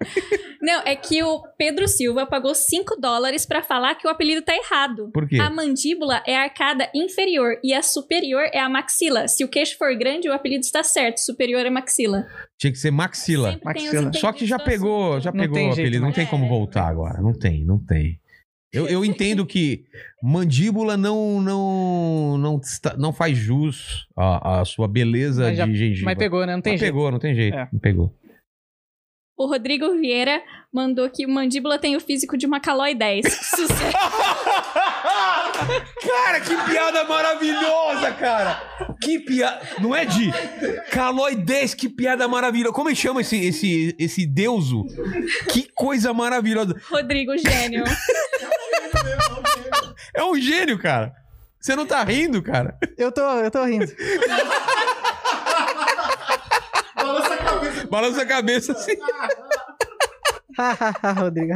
S15: Não, é que o Pedro Silva pagou 5 dólares pra falar que o apelido tá errado.
S2: Por quê?
S15: A mandíbula é a arcada inferior e a superior é a maxila. Se o queixo for grande, o apelido está certo. Superior é maxila.
S2: Tinha que ser Maxila.
S15: Sempre tem os assim, né? Maxila.
S2: Só que já pegou, já
S15: Não
S2: pegou
S15: tem
S2: o
S15: jeito
S2: apelido. Não
S15: mais.
S2: tem como voltar agora. Não tem, não tem. Eu, eu entendo que mandíbula não não não, está- não faz jus à, à sua beleza
S3: Mas já-
S2: de gengiva.
S3: mas pegou, né? Não tem
S2: Mas
S3: jeito.
S2: Pegou, não tem jeito. Não pegou.
S15: O Rodrigo Vieira mandou que mandíbula tem o físico de uma calói 10. Sucesso.
S2: Cara, que piada maravilhosa, cara! Que piada. Não é de. Calói 10, que piada maravilhosa. Como ele chama esse, esse, esse deuso? Que coisa maravilhosa.
S15: Rodrigo, gênio.
S2: É um gênio, cara. Você não tá rindo, cara?
S6: Eu tô, eu tô rindo.
S16: Balança a cabeça.
S2: Balança a cabeça assim.
S6: Rodrigo.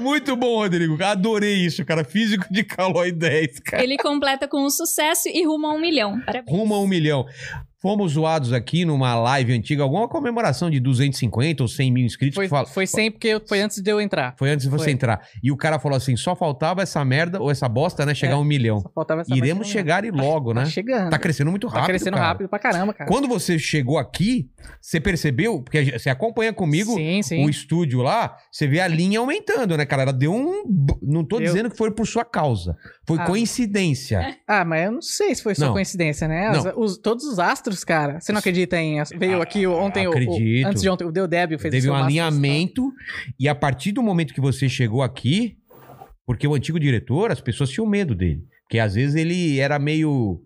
S2: Muito bom, Rodrigo. Adorei isso, cara. Físico de Calói 10, cara.
S15: Ele completa com um sucesso e rumo a um milhão. Parabéns.
S2: Rumo a um milhão. Fomos zoados aqui numa live antiga, alguma comemoração de 250 ou 100 mil inscritos. Foi,
S3: Foi sem, porque eu- foi antes de eu entrar.
S2: Foi antes de você
S3: Foi.
S2: entrar. E o cara falou assim: só faltava essa merda ou essa bosta, né? Chegar a um milhão.
S3: É, faltava essa merda,
S2: Iremos
S3: né?
S2: chegar e logo, né? Tá
S6: chegando.
S2: Tá crescendo muito rápido.
S3: tá crescendo
S2: cara.
S3: rápido pra caramba, cara.
S2: Quando você chegou aqui, você percebeu? Porque a gente- você acompanha comigo o estúdio lá, você vê a linha aumentando, né, cara? Ela deu um. Não tô dizendo que foi por sua causa. Foi
S6: Ah.
S2: coincidência.
S6: Ah, mas eu não sei se foi só
S2: é? Não.
S6: coincidência, né? As-
S2: Não. Ah,
S6: os- todos os astros, cara. Você não acredita em. as- Veio aqui ontem, o- o-
S2: acredito.
S6: antes de ontem, o Deu Débio fez o
S2: Teve
S6: seu
S2: um
S6: mastro-
S2: alinhamento, e a partir do momento que você chegou aqui, porque o antigo diretor, as pessoas tinham medo dele. Porque às vezes ele era meio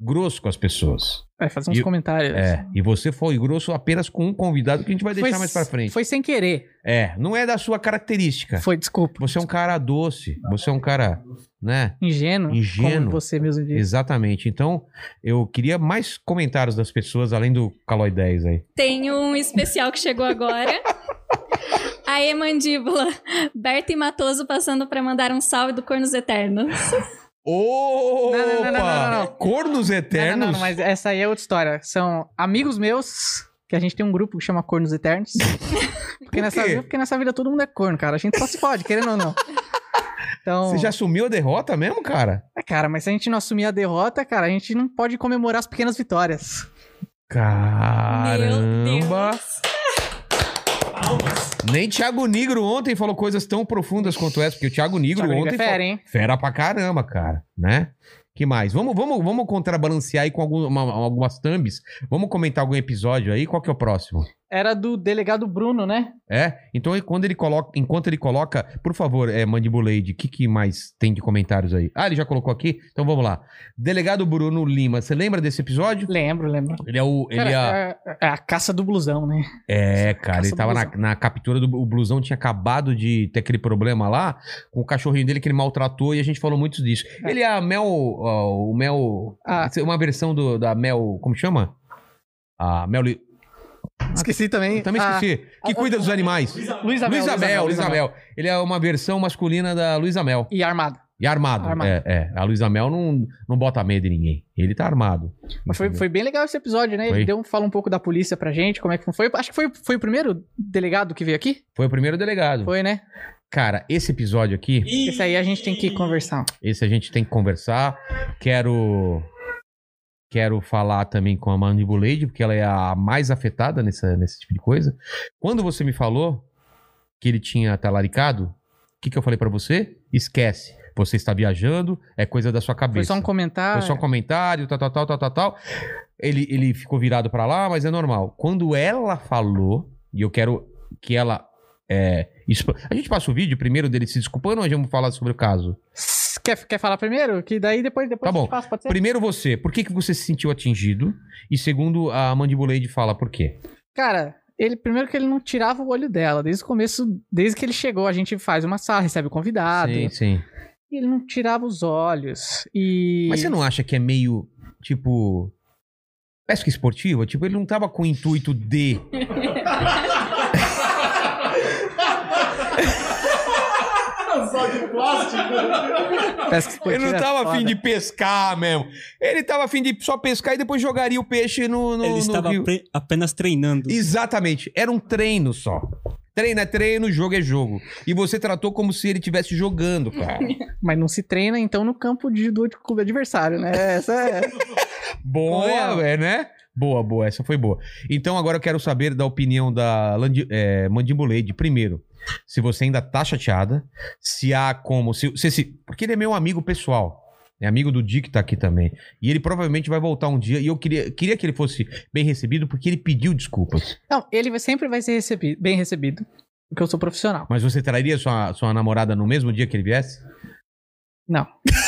S2: grosso com as pessoas.
S6: É, fazer uns
S2: E-
S6: comentários.
S2: É, e você foi grosso apenas com um convidado que a gente vai deixar
S6: Foi-
S2: mais pra frente.
S6: Foi sem querer.
S2: É, não é da sua característica.
S6: Foi, desculpa.
S2: Você é um cara doce, você é um cara, né?
S6: Ingênuo.
S2: Ingênuo.
S6: Como você mesmo disse.
S2: Exatamente. Então, eu queria mais comentários das pessoas além do Calói 10 aí.
S15: Tem um especial que chegou agora. Aê, mandíbula. Berta e Matoso passando pra mandar um salve do Cornos Eternos.
S2: Opa!
S6: não, não, não, não, não.
S2: Cornos Eternos?
S6: Não, não, não, mas essa aí é outra história. São amigos meus, que a gente tem um grupo que chama Cornos Eternos. Porque, nessa,
S2: quê?
S6: vida- porque nessa vida todo mundo é corno, cara. A gente só se fode, querendo ou não. Então,
S2: Você já assumiu a derrota mesmo, cara?
S6: É, cara, mas se a gente não assumir a derrota, cara, a gente não pode comemorar as pequenas vitórias.
S2: Caramba! Nem Thiago Nigro ontem falou coisas tão profundas quanto essa, porque o Thiago Nigro
S6: Thiago Nigro
S2: ontem.
S6: é fera,
S2: falou-
S6: hein?
S2: Fera pra caramba, cara, né? Que mais? Vamos, vamos, vamos contrabalancear aí com algum- uma- algumas thumbs. Vamos comentar algum episódio aí. Qual que é o próximo?
S6: Era do delegado Bruno, né?
S2: É? Então, e quando ele coloca, enquanto ele coloca, por favor, é, Mandibuleide, o que, que mais tem de comentários aí? Ah, ele já colocou aqui? Então vamos lá. Delegado Bruno Lima, você lembra desse episódio?
S6: Lembro, lembro.
S2: Ele é o. Ele é a-
S6: Cara, é, é a caça do blusão, né?
S2: É, cara,
S6: Caça
S2: ele tava na,
S6: blusão.
S2: na captura do o blusão, tinha acabado de ter aquele problema lá com o cachorrinho dele que ele maltratou e a gente falou muito disso. Ele é a Mel. ó, o Mel.
S6: Ah.
S2: Uma versão do, da Mel. Como chama? A Mel. Li- Ah,
S6: Esqueci também.
S2: Eu também esqueci.
S6: Ah,
S2: que cuida dos animais.
S6: Luísa Mel,
S2: Luísa Mel. Luísa Mel, Luísa Mel. Ele é uma versão masculina da Luísa Mel.
S6: E armado.
S2: E armado.
S6: Armado.
S2: É, é. A Luísa Mel não, não bota medo em ninguém. Ele tá armado.
S6: Mas foi, foi bem legal esse episódio, né?
S2: Foi.
S6: Ele deu um, fala um pouco da polícia pra gente, como é que foi. Acho que foi, foi o primeiro delegado que veio aqui.
S2: Foi o primeiro delegado.
S6: Foi, né?
S2: Cara, esse episódio aqui.
S6: Esse aí a gente tem que conversar.
S2: Esse a gente tem que conversar. Quero Quero falar também com a Mandibuleide, porque ela é a mais afetada nessa, nesse tipo de coisa. Quando você me falou que ele tinha talaricado, o que, que eu falei pra você? Esquece. Você está viajando, é coisa da sua cabeça.
S6: Foi só um comentário.
S2: Foi só um comentário, tal, tal, tal, tal, tal, tal. Ele, ele ficou virado pra lá, mas é normal. Quando ela falou, e eu quero que ela. é, exp- A gente passa o vídeo primeiro dele se desculpando ou já vamos falar sobre o caso?
S6: Quer, quer falar primeiro? Que daí depois, depois
S2: Tá
S6: eu
S2: bom.
S6: te passo, pode ser?
S2: Primeiro você, por que, que você se sentiu atingido? E segundo, a Mandibuleide fala por quê?
S6: Cara, ele primeiro que ele não tirava o olho dela. Desde o começo, desde que ele chegou, a gente faz uma sala, recebe o convidado.
S2: Sim, sim.
S6: E ele não tirava os olhos. E.
S2: Mas você não acha que é meio, tipo... Pesca esportiva? Tipo, ele não tava com o intuito de...
S16: Só de plástico.
S2: Ele
S6: é
S8: é
S2: não tava afim de pescar mesmo. Ele tava afim de só pescar e depois jogaria o peixe no, no,
S8: Ele
S2: no
S8: estava
S2: rio.
S8: pre- apenas treinando.
S2: Exatamente. Era um treino só. Treino é treino, jogo é jogo. E você tratou como se ele estivesse jogando, cara.
S6: Mas não se treina, então, no campo de, do, do adversário, né? Essa é.
S2: Boa, é, né? Boa, boa. Essa foi boa. Então agora eu quero saber da opinião da Landi, é, Mandibuleide. Primeiro, se você ainda tá chateada, se há como. Se, se, se- porque ele é meu amigo pessoal. É amigo do Dick que tá aqui também. E ele provavelmente vai voltar um dia. E eu queria, queria que ele fosse bem recebido porque ele pediu desculpas.
S6: Não, ele vai- sempre vai ser recebido, bem recebido. Porque eu sou profissional.
S2: Mas você traria sua, sua namorada no mesmo dia que ele viesse?
S6: Não.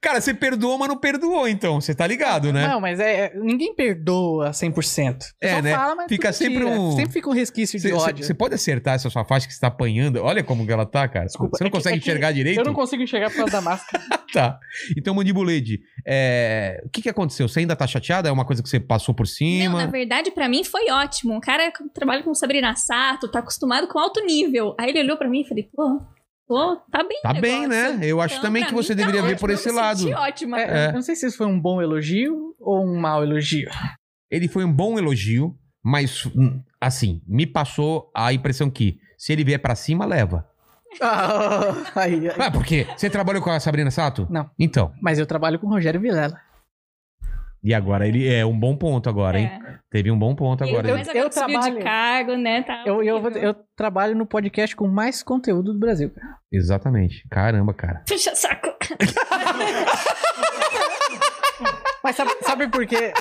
S2: Cara, você perdoou, mas não perdoou, então. Você tá ligado, né?
S6: Não, mas é, é- ninguém perdoa 100%.
S2: É,
S6: Só
S2: né?
S6: fala, mas
S2: Fica
S6: tudo
S2: sempre
S6: tira.
S2: um-
S6: Sempre fica um resquício de ódio.
S2: Você pode acertar essa sua faixa que você tá apanhando? Olha como que ela tá, cara. você não
S6: É
S2: consegue
S6: que
S2: enxergar direito?
S6: Eu não consigo enxergar por causa da máscara.
S2: Tá. Então, Mandibuleide, é, o que, que aconteceu? Você ainda tá chateada? É uma coisa que você passou por
S15: Não,
S2: cima?
S15: na verdade, pra mim foi ótimo. Um cara que trabalha com Sabrina Sato, tá acostumado com alto nível. Aí ele olhou pra mim e falei, pô, pô tá bem.
S2: Tá
S15: o negócio.
S2: bem, né? Eu acho
S15: Então,
S2: também
S15: pra
S2: que
S15: mim,
S2: você
S15: tá
S2: deveria ver
S15: ótimo.
S2: por
S15: Eu
S2: esse
S15: me
S2: lado.
S15: senti ótima.
S6: É, Eu não sei se isso foi um bom elogio ou um mau elogio.
S2: Ele foi um bom elogio, mas, hum, assim, me passou a impressão que se ele vier pra cima, leva.
S6: Ah, aí, aí.
S2: Ah, por quê? Você trabalhou com a Sabrina Sato?
S6: Não.
S2: Então.
S6: Mas eu trabalho com o Rogério Vilela.
S2: E agora ele é um bom ponto agora, hein? Teve um bom ponto
S15: É. Ele
S2: agora.
S15: também agora subiu de cargo, né? Tá
S6: Eu, eu, vou-
S15: horrível.
S6: eu trabalho no podcast com mais conteúdo do Brasil. cara.
S2: Exatamente. Caramba, cara.
S15: Fecha saco.
S6: Mas sabe, sabe por quê?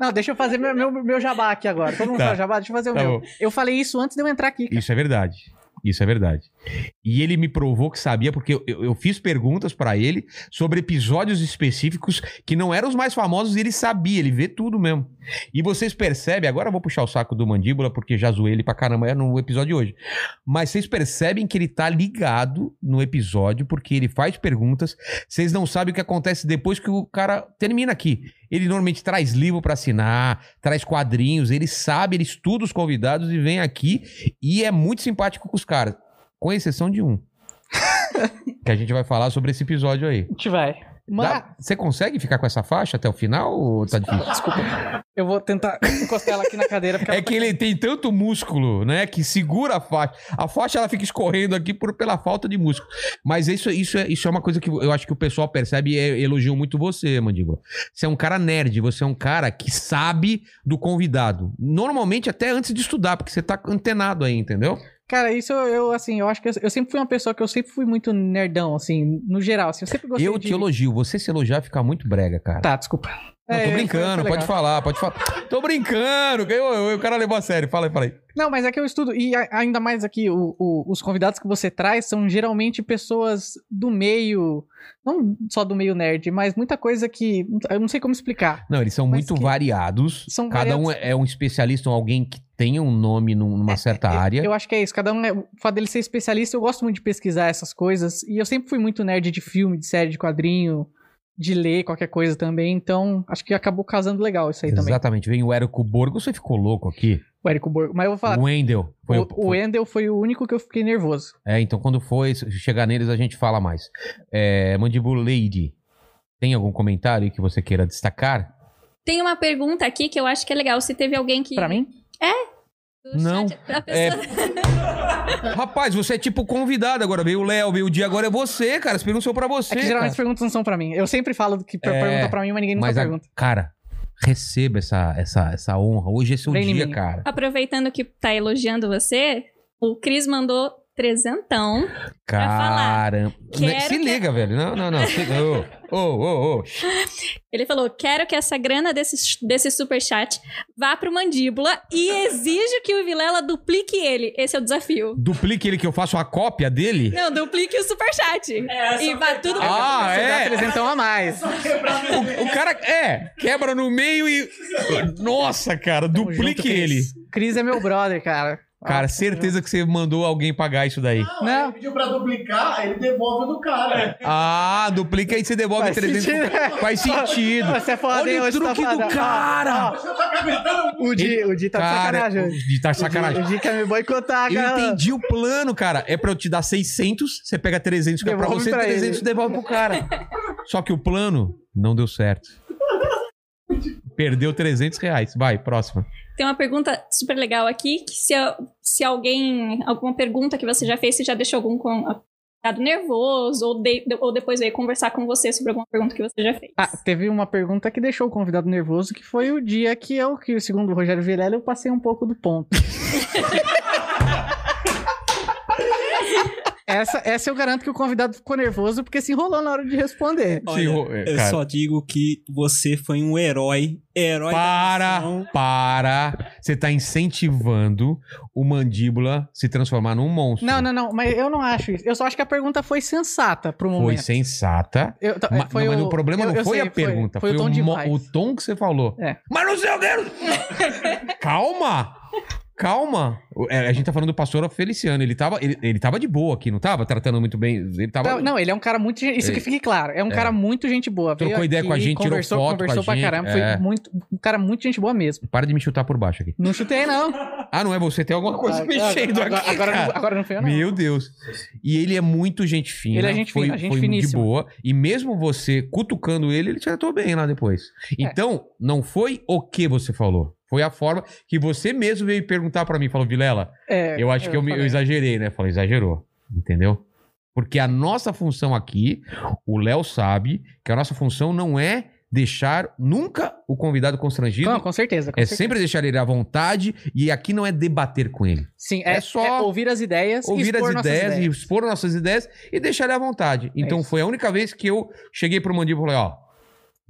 S6: Não, deixa eu fazer meu, meu, meu jabá aqui agora. Todo mundo
S2: Tá.
S6: fala jabá, deixa eu fazer o
S2: Tá
S6: meu.
S2: bom.
S6: Eu falei isso antes de eu entrar aqui.
S2: Isso é verdade. Isso é verdade. E ele me provou que sabia, porque eu, eu- eu fiz perguntas pra ele sobre episódios específicos que não eram os mais famosos e ele sabia, ele vê tudo mesmo. E vocês percebem, agora eu vou puxar o saco do Mandíbula, porque já zoei ele pra caramba é no episódio de hoje. Mas vocês percebem que ele tá ligado no episódio, porque ele faz perguntas, vocês não sabem o que acontece depois que o cara termina aqui. Ele normalmente traz livro pra assinar, traz quadrinhos, ele sabe, ele estuda os convidados e vem aqui e é muito simpático com os caras, com exceção de um. que a gente vai falar sobre esse episódio aí.
S6: A gente vai. Mas
S2: Dá- Você consegue ficar com essa faixa até o final ou tá difícil?
S6: eu vou tentar encostar ela aqui na cadeira. Porque
S2: É que ele tem tanto músculo, né, que segura a faixa. A faixa ela fica escorrendo aqui por, pela falta de músculo. Mas isso, isso, é, isso é uma coisa que eu acho que o pessoal percebe e é- elogiam muito você, Mandíbula. Você é um cara nerd, você é um cara que sabe do convidado. Normalmente até antes de estudar, porque você tá antenado aí, entendeu?
S6: Cara, isso eu, eu, assim, eu acho que eu, eu sempre fui uma pessoa que eu sempre fui muito nerdão, assim, no geral. Assim, eu sempre gostei
S2: Eu
S6: de...
S2: te elogio. Você se elogiar fica muito brega, cara.
S6: Tá, desculpa.
S2: Não,
S6: É,
S2: tô
S6: foi-
S2: brincando,
S6: foi
S2: pode
S6: legal.
S2: falar, pode falar. Tô brincando, que eu, eu- o cara levou a sério. Fala aí, fala aí.
S6: Não, mas é que eu estudo, e a- ainda mais aqui, o- o- os convidados que você traz são geralmente pessoas do meio, não só do meio nerd, mas muita coisa que eu não sei como explicar.
S2: Não, eles são muito variados.
S6: São
S2: Cada um
S6: variados.
S2: é é um especialista ou alguém que tenha um nome num- numa certa área.
S6: Eu acho que é isso, cada um é. O fato dele ser especialista, eu gosto muito de pesquisar essas coisas, e eu sempre fui muito nerd de filme, de série, de quadrinho, de ler qualquer coisa também, então acho que acabou casando legal isso aí também.
S2: Exatamente. Vem o Érico Borgo, você ficou louco aqui.
S6: O Érico Borgo, mas eu vou falar.
S2: O Wendel. Foi o-
S6: Ah, O Wendel foi o único que eu fiquei nervoso.
S2: É, então quando foi, se chegar neles a gente fala mais. É, Mandibuleide, tem algum comentário que você queira destacar?
S15: Tem uma pergunta aqui que eu acho que é legal. Se teve alguém que.
S2: Pra mim?
S15: É.
S2: Não.
S15: A pessoa...
S2: É, Rapaz, você é tipo convidado agora. Veio o Léo, veio o Dia, agora é você, cara. As perguntas são pra você.
S6: É que geralmente as
S2: cara.
S6: perguntas não são pra mim. Eu sempre falo do que per-
S2: É,
S6: pergunta pra mim, mas ninguém nunca
S2: Mas, a-
S6: pergunta.
S2: cara, receba essa, essa, essa honra. Hoje é seu
S6: Vem em
S2: dia,
S6: mim.
S2: cara.
S15: Aproveitando que tá elogiando você, o Cris mandou trezentão.
S2: Caramba.
S15: Quero
S2: Se
S15: que-
S2: liga, velho. Não, não, não. Se- Ô, ô, ô, ô.
S15: Ele falou: quero que essa grana desse, desse superchat vá pro mandíbula e exijo que o Vilela duplique ele. Esse é o desafio.
S2: Duplique ele que eu faço a cópia dele.
S15: Não, duplique o superchat. e vá tudo
S2: Ah, é?
S6: Então a mais.
S2: O, o cara, é, quebra no meio e... Nossa, cara, duplique ele.
S6: Cris é meu brother, cara.
S2: Cara, certeza que você mandou alguém pagar isso daí.
S16: Não. Ele pediu pra duplicar, aí ele devolve o do cara.
S2: Ah, duplica aí você devolve
S16: Faz
S2: 300.
S16: sentido.
S2: Faz sentido.
S16: Você é foda, hein,
S2: Olha o
S16: hoje tá
S2: truque
S16: foda.
S2: do cara.
S16: Você tá cavitando muito.
S6: O Di, o Di tá de
S2: Cara,
S6: sacanagem.
S2: o Di tá de sacanagem.
S6: O Di quer me boicotar,
S2: Eu
S6: cara.
S2: entendi o plano, cara. É pra eu te dar 600, você pega 300 que é pra
S6: Devolve
S2: você,
S6: pra ele.
S2: 300 devolve pro cara. Só que o plano não deu certo. Perdeu 300 reais. Vai, próxima.
S15: Tem uma pergunta super legal aqui, que se, se alguém, alguma pergunta que você já fez, se já deixou algum convidado nervoso, ou, de- ou depois veio conversar com você sobre alguma pergunta que você já fez.
S6: Ah, teve uma pergunta que deixou o convidado nervoso, que foi o dia que eu, que segundo o Rogério Vilela, eu passei um pouco do ponto. essa, essa eu garanto que o convidado ficou nervoso porque se enrolou na hora de responder.
S8: Olha,
S2: é,
S8: eu só digo que você foi um herói. Herói
S2: Para,
S8: da nação.
S2: Tá, para. Você tá incentivando o mandíbula se transformar num monstro.
S6: Não, não, não, mas eu não acho isso. Eu só acho que a pergunta foi sensata pro
S2: Foi
S6: momento.
S2: sensata.
S6: é. Eu- tá-
S2: Ma-
S6: foi
S2: não, mas
S6: o-
S2: o problema
S6: eu-
S2: não
S6: eu
S2: foi
S6: sei,
S2: a
S6: foi-
S2: pergunta,
S6: foi
S2: foi,
S6: o tom de
S2: o, mo-
S6: voz.
S2: o tom que você falou.
S6: É.
S2: Mas não sei o que. Calma! Calma! O- é, a gente tá falando do pastor Feliciano. Ele tava, ele, ele tava de boa aqui, não tava? Tratando muito bem. Ele tava.
S6: Não, não, ele é um cara muito. gen- Isso
S2: É.
S6: que fique claro. É um
S2: É.
S6: cara muito gente boa. Veio
S2: Trocou ideia
S6: aqui,
S2: com a gente, tirou
S6: conversou,
S2: foto com a
S6: Conversou pra
S2: gente,
S6: caramba.
S2: é.
S6: Foi muito, um cara muito gente boa mesmo.
S2: Para de me chutar por baixo aqui.
S6: Não chutei, não.
S2: Ah, não é você? Tem alguma coisa
S6: Ah,
S2: mexendo
S6: agora-
S2: aqui.
S6: agora não-
S2: cara.
S6: agora não foi eu, não.
S2: Meu Deus. E ele é muito gente fina.
S6: né? Ele é gente
S2: foi,
S6: fina, gente
S2: foi de
S6: finíssima.
S2: boa. E mesmo você cutucando ele, ele te tratou bem lá depois.
S6: É.
S2: Então, não foi o que você falou. Foi a forma que você mesmo veio perguntar pra mim. Falou, Vilela,
S6: É,
S2: eu acho que eu, me- eu
S6: falei.
S2: exagerei, né? Falei, exagerou. Entendeu? Porque a nossa função aqui, o Léo sabe que a nossa função não é deixar nunca o convidado constrangido.
S6: Não, com certeza. com
S2: é
S6: certeza.
S2: sempre deixar ele à vontade e aqui não é debater com ele
S6: Sim, é, só ouvir as ideias,
S2: ouvir as
S6: expor nossas É
S2: ideias, e expor nossas ideias e deixar ele à vontade. Então foi a única vez que eu cheguei pro Mandíbula e falei, ó,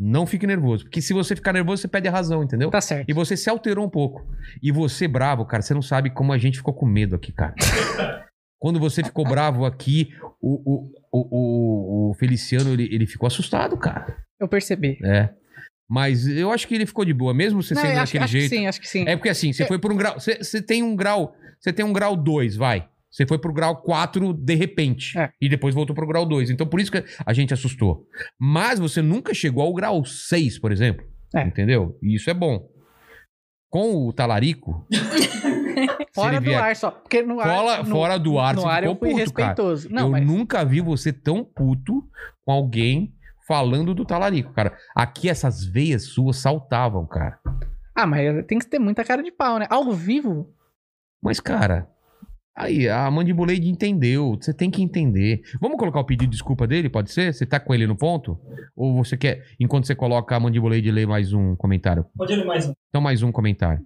S2: não fique nervoso. Porque se você ficar nervoso, você perde a razão, entendeu?
S6: Tá certo.
S2: E você se alterou um pouco. E você, bravo, cara, você não sabe como a gente ficou com medo aqui, cara. Quando você ficou bravo aqui, o, o, o, o- o Feliciano, ele, ele ficou assustado, cara.
S6: Eu percebi.
S2: É. Mas eu acho que ele ficou de boa, mesmo você
S6: Não,
S2: sendo
S6: eu acho-
S2: daquele
S6: acho que
S2: jeito.
S6: sim, acho que sim.
S2: É porque assim, você
S6: Eu-
S2: foi por um grau. Você, você tem um grau. Você tem um grau 2, vai. Você foi pro grau 4 de repente.
S6: É.
S2: E depois voltou pro grau 2. Então por isso que a gente assustou. Mas você nunca chegou ao grau 6, por exemplo. Entendeu? E isso é bom. Com o talarico.
S6: Fora
S2: ele
S6: do
S2: vier-
S6: ar só. Porque no
S2: Fora,
S6: ar, no-
S2: fora do ar,
S6: no
S2: você
S6: ar
S2: ficou
S6: eu fui
S2: puto,
S6: respeitoso.
S2: cara.
S6: Não,
S2: eu
S6: mas
S2: nunca vi você tão puto com alguém falando do talarico, cara. Aqui essas veias suas saltavam, cara.
S6: Ah, mas tem que ter muita cara de pau, né? Ao vivo.
S2: Mas, cara, aí a Mandibuleide entendeu. Você tem que entender. Vamos colocar o pedido de desculpa dele, pode ser? Você tá com ele no ponto? Ou você quer, enquanto você coloca a Mandibuleide, ler mais um comentário?
S8: Pode ler mais um.
S2: Então, mais um comentário.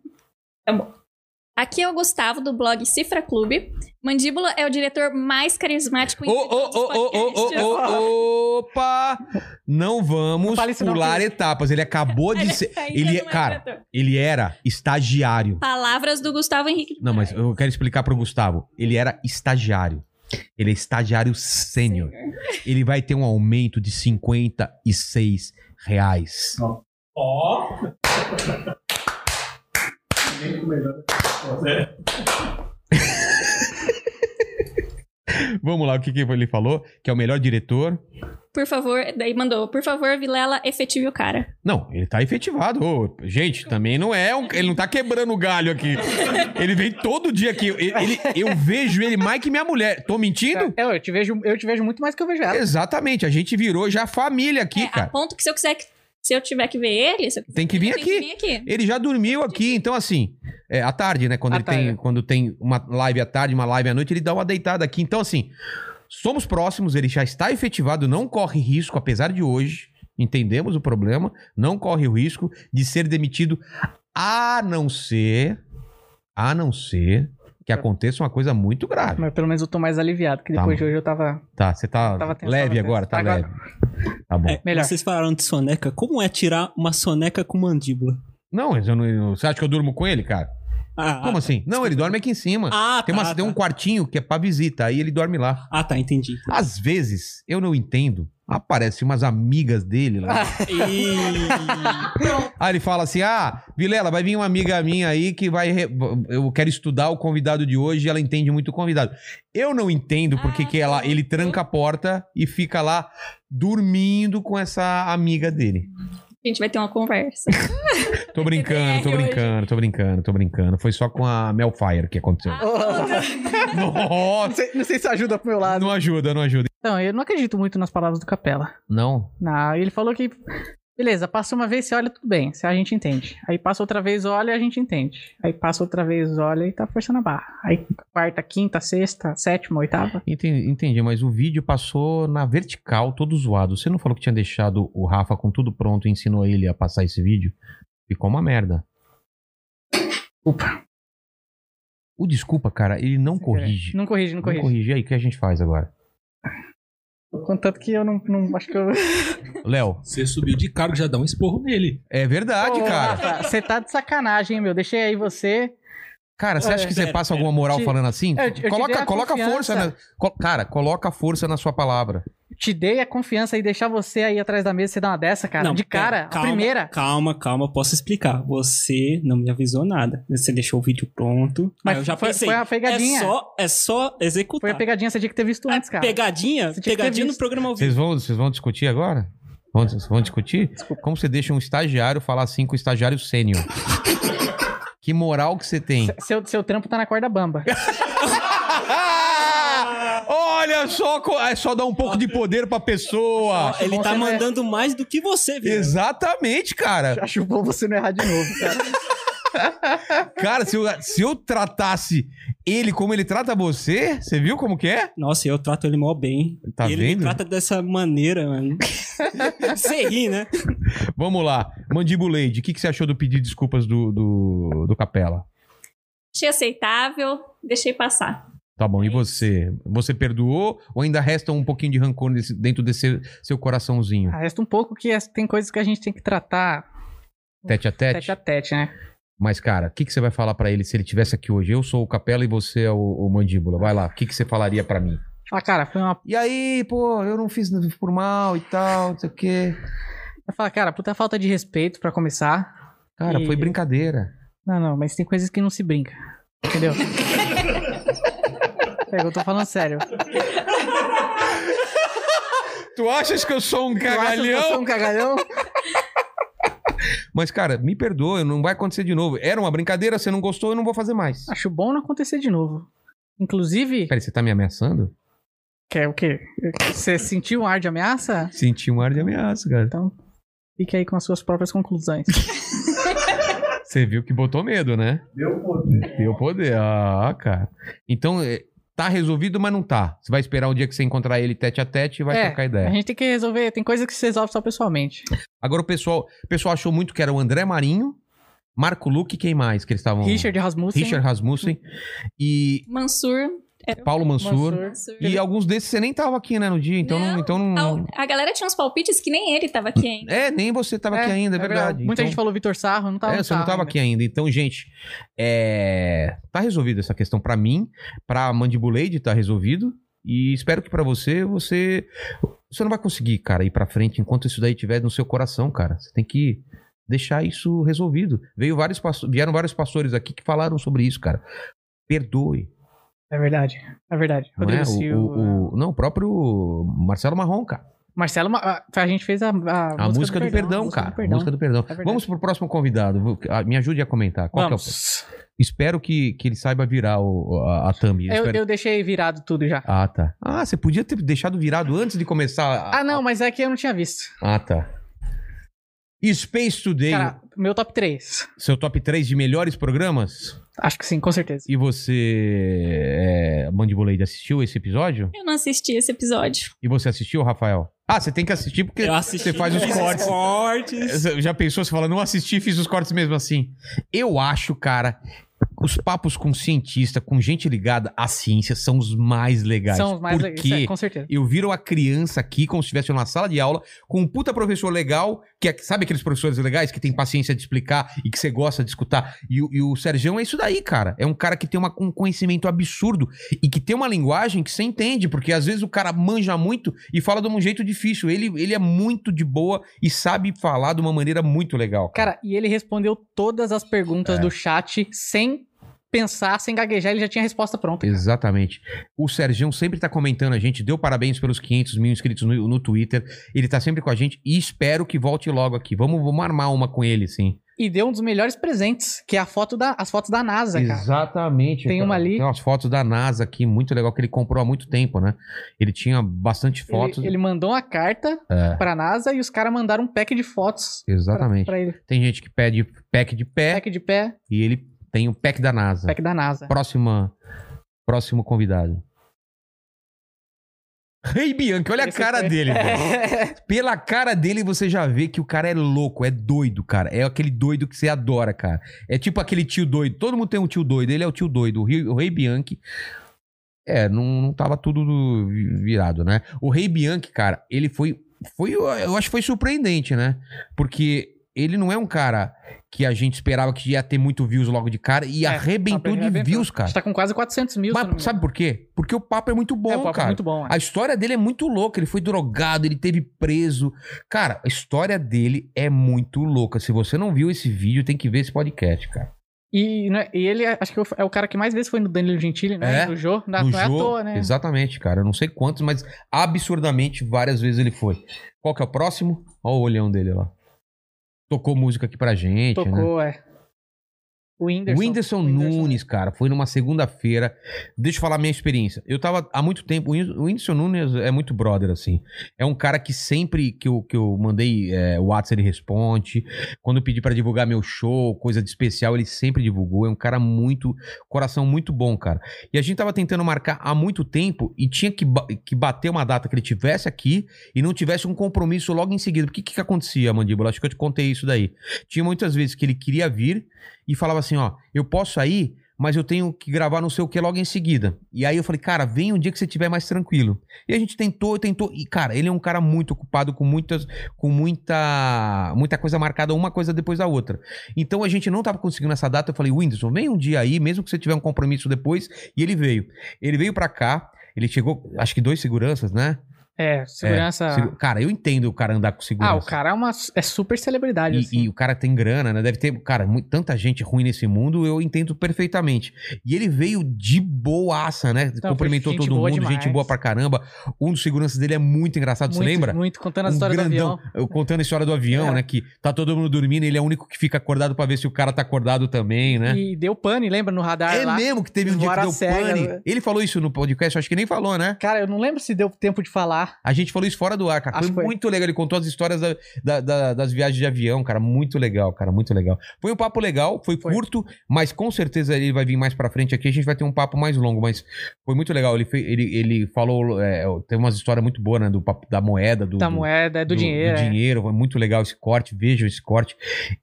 S15: Aqui é o Gustavo, do blog Cifra Clube. Mandíbula é o diretor mais carismático em
S2: Ô, ô, ô, ô, ô, ô, ô, opa! Não vamos
S15: fale isso não,
S2: pular
S15: que-
S2: etapas. Ele acabou de ser.
S15: ainda
S2: Ele,
S15: não é
S2: cara,
S15: diretor.
S2: ele era estagiário.
S15: Palavras do Gustavo Henrique.
S2: Não,
S6: É.
S2: mas eu quero explicar pro Gustavo. Ele era estagiário. Ele é estagiário sênior. Ele vai ter um aumento de 56 reais.
S8: Ó.
S2: Vamos lá, o que, que ele falou? Que é o melhor diretor.
S15: Por favor, daí mandou. Por favor, Vilela, efetive o cara.
S2: Não, ele tá efetivado. Ô, gente, também não é. um- ele não tá quebrando o galho aqui. Ele vem todo dia aqui. Ele- ele- eu vejo ele mais que minha mulher. Tô mentindo?
S6: É, Eu, te vejo, eu te vejo muito mais que eu vejo ela. É,
S2: Exatamente. A gente virou já família aqui, cara.
S15: Ponto que se eu quiser que- Se eu tiver que ver ele, se eu quiser
S2: Tem que vir
S15: Tem que
S2: aqui.
S15: vir aqui.
S2: Ele já dormiu aqui, então assim, É, à tarde, né? Quando
S6: À
S2: ele
S6: tarde.
S2: tem, quando tem uma live à tarde, uma live à noite, ele dá uma deitada aqui. Então, assim, somos próximos, ele já está efetivado, não corre risco, apesar de hoje, entendemos o problema, não corre o risco de ser demitido, a não ser, a não ser
S6: Tá.
S2: que aconteça uma coisa muito grave.
S6: Mas pelo menos eu tô mais aliviado, que
S2: Tá,
S6: depois de
S2: mano.
S6: hoje eu tava.
S2: Tá, você tá
S6: Tava tenso,
S2: leve
S6: tava tenso.
S2: agora, tá
S6: Agora-
S2: leve. Tá bom.
S6: Melhor.
S8: Vocês falaram de soneca. Como é tirar uma soneca com mandíbula?
S2: Não, mas eu não, eu- você acha que eu durmo com ele, cara? Como assim? Não, ele dorme aqui em cima.
S8: Ah,
S2: tem, uma-
S8: tá,
S2: tem um
S8: tá.
S2: quartinho que é pra visita, aí ele dorme lá.
S8: Ah, tá, entendi.
S2: Às vezes, eu não entendo, aparecem umas amigas dele lá.
S8: Ah.
S2: aí ele fala assim: ah, Vilela, vai vir uma amiga minha aí que vai. re- Eu quero estudar o convidado de hoje e ela entende muito o convidado. Eu não entendo porque que ela, ele tranca a porta e fica lá dormindo com essa amiga dele.
S15: A gente vai ter uma conversa.
S2: Tô brincando, tô brincando, tô brincando, tô brincando. Foi só com a Melfire que aconteceu. Nossa!
S6: Não sei, não sei se ajuda pro meu lado.
S2: Não ajuda, não ajuda.
S6: Então, eu não acredito muito nas palavras do Capela.
S2: Não?
S6: Não, Ah, ele falou que. Beleza, passa uma vez, você olha, tudo bem, se a gente entende. Aí passa outra vez, olha, a gente entende. Aí passa outra vez, olha e tá forçando a barra. Aí quarta, quinta, sexta, sétima, oitava.
S2: Entendi, entendi, mas o vídeo passou na vertical, todo zoado. Você não falou que tinha deixado o Rafa com tudo pronto e ensinou ele a passar esse vídeo? Ficou uma merda. Opa. O desculpa, cara, ele não corrige.
S6: É, Não corrige, não corrige.
S2: corrige. E aí, o que a gente faz agora?
S6: Contanto que eu não, não acho que eu.
S2: Léo.
S17: Você subiu de cargo, já dá um esporro nele.
S2: É verdade,
S6: Ô,
S2: cara.
S6: Rafa, Você tá de sacanagem, hein, meu. Deixei aí você.
S2: Cara,
S6: É,
S2: você acha que você passa alguma moral falando assim? coloca coloca força né? na, co- Cara, coloca força na sua palavra.
S6: Te dei a confiança e deixar você aí atrás da mesa, você dá uma dessa, cara.
S8: Não,
S6: de
S8: pera,
S6: cara, a
S8: calma,
S6: primeira.
S8: Calma, calma, posso explicar. Você não me avisou nada. Você deixou o vídeo pronto.
S6: Mas
S8: Aí eu já
S6: foi-
S8: pensei.
S6: foi uma pegadinha.
S8: É só, é só executar.
S6: Foi a pegadinha, você tinha que ter visto antes, cara.
S8: Pegadinha?
S6: Você tinha que ter
S8: Pegadinha no
S6: visto.
S8: programa ao vivo.
S2: Vocês vão, vocês vão discutir agora? Vão, vocês vão discutir? Como você deixa um estagiário falar assim com o estagiário sênior? que moral que você tem?
S6: Seu, seu trampo tá na corda bamba.
S2: Olha só, co- é só dar um pouco de poder pra pessoa.
S6: Acho Ele bom tá você não é- mandando
S8: mais do que você,
S2: viu? Exatamente, cara.
S6: Acho bom você não errar de novo, cara.
S2: Cara, se eu, se eu tratasse ele como ele trata você, você viu como que é?
S8: Nossa, eu trato ele mó bem.
S2: Tá
S8: E ele
S2: vendo?
S8: me trata dessa maneira, mano. Você ri, né?
S2: Vamos lá. Mandibuleide, o que, que você achou do pedido de desculpas do, do, do Capela?
S15: Achei aceitável, deixei passar.
S2: Tá bom, e você? Você perdoou ou ainda resta um pouquinho de rancor nesse- dentro desse seu coraçãozinho?
S6: Ah, Resta um pouco que as- tem coisas que a gente tem que tratar
S2: Tete a tete?
S6: tete a tete, né?
S2: Mas, cara, o que, que você vai falar pra ele se ele tivesse aqui hoje? Eu sou o Capela e você é o, o Mandíbula. Vai lá, o que, que você falaria pra mim?
S6: Fala, Ah, cara, foi uma.
S2: E aí, pô, eu não fiz por mal e tal, não sei o quê.
S6: Eu falo, cara, puta falta de respeito pra começar.
S2: Cara,
S6: E-
S2: foi brincadeira.
S6: Não, não, mas tem coisas que não se brinca. Entendeu? Pega, eu tô falando sério.
S2: Tu achas que eu sou um
S6: cagalhão? Eu sou um cagalhão?
S2: Mas, cara, me perdoa, não vai acontecer de novo. Era uma brincadeira, você não gostou, eu não vou fazer mais.
S6: Acho bom não acontecer de novo. Inclusive,
S2: Peraí, você tá me ameaçando?
S6: quer é o quê? Você sentiu um ar de ameaça?
S2: Senti um ar de ameaça, cara.
S6: Então, fique aí com as suas próprias conclusões.
S2: Você viu que botou medo, né?
S16: Deu poder.
S2: Deu poder. Ah, cara. Então, é, tá resolvido, mas não tá. Você vai esperar o dia que você encontrar ele tete a tete e vai
S6: É,
S2: trocar
S6: A
S2: ideia.
S6: gente tem que resolver, tem coisa que se resolve só pessoalmente.
S2: Agora o pessoal, o pessoal achou muito que era o André Marinho, Marco Luque, quem mais que eles estavam?
S6: Richard Rasmussen.
S2: Richard Rasmussen e
S15: Mansur. é-
S2: Paulo Mansur.
S15: Mansur.
S2: E alguns desses você nem tava aqui, né, no dia, então não, então não.
S15: A galera tinha uns palpites que nem ele tava aqui ainda.
S2: É, nem você tava aqui ainda, é verdade.
S6: Muita
S2: Então-
S6: gente falou Vitor Sarro, não tava
S2: é,
S6: no né?
S2: você não
S6: Sarro
S2: tava
S6: ainda.
S2: aqui ainda. Então, gente, é... tá resolvida essa questão pra mim, pra Mandibuleide tá resolvido e espero que pra você, você você não vai conseguir, cara, ir pra frente enquanto isso daí tiver no seu coração, cara. Você tem que deixar isso resolvido. Veio vários pasto- vieram vários pastores aqui que falaram sobre isso, cara. Perdoe.
S6: É verdade, é verdade.
S2: Não, é?
S6: Rodrigo
S2: O,
S6: Silva.
S2: o- o- não, o próprio Marcelo Marrom, cara.
S6: Marcelo, Ma- a a gente fez a, a,
S2: A música, do perdão, cara. A música do
S6: É
S2: perdão. Vamos pro próximo convidado. Vou- ah, Me ajude a comentar. Qual
S6: Vamos.
S2: que é o... Espero que, que ele saiba virar o- a, a thumb.
S6: Eu,
S2: Espero-
S6: eu deixei virado tudo já.
S2: Ah, tá. Ah, você podia ter deixado virado antes de começar. a-
S6: Ah, não, mas é que eu não tinha visto.
S2: Ah, tá. Space Today.
S6: Cara, meu top 3.
S2: Seu top 3 de melhores programas?
S6: Acho que sim, com certeza.
S2: E você, é, Mandibuleide, assistiu esse episódio?
S15: Eu não assisti esse episódio.
S2: E você assistiu, Rafael? Ah, você tem que assistir porque
S8: Eu assisti,
S2: você faz os
S8: fiz os
S2: cortes.
S8: cortes.
S2: Você Já pensou, você fala, não assisti, fiz os cortes mesmo assim. Eu acho, cara, os papos com cientista, com gente ligada à ciência, são os mais legais.
S6: São os mais
S2: Por
S6: legais,
S2: quê?
S6: é, com certeza.
S2: Eu viro a criança aqui como se estivesse numa sala de aula com um puta professor legal, que é- sabe aqueles professores legais que tem paciência de explicar e que você gosta de escutar. E, o- e o Sergião é isso daí, cara. É um cara que tem uma- um conhecimento absurdo e que tem uma linguagem que você entende, porque às vezes o cara manja muito e fala de um jeito difícil. Ele, ele é muito de boa e sabe falar de uma maneira muito legal.
S6: Cara, e ele respondeu todas as
S2: É.
S6: perguntas do chat sem pensar, sem gaguejar, ele já tinha a resposta pronta.
S2: Exatamente. O Sergião sempre tá comentando a gente, deu parabéns pelos 500 mil inscritos no, no Twitter. Ele tá sempre com a gente e espero que volte logo aqui. Vamos, vamos armar uma com ele, sim.
S6: E deu um dos melhores presentes, que é a foto da, as fotos da NASA, cara.
S2: Exatamente.
S6: Tem uma ali.
S2: Tem umas fotos da NASA aqui, muito legal, que ele comprou há muito tempo, né? Ele tinha bastante
S6: Ele-
S2: fotos.
S6: Ele, mandou uma carta
S2: É.
S6: pra NASA e os caras mandaram um pack de fotos.
S2: Exatamente.
S6: Pra, pra ele.
S2: Tem gente que pede pack de pé.
S6: Pack de pé,
S2: E ele tem o pack da NASA.
S6: pack da NASA.
S2: Próxima, próximo convidado. Rei Bianchi, olha
S6: Esse
S2: a cara
S6: foi-
S2: dele. velho. Pela cara dele você já vê que o cara é louco, é doido, cara. É aquele doido que você adora, cara. É tipo aquele tio doido. Todo mundo tem um tio doido. Ele é o tio doido. O Rei, o Rei Bianchi. É, não, não tava tudo do- vi- virado, né? O Rei Bianchi, cara, ele foi. foi eu acho que foi surpreendente, né? Porque ele não é um cara que a gente esperava que ia ter muito views logo de cara e arrebentou de views, cara.
S6: Tá com quase 400 mil.
S2: Mas sabe por quê? Porque o papo é muito bom,
S6: o papo é
S2: cara.
S6: muito bom, é.
S2: A história dele é muito louca. Ele foi drogado, ele teve preso. Cara, a história dele é muito louca. Se você não viu esse vídeo, tem que ver esse podcast, cara.
S6: E, né, e ele, acho que é o cara que mais vezes foi no Danilo Gentili, né? No Jô. Na-
S2: No
S6: não é à
S2: Jô,
S6: toa, né?
S2: Exatamente, cara. Eu não sei quantos, mas absurdamente várias vezes ele foi. Qual que é o próximo? Olha o olhão dele lá. Tocou música aqui pra gente, né?
S6: Tocou, é. O Whindersson.
S2: Whindersson, Nunes, cara, foi numa segunda-feira. Deixa eu falar a minha experiência. Eu tava há muito tempo. O Whind- o Whindersson Nunes é muito brother, assim. É um cara que sempre que eu, que eu mandei é, o WhatsApp, ele responde. Quando eu pedi pra divulgar meu show, coisa de especial, ele sempre divulgou. É um cara muito. Coração muito bom, cara. E a gente tava tentando marcar há muito tempo e tinha que, ba- que bater uma data que ele tivesse aqui e não tivesse um compromisso logo em seguida. Porque o que, que acontecia, Mandíbula? Acho que eu te contei isso daí. Tinha muitas vezes que ele queria vir e falava assim: ó, eu posso ir, mas eu tenho que gravar não sei o que logo em seguida. E aí eu falei, cara, vem um dia que você estiver mais tranquilo. E a gente tentou, tentou. E, cara, ele é um cara muito ocupado com muitas, com muita, muita coisa marcada, uma coisa depois da outra. Então a gente não tava conseguindo essa data. Eu falei, Whindersson, vem um dia aí, mesmo que você tiver um compromisso depois. E ele veio. Ele veio pra cá, ele chegou, acho que dois seguranças, né?
S6: É, segurança.
S2: É, segu- Cara, eu entendo o cara andar com segurança.
S6: Ah, o cara é, uma, é super celebridade.
S2: E,
S6: assim.
S2: e o cara tem grana, né? Deve ter, cara, mu- tanta gente ruim nesse mundo, eu entendo perfeitamente. E ele veio de boaça, né?
S6: foi
S2: Cumprimentou
S6: gente
S2: todo mundo,
S6: boa
S2: gente
S6: demais.
S2: boa pra caramba. Um dos seguranças dele é muito engraçado, você
S6: Muito,
S2: lembra? Um
S6: muito, contando a história do avião. É.
S2: eu Contando a história do avião, né? Que tá todo mundo dormindo, ele é o único que fica acordado pra ver se o cara tá acordado também, né?
S6: E deu pane, lembra? No radar
S2: É
S6: Tá lá.
S2: mesmo que teve um dia que
S6: Voaram
S2: deu
S6: às cegas,
S2: pane.
S6: né?
S2: Ele falou isso no podcast, eu acho que nem falou, né?
S6: Cara, eu não lembro se deu tempo de falar.
S2: A gente falou isso fora do ar, cara. Foi,
S6: Acho que foi.
S2: muito legal. Ele contou as histórias da- da- da- das viagens de avião, cara. Muito legal, cara. Muito legal. Foi um papo legal, foi, curto, mas com certeza ele vai vir mais pra frente aqui. A gente vai ter um papo mais longo, mas foi muito legal. Ele, fe- ele, ele falou, é, tem umas histórias muito boas, né? Do papo, da moeda, do.
S6: Da moeda, do dinheiro,
S2: Do
S6: é.
S2: dinheiro. Foi muito legal esse corte, vejam esse corte.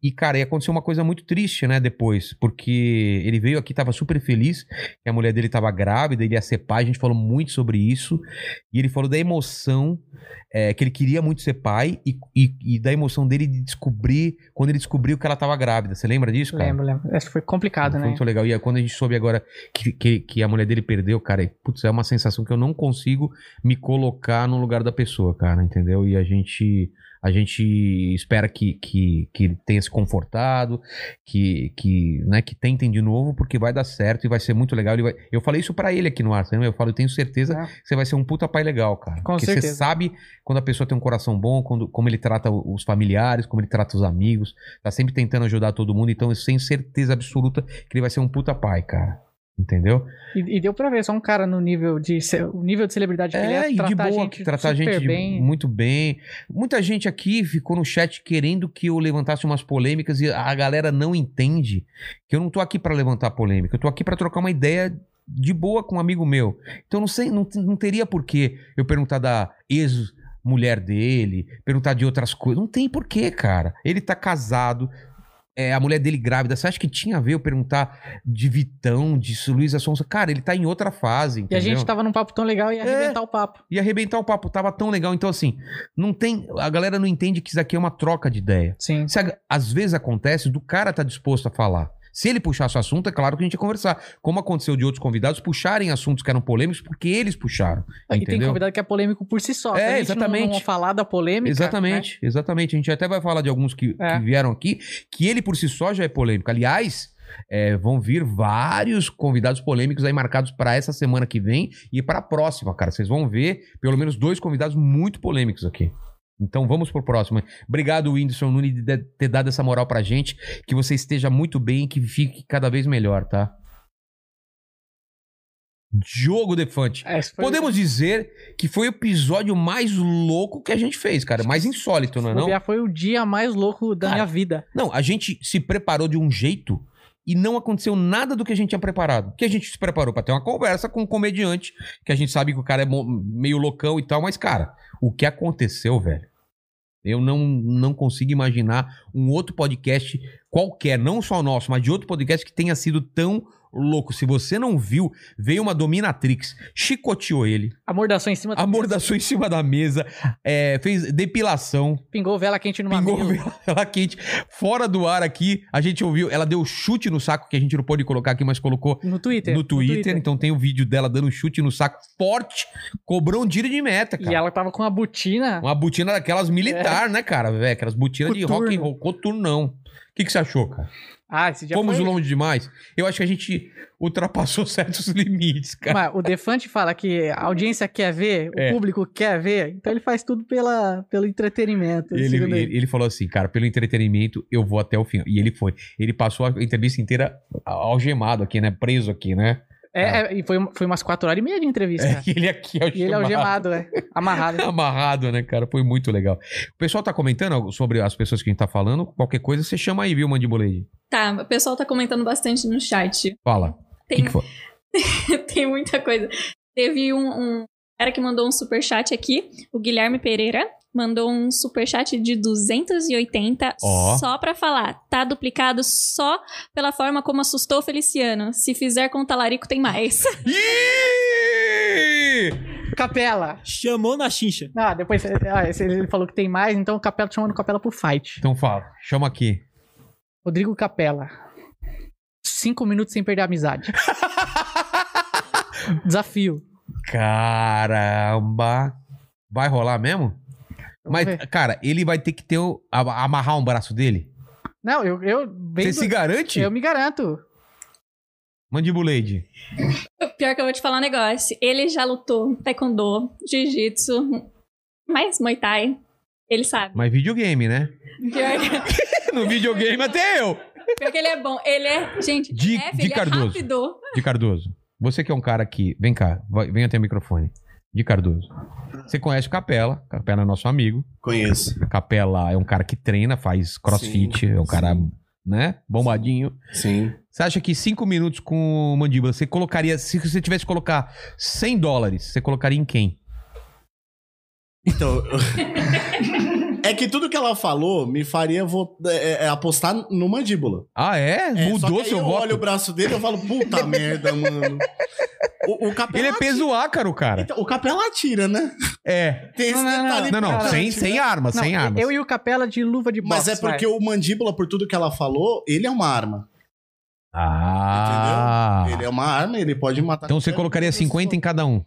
S2: E, cara, e aconteceu uma coisa muito triste, né? Depois, porque ele veio aqui, tava super feliz, que a mulher dele tava grávida, ele ia ser pai, a gente falou muito sobre isso. E ele falou da emoção, é, que ele queria muito ser pai, e, e- e da emoção dele de descobrir, quando ele descobriu que ela tava grávida. Você lembra disso, cara?
S6: Lembro, lembro. Essa foi complicado,
S2: Foi
S6: né?
S2: muito legal. E aí, quando a gente soube agora que, que, que a mulher dele perdeu, cara, putz, é uma sensação que eu não consigo me colocar no lugar da pessoa, cara, entendeu? E a gente a gente espera que, que, que ele tenha se confortado, que, que, né, que tentem de novo, porque vai dar certo e vai ser muito legal. Ele vai- Eu falei isso pra ele aqui no ar, sabe? eu falo, eu tenho certeza
S6: É.
S2: que você vai ser um puta pai legal, cara.
S6: Com
S2: porque você
S6: certeza.
S2: sabe quando a pessoa tem um coração bom, quando, como ele trata o- os familiares, como ele trata os amigos, tá sempre tentando ajudar todo mundo, então eu tenho certeza absoluta que ele vai ser um puta pai, cara. Entendeu?
S6: E, e deu pra ver, só um cara no nível de. ce- O nível de celebridade que ele é,
S2: e
S6: tratar
S2: de
S6: a
S2: boa,
S6: gente
S2: tratar a
S6: super
S2: gente de-
S6: bem.
S2: muito bem. Muita gente aqui ficou no chat querendo que eu levantasse umas polêmicas e a galera não entende que eu não tô aqui pra levantar polêmica, eu tô aqui pra trocar uma ideia de boa com um amigo meu. Então não sei, não, não teria porquê eu perguntar da ex mulher dele, perguntar de outras coisas. Não tem porquê, cara. Ele tá casado, é, a mulher dele grávida. Você acha que tinha a ver eu perguntar de Vitão, de Luiz Assunção? Cara, ele tá em outra fase,
S6: E a
S2: entendeu? É,
S6: gente tá tava num papo tão legal e ia arrebentar o papo.
S2: E arrebentar o papo tava tão legal. Então, assim, não tem. A galera não entende que isso aqui é uma troca de ideia.
S6: Sim.
S2: às vezes acontece do cara tá disposto a falar. Se ele puxasse o assunto, é claro que a gente ia conversar. Como aconteceu de outros convidados puxarem assuntos que eram polêmicos porque eles puxaram.
S6: E tem
S2: entendeu?
S6: convidado que é polêmico por si só. Se
S2: É,
S6: a gente não- Não,
S2: exatamente.
S6: falar da polêmica. né?
S2: Exatamente, exatamente. A gente até vai falar de alguns que, que vieram aqui, que ele por si só já é polêmico. Aliás, é, vão vir vários convidados polêmicos aí marcados pra essa semana que vem e pra próxima, cara. Vocês vão ver pelo menos dois convidados muito polêmicos aqui. Então vamos pro próximo. Obrigado, Whindersson Nunes, de ter dado essa moral pra gente. Que você esteja muito bem e que fique cada vez melhor, tá? Diogo Defante.
S6: É,
S2: Podemos dizer que foi o episódio mais louco que a gente fez, cara. Mais insólito, não é
S6: Né?
S2: não?
S6: Bobear Foi o dia mais louco da minha vida.
S2: Não, a gente se preparou de um jeito e não aconteceu nada do que a gente tinha preparado. Porque a gente se preparou pra ter uma conversa com um comediante, que a gente sabe que o cara é mo- meio loucão e tal, mas, cara, o que aconteceu, velho? Eu não, não consigo imaginar um outro podcast qualquer, não só o nosso, mas de outro podcast que tenha sido tão louco. Se você não viu, veio uma dominatrix, chicoteou ele.
S6: Amordaçou em cima
S2: da Amordaçou em cima da mesa, é, fez depilação.
S6: Pingou vela quente numa
S2: Pingou vela quente. Fora do ar aqui, a gente ouviu, ela deu chute no saco, que a gente não pôde colocar aqui, mas colocou
S6: no Twitter.
S2: No
S6: no
S2: Twitter,
S6: Twitter.
S2: então tem o vídeo dela dando chute no saco forte, cobrou um tiro de meta, cara.
S6: E ela tava com uma botina.
S2: Uma botina daquelas militar, né, cara? Velho, aquelas botinas de rock and roll, coturnão. O que, que você achou, cara?
S6: Ah, esse dia
S2: Fomos
S6: foi...
S2: longe demais. Eu acho que a gente ultrapassou certos limites, cara.
S6: Mas o Defante fala que a audiência quer ver,
S2: É.
S6: o público quer ver, então ele faz tudo pela, pelo entretenimento.
S2: Ele,
S6: segundo ele.
S2: ele- ele falou assim, cara, pelo entretenimento eu vou até o fim. E ele foi. Ele passou a entrevista inteira algemado aqui, né? Preso aqui, né?
S6: É, é, e foi, foi umas 4 horas e meia de entrevista.
S2: É, e ele aqui algemado.
S6: E ele algemado, é. Amarrado.
S2: Amarrado, né, cara? Foi muito legal. O pessoal tá comentando sobre as pessoas que a gente tá falando. Qualquer coisa você chama aí, viu, Mandibuleide?
S15: Tá, o pessoal tá comentando bastante no chat.
S2: Fala.
S15: Tem, tem muita coisa. Teve um, um cara que mandou um superchat aqui, o Guilherme Pereira. Mandou um superchat de 280
S18: Ó.
S15: só pra falar. Tá duplicado só pela forma como assustou o Feliciano. Se fizer com o talarico, tem mais.
S6: Capela.
S8: Chamou na chincha.
S6: Ah, depois ah, esse- ele falou que tem mais, então o Capela tá chamando o Capela pro fight.
S2: Então fala. Chama aqui.
S6: Rodrigo Capela. Cinco minutos sem perder a amizade. Desafio.
S2: Caramba. Vai rolar mesmo? Mas, cara, ele vai ter que ter o, a- amarrar um braço dele?
S6: Não, eu. eu bem
S2: Você se garante?
S6: Eu me garanto.
S2: Mandibuleide.
S15: Pior que eu vou te falar um negócio. Ele já lutou taekwondo, jiu-jitsu, mais muay thai. Ele sabe.
S2: Mas videogame, né?
S15: Pior que,
S2: no videogame até eu.
S15: pior que ele é bom. Ele é, gente, ele
S2: Di-
S15: é,
S2: Di
S15: ele é
S2: Cardoso.
S15: rápido.
S2: De Cardoso. Você que é um cara que. Vem cá, vai- vem até o microfone. De Cardoso. Você conhece o Capela. Capela é nosso amigo.
S19: Conheço.
S2: Capela é um cara que treina, faz crossfit. é um cara, né? Bombadinho.
S19: Sim.
S2: Você acha que cinco minutos com o mandíbula, você colocaria. Se você tivesse que colocar 100 dólares, você colocaria em quem?
S19: Então,
S5: É que tudo que ela falou me faria vo- é, é, apostar no mandíbula.
S2: Ah, é?
S5: Mudou só que aí
S2: seu
S5: eu
S2: voto?
S5: olho o braço dele e eu falo, puta merda, mano. O, o capela
S2: Ele é peso ácaro, cara.
S5: Então, o capela atira, né?
S2: É.
S5: Tem esse detalhe.
S2: Não, não,
S5: cara.
S2: sem- sem armas, sem armas.
S6: Eu e o Capela de luva de boxe.
S5: Mas é porque o mandíbula, por tudo que ela falou, ele é uma arma.
S2: Ah.
S5: Ele é uma arma, ele pode matar.
S2: Então você colocaria 50 em cada um.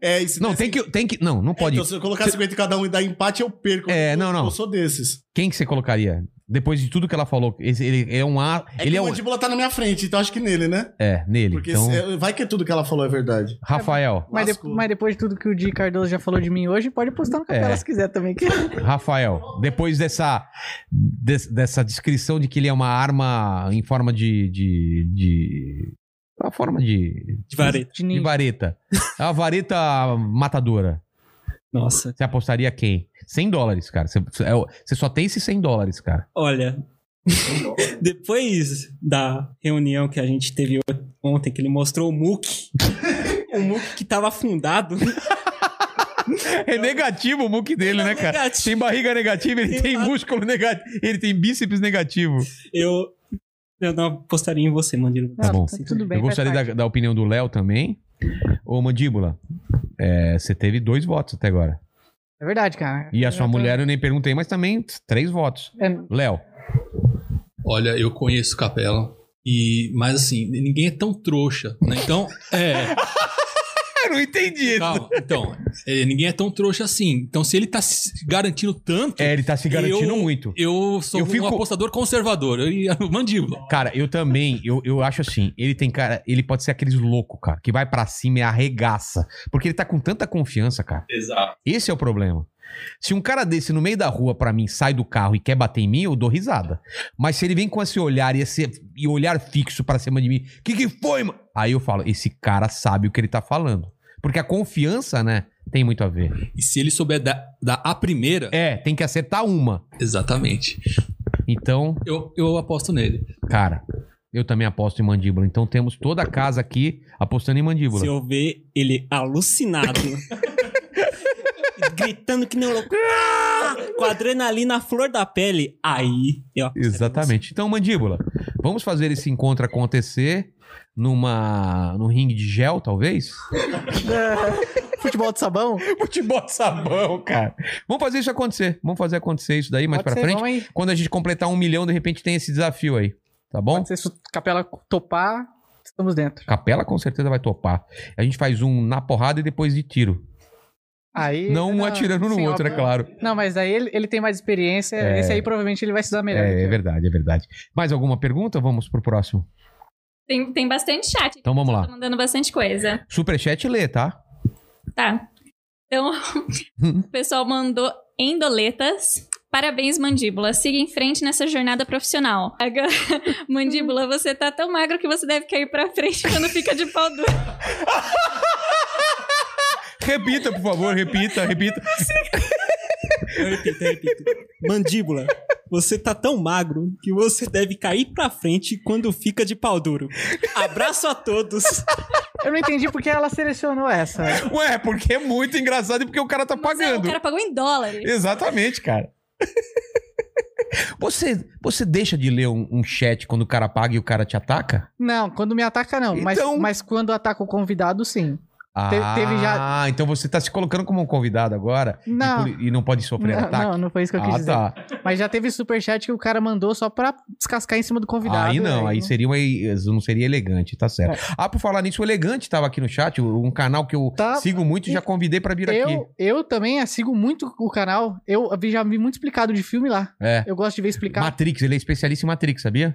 S5: É, isso
S2: Não, tem que, tem que.
S5: É,
S2: Não, não pode.
S5: Então, se eu colocar 50 em cada um e dar empate, eu perco.
S2: É, não, não.
S5: Eu sou desses.
S2: Quem que você colocaria? Depois de tudo que ela falou, esse- ele é um ar.
S5: É
S2: ele
S5: que
S2: é
S5: o
S2: um.
S5: mandíbula tá na minha frente, então acho que nele, né?
S2: É, nele.
S5: Porque
S2: então,
S5: se- vai que tudo que ela falou é verdade.
S2: Rafael.
S6: Mas, de- mas depois de tudo que o Di Cardoso já falou de mim hoje, pode postar no capela
S2: É.
S6: se quiser também. que-
S2: Rafael, depois dessa, des- dessa descrição de que ele é uma arma em forma de. de, de uma forma de.
S8: De vareta.
S2: De, vareta. É uma vareta matadora.
S8: Nossa.
S2: Você apostaria quem? 100 dólares, cara. Você, é o- você só tem esses 100 dólares, cara.
S8: Olha, depois da reunião que a gente teve ontem, que ele mostrou o MOOC, o MOOC que tava afundado.
S2: É negativo o MOOC dele, né, cara? Tem barriga negativa, ele tem músculo negativo, ele tem bíceps negativo.
S8: Eu, eu não apostaria em você, Mandino.
S2: Tá bom.
S8: tudo bem,
S2: Eu gostaria
S8: faz
S2: da, da opinião do Léo também. Ô, Mandíbula, é, você teve dois votos até agora.
S6: É verdade, cara.
S2: E a sua
S6: Eu tô-
S2: mulher eu nem perguntei, mas também t- três votos.
S6: É,
S2: Léo.
S17: Olha, eu conheço Capela. E, mas assim, ninguém é tão trouxa, né? Então, é.
S2: Eu não entendi.
S17: Calma, então, é, ninguém é tão trouxa assim. Então, se ele tá se garantindo tanto.
S2: É, ele tá se garantindo
S17: eu-
S2: muito.
S17: Eu sou
S2: Eu fico-
S17: um apostador conservador. Eu ia no mandíbula.
S2: Cara, eu também, eu, eu acho assim, ele tem cara, ele pode ser aqueles louco, cara, que vai pra cima e arregaça. Porque ele tá com tanta confiança, cara.
S17: Exato.
S2: Esse é o problema. Se um cara desse no meio da rua pra mim sai do carro e quer bater em mim, eu dou risada. Mas se ele vem com esse olhar e esse e olhar fixo pra cima de mim, que que foi, mano? Aí eu falo, esse cara sabe o que ele tá falando. Porque a confiança, né, tem muito a ver.
S17: E se ele souber dar, dar a primeira.
S2: É, tem que acertar uma.
S17: Exatamente.
S2: Então,
S17: Eu, eu aposto nele.
S2: cara, eu também aposto em mandíbula. Então temos toda a casa aqui apostando em mandíbula.
S8: Se eu ver ele alucinado, gritando que nem um louco, "Ah!", com a adrenalina à flor da pele, aí eu
S2: Exatamente. Então, mandíbula, vamos fazer esse encontro acontecer numa num ringue de gel, talvez?
S5: Futebol de sabão?
S2: Futebol de sabão, cara. Vamos fazer isso acontecer. Vamos fazer acontecer isso daí mais
S6: Pode
S2: pra
S6: ser, vamos
S2: frente.
S6: aí.
S2: Quando a gente completar um milhão, de repente tem esse desafio aí. Tá bom?
S6: Se isso- capela topar, estamos dentro.
S2: Capela com certeza vai topar. A gente faz um na porrada e depois de tiro.
S6: Aí,
S2: Não um atirando no
S6: sim,
S2: outro, é
S6: óbvio.
S2: claro.
S6: Não, mas aí ele, ele tem mais experiência.
S2: É.
S6: Esse aí provavelmente ele vai se dar melhor.
S2: É, é verdade, é verdade. Mais alguma pergunta? Vamos pro próximo.
S15: Tem, tem bastante chat.
S2: Então vamos
S15: Tá
S2: lá.
S15: mandando bastante coisa.
S2: Superchat lê, tá?
S15: Tá. Então, o pessoal mandou endoletas. Parabéns, Mandíbula. Siga em frente nessa jornada profissional. Aga- mandíbula, você tá tão magro que você deve cair pra frente quando fica de pau duro.
S2: Repita, por favor, repita, repita.
S8: Eu repito, eu repito. Mandíbula, você tá tão magro que você deve cair pra frente quando fica de pau duro. Abraço a todos.
S6: Eu não entendi porque ela selecionou é essa. né?
S2: Ué, porque é muito engraçado e porque o cara tá
S15: O
S2: pagando.
S15: cara pagou em dólares.
S2: Exatamente, cara. Você, você deixa de ler um, um chat quando o cara paga e o cara te ataca?
S6: Não, quando me ataca, não. Mas,
S2: Então-
S6: mas quando ataca o convidado, sim. Te-
S2: Ah,
S6: teve já.
S2: então você tá se colocando como um convidado agora e
S6: Não.
S2: por- E, não pode sofrer
S6: Não,
S2: ataque?
S6: não, não foi isso que eu
S2: ah,
S6: quis dizer.
S2: Tá.
S6: Mas já teve superchat que o cara mandou só pra descascar em cima do convidado. É.
S2: Aí não, aí seria uma, não seria elegante, tá certo. Ah, por falar nisso, o Elegante tava aqui no chat, um canal que eu sigo muito e já convidei pra vir
S6: Tá, eu,
S2: aqui.
S6: Eu também eh, sigo muito o canal. Eu vi- já vi muito explicado de filme lá.
S2: É.
S6: Eu gosto de ver explicado.
S2: Matrix, ele é especialista em Matrix, sabia?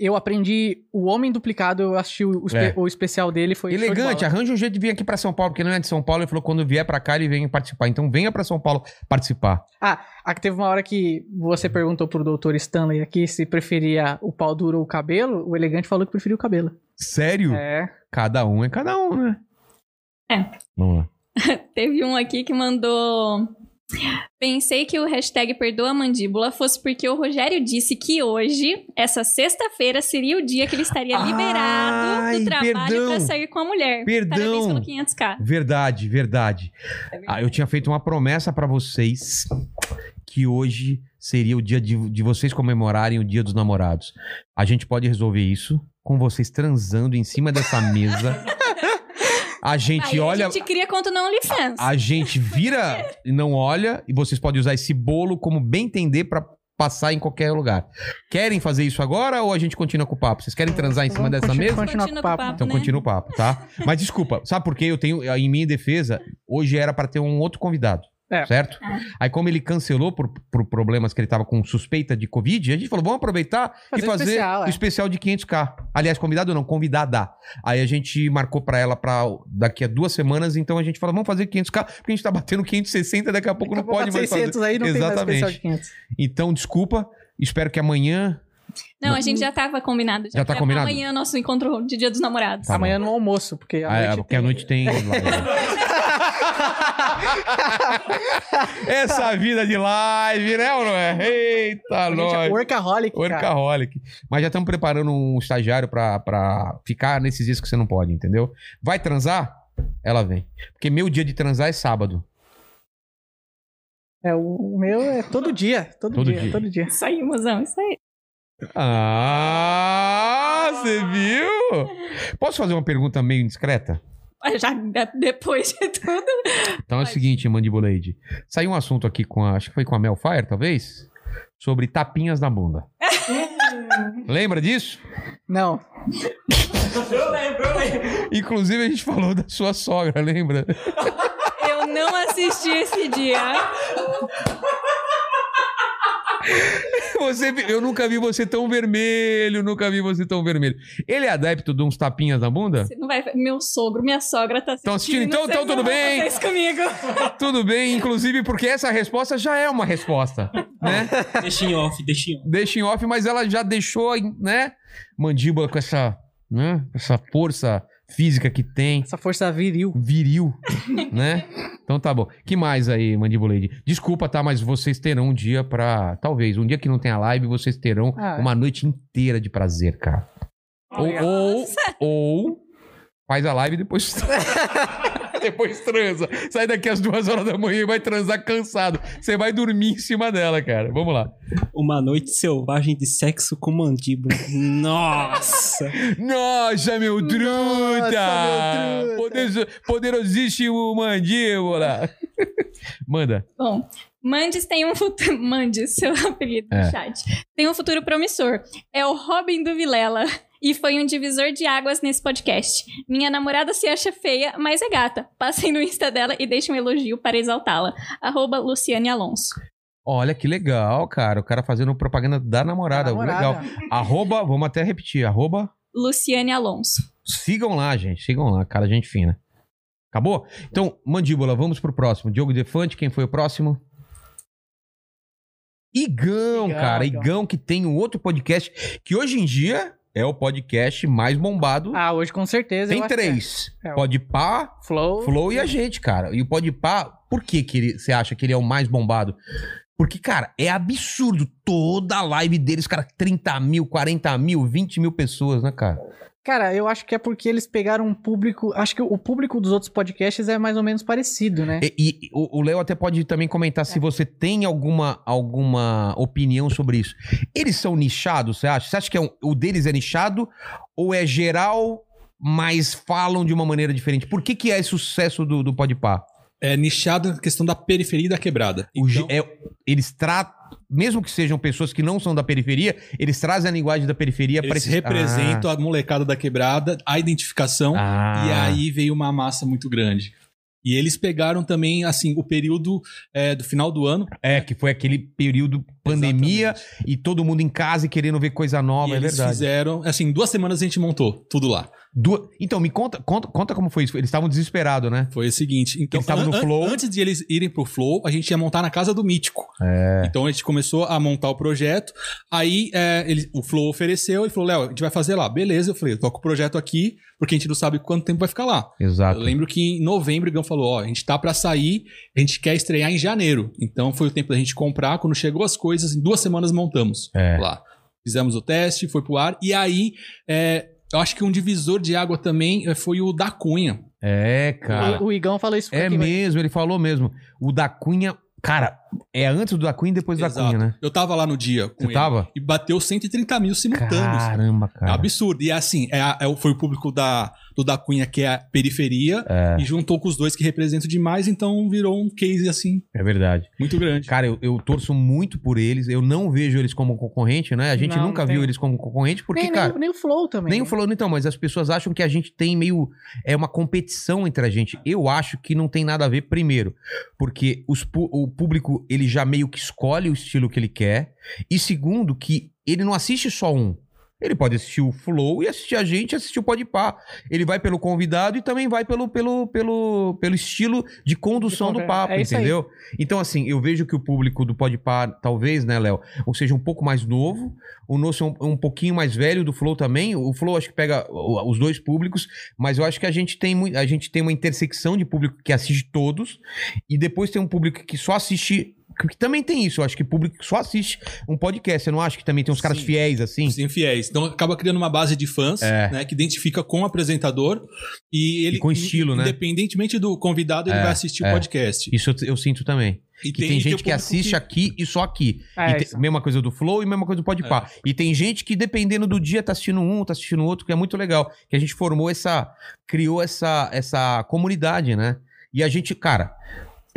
S6: Eu aprendi O Homem Duplicado, eu assisti o, o espe-
S2: É.
S6: o especial dele. Foi show de
S2: Elegante,
S6: bola.
S2: arranja um jeito de vir aqui pra São Paulo, porque ele não é de São Paulo. Ele falou quando vier pra cá, ele vem participar. Então venha pra São Paulo participar.
S6: Ah, aqui teve uma hora que você perguntou pro doutor Stanley aqui se preferia o pau duro ou o cabelo. O elegante falou que preferia o cabelo.
S2: Sério?
S6: É.
S2: Cada um é cada um, né?
S15: É.
S2: Vamos lá.
S15: Teve um aqui que mandou. Pensei que o hashtag Perdoa a Mandíbula fosse porque o Rogério disse que hoje, essa sexta-feira, seria o dia que ele estaria liberado
S2: Ai,
S15: do trabalho
S2: perdão.
S15: pra sair com a mulher.
S2: Perdão.
S15: Parabéns pelo É 500k.
S2: Verdade, verdade. Ah, eu tinha feito uma promessa pra vocês que hoje seria o dia de, de vocês comemorarem o Dia dos Namorados. A gente pode resolver isso com vocês transando em cima dessa mesa. A gente
S15: Aí
S2: olha. Ah,
S15: a gente cria conta no OnlyFans.
S2: A gente vira e não olha, e vocês podem usar esse bolo como bem entender pra passar em qualquer lugar. Querem fazer isso agora ou a gente continua com o papo? Vocês querem transar em cima
S6: Vamos
S2: dessa
S6: continu-
S2: mesa?
S6: continuar com o Continua com o papo. papo,
S2: Então
S6: né?
S2: continua o papo, tá? Mas desculpa, sabe por quê? Eu tenho, em minha defesa, hoje era pra ter um outro convidado.
S6: É.
S2: Certo?
S6: Ah.
S2: Aí, como ele cancelou por, por problemas que ele tava com suspeita de Covid, a gente falou: vamos aproveitar
S6: Fazer
S2: e
S6: um
S2: fazer
S6: especial,
S2: o
S6: é.
S2: especial de 500k. Aliás, convidado não, convidada. Aí a gente marcou pra ela pra daqui a duas semanas, então a gente falou: vamos fazer 500k, porque a gente tá batendo 560, daqui a pouco não pode mais fazer.
S6: 600 tá aí, não tem mais especial de 500.
S2: Então, desculpa, espero que amanhã.
S15: Não, a gente já tava combinado.
S2: Já tá
S15: pra
S2: combinado?
S15: Amanhã é nosso encontro de Dia dos Namorados.
S2: Tá Amanhã
S6: no almoço, porque
S2: Ah, é, porque a noite tem.
S6: Tá.
S2: Essa vida de live, né, ou não é? Eita,
S6: gente é
S2: nós.
S6: workaholic, cara.
S2: Workaholic. Mas já estamos preparando um estagiário pra, pra ficar nesses dias que você não pode, entendeu? Vai transar? Ela vem. Porque meu dia de transar é sábado.
S6: É, o o meu é todo dia. Todo,
S2: Todo
S6: dia,
S2: dia.
S6: Todo dia.
S15: Isso aí, mozão, isso aí.
S2: Ah, você viu? Posso fazer uma pergunta meio indiscreta?
S15: Mas Já de- depois de tudo.
S2: Então é o seguinte, Mandibuleide. Saiu um assunto aqui com a. Acho que foi com a Melfire, talvez? Sobre tapinhas na bunda. Lembra disso?
S6: Não.
S15: Eu lembro, eu lembro.
S2: Inclusive, a gente falou da sua sogra, lembra?
S15: Eu não assisti esse dia.
S2: Você- eu nunca vi você tão vermelho, nunca vi você tão vermelho. Ele é adepto de uns tapinhas na bunda?
S15: Você não vai. Meu sogro, minha sogra tá assistindo.
S2: assistindo? Então-
S15: vocês
S2: então tudo
S15: não vão
S2: bem.
S15: fazer isso comigo.
S2: Tudo bem, inclusive porque essa resposta já é uma resposta, né?
S8: Deixa em off, deixa em off.
S2: Deixa em off, mas ela já deixou, né? Mandíbula com essa, né? Essa força física que tem.
S6: Essa força viril.
S2: Viril, né? Então tá bom. Que mais aí, Mandíbula Lady? Desculpa, tá? Mas vocês terão um dia pra... Talvez, um dia que não tenha live, vocês terão
S6: Ah, é.
S2: uma noite inteira de prazer, cara. Ou, ou, ou faz a live e depois... depois transa. Sai daqui às duas horas da manhã e vai transar cansado. Você vai dormir em cima dela, cara. Vamos lá.
S8: Uma noite selvagem de sexo com mandíbula. Nossa!
S2: Nossa, meu truta! Poderoso, poderosíssimo mandíbula. Manda.
S15: Bom, Mandes tem um futuro. Mandes, seu apelido
S2: É.
S15: no chat. Tem um futuro promissor. É o Robin do Vilela. E foi um divisor de águas nesse podcast. Minha namorada se acha feia, mas é gata. Passem no Insta dela e deixem um elogio para exaltá-la. Arroba Luciane Alonso.
S2: Olha que legal, cara. O cara fazendo propaganda da namorada.
S15: namorada.
S2: Legal. Arroba, vamos até repetir. Arroba.
S15: Luciane Alonso.
S2: Sigam lá, gente. Sigam lá, cara, gente fina. Acabou? Então, mandíbula, vamos pro próximo. Diogo Defante, quem foi o próximo? Igão, cara. Igão. que tem um outro podcast que hoje em dia é o podcast mais bombado.
S6: Ah, hoje com certeza. eu
S2: Tem
S6: acho que é.
S2: três.
S6: É, o
S2: Pode pá,
S6: Flow.
S2: Flow e a gente, cara. E o Podpah, por que que ele- você acha que ele é o mais bombado? Porque, cara, é absurdo. Toda a live deles, cara, 30 mil, 40 mil, 20 mil pessoas, né, cara?
S6: Cara, eu acho que é porque eles pegaram um público. Acho que o público dos outros podcasts é mais ou menos parecido, né?
S2: E, e o o Léo até pode também comentar se você tem alguma, alguma opinião sobre isso. Eles são nichados, você acha? Você acha que é um- o deles é nichado ou é geral, mas falam de uma maneira diferente? Por que, que é esse sucesso do, do Podpah?
S4: É nichado a questão da periferia da quebrada. Então-
S2: O ge- é- eles tratam, mesmo que sejam pessoas que não são da periferia, eles trazem a linguagem da periferia para
S4: Eles
S2: Ah.
S4: representam a molecada da quebrada, a identificação, e aí veio uma massa muito grande. E eles pegaram também, assim, o período é, do final do ano.
S2: É, que foi aquele período pandemia e todo mundo em casa e querendo ver coisa nova,
S4: E
S2: é
S4: eles
S2: verdade.
S4: fizeram, assim, duas semanas a gente montou tudo lá.
S2: Du- Então, me conta, conta, conta como foi isso. Eles estavam desesperados, né?
S4: Foi o seguinte, então
S2: eles estavam no
S4: an- an-
S2: flow.
S4: Antes de eles irem pro Flow, a gente ia montar na casa do Mítico.
S2: É.
S4: Então a gente começou a montar o projeto. Aí é, ele- o Flow ofereceu e falou: Léo, a gente vai fazer lá. Beleza, eu falei: toca o projeto aqui, porque a gente não sabe quanto tempo vai ficar lá.
S2: Exato.
S4: Eu lembro que em novembro o Igão falou: Ó, a gente tá pra sair, a gente quer estrear em janeiro. Então foi o tempo da gente comprar. Quando chegou as coisas, em duas semanas montamos
S2: É.
S4: lá. Fizemos o teste, foi pro ar. E aí, é, eu acho que um divisor de água também é, foi o da Cunha.
S2: É, cara.
S6: O, o Igão falou isso
S2: É
S6: aqui, mas-
S2: mesmo, ele falou mesmo. O da Cunha, cara, É antes do da Queen e depois da
S17: Exato.
S2: Cunha, né?
S17: Eu tava lá no dia.
S2: Você tava?
S17: E bateu 130 mil simultâneos.
S2: Caramba, cara.
S17: É absurdo. E assim, é, a- é o- foi o público da, do da Cunha, que é a periferia,
S2: É.
S17: e juntou com os dois que representam demais, então virou um case assim.
S2: É verdade.
S17: Muito grande.
S2: Cara, eu, eu torço muito por eles. Eu não vejo eles como concorrente, né? A gente
S6: Não,
S2: nunca
S6: não
S2: viu
S6: tem.
S2: eles como concorrente, porque,
S6: nem,
S2: Tipo, cara.
S6: nem, nem o Flow também. né?
S2: Nem falando, então, mas as pessoas acham que a gente tem meio. É uma competição entre a gente. Eu acho que não tem nada a ver, primeiro, porque os pu- o público ele já meio que escolhe o estilo que ele quer. E segundo, que ele não assiste só um. Ele pode assistir o Flow e assistir a gente, assistir o Podpah. Ele vai pelo convidado e também vai pelo, pelo, pelo, pelo estilo de condução
S6: De
S2: do
S6: conver-
S2: papo,
S6: é isso aí.
S2: entendeu? Então, assim, eu vejo que o público do Podpah, talvez, né, Léo, ou seja, um pouco mais novo, o nosso é um, um pouquinho mais velho do Flow também. O Flow acho que pega o- os dois públicos, mas eu acho que a gente tem mui- a gente tem uma intersecção de público que assiste todos e depois tem um público que só assiste que também tem isso, eu acho que público que só assiste um podcast, você não acha que também tem uns caras fiéis assim?
S17: Sim, fiéis. Então acaba criando uma base de fãs,
S2: É.
S17: né? Que identifica com o apresentador e ele.
S2: com estilo, né?
S17: Independentemente do convidado, ele
S2: É,
S17: vai assistir
S2: é.
S17: o podcast.
S2: Isso eu, eu sinto também.
S17: E
S2: que
S17: tem- e
S2: tem,
S17: tem
S2: gente
S17: o
S2: que
S17: público
S2: assiste
S17: que-
S2: aqui e só aqui.
S17: É,
S2: E tem-
S17: isso.
S2: mesma coisa do Flow e mesma coisa do Podpah.
S17: É.
S2: E tem gente que, dependendo do dia, tá assistindo um, tá assistindo outro, que é muito legal. Que a gente formou essa... Criou essa, essa comunidade, né? E a gente, cara...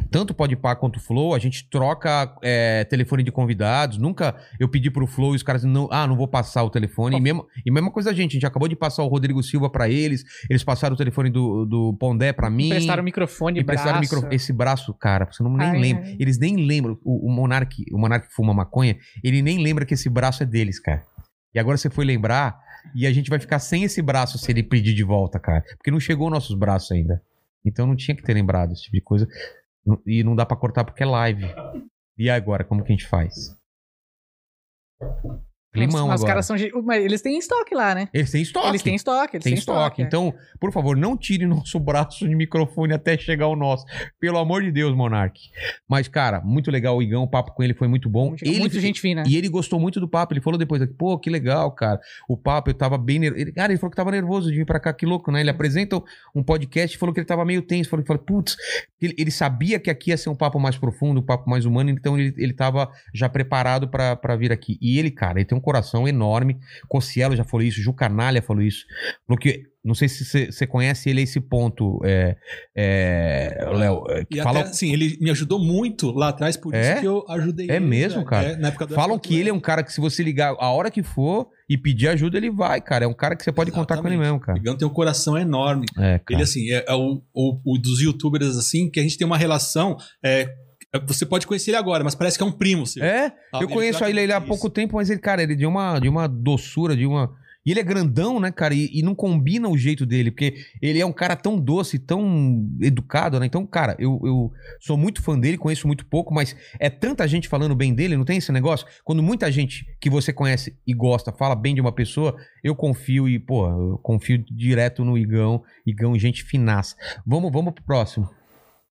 S2: Tanto o Podpah quanto o Flow, a gente troca é, telefone de convidados. Nunca eu pedi pro Flow e os caras não, ah, não vou passar o telefone. E, mesmo, e mesma coisa a gente, a gente acabou de passar o Rodrigo Silva pra eles, eles passaram o telefone do, do Pondé pra mim.
S6: Emprestaram microfone,
S2: Emprestaram
S6: braço.
S2: micro- Esse braço, cara, você não nem
S6: Ai,
S2: lembra.
S6: ai.
S2: Eles nem lembram. O, o Monark, o Monark que fuma maconha, ele nem lembra que esse braço é deles, cara. E agora você foi lembrar e a gente vai ficar sem esse braço se ele pedir de volta, cara. Porque não chegou nossos braços ainda. Então não tinha que ter lembrado esse tipo de coisa. Não- E não dá pra cortar porque é live. E agora, como que a gente faz? Limão
S6: Os
S2: agora.
S6: caras são. ge- Mas eles têm estoque lá, né?
S2: Eles têm estoque.
S6: Eles têm estoque, eles
S2: Tem
S6: têm estoque,
S2: estoque.
S6: é.
S2: Então, por favor, não tire nosso braço de microfone até chegar o nosso. Pelo amor de Deus, Monark. Mas, cara, muito legal o Igão. O papo com ele foi muito bom.
S6: Muito- muito gente fina.
S2: E ele gostou muito do papo. Ele falou depois aqui, pô, que legal, cara. O papo, eu tava bem nervoso. Ele, cara, ele falou que tava nervoso de vir pra cá, que louco, né? Ele apresenta um podcast e falou que ele tava meio tenso. Falou, falou putz, ele, ele sabia que aqui ia ser um papo mais profundo, um papo mais humano, então ele, ele tava já preparado pra pra vir aqui. E ele, cara, ele tem um coração enorme. Cossielo já falou isso, Ju Canalha falou isso. Falou que. Não sei se você- você conhece ele a esse ponto, é, é, Léo. é, que
S17: E
S2: fala-
S17: até assim, ele me ajudou muito lá atrás, por
S2: É?
S17: isso que eu ajudei
S2: é
S17: ele,
S2: mesmo,
S17: né?
S2: cara.
S17: É, na época da
S2: Falam que ele é um cara que se você ligar a hora que for e pedir ajuda, ele vai, cara. É um cara que você pode contar com ele mesmo, cara.
S17: Igão tem um coração enorme.
S2: É, cara.
S17: Ele, assim, é, é o, o- o dos youtubers, assim, que a gente tem uma relação. é, é, você pode conhecer ele agora, mas parece que é um primo. Seu.
S2: É?
S4: Ah,
S17: Sabe?
S2: Eu conheço
S17: trata-
S2: ele, ele há pouco tempo, mas ele, cara, ele é de uma, de uma doçura, de uma. E ele é grandão, né, cara? E, e não combina o jeito dele, porque ele é um cara tão doce, tão educado, né? Então, cara, eu, eu sou muito fã dele, conheço muito pouco, mas é tanta gente falando bem dele, não tem esse negócio? Quando muita gente que você conhece e gosta fala bem de uma pessoa, eu confio e, pô, eu confio direto no Igão. Igão, gente finaça. Vamos, vamos pro próximo.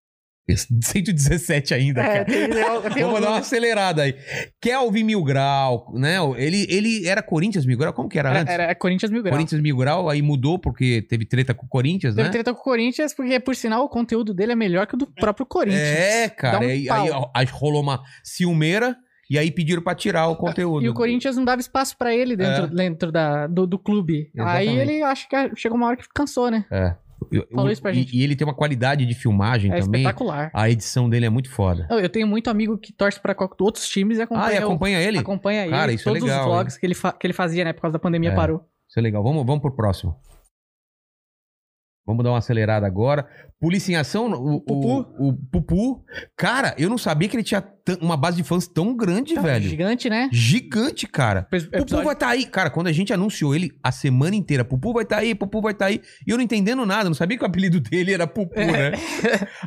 S2: 117 ainda,
S6: É,
S2: cara.
S6: tem- tem um
S2: Vamos dar uma
S6: alguns.
S2: acelerada aí. Kelvin Mil Grau, né? Ele, ele era Corinthians Mil Grau? Como que era,
S6: Era,
S2: antes?
S6: era, é Corinthians Mil Grau.
S2: Corinthians Mil Grau, aí mudou porque teve treta com o Corinthians,
S6: Deve
S2: né?
S6: treta com o Corinthians, porque, por sinal, o conteúdo dele é melhor que o do próprio Corinthians.
S2: É, cara.
S6: Dá um
S2: aí,
S6: pau.
S2: aí, ó, aí rolou uma ciumeira e aí pediram pra tirar o conteúdo.
S6: E o Corinthians não dava espaço pra ele dentro,
S2: É.
S6: dentro da, do, do clube. Aí
S2: Exatamente.
S6: ele acho que chegou uma hora que cansou, né?
S2: É. Eu-
S6: Falou
S2: o-
S6: isso pra
S2: e-
S6: gente.
S2: E, ele tem uma qualidade de filmagem
S6: É
S2: também.
S6: espetacular.
S2: A edição dele é muito foda.
S6: Eu, eu tenho muito amigo que torce pra qual- outros times e acompanha,
S2: Ah, e
S6: o-
S2: acompanha ele?
S6: Acompanha ele.
S2: Cara, isso é
S6: todos os
S2: legal,
S6: vlogs que ele, fa- que ele fazia, né? Por causa da pandemia
S2: É,
S6: parou.
S2: Isso é legal. Vamos, vamos pro próximo. Vamos dar uma acelerada agora. Polícia em Ação, o, o- o, Pupu. Cara, eu não sabia que ele tinha tan- uma base de fãs tão grande, velho.
S6: Gigante, né?
S2: Gigante, cara. Pupu vai estar aí. Cara, quando a gente anunciou ele a semana inteira, Pupu vai estar aí, Pupu vai estar aí. E eu não entendendo nada, não sabia que o apelido dele era Pupu,
S6: É.
S2: né?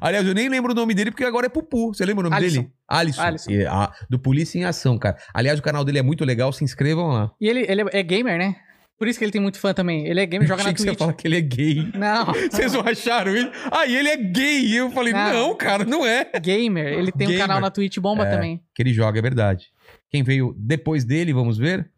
S2: Aliás, eu nem lembro o nome dele porque agora é Pupu. Você lembra o nome
S6: Alisson.
S2: dele? Alisson.
S6: Alisson.
S2: É, a- do Polícia em Ação, cara. Aliás, o canal dele é muito legal, se inscrevam lá.
S6: E ele, ele é gamer, né? Por isso que ele tem muito fã também. Ele é gamer, joga na
S2: Achei que
S6: Twitch.
S2: você ia falar que ele é gay.
S6: Não.
S2: Vocês não acharam isso? Aí ele é gay. E eu falei, não, cara, não é.
S6: Ah. Gamer, ele tem um
S2: Gamer.
S6: canal na Twitch bomba
S2: É,
S6: também.
S2: Que ele joga, é verdade. Quem veio depois dele, vamos ver?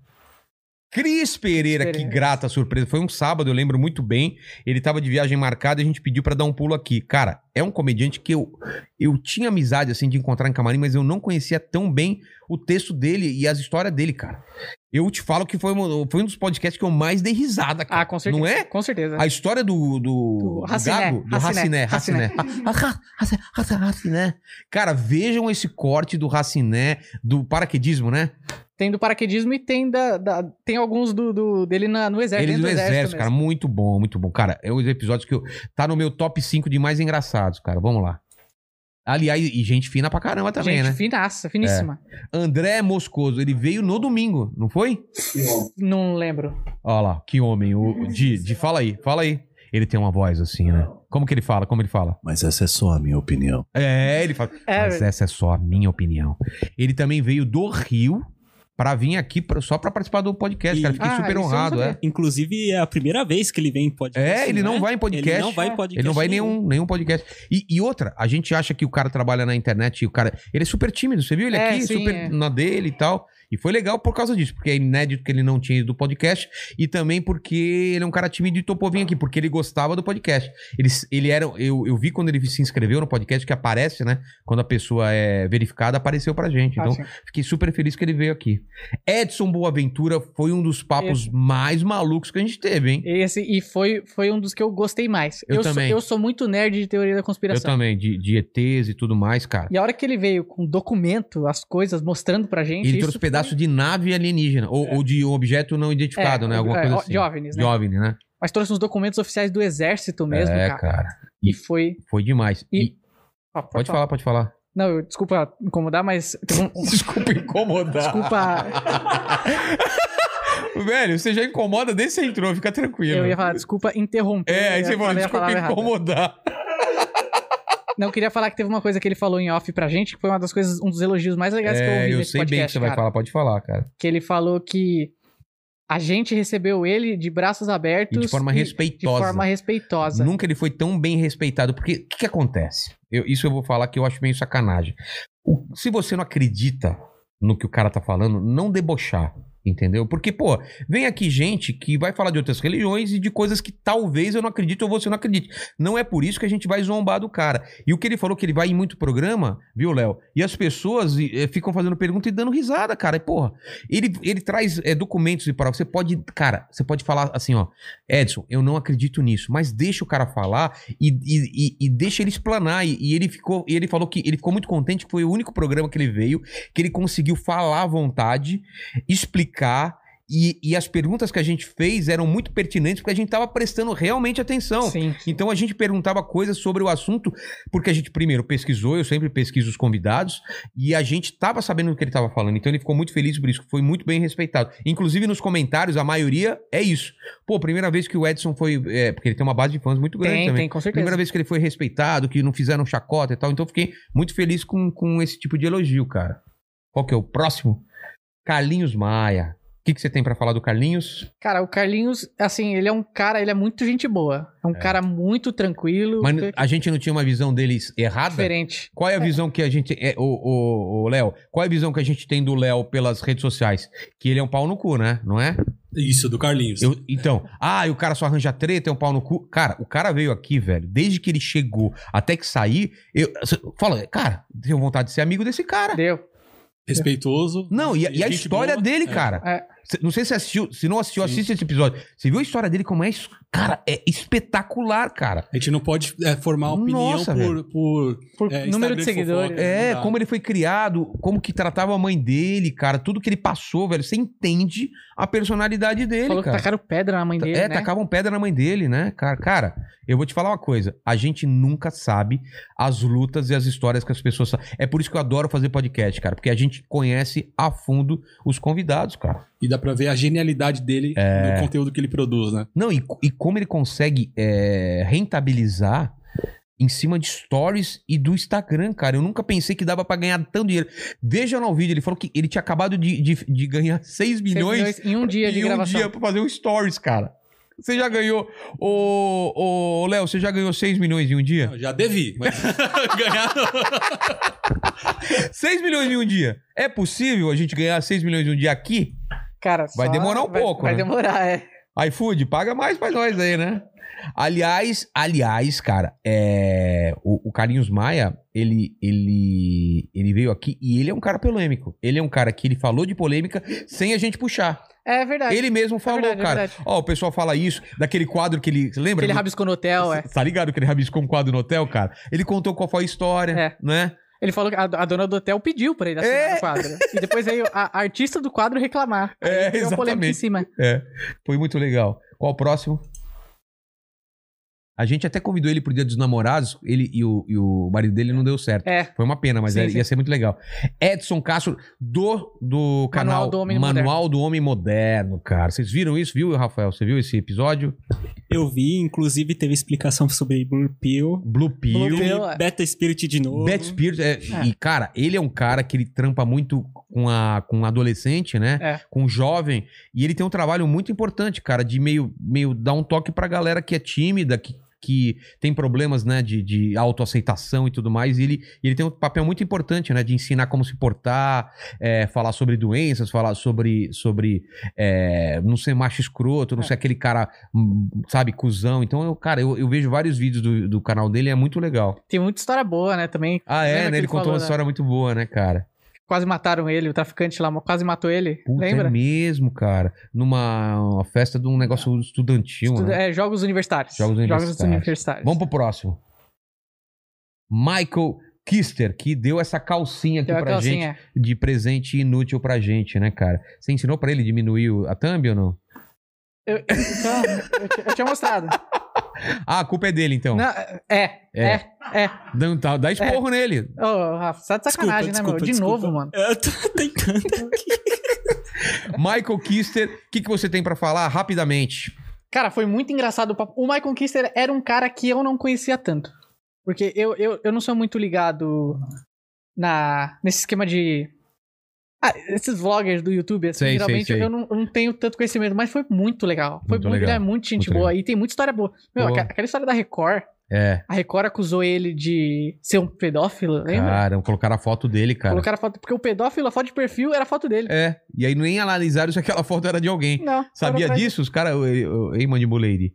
S2: Cris Pereira, que grata surpresa. Foi um sábado, eu lembro muito bem. Ele tava de viagem marcada e a gente pediu pra dar um pulo aqui. Cara, é um comediante que eu, eu tinha amizade, assim, de encontrar em camarim, mas eu não conhecia tão bem o texto dele e as histórias dele, cara. Eu te falo que foi, um- foi um dos podcasts que eu mais dei risada, cara. Ah, com certeza. Não é?
S6: Com certeza.
S2: A história do, do, do
S6: Raciné,
S2: Gago, do
S6: Raciné,
S2: Raciné. Raciné. Raciné. Cara, vejam esse corte do Raciné, do paraquedismo, né?
S6: Tem do paraquedismo e tem da, da- tem alguns do, do- dele na- no exército.
S2: Ele é
S6: dentro
S2: do exército,
S6: mesmo.
S2: cara. Muito bom, muito bom. Cara, é um dos episódios que eu. Tá no meu top 5 de mais engraçados, cara. Vamos lá. Aliás, e gente fina pra caramba também,
S6: Gente
S2: né?
S6: finaça, finíssima.
S2: É. André Moscoso, ele veio no domingo, não foi?
S6: Não lembro.
S2: Olha lá, que homem. O, de, de, fala aí, fala aí. Ele tem uma voz assim, né? Como que ele fala? Como ele fala?
S18: Mas essa é só a minha opinião.
S2: É, ele fala.
S18: É.
S2: Mas essa é só a minha opinião. Ele também veio do Rio pra vir aqui pra- só pra participar do podcast, cara.
S6: Ah,
S8: Ah,
S2: Fiquei super honrado, é.
S8: Inclusive, é a primeira vez que ele vem em podcast. né?
S2: É, ele não vai em podcast.
S8: Ele não
S6: É.
S8: vai em podcast.
S2: Ele não vai em nenhum, nenhum podcast. E, e outra, a gente acha que o cara trabalha na internet e o cara. Ele é super tímido, você viu? Ele
S6: É,
S2: aqui,
S6: sim,
S2: super
S6: é.
S2: na dele e tal. E foi legal por causa disso, porque é inédito que ele não tinha ido do podcast e também porque ele é um cara tímido e topou vir aqui, porque ele gostava do podcast. Ele, ele era, eu, eu vi quando ele se inscreveu no podcast, que aparece, né? Quando a pessoa é verificada, apareceu pra gente.
S6: Ah,
S2: Então,
S6: sim.
S2: fiquei super feliz que ele veio aqui. Edson Boaventura foi um dos papos
S6: Esse.
S2: mais malucos que a gente teve, hein?
S6: Esse, e foi, foi um dos que eu gostei mais.
S2: Eu
S6: sou-
S2: também.
S6: eu sou muito nerd de teoria da
S2: Eu
S6: conspiração.
S2: também, de, de ETs e tudo mais, cara.
S6: E a hora que ele veio com documento, as coisas, mostrando pra gente.
S2: Ele
S6: isso
S2: trouxe um pedaço de nave alienígena, ou, ou de um objeto não identificado,
S6: É,
S2: né? Alguma
S6: é,
S2: coisa
S6: ó,
S2: assim.
S6: de OVNIs, né?
S2: De OVNI, né?
S6: Mas trouxe uns documentos oficiais do exército mesmo,
S2: é,
S6: cara.
S2: E
S6: foi...
S2: Foi demais. E...
S6: Ah,
S2: Pode, falar, pode falar.
S6: Não, eu, desculpa incomodar, mas. um-
S2: desculpa incomodar.
S6: Desculpa.
S2: Velho, você já incomoda desde que você entrou, fica tranquilo.
S6: Eu ia falar, desculpa interromper.
S2: É, aí
S6: eu
S2: você falou,
S6: falei a
S2: desculpa
S6: palavra errada.
S2: incomodar.
S6: Não, eu queria falar que teve uma coisa que ele falou em off pra gente, que foi uma das coisas, um dos elogios mais legais que eu
S2: É,
S6: ouvi
S2: eu
S6: nesse
S2: sei
S6: podcast.
S2: bem que você vai
S6: cara.
S2: falar, pode falar, cara.
S6: que ele falou que a gente recebeu ele de braços abertos.
S2: E de forma respeitosa.
S6: De forma respeitosa.
S2: Nunca ele foi tão bem respeitado, porque o que, que acontece? Eu- isso eu vou falar que eu acho meio sacanagem. O- se você não acredita no que o cara tá falando, não debochar, entendeu? Porque, pô, vem aqui gente que vai falar de outras religiões e de coisas que talvez eu não acredite ou você não acredite. Não é por isso que a gente vai zombar do cara. E o que ele falou que ele vai em muito programa, viu, Léo? E as pessoas eh, ficam fazendo pergunta e dando risada, cara. E, porra, ele, ele traz eh, documentos e prova. Você pode, cara, você pode falar assim, ó, Edson, eu não acredito nisso, mas deixa o cara falar e, e, e- e deixa ele explanar. E, e ele ficou, e ele falou que ele ficou muito contente que foi o único programa que ele veio, que ele conseguiu falar à vontade, explicar. E, e as perguntas que a gente fez eram muito pertinentes porque a gente estava prestando realmente atenção. Então a gente perguntava coisas sobre o assunto, porque a gente primeiro pesquisou, eu sempre pesquiso os convidados, e a gente estava sabendo do que ele estava falando. Então ele ficou muito feliz por isso, foi muito bem respeitado. Inclusive nos comentários, a maioria é isso. Pô, primeira vez que o Edson foi. é, porque ele tem uma base de fãs muito grande
S6: Tem,
S2: também.
S6: tem, com certeza.
S2: Primeira vez que ele foi respeitado, que não fizeram chacota e tal. Então eu fiquei muito feliz com, com esse tipo de elogio, cara. Qual que é o próximo? Carlinhos Maia. O que, que você tem pra falar do Carlinhos?
S6: Cara, o Carlinhos, assim, ele é um cara, ele é muito gente boa. É um cara muito tranquilo.
S2: Mas a gente não tinha uma visão deles errada?
S6: Diferente.
S2: Qual é a visão que a gente. É, o, o, Léo, qual é a visão que a gente tem do Léo pelas redes sociais? Que ele é um pau no cu, né? Não é?
S17: Isso, do Carlinhos.
S2: Eu- então, ah, e o cara só arranja treta, é um pau no cu. Cara, o cara veio aqui, velho, desde que ele chegou até que sair, eu. cê- Fala, cara, tenho vontade de ser amigo desse cara.
S6: Deu.
S17: Respeitoso.
S2: Não, e, e a
S17: Gente
S2: história
S17: boa.
S2: dele,
S17: É.
S2: cara. Cê- Não sei se assistiu, se não assistiu, assiste esse episódio. Você viu a história dele como é isso? Cara, é espetacular, cara.
S17: A gente não pode é, formar opinião
S2: Nossa,
S17: por,
S2: velho.
S17: por, é, Instagram fofoca,
S2: É,
S17: não dá.
S2: como ele foi criado, como que tratava a mãe dele, cara. Tudo que ele passou, velho. Você entende a personalidade dele,
S6: Falou
S2: cara.
S6: que tá tacaram pedra na mãe dele.
S2: É,
S6: né?
S2: tacavam pedra na mãe dele, né? Cara, cara, eu vou te falar uma coisa. A gente nunca sabe as lutas e as histórias que as pessoas... É por isso que eu adoro fazer podcast, cara. Porque a gente conhece a fundo os convidados, cara. É.
S17: E dá pra ver a genialidade dele no conteúdo que ele produz, né?
S2: Não, e, co- e como ele consegue é, rentabilizar em cima de stories e do Instagram, cara. Eu nunca pensei que dava pra ganhar tanto dinheiro. Veja lá o vídeo, ele falou que ele tinha acabado de, de, de ganhar 6 milhões,
S6: milhões em um dia de gravação.
S2: dia pra fazer um stories, cara. Você já ganhou. Ô, ô, Léo, você já ganhou 6 milhões em um dia?
S17: Já devi, mas ganhar
S2: 6 milhões em um dia. É possível a gente ganhar 6 milhões em um dia aqui?
S6: Cara,
S2: Vai
S6: só-
S2: demorar um
S6: vai-
S2: pouco,
S6: Vai
S2: né?
S6: demorar, é.
S2: iFood, paga mais pra nós aí, né? Aliás, aliás, cara, é, o, o Carlinhos Maia, ele, ele, ele veio aqui e ele é um cara polêmico. Ele é um cara que ele falou de polêmica sem a gente puxar.
S6: É verdade.
S2: Ele mesmo falou,
S6: verdade, é
S2: cara.
S6: verdade.
S2: Ó, o pessoal fala isso, daquele quadro que ele. Você lembra?
S6: Aquele rabiscou no hotel, é.
S2: Tá ligado que ele rabiscou um quadro no hotel, cara? Ele contou qual foi a história, né?
S6: É.
S2: É.
S6: Ele falou que a, a dona do hotel pediu pra ele assinar o quadro. né? E depois veio a, a artista do quadro reclamar. Aí
S2: É,
S6: criou uma polêmica em
S2: exatamente.
S6: cima.
S2: É, foi muito legal. Qual o próximo? A gente até convidou ele pro Dia dos Namorados, ele e o, e o marido dele não deu certo.
S6: É.
S2: Foi uma pena, mas
S6: Sim,
S2: é-
S6: sim.
S2: ia ser muito legal. Edson Castro, do, do canal
S6: do Homem
S2: Manual do Homem Moderno, cara. Vocês viram isso, viu, Rafael? Você viu esse episódio?
S8: Eu vi, inclusive teve explicação sobre Blue Pill.
S2: Blue Pill.
S6: é.
S8: Beta Spirit de novo.
S2: Bad Spirit, é,
S8: É.
S2: e cara, ele é um cara que ele trampa muito com a com um adolescente, né?
S6: É.
S2: Com um jovem, e ele tem um trabalho muito importante, cara, de meio meio dar um toque pra galera que é tímida, que que tem problemas, né, de, de autoaceitação e tudo mais, e ele, e ele tem um papel muito importante, né, de ensinar como se portar, é, falar sobre doenças, falar sobre, sobre é, não ser macho escroto, não ser aquele cara, hum, sabe, cuzão. Então, eu, cara, eu, eu vejo vários vídeos do, do canal dele, é muito legal.
S6: Tem muita história boa, né, também.
S2: Ah, é,
S6: Lembra que
S2: né? Ele contou
S6: falou,
S2: uma
S6: né?
S2: história muito boa, né, cara?
S6: Quase mataram ele, o traficante lá quase matou ele.
S2: Puta, é
S6: Lembra?
S2: mesmo, cara. Numa uma festa de um negócio estudantil,
S6: Tudo-
S2: né?
S6: é, jogos universitários.
S2: Jogos universitários. Vamos pro próximo. Michael Kister, que deu essa calcinha aqui
S6: Deu a
S2: pra
S6: calcinha.
S2: gente. De presente inútil pra gente, né, cara? Você ensinou pra ele diminuir o- a thumb ou não?
S6: Eu, eu- então, eu, ti- eu tinha mostrado.
S2: Ah, a culpa é dele, então.
S6: Não, é, é,
S2: É.
S6: é.
S2: Dá, um tal- dá esporro
S6: É.
S2: nele.
S6: Ô, Rafa, você tá de sacanagem, né, meu? De novo, mano.
S8: Eu tô tentando.
S2: Michael Kister, o que, que você tem pra falar rapidamente?
S6: Cara, foi muito engraçado o papo. O Michael Kister era um cara que eu não conhecia tanto. Porque eu, eu, eu não sou muito ligado na nesse esquema de. Ah, esses vloggers do YouTube, assim,
S2: Sei, sei,
S6: geralmente
S2: sei.
S6: Eu, não, eu não tenho tanto conhecimento, mas foi muito legal. Foi
S2: Muito
S6: muito, ele
S2: legal.
S6: é muito gente
S2: Muito
S6: boa e tem muita história boa. Meu,
S2: Boa.
S6: aque- aquela história da Record,
S2: É.
S6: a Record acusou ele de ser um pedófilo, lembra?
S2: Cara, colocaram a foto dele, cara.
S6: Colocaram a foto, porque o pedófilo, a foto de perfil era a foto dele.
S2: É, e aí nem analisaram se aquela foto era de alguém.
S6: Não,
S2: Sabia
S6: era pra-
S2: disso? Os caras, hein, Mandibuleiri?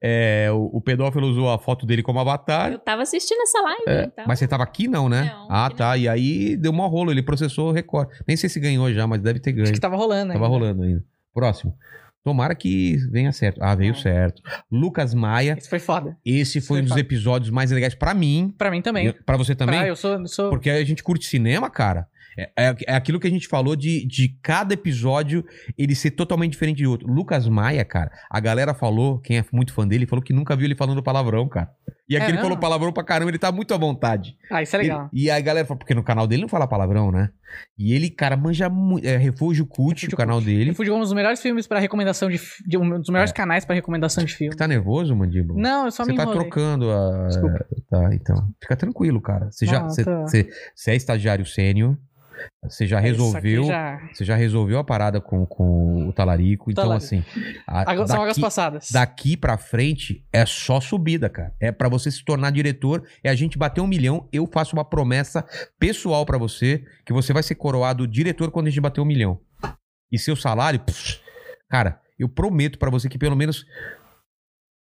S2: É, o, o pedófilo usou a foto dele como avatar.
S15: Eu tava assistindo essa live,
S2: É,
S15: então.
S2: Mas você tava aqui não, né? ah, tá. E aí deu mó rolo, ele processou o Record. Nem sei se ganhou já, mas deve ter ganho. Acho que
S6: tava rolando
S2: Tava rolando ainda. Próximo. Tomara que venha certo. Ah, veio certo. Lucas Maia.
S6: Esse foi foda.
S2: Esse foi um dos episódios mais legais pra mim.
S6: Pra mim também.
S2: Pra você também?
S6: Pra- eu sou- eu sou
S2: Porque a gente curte cinema, cara. É, é, é aquilo que a gente falou de, de cada episódio ele ser totalmente diferente de outro. Lucas Maia, cara, a galera falou, quem é muito fã dele, falou que nunca viu ele falando palavrão, cara. E
S6: É
S2: aqui ele
S6: mesmo?
S2: falou palavrão pra caramba, ele tá muito à vontade.
S6: Ah, isso é legal.
S2: E, e a galera fala, porque no canal dele não fala palavrão, né? E ele, cara, manja muito. É Refúgio Cult, o canal dele. É.
S6: Refúgio é um dos melhores filmes pra recomendação de, fi- de um dos melhores canais pra recomendação de filme.
S2: Tá nervoso, Mandíbula?
S6: Não, eu só
S2: Você
S6: me
S2: tá
S6: enrolei.
S2: trocando a. Tá, então. Fica tranquilo, cara. Você já.
S6: Não,
S2: Você
S6: tá.
S2: você- você é estagiário sênior. Você já
S6: É, isso aqui
S2: resolveu.
S6: já-
S2: Você já resolveu a parada com, com o talarico. Então,
S6: Talarico.
S2: assim. a-
S6: Agora- são águas passadas.
S2: Daqui pra frente é só subida, cara. É pra você se tornar diretor. É a gente bater um milhão. Eu faço uma promessa pessoal pra você que você vai ser coroado diretor quando a gente bater um milhão. E seu salário. pff, cara, eu prometo pra você que pelo menos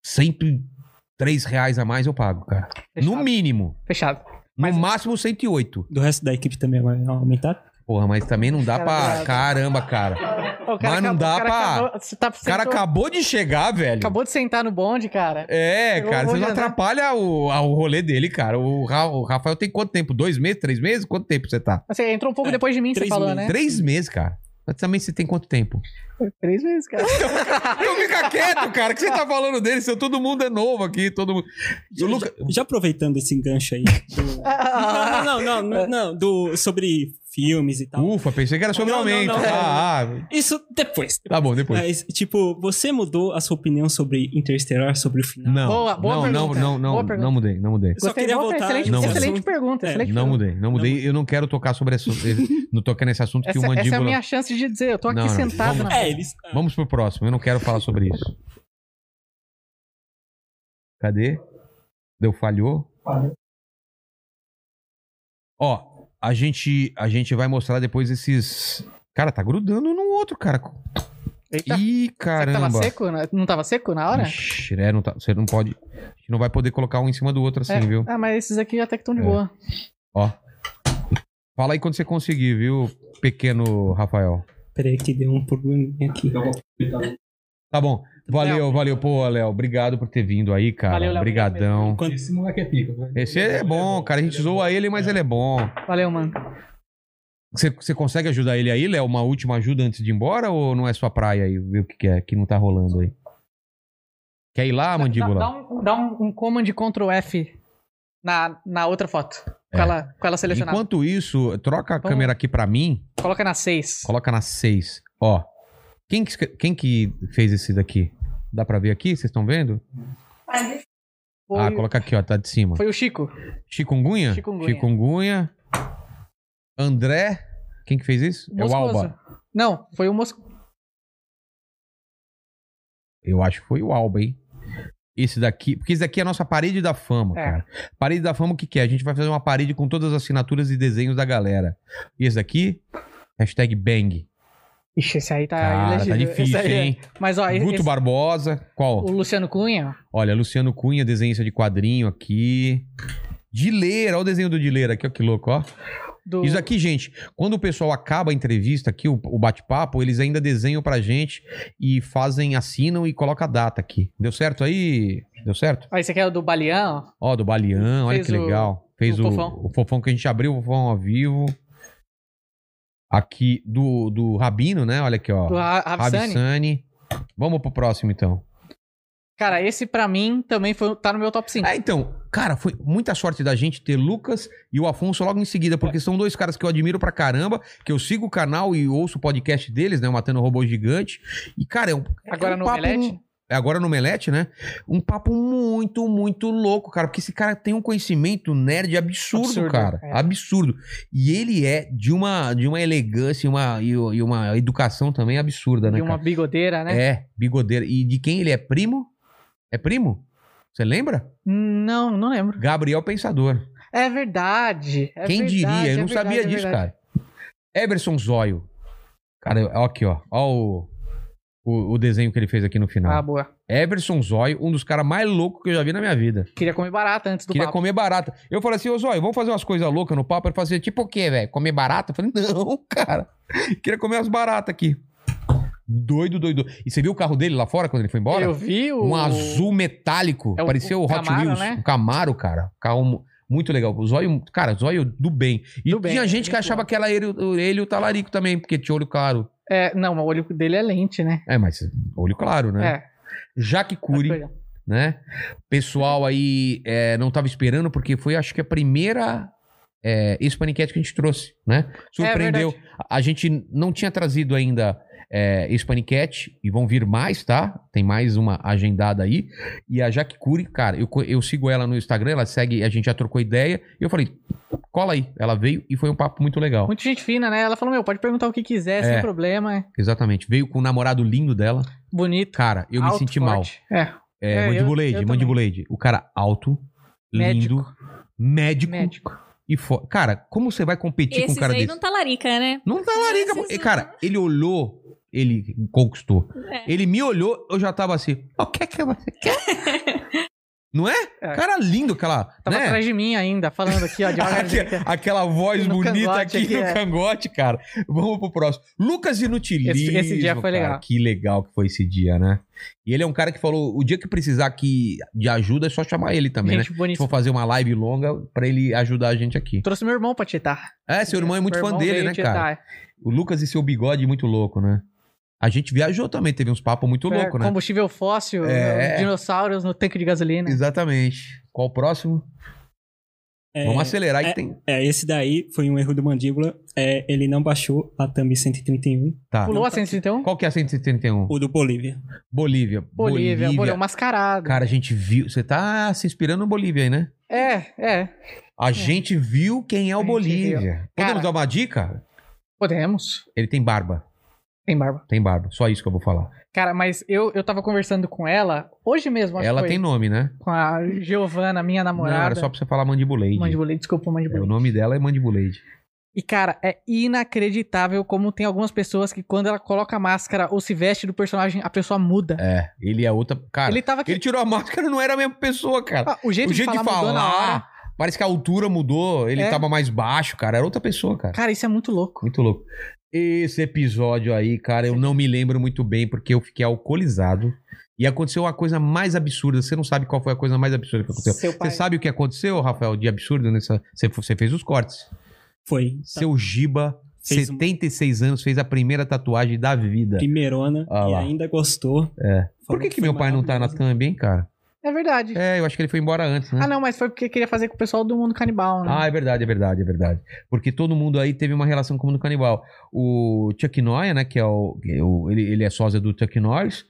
S2: 103 reais a mais eu pago, cara. No mínimo.
S6: Fechado.
S2: No máximo 108.
S8: Do resto da equipe também vai aumentar?
S2: Porra, mas também não dá pra.
S8: Cara,
S2: Caramba, cara.
S6: Ô, o cara
S2: mas não
S6: acabou-
S2: dá
S6: o cara
S2: pra.
S6: acabou- você tá-
S2: o cara
S6: sentou-
S2: acabou de chegar, velho.
S6: Acabou de sentar no bonde, cara.
S2: É,
S6: Chegou
S2: cara,
S6: o
S2: você
S6: bonde
S2: não
S6: andando.
S2: atrapalha o, a- o rolê dele, cara. O, Ra- o Rafael tem quanto tempo? Dois meses? Três meses? Quanto tempo você tá?
S6: Você entrou um pouco depois de mim, você falou, né?
S2: Três meses, cara. Mas também você tem quanto tempo?
S6: Três meses, cara.
S2: Então fica quieto, cara, que você tá falando dele. Seu todo mundo é novo aqui, todo mundo.
S8: Já, já- já aproveitando esse gancho aí. do-
S6: Ah.
S8: Não, não, não, não, não, do, sobre filmes e tal.
S2: Ufa, pensei que era sobre
S8: Não, não,
S2: aumento.
S8: não, não.
S2: Ah, ah.
S8: Isso depois.
S2: Tá bom, depois.
S8: Mas, tipo, você mudou a sua opinião sobre Interstellar, sobre o final?
S2: Não, não, não, não, não, não mudei, não mudei.
S8: Só queria
S6: Boa,
S8: voltar.
S6: Excelente,
S2: Não, mas- é,
S6: excelente pergunta.
S8: É.
S6: excelente
S2: Não
S6: pergunta.
S2: mudei, não mudei. Eu não quero tocar sobre esse, não tocar nesse assunto que
S6: Essa,
S2: o
S6: essa
S2: mandíbula.
S6: é a minha chance de dizer. Eu tô aqui
S2: Não, não,
S6: sentado
S2: vamos-
S6: na.
S2: Vamos pro próximo, eu não quero falar sobre isso. Cadê? Deu falhou? Ó, a gente a gente vai mostrar depois esses Cara, tá grudando no outro, cara. Ih, caramba.
S6: Tava tá seco? na- Não tava seco na hora?
S2: Ixi, é, não tá- você não pode. a gente não vai poder colocar um em cima do outro assim,
S6: É.
S2: viu?
S6: Ah, mas esses aqui até que estão de
S2: É.
S6: boa.
S2: Ó. Fala aí quando você conseguir, viu, pequeno Rafael.
S8: Peraí, que deu um probleminha aqui.
S2: Tá bom. Valeu, valeu, pô, Léo. Obrigado por ter vindo aí, cara.
S8: Valeu, Léo.
S2: Obrigadão.
S17: Esse moleque é pica, velho.
S2: Esse é bom, cara. A gente zoa ele, mas ele é bom.
S6: Valeu, mano.
S2: Você, você consegue ajudar ele aí, Léo? Uma última ajuda antes de ir embora ou não é sua praia aí? Ver o que, que é, que não tá rolando aí. Quer ir lá,
S6: Dá,
S2: mandíbula?
S6: dá um, dá um, um command Ctrl F na, na outra foto. Com,
S2: É.
S6: ela, com ela selecionada.
S2: Enquanto isso, troca a
S6: Vamos.
S2: câmera aqui pra mim.
S6: Coloca na 6.
S2: Coloca na 6. Ó. Quem que, escre- quem que fez esse daqui? Dá pra ver aqui? Vocês estão vendo? ah, coloca aqui, ó. Tá de cima.
S6: Foi o Chico.
S2: Chikungunya?
S6: Chikungunya.
S2: Chikungunya. André. Quem que fez isso? É o
S6: Moscoso.
S2: Alba.
S6: Não, foi o Mosco.
S2: Eu acho que foi o Alba, hein? Esse daqui. Porque esse daqui é a nossa parede da fama,
S6: É.
S2: cara. Parede da fama, o que, que é? A gente vai fazer uma parede com todas as assinaturas e desenhos da galera. E esse daqui? Hashtag bang.
S6: Ixi, esse aí tá
S2: Cara, tá
S6: ilegível.
S2: difícil,
S6: Esse aí é-
S2: hein?
S6: Mas, ó,
S2: Guto
S6: esse-
S2: Barbosa. Qual?
S6: o Luciano Cunha.
S2: Olha, Luciano Cunha, desenhista de quadrinho aqui. Dileira, olha o desenho do Dileira aqui, ó, que louco, ó.
S6: Do-
S2: Isso aqui, gente, quando o pessoal acaba a entrevista aqui, o, o bate-papo, eles ainda desenham pra gente e fazem, assinam e colocam a data aqui. Deu certo aí? Deu certo?
S6: Ó, esse aqui é o do Balian.
S2: Ó, do Balian, olha
S6: Fez
S2: que
S6: o-
S2: legal. Fez
S6: o
S2: o,
S6: Fofão.
S2: o fofão que a gente abriu, o fofão ao vivo. Aqui, do, do Rabino, né? Olha aqui, ó.
S6: Do Ra- Rabsani.
S2: Rabsani. Vamos pro próximo, então.
S6: Cara, esse pra mim também foi, tá no meu top 5.
S2: Ah, então, cara, foi muita sorte da gente ter Lucas e o Afonso logo em seguida, porque são dois caras que eu admiro pra caramba, que eu sigo o canal e ouço o podcast deles, né? O Matando Robô Gigante. E, cara, é um. é
S6: Agora
S2: um
S6: no
S2: papo-
S6: Omelete?
S2: É agora no Melete, né? Um papo muito, muito louco, cara. Porque esse cara tem um conhecimento nerd absurdo,
S6: Absurdo,
S2: cara.
S6: é.
S2: Absurdo. E ele é de uma, de uma elegância e uma, e e uma educação também absurda, né?
S6: de uma
S2: cara?
S6: bigodeira, né?
S2: É, bigodeiro. E de quem ele é primo? É primo? Você lembra?
S6: Não, não lembro.
S2: Gabriel Pensador.
S6: É verdade. é
S2: quem
S6: verdade,
S2: diria? Eu
S6: é
S2: não
S6: verdade,
S2: sabia
S6: é
S2: disso,
S6: verdade.
S2: cara. Eberson Zóio. Cara, ó aqui, ó. Ó o, o, o desenho que ele fez aqui no final.
S6: Ah, boa.
S2: Everson Zóio, um dos caras mais loucos que eu já vi na minha vida.
S6: Queria comer barata antes do
S2: Queria
S6: papo.
S2: comer barata. Eu falei assim, ô Zóio, vamos fazer umas coisas loucas no papo. Ele falou assim, tipo o quê, velho? Comer barata? Eu falei, não, cara. é? Queria comer as baratas aqui. Doido, doido. doido. E você viu o carro dele lá fora quando ele foi embora?
S6: Eu vi o-
S2: Um azul metálico.
S6: É o-
S2: parecia
S6: o
S2: o, Hot
S6: Camaro,
S2: Wheels.
S6: né?
S2: Um Camaro, cara. Carro mu- muito legal. O Zóio, cara, Zóio do bem. E
S6: Do bem, é
S2: tinha gente que
S6: muito
S2: achava
S6: bom.
S2: que era ele, ele e o talarico também, porque tinha olho claro.
S6: É, não, mas o olho dele é lente, né?
S2: É, mas olho claro, né?
S6: É.
S2: Jaque Cury,
S6: Olha.
S2: né? Pessoal aí é, não tava esperando, porque foi, acho que, a primeira é, Hispaniquete que a gente trouxe, né?
S6: É
S2: Surpreendeu. a gente não tinha trazido ainda é, Hispaniquete, e vão vir mais, tá? Tem mais uma agendada aí. E a Jaque Cury, cara, eu, co- eu sigo ela no Instagram, ela segue, a gente já trocou ideia, e eu falei, cola aí. Ela veio e foi um papo muito legal.
S6: Muita gente fina, né? Ela falou, meu, pode perguntar o que quiser,
S2: É.
S6: sem problema. é
S2: Exatamente. Veio com o namorado lindo dela.
S6: Bonito.
S2: Cara, eu me
S6: Alto,
S2: senti
S6: forte.
S2: mal.
S6: É.
S2: É,
S6: É, eu-
S2: Mandibuleide,
S6: eu também.
S2: Mandibuleide. O cara alto, lindo, médico.
S6: Médico.
S2: E fo... Cara, como você vai competir com um
S15: Esses
S2: cara
S15: aí
S2: desse?
S15: não tá larica, né?
S2: Não tá larica. pô. E, cara, ele olhou, ele conquistou.
S15: É.
S2: Ele me olhou, eu já tava assim, o que é que você quer? não é? Cara lindo, aquela...
S6: Tava
S2: né?
S6: atrás de mim ainda, falando aqui, ó, devagarzinho.
S2: Aque- aquela voz
S6: No
S2: bonita
S6: cangote
S2: aqui,
S6: aqui,
S2: no
S6: é.
S2: cangote, cara. Vamos pro próximo. Lucas Inutilismo.
S6: Esse- esse dia foi
S2: cara.
S6: legal.
S2: Que legal que foi esse dia, né? E ele é um cara que falou, o dia que precisar aqui de ajuda é só chamar ele também,
S6: Gente
S2: né?
S6: boníssima.
S2: Se for fazer uma live longa pra ele ajudar a gente aqui.
S6: Trouxe meu irmão pra tietar.
S2: É, seu irmão é muito
S6: Meu
S2: fã
S6: irmão
S2: dele,
S6: veio
S2: né,
S6: tietar,
S2: cara?
S6: é.
S2: O Lucas e seu bigode muito louco, né? A gente viajou também, teve uns papos muito
S6: É,
S2: loucos, né?
S6: Combustível fóssil, né?
S2: É.
S6: os dinossauros no tanque de gasolina.
S2: Exatamente. Qual o próximo? Vamos acelerar que
S8: é,
S2: tem-
S8: É, esse daí foi um erro do mandíbula. É, ele não baixou a thumb 131.
S2: Tá.
S6: Pulou a 131?
S2: Qual que é a 171?
S8: O do Bolívia.
S2: Bolívia.
S6: Bolívia, Bolívia, mascarado.
S2: Cara, a gente viu. Você tá se inspirando no Bolívia aí, né?
S6: É, é.
S2: A gente viu quem é o Bolívia. Podemos dar uma dica?
S6: Podemos.
S2: Ele tem barba.
S6: Tem barba.
S2: Tem barba. Só isso que eu vou falar.
S6: Cara, mas eu, eu tava conversando com ela hoje mesmo, acho
S2: Ela
S6: que foi,
S2: tem nome, né?
S6: Com a Giovana, minha
S2: Não,
S6: namorada.
S2: era só pra você falar Mandibuleide.
S6: Mandibuleide, desculpa,
S2: É, o
S6: Mandibuleide.
S2: nome dela é Mandibuleide.
S6: E, cara, é inacreditável como tem algumas pessoas que quando ela coloca a máscara ou se veste do personagem, a pessoa muda.
S2: É, ele é outra. Cara,
S6: Ele tava aqui-
S2: ele tirou a máscara não era a mesma pessoa, cara.
S6: Ah, o jeito de falar mudou na hora.
S2: parece que a altura mudou, ele
S6: É.
S2: tava mais baixo, cara. Era outra pessoa, cara.
S6: Cara, isso é muito louco.
S2: Muito louco. Esse episódio aí, cara, eu não me lembro muito bem porque eu fiquei alcoolizado. E aconteceu uma coisa mais absurda. Você não sabe qual foi a coisa mais absurda que aconteceu.
S8: Seu pai-
S2: Você sabe o que aconteceu, Rafael, de absurdo nessa. Você, você fez os cortes.
S8: Foi.
S2: Seu Giba,
S8: Fez uma-
S2: 76 anos, fez a primeira tatuagem da vida.
S8: Primeirona,
S2: Ah
S8: e
S2: lá.
S8: ainda gostou.
S2: É. Por que, que meu pai não tá na thumb, hein, cara?
S6: É verdade.
S2: É, eu acho que ele foi embora antes, né?
S6: Ah, não, mas foi porque queria fazer com o pessoal do mundo canibal, né?
S2: Ah, é verdade, é verdade, é verdade. Porque todo mundo aí teve uma relação com o mundo canibal. O Chuck Noia, né, que é o... que é o- ele, ele é sósia do Chuck Norris.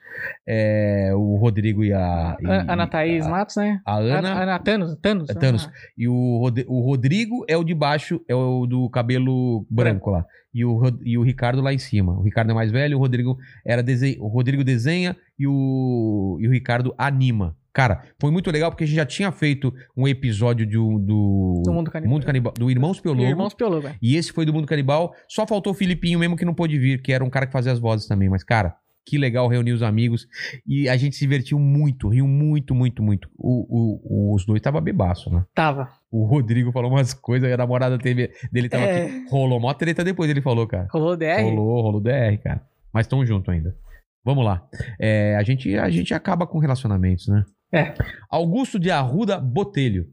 S2: É, o Rodrigo e a... e-
S6: A- Ana Thaís Matos, né?
S2: a Ana-
S6: A, Ana Thanos? Thanos?
S2: é Thanos. E o, Rod- o Rodrigo é o de baixo, é o do cabelo branco lá. E o, Rod- e o Ricardo lá em cima. O Ricardo é mais velho, o Rodrigo era dese... o Rodrigo desenha e o... e o Ricardo anima. Cara, foi muito legal porque a gente já tinha feito um episódio de um- do,
S6: Do Mundo Canibal.
S2: do Irmãos Piologo.
S6: Irmãos Piologo, é.
S2: E esse foi do Mundo Canibal. Só faltou o Filipinho mesmo que não pôde vir, que era um cara que fazia as vozes também. Mas, cara, que legal reunir os amigos. E a gente se divertiu muito, riu muito, muito, muito. O- o- os dois tava bebaço, né?
S6: Tava.
S2: O Rodrigo falou umas coisas, a namorada teve, dele tava
S6: É.
S2: aqui. Rolou mó treta depois, ele falou, cara.
S6: Rolou DR?
S2: Rolou, rolou DR, cara. Mas tão junto ainda. Vamos lá. É, a, gente, a gente acaba com relacionamentos, né?
S6: É.
S2: Augusto de Arruda Botelho.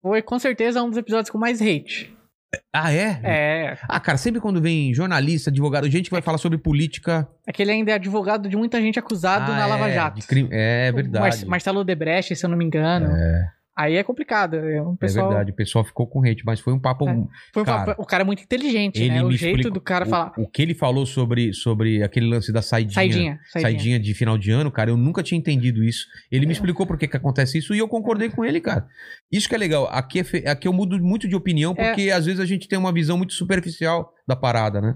S6: Foi com certeza um dos episódios com mais hate.
S2: Ah, é?
S6: É.
S2: Ah, cara, sempre quando vem jornalista, advogado, gente que vai falar sobre política.
S6: É que ele ainda é advogado de muita gente acusado
S2: Ah,
S6: na Lava
S2: é,
S6: Jato.
S2: de crime- É verdade.
S6: Mar- Marcelo Debrecht, se eu não me engano.
S2: É.
S6: Aí é complicado. é um
S2: É
S6: pessoal-
S2: verdade, o pessoal ficou com hate, mas foi um papo.
S6: Foi um
S2: cara,
S6: papo- o cara é muito inteligente,
S2: Ele
S6: né? O
S2: me
S6: jeito
S2: explicou-
S6: do cara
S2: o-
S6: falar.
S2: O que ele falou sobre, sobre aquele lance da saidinha,
S6: Saidinha, saidinha. É.
S2: saidinha de final de ano, cara, eu nunca tinha entendido isso. Ele me explicou por que, que acontece isso e eu concordei com ele, cara. Isso que é legal. Aqui, é fe- aqui eu mudo muito de opinião
S6: É.
S2: porque às vezes a gente tem uma visão muito superficial da parada, né?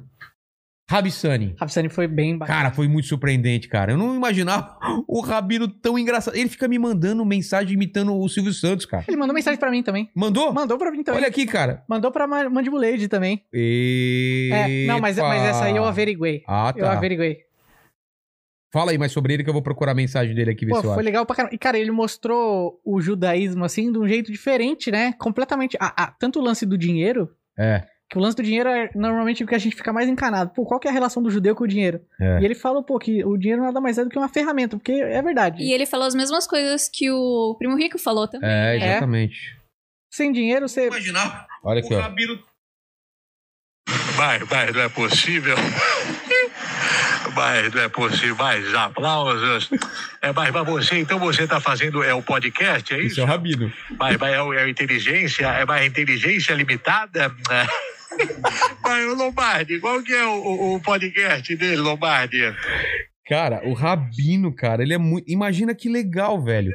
S2: Rabissani.
S6: Rabissani foi bem bacana.
S2: Cara, foi muito surpreendente, cara. Eu não imaginava o Rabino tão engraçado. Ele fica me mandando mensagem imitando o Silvio Santos, cara.
S6: Ele mandou mensagem pra mim também.
S2: Mandou?
S6: Mandou pra mim também.
S2: Olha aqui, cara.
S6: Mandou pra Ma- Mandibuleide também. É, não, mas, mas essa aí eu
S2: Epa.
S6: averiguei.
S2: Ah, tá.
S6: Eu averiguei.
S2: Fala aí mais sobre ele que eu vou procurar a mensagem dele aqui, ver
S6: Pô,
S2: se eu
S6: foi
S2: acho.
S6: legal pra caramba. E, cara, ele mostrou o judaísmo, assim, de um jeito diferente, né? Completamente. Ah, ah, tanto o lance do dinheiro,
S11: Então-
S2: É.
S6: que o lance do dinheiro é normalmente o que a gente fica mais encanado. Pô, qual que é a relação do judeu com o dinheiro?
S2: É.
S6: E ele falou, pô, que o dinheiro nada mais é do que uma ferramenta, porque é verdade.
S15: E ele falou as mesmas coisas que o Primo Rico falou também.
S2: É,
S15: né?
S2: exatamente.
S6: Sem dinheiro, você.
S10: Imaginar.
S2: Olha aqui, ó.
S10: Mas, mas não é possível. Mas não é possível. Mais aplausos. É, mas pra você, então você está fazendo é o podcast, é isso?
S2: Isso é o Rabino.
S10: Mas, mas é, o- é a inteligência, é mais inteligência limitada? Mas o Lombardi, qual que é o- o, o podcast dele, Lombardi?
S2: Cara, o Rabino, cara, ele é muito. Imagina que legal, velho.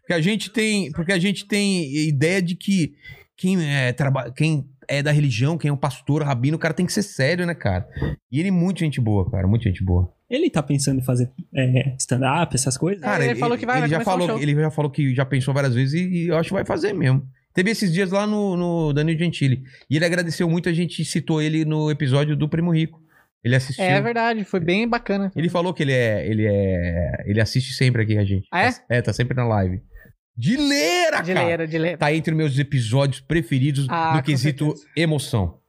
S2: Porque a gente tem, porque a gente tem ideia de que quem é, traba... quem é da religião, quem é um pastor, rabino, o cara tem que ser sério, né, cara? E ele é muito gente boa, cara, muito gente boa.
S8: Ele é, tá pensando em fazer é, stand-up, essas coisas?
S2: Cara, ele
S8: um
S2: já falou, ele já falou que já pensou várias vezes e, e eu acho que vai fazer mesmo. Teve esses dias lá no, no Danilo Gentili. E ele agradeceu muito, a gente citou ele no episódio do Primo Rico. Ele assistiu.
S6: É verdade, foi bem bacana.
S2: Ele falou que ele é. Ele é. Ele assiste sempre aqui a gente.
S6: Ah, é?
S2: É, tá sempre na live. De leira, cara!
S6: De leira, de leira.
S2: Tá entre meus episódios preferidos
S6: Ah,
S2: no
S6: com
S2: quesito emoção.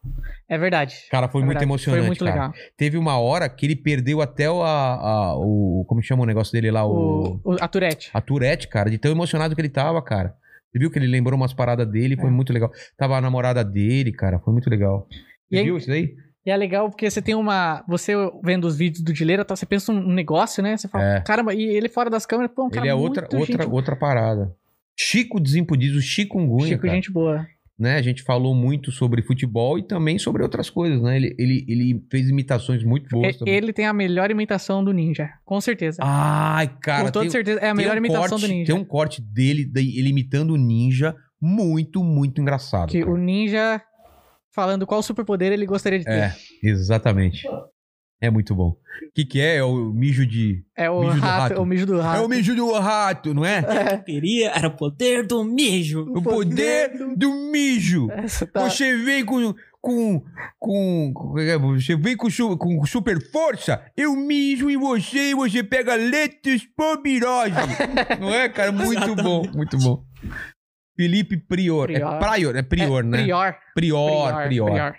S6: É verdade.
S2: Cara, foi
S6: É
S2: muito
S6: verdade.
S2: emocionante.
S6: Foi muito
S2: cara.
S6: legal.
S2: Teve uma hora que ele perdeu até o, a, a- o. Como chama o negócio dele lá? O,
S6: O- a Turete.
S2: a Tourette, cara, de tão emocionado que ele tava, cara. Você viu que ele lembrou umas paradas dele,
S6: É.
S2: foi muito legal. Tava a namorada dele, cara, foi muito legal.
S6: E
S2: Você
S6: aí-
S2: viu isso daí?
S6: E é legal porque você tem uma. Você vendo os vídeos do Dileira, tá, você pensa um negócio, né? Você fala,
S2: É.
S6: caramba, e ele fora das câmeras, pô, um cara
S2: ele é outra,
S6: muito
S2: outra,
S6: gente-
S2: outra parada. Chico Desimpedido, Chikungunya,
S6: Chico,
S2: cara.
S6: gente boa.
S2: Né? A gente falou muito sobre futebol e também sobre outras coisas, né? Ele, ele, ele fez imitações muito Ah, boas
S6: E-
S2: também.
S6: Ele tem a melhor imitação do ninja, com certeza.
S2: Ai, cara.
S6: Com toda
S2: tem-
S6: certeza, é a
S2: tem
S6: melhor imitação
S2: corte-
S6: do ninja.
S2: Tem um corte dele, daí ele imitando o ninja, muito, muito engraçado.
S6: Que
S2: cara.
S6: o ninja falando qual superpoder ele gostaria de ter.
S2: É, exatamente. É muito bom. O que, que é? É o mijo de.
S6: É o
S2: mijo do
S6: rato, é o mijo do rato.
S2: É o mijo do rato, não é?
S8: Eu queria era o poder do mijo.
S2: O poder do mijo.
S6: Essa tá-
S2: Você vem com, com. com. é com- Você vem com, su- com super força, eu mijo em você e você pega leitos pobirose. Não é, cara? Muito bom, muito bom. Felipe Prior. É
S6: Prior.
S2: Prior, é Prior,
S6: É
S2: né?
S6: Prior.
S2: Prior,
S6: Prior,
S2: Prior.
S6: Prior.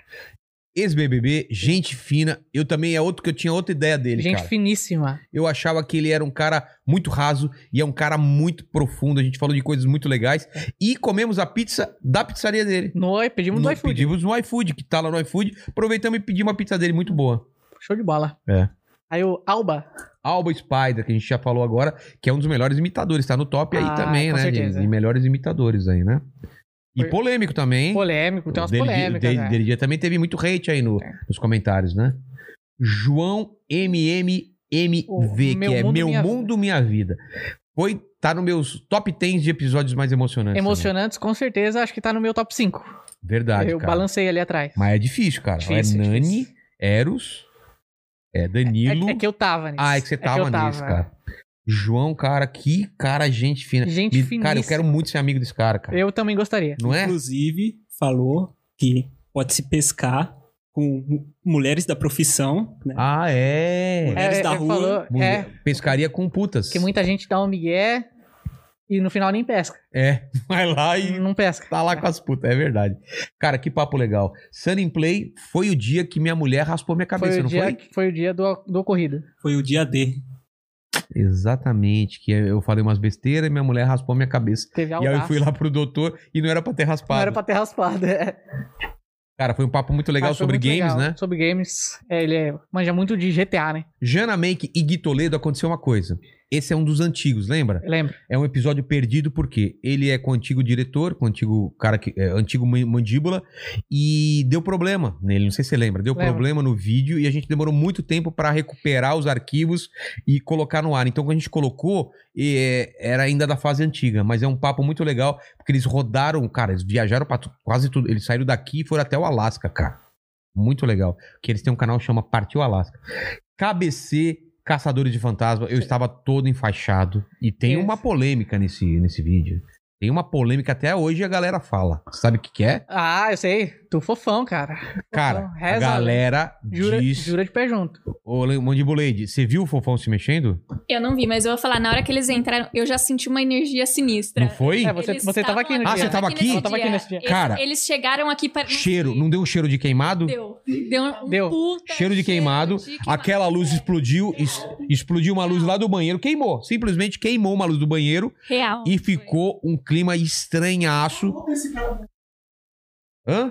S2: Ex-BBB, gente fina. Eu também é outro que eu tinha outra ideia dele,
S6: Gente
S2: cara.
S6: finíssima.
S2: Eu achava que ele era um cara muito raso e é um cara muito profundo. A gente falou de coisas muito legais. E comemos a pizza da pizzaria dele.
S6: No, pedimos
S2: no iFood. Pedimos no iFood, que tá lá no iFood. Aproveitamos e pedimos uma pizza dele muito boa.
S6: Show de bola.
S2: É.
S6: Aí o Alba.
S2: Alba Spider, que a gente já falou agora, que é um dos melhores imitadores. Tá no top aí
S6: Ah,
S2: também,
S6: com
S2: né? De,
S6: certeza.
S2: de melhores imitadores aí, né? E
S6: Foi-
S2: polêmico também.
S6: Polêmico, tem umas
S2: Dele-
S6: polêmicas.
S2: dele-
S6: né? É.
S2: dele também teve muito hate aí no- nos comentários, né? João MMMV, que
S6: Meu
S2: é
S6: Mundo,
S2: Meu
S6: Minha
S2: Mundo Minha Vida. Foi, tá no meus top 10 de episódios mais emocionantes.
S6: Emocionantes, com certeza, acho que tá no meu top 5.
S2: também. Verdade,
S6: eu
S2: Tá cara.
S6: balancei ali atrás.
S2: Mas é difícil, cara.
S6: Difícil,
S2: é Nani, Eros, é Danilo.
S6: É que eu tava nisso.
S2: Ah, é que você
S6: É que
S2: tava,
S6: eu tava.
S2: nisso, cara. João, cara, que cara, gente fina.
S6: Gente
S2: Me- Cara, eu
S8: finíssima.
S2: quero muito ser amigo desse cara, cara.
S6: Eu também gostaria.
S2: Não é?
S8: Inclusive, falou que pode se pescar com mu- mulheres da profissão. Né?
S2: Ah, é.
S8: Mulheres
S6: É,
S8: da
S6: ele
S8: rua.
S6: falou-
S2: Mulher- Pescaria com putas.
S6: Porque muita gente dá um migué e no final nem pesca.
S2: É, vai lá e.
S6: Não pesca.
S2: Tá lá com as putas, é verdade. Cara, que papo legal. Sun in Play foi o dia que minha mulher raspou minha cabeça,
S6: foi, o
S2: não
S6: dia,
S2: foi?
S6: o dia do, do ocorrido.
S8: Foi o dia D.
S2: Exatamente, que eu falei umas besteiras e minha mulher raspou minha cabeça.
S6: Teve
S2: e aí eu
S6: audácia.
S2: fui lá pro doutor e não era pra ter raspado.
S6: Não era pra ter raspado. é.
S2: Cara, foi um papo muito legal
S6: Mas foi
S2: sobre
S6: muito
S2: games,
S6: legal.
S2: né?
S6: Sobre games. É, ele é- manja muito de GTA, né?
S2: Jana Make e Gui Toledo aconteceu uma coisa. Esse é um dos antigos, lembra?
S6: Lembro.
S2: É um episódio perdido porque ele é com o antigo diretor, com o antigo cara que é, antigo man- mandíbula e deu problema nele, não sei se você lembra. Deu
S6: Lembro.
S2: problema no vídeo e a gente demorou muito tempo pra recuperar os arquivos e colocar no ar. Então quando a gente colocou, é, era ainda da fase antiga, mas é um papo muito legal porque eles rodaram, cara, eles viajaram pra tu- quase tudo, eles saíram daqui e foram até o Alasca, cara. Muito legal. Que eles têm um canal que chama Partiu Alasca. KBC Caçadores de Fantasma. Eu estava todo enfaixado. E tem uma polêmica nesse, nesse vídeo. Tem uma polêmica até hoje a galera fala. Sabe o que, que é?
S6: Ah, eu sei. Tu fofão, cara.
S2: Cara,
S6: Fofão.
S2: a
S6: Reza-
S2: galera
S6: Jura,
S2: diz...
S6: jura de pé junto.
S2: Ô, Le- Mandibuleide, você viu o Fofão se mexendo?
S15: Eu não vi, mas eu vou falar, na hora que eles entraram, eu já senti uma energia sinistra.
S2: Não foi? É,
S6: você-
S15: Eles
S6: você tava aqui no
S15: estavam
S2: dia. Ah, você tava aqui?
S15: nesse
S2: Eu tava aqui nesse dia.
S15: Eles,
S2: Cara.
S15: eles chegaram aqui para
S2: Cheiro. Não deu um cheiro de queimado?
S15: deu, deu um
S2: Deu.
S15: puta
S2: Cheiro de queimado. Aquela luz explodiu. es- explodiu uma luz lá do banheiro. Queimou. Simplesmente queimou uma luz do banheiro.
S15: real.
S2: E ficou um clima estranhaço. Hã?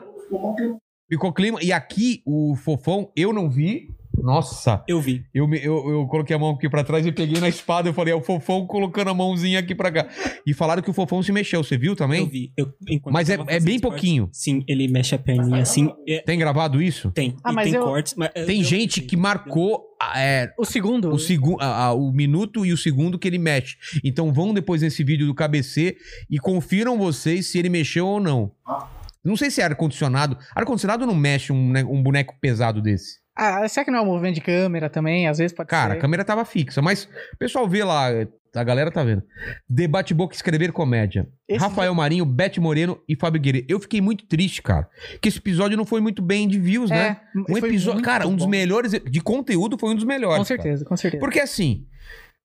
S2: Ficou clima. E aqui, o fofão, eu não vi. Nossa.
S8: Eu vi.
S2: Eu, me- eu, eu coloquei a mão aqui pra trás e peguei na espada. Eu falei, é o fofão colocando a mãozinha aqui pra cá. E falaram que o fofão se mexeu. Você viu também?
S8: Eu vi. Eu, enquanto
S2: Mas
S8: eu
S2: é,
S8: tava
S2: é
S8: fazendo
S2: bem
S8: esporte,
S2: pouquinho.
S8: Sim, ele mexe a perninha assim.
S2: Tem gravado isso?
S8: Tem.
S6: Ah,
S8: e
S6: mas
S8: tem
S6: eu-
S8: cortes. Mas é, eu-
S2: Tem gente que marcou é,
S6: o segundo.
S2: O, segu a- a- o minuto e o segundo que ele mexe. Então vão depois nesse vídeo do KBC e confiram vocês se ele mexeu ou não. Não sei se é ar-condicionado. Ar-condicionado não mexe um, ne- um boneco pesado desse.
S6: Ah, será que não é um movimento de câmera também? Às vezes pode
S2: Cara,
S6: ser.
S2: a câmera tava fixa, mas o pessoal vê lá, a galera tá vendo. Debate Boca Escrever Comédia. Rafael Marinho, Beth Moreno e Fábio Guerreiro. Eu fiquei muito triste, cara, que esse episódio não foi muito bem de views,
S6: É,
S2: né? Um
S6: foi
S2: episódio,
S6: muito
S2: cara, um dos
S6: bom.
S2: melhores de conteúdo foi um dos melhores.
S6: Com certeza,
S2: cara.
S6: com certeza.
S2: Porque assim,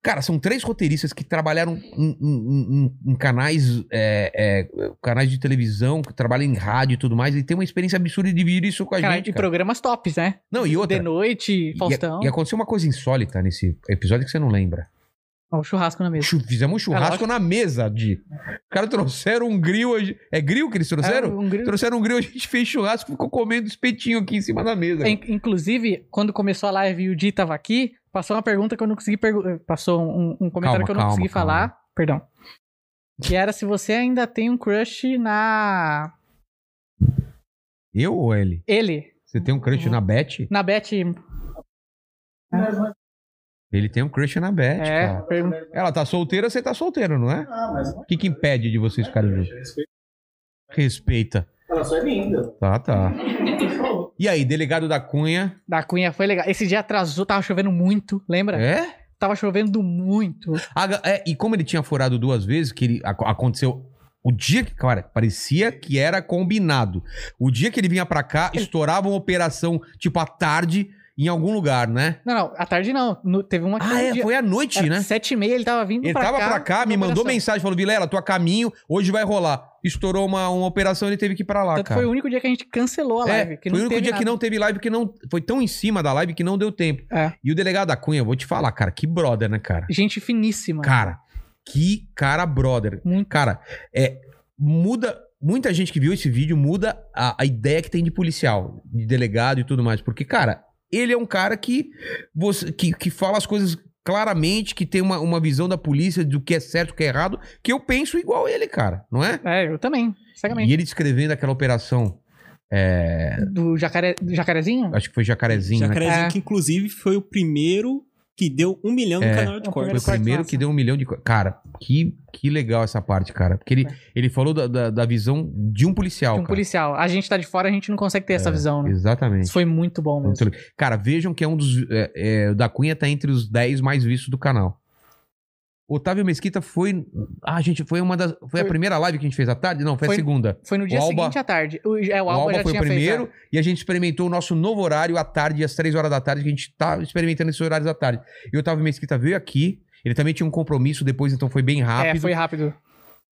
S2: cara, são três roteiristas que trabalharam em, em- em- em canais, é, é, canais de televisão, que trabalham em rádio e tudo mais, e tem uma experiência absurda de dividir isso com a
S6: Cara,
S2: gente.
S6: e
S2: cara.
S6: programas tops, né?
S2: Não, e outra.
S6: De noite, Faustão.
S2: E, e aconteceu uma coisa insólita nesse episódio que você não lembra.
S6: Ó, o churrasco na mesa. É
S2: Fizemos um churrasco na mesa, de. Os caras trouxeram um grill. a gente- É grill que eles trouxeram?
S6: É, um grill.
S2: Trouxeram um grill, a gente fez churrasco ficou comendo espetinho aqui em cima da mesa.
S6: In- Inclusive, quando começou a live e o Di tava aqui, passou uma pergunta que eu não consegui pergu- Passou um, um comentário
S2: Calma,
S6: que eu não
S2: calma,
S6: consegui
S2: calma.
S6: falar. Perdão. Que era se você ainda tem um crush na.
S2: Eu ou ele?
S6: Ele.
S2: Você tem um crush na Beth?
S6: Na Beth.
S2: Ele tem um crush na Beth,
S6: É,
S2: cara.
S6: pergun-
S2: Ela tá solteira, você tá solteiro, não é?
S16: Ah, mas-
S2: O que que impede de vocês ficarem juntos? Respeita.
S16: Ela só é linda.
S2: Tá, tá. E aí, delegado da Cunha?
S6: Da Cunha foi legal. Esse dia atrasou, tava chovendo muito, lembra?
S2: É?
S6: Tava chovendo muito.
S2: A ga- é, e como ele tinha furado duas vezes, que ele, ac- aconteceu O dia que, cara, parecia que era combinado. O dia que ele vinha pra cá, estourava uma operação, tipo, à tarde, em algum lugar, né?
S6: Não, não, à tarde não. No- teve uma
S2: Ah, é, foi à noite, né?
S6: Sete e meia ele tava vindo
S2: Ele
S6: pra
S2: tava
S6: cá. assim.
S2: pra cá, me
S6: na
S2: mandou
S6: operação.
S2: mensagem, falou, Vilela, tô a caminho, hoje vai rolar. Estourou uma, uma operação, ele teve que ir pra lá,
S6: Tanto
S2: cara.
S6: Então, foi o único dia que a gente cancelou a
S2: É,
S6: live. que
S2: foi
S6: não
S2: o único
S6: teve
S2: dia que
S6: nada.
S2: não teve live, porque não foi tão em cima da live que não deu tempo.
S6: É.
S2: E o delegado da Cunha, eu vou te falar, cara, que brother, né, cara?
S6: Gente finíssima.
S2: Cara, que cara brother. Cara, é, muda... Muita gente que viu esse vídeo muda a, a ideia que tem de policial, de delegado e tudo mais. Porque, cara, ele é um cara que, você, que, que fala as coisas claramente, que tem uma, uma visão da polícia do que é certo, o que é errado, que eu penso igual ele, cara, não é?
S6: É, eu também, cegamente.
S2: E ele descrevendo aquela operação... é,
S6: Do, jacare... do jacarezinho?
S2: Acho que foi Jacarezinho,
S8: Jacarezinho,
S2: né?
S8: que inclusive foi o primeiro que deu um milhão no canal
S6: É
S8: de cortes.
S2: É. Foi o primeiro que deu um milhão de cortes. Cara, que, que legal essa parte, cara. Porque ele, ele falou da, da, da visão de um
S6: É.
S2: policial,
S6: De um
S2: cara.
S6: policial. A gente tá de fora, a gente não consegue ter essa
S2: É,
S6: visão, né?
S2: Exatamente.
S6: Isso foi muito bom mesmo.
S2: Muito legal. Cara, vejam que é um dos. é, é, o da Cunha tá entre os 10 mais vistos do canal. Otávio Mesquita foi. Ah, gente, foi uma das. Foi, a primeira live que a gente fez à tarde? Não, foi, a segunda.
S6: Foi no dia
S2: O Alba-
S6: seguinte à tarde. O, é, o
S2: o
S6: Alba,
S2: Alba
S6: já
S2: foi o
S6: tinha
S2: primeiro
S6: feito. né?
S2: e a gente experimentou o nosso novo horário à tarde, às três horas da tarde, que a gente tá experimentando esses horários à tarde. E o Otávio Mesquita veio aqui, ele também tinha um compromisso depois, então foi bem rápido.
S6: É, foi rápido.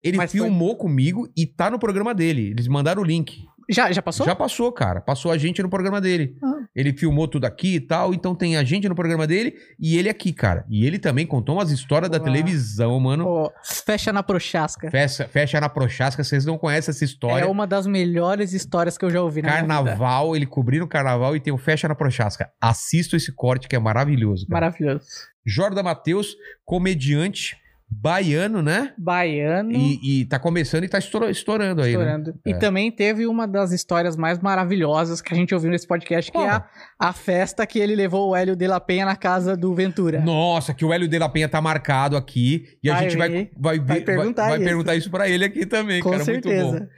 S2: Ele filmou comigo e tá no programa dele. Eles mandaram o link.
S6: Já, já passou?
S2: Já passou, cara. Passou a gente no programa dele.
S6: Ah.
S2: Ele filmou tudo aqui e tal, então tem a gente no programa dele e ele aqui, cara. E ele também contou umas histórias da
S6: Uau.
S2: televisão, mano.
S6: Fecha na prochasca.
S2: Fecha, fecha na Prochasca, vocês não conhecem essa história.
S6: É uma das melhores histórias que eu já ouvi na minha vida.
S2: Carnaval, ele cobriu o carnaval e tem o Fecha na Prochasca. Assista esse corte que é maravilhoso. Cara.
S6: Maravilhoso.
S2: Jordan Matheus, comediante baiano, né?
S6: Baiano.
S2: E, e tá começando e tá estoura- estourando, aí,
S6: Estourando.
S2: né?
S6: E
S2: É.
S6: também teve uma das histórias mais maravilhosas que a gente ouviu nesse podcast, que é a, a festa que ele levou o Hélio de la Penha na casa do Ventura.
S2: Nossa, que o Hélio de la Penha tá marcado aqui e a
S6: Tá Vai
S2: gente vai,
S6: ver,
S2: vai, ver- vai- vai perguntar,
S6: perguntar
S2: isso.
S6: isso.
S2: pra ele aqui também,
S6: Com
S2: cara. Muito
S6: certeza.
S2: bom.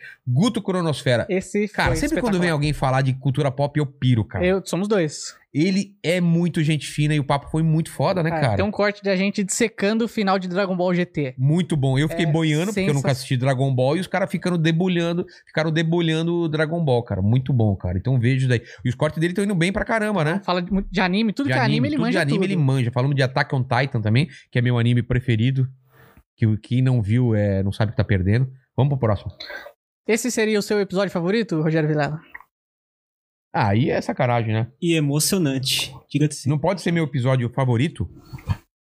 S2: Guto Cronosfera.
S6: Esse
S2: Cara,
S6: foi
S2: sempre quando
S6: espetacular.
S2: vem alguém falar de cultura pop, eu piro, cara.
S6: Eu, somos dois.
S2: Ele é muito gente fina e o papo foi muito foda, né,
S6: É,
S2: cara?
S6: Tem um corte da gente dissecando o final de Dragon Ball GT.
S2: Muito bom. Eu fiquei
S6: É
S2: boiando porque eu nunca
S6: sensacional.
S2: assisti Dragon Ball e os caras ficaram debulhando, ficaram debulhando o Dragon Ball, cara. Muito bom, cara. Então vejo daí. E os cortes dele estão indo bem pra caramba, né?
S6: Fala de, muito de anime, tudo
S2: De
S6: que é anime, ele
S2: tudo
S6: manja
S2: de anime
S6: tudo.
S2: ele manja. Falamos de Attack on Titan também, que é meu anime preferido. Que o- quem não viu é, não sabe o que tá perdendo. Vamos pro próximo.
S6: Esse seria o seu episódio favorito, Rogério Vilela?
S2: Ah, aí é sacanagem, né?
S8: E emocionante. assim. Diga-se.
S2: Não pode ser meu episódio favorito,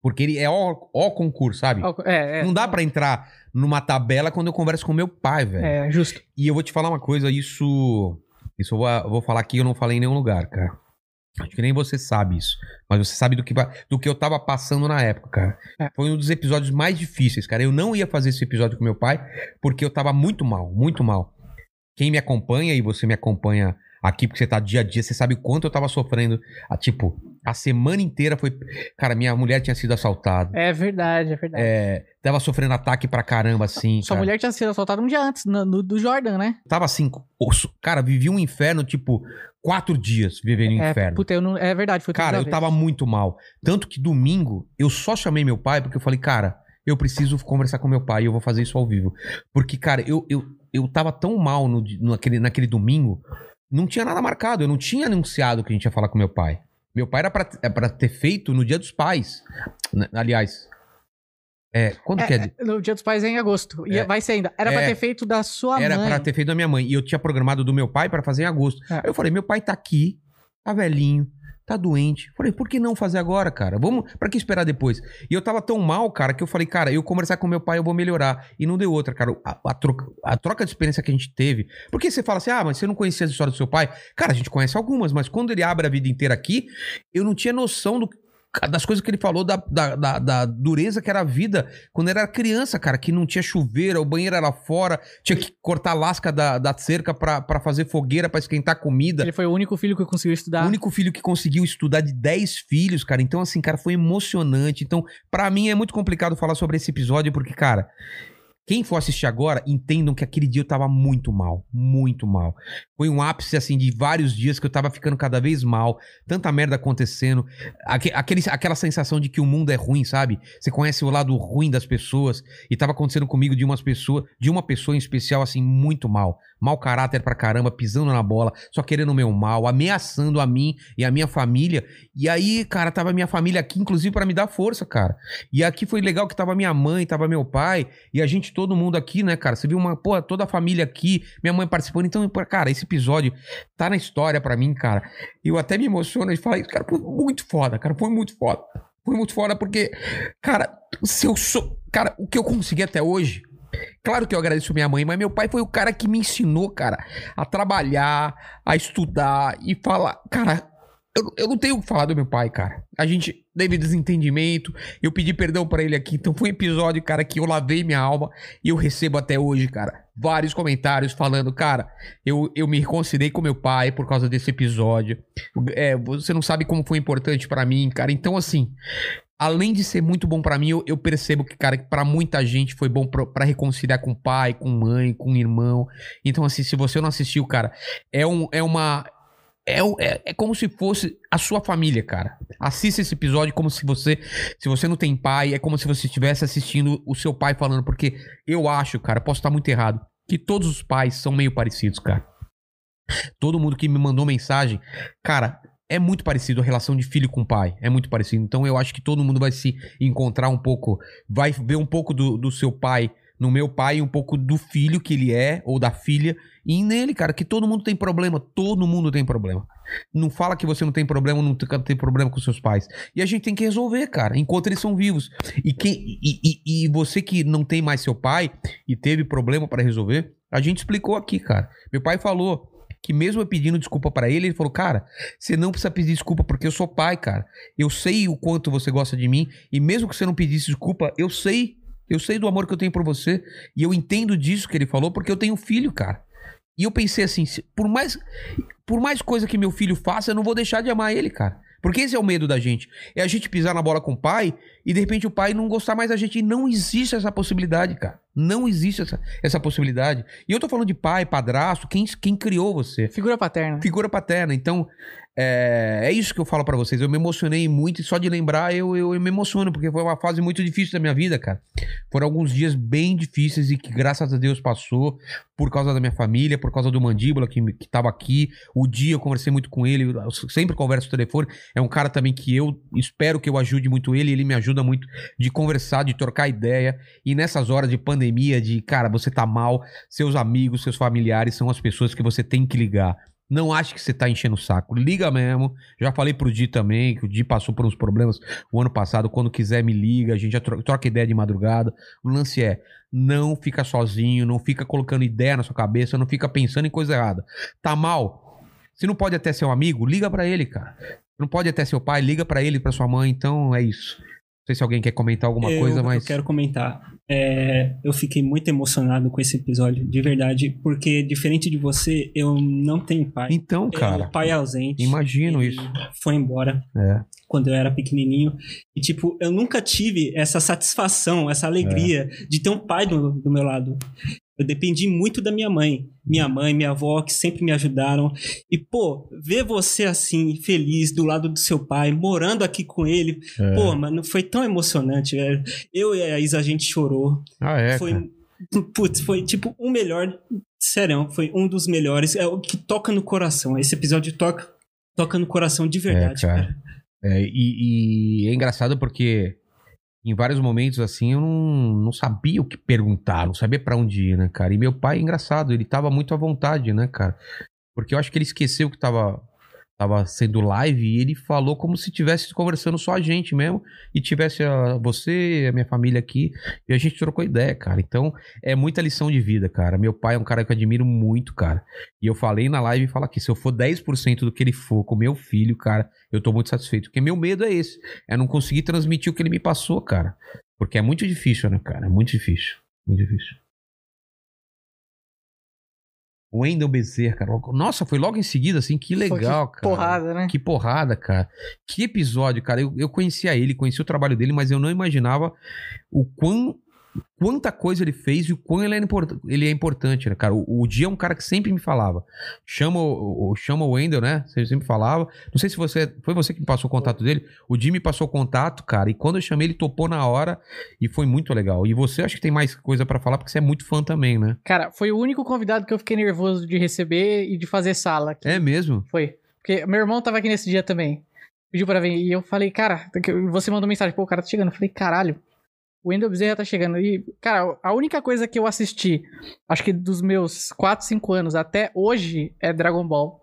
S2: porque ele é ó, ó concurso, sabe?
S6: Ó, é, é.
S2: não dá pra entrar numa tabela quando eu converso com meu pai, velho.
S6: É, justo.
S2: E eu vou te falar uma coisa, isso. Isso eu vou, eu vou falar aqui, eu não falei em nenhum lugar, cara. Acho que nem você sabe isso. Mas você sabe do que, va- do que eu tava passando na época, cara.
S6: É.
S2: Foi um dos episódios mais difíceis, cara. Eu não ia fazer esse episódio com meu pai, porque eu tava muito mal, muito mal. Quem me acompanha, e você me acompanha aqui, porque você tá dia a dia, você sabe o quanto eu tava sofrendo. Ah, tipo, a semana inteira foi. Cara, minha mulher tinha sido assaltada.
S6: É verdade, é verdade.
S2: É, tava sofrendo ataque pra caramba, assim.
S6: Sua
S2: cara.
S6: mulher tinha sido assaltada um dia antes, no, no- do Jordan, né?
S2: Tava assim, osso. cara, vivi um inferno, tipo, quatro dias vivendo um
S6: É,
S2: inferno.
S6: puta, eu não, é verdade, foi
S2: Cara,
S6: toda
S2: eu
S6: vez.
S2: tava muito mal. Tanto que domingo eu só chamei meu pai porque eu falei, cara, eu preciso conversar com meu pai e eu vou fazer isso ao vivo. Porque, cara, eu, eu, eu tava tão mal no, di- naquele, naquele domingo, não tinha nada marcado, eu não tinha anunciado que a gente ia falar com meu pai. Meu pai era pra, é pra ter feito no dia dos pais. Né, Aliás. É, quando que é? de-
S6: No Dia dos Pais é em agosto. E
S2: É.
S6: vai ser ainda. Era pra
S2: É.
S6: ter feito da sua
S2: Era
S6: mãe.
S2: pra ter feito da minha mãe. E eu tinha programado do meu pai pra fazer em agosto. Aí eu falei, meu pai tá aqui, tá velhinho, tá doente. Falei, por que não fazer agora, cara? Vamos, pra que esperar depois? E eu tava tão mal, cara, que eu falei, cara, eu conversar com meu pai, eu vou melhorar. E não deu outra, cara. A, a troca, a troca de experiência que a gente teve. Porque você fala assim, ah, mas você não conhecia as histórias do seu pai? Cara, a gente conhece algumas, mas quando ele abre a vida inteira aqui, eu não tinha noção do das coisas que ele falou da, da, da- da dureza que era a vida quando era criança, cara, que não tinha chuveiro, o banheiro era fora, tinha que cortar a lasca da, da cerca pra pra fazer fogueira, pra esquentar comida. Ele
S6: foi o único filho que conseguiu estudar.
S2: O único filho que conseguiu estudar de 10 filhos, cara. Então, assim, cara, foi emocionante. Então, pra mim é muito complicado falar sobre esse episódio, porque, cara, Quem for assistir agora, entendam que aquele dia eu tava muito mal, muito mal. Foi um ápice, assim, de vários dias que eu tava ficando cada vez mal, tanta merda acontecendo, aque- aquele, aquela sensação de que o mundo é ruim, sabe? Você conhece o lado ruim das pessoas, e tava acontecendo comigo de umas pessoas, de uma pessoa em especial, assim, muito mal. Mal caráter pra caramba, pisando na bola, só querendo o meu mal, ameaçando a mim e a minha família. E aí, cara, tava minha família aqui, inclusive, pra me dar força, cara. E aqui foi legal que tava minha mãe, tava meu pai, e a gente, todo mundo aqui, né, cara? Você viu uma, porra, toda a família aqui, minha mãe participando. Então, pô, cara, esse episódio tá na história pra mim, cara. Eu até me emociono e falo, isso, cara, foi muito foda, cara, foi muito foda. Foi muito foda porque, cara, se eu sou. Cara, o que eu consegui até hoje. Claro que eu agradeço minha mãe, mas meu pai foi o cara que me ensinou, cara, a trabalhar, a estudar e falar. Cara, eu, eu não tenho o que falar do meu pai, cara. A gente teve desentendimento, eu pedi perdão pra ele aqui. Então foi um episódio, cara, que eu lavei minha alma e eu recebo até hoje, cara, vários comentários falando, cara, eu, eu me reconciliei com meu pai por causa desse episódio. É, você não sabe como foi importante pra mim, cara. Então, assim, além de ser muito bom pra mim, eu, eu percebo que, cara, que pra muita gente foi bom pro- pra reconciliar com pai, com mãe, com irmão. Então, assim, se você não assistiu, cara, é, um, é uma. É, um- é, é como se fosse a sua família, cara. Assista esse episódio como se você. Se você não tem pai, é como se você estivesse assistindo o seu pai falando. Porque eu acho, cara, posso estar muito errado, que todos os pais são meio parecidos, cara. Todo mundo que me mandou mensagem, cara, é muito parecido a relação de filho com pai. É muito parecido. Então eu acho que todo mundo vai se encontrar um pouco, vai ver um pouco do, do seu pai no meu pai, e um pouco do filho que ele é, ou da filha, e nele, cara, que todo mundo tem problema, todo mundo tem problema. Não fala que você não tem problema, não tem- tem problema com seus pais. E a gente tem que resolver, cara, enquanto eles são vivos. E, quem, e, e- e você que não tem mais seu pai e teve problema pra resolver, a gente explicou aqui, cara. Meu pai falou, que mesmo eu pedindo desculpa pra ele, ele falou: "Cara, você não precisa pedir desculpa porque eu sou pai, cara. Eu sei o quanto você gosta de mim e mesmo que você não pedisse desculpa, eu sei, eu sei do amor que eu tenho por você e eu entendo disso que ele falou porque eu tenho filho, cara. E eu pensei assim, se- por mais por mais coisa que meu filho faça, eu não vou deixar de amar ele, cara. Porque esse é o medo da gente. É a gente pisar na bola com o pai e de repente o pai não gostar mais da gente. E não existe essa possibilidade, cara. Não existe essa, essa possibilidade. E eu tô falando de pai, padrasto, quem, quem criou você.
S6: Figura paterna.
S2: Figura paterna. Então, é, é isso que eu falo pra vocês. Eu me emocionei muito e só de lembrar eu, eu, eu me emociono, porque foi uma fase muito difícil da minha vida, cara. Foram alguns dias bem difíceis e que graças a Deus passou por causa da minha família, por causa do Mandíbula que, me- que tava aqui. O dia eu conversei muito com ele, eu sempre converso no telefone. É um cara também que eu espero que eu ajude muito ele, ele me ajuda muito de conversar, de trocar ideia. E nessas horas de pandemia, de cara, você tá mal, seus amigos, seus familiares são as pessoas que você tem que ligar. Não acho que você tá enchendo o saco. Liga mesmo. Já falei pro Di também, que o Di passou por uns problemas o ano passado. Quando quiser, me liga. A gente já tro- troca ideia de madrugada. O lance é: não fica sozinho, não fica colocando ideia na sua cabeça, não fica pensando em coisa errada. Tá mal? Se não pode até seu amigo, liga pra ele, cara. Se não pode até seu pai, liga pra ele, pra sua mãe. Então é isso. Não sei se alguém quer comentar alguma
S8: Eu-
S2: coisa,
S8: Eu
S2: mas.
S8: quero comentar. É, eu fiquei muito emocionado com esse episódio, de verdade, porque diferente de você, eu não tenho pai.
S2: Então, cara,
S8: Meu pai é ausente.
S2: Imagino
S8: Ele
S2: isso.
S8: Foi embora
S2: É.
S8: quando eu era pequenininho. E, tipo, eu nunca tive essa satisfação, essa
S2: É.
S8: alegria de ter um pai do, do meu lado. Eu dependi muito da minha mãe. Minha mãe, minha avó, que sempre me ajudaram. E, pô, ver você assim, feliz, do lado do seu pai, morando aqui com ele.
S2: É.
S8: Pô, mano, foi tão emocionante, velho. Eu e a Isa, a gente chorou.
S2: Ah, é,
S8: Foi.
S2: cara.
S8: Putz, foi tipo o melhor. Sério, foi um dos melhores. É o que toca no coração. Esse episódio toca, toca no coração de verdade,
S2: É,
S8: cara.
S2: É, e, e é engraçado porque em vários momentos, assim, eu não, não sabia o que perguntar, não sabia pra onde ir, né, cara? E meu pai, engraçado, ele tava muito à vontade, né, cara? Porque eu acho que ele esqueceu que tava, tava sendo live e ele falou como se tivesse conversando só a gente mesmo e tivesse a, você, a minha família aqui e a gente trocou ideia, cara. Então, é muita lição de vida, cara. Meu pai é um cara que eu admiro muito, cara. E eu falei na live e falo aqui, se eu for 10% do que ele for com meu filho, cara, eu tô muito satisfeito. Porque meu medo é esse. É não conseguir transmitir o que ele me passou, cara. Porque é muito difícil, né, cara? É muito difícil. Muito difícil. Wendel Bezerra, cara. logo- Nossa, foi logo em seguida, assim, que legal, cara.
S6: porrada, né?
S2: Que porrada, cara. Que episódio, cara. Eu, eu conhecia ele, conhecia o trabalho dele, mas eu não imaginava o quão quanta coisa ele fez e o quão ele é, import- ele é importante, né, cara? O, o Dia é um cara que sempre me falava. Chama o, o- chama o Wendel, né? Você sempre falava. Não sei se você. Foi você que me passou o contato dele. O Dia me passou o contato, cara. E quando eu chamei, ele topou na hora e foi muito legal. E você acho que tem mais coisa pra falar, porque você é muito fã também, né?
S6: Cara, foi o único convidado que eu fiquei nervoso de receber e de fazer sala. aqui.
S2: É mesmo?
S6: Foi. Porque meu irmão tava aqui nesse dia também. Pediu pra vir. E eu falei, cara, que- você mandou mensagem, pô, o cara tá chegando. Eu falei, caralho, o Wendel Bezerra tá chegando. E, cara, a única coisa que eu assisti, acho que dos meus 4, 5 anos até hoje, é Dragon Ball.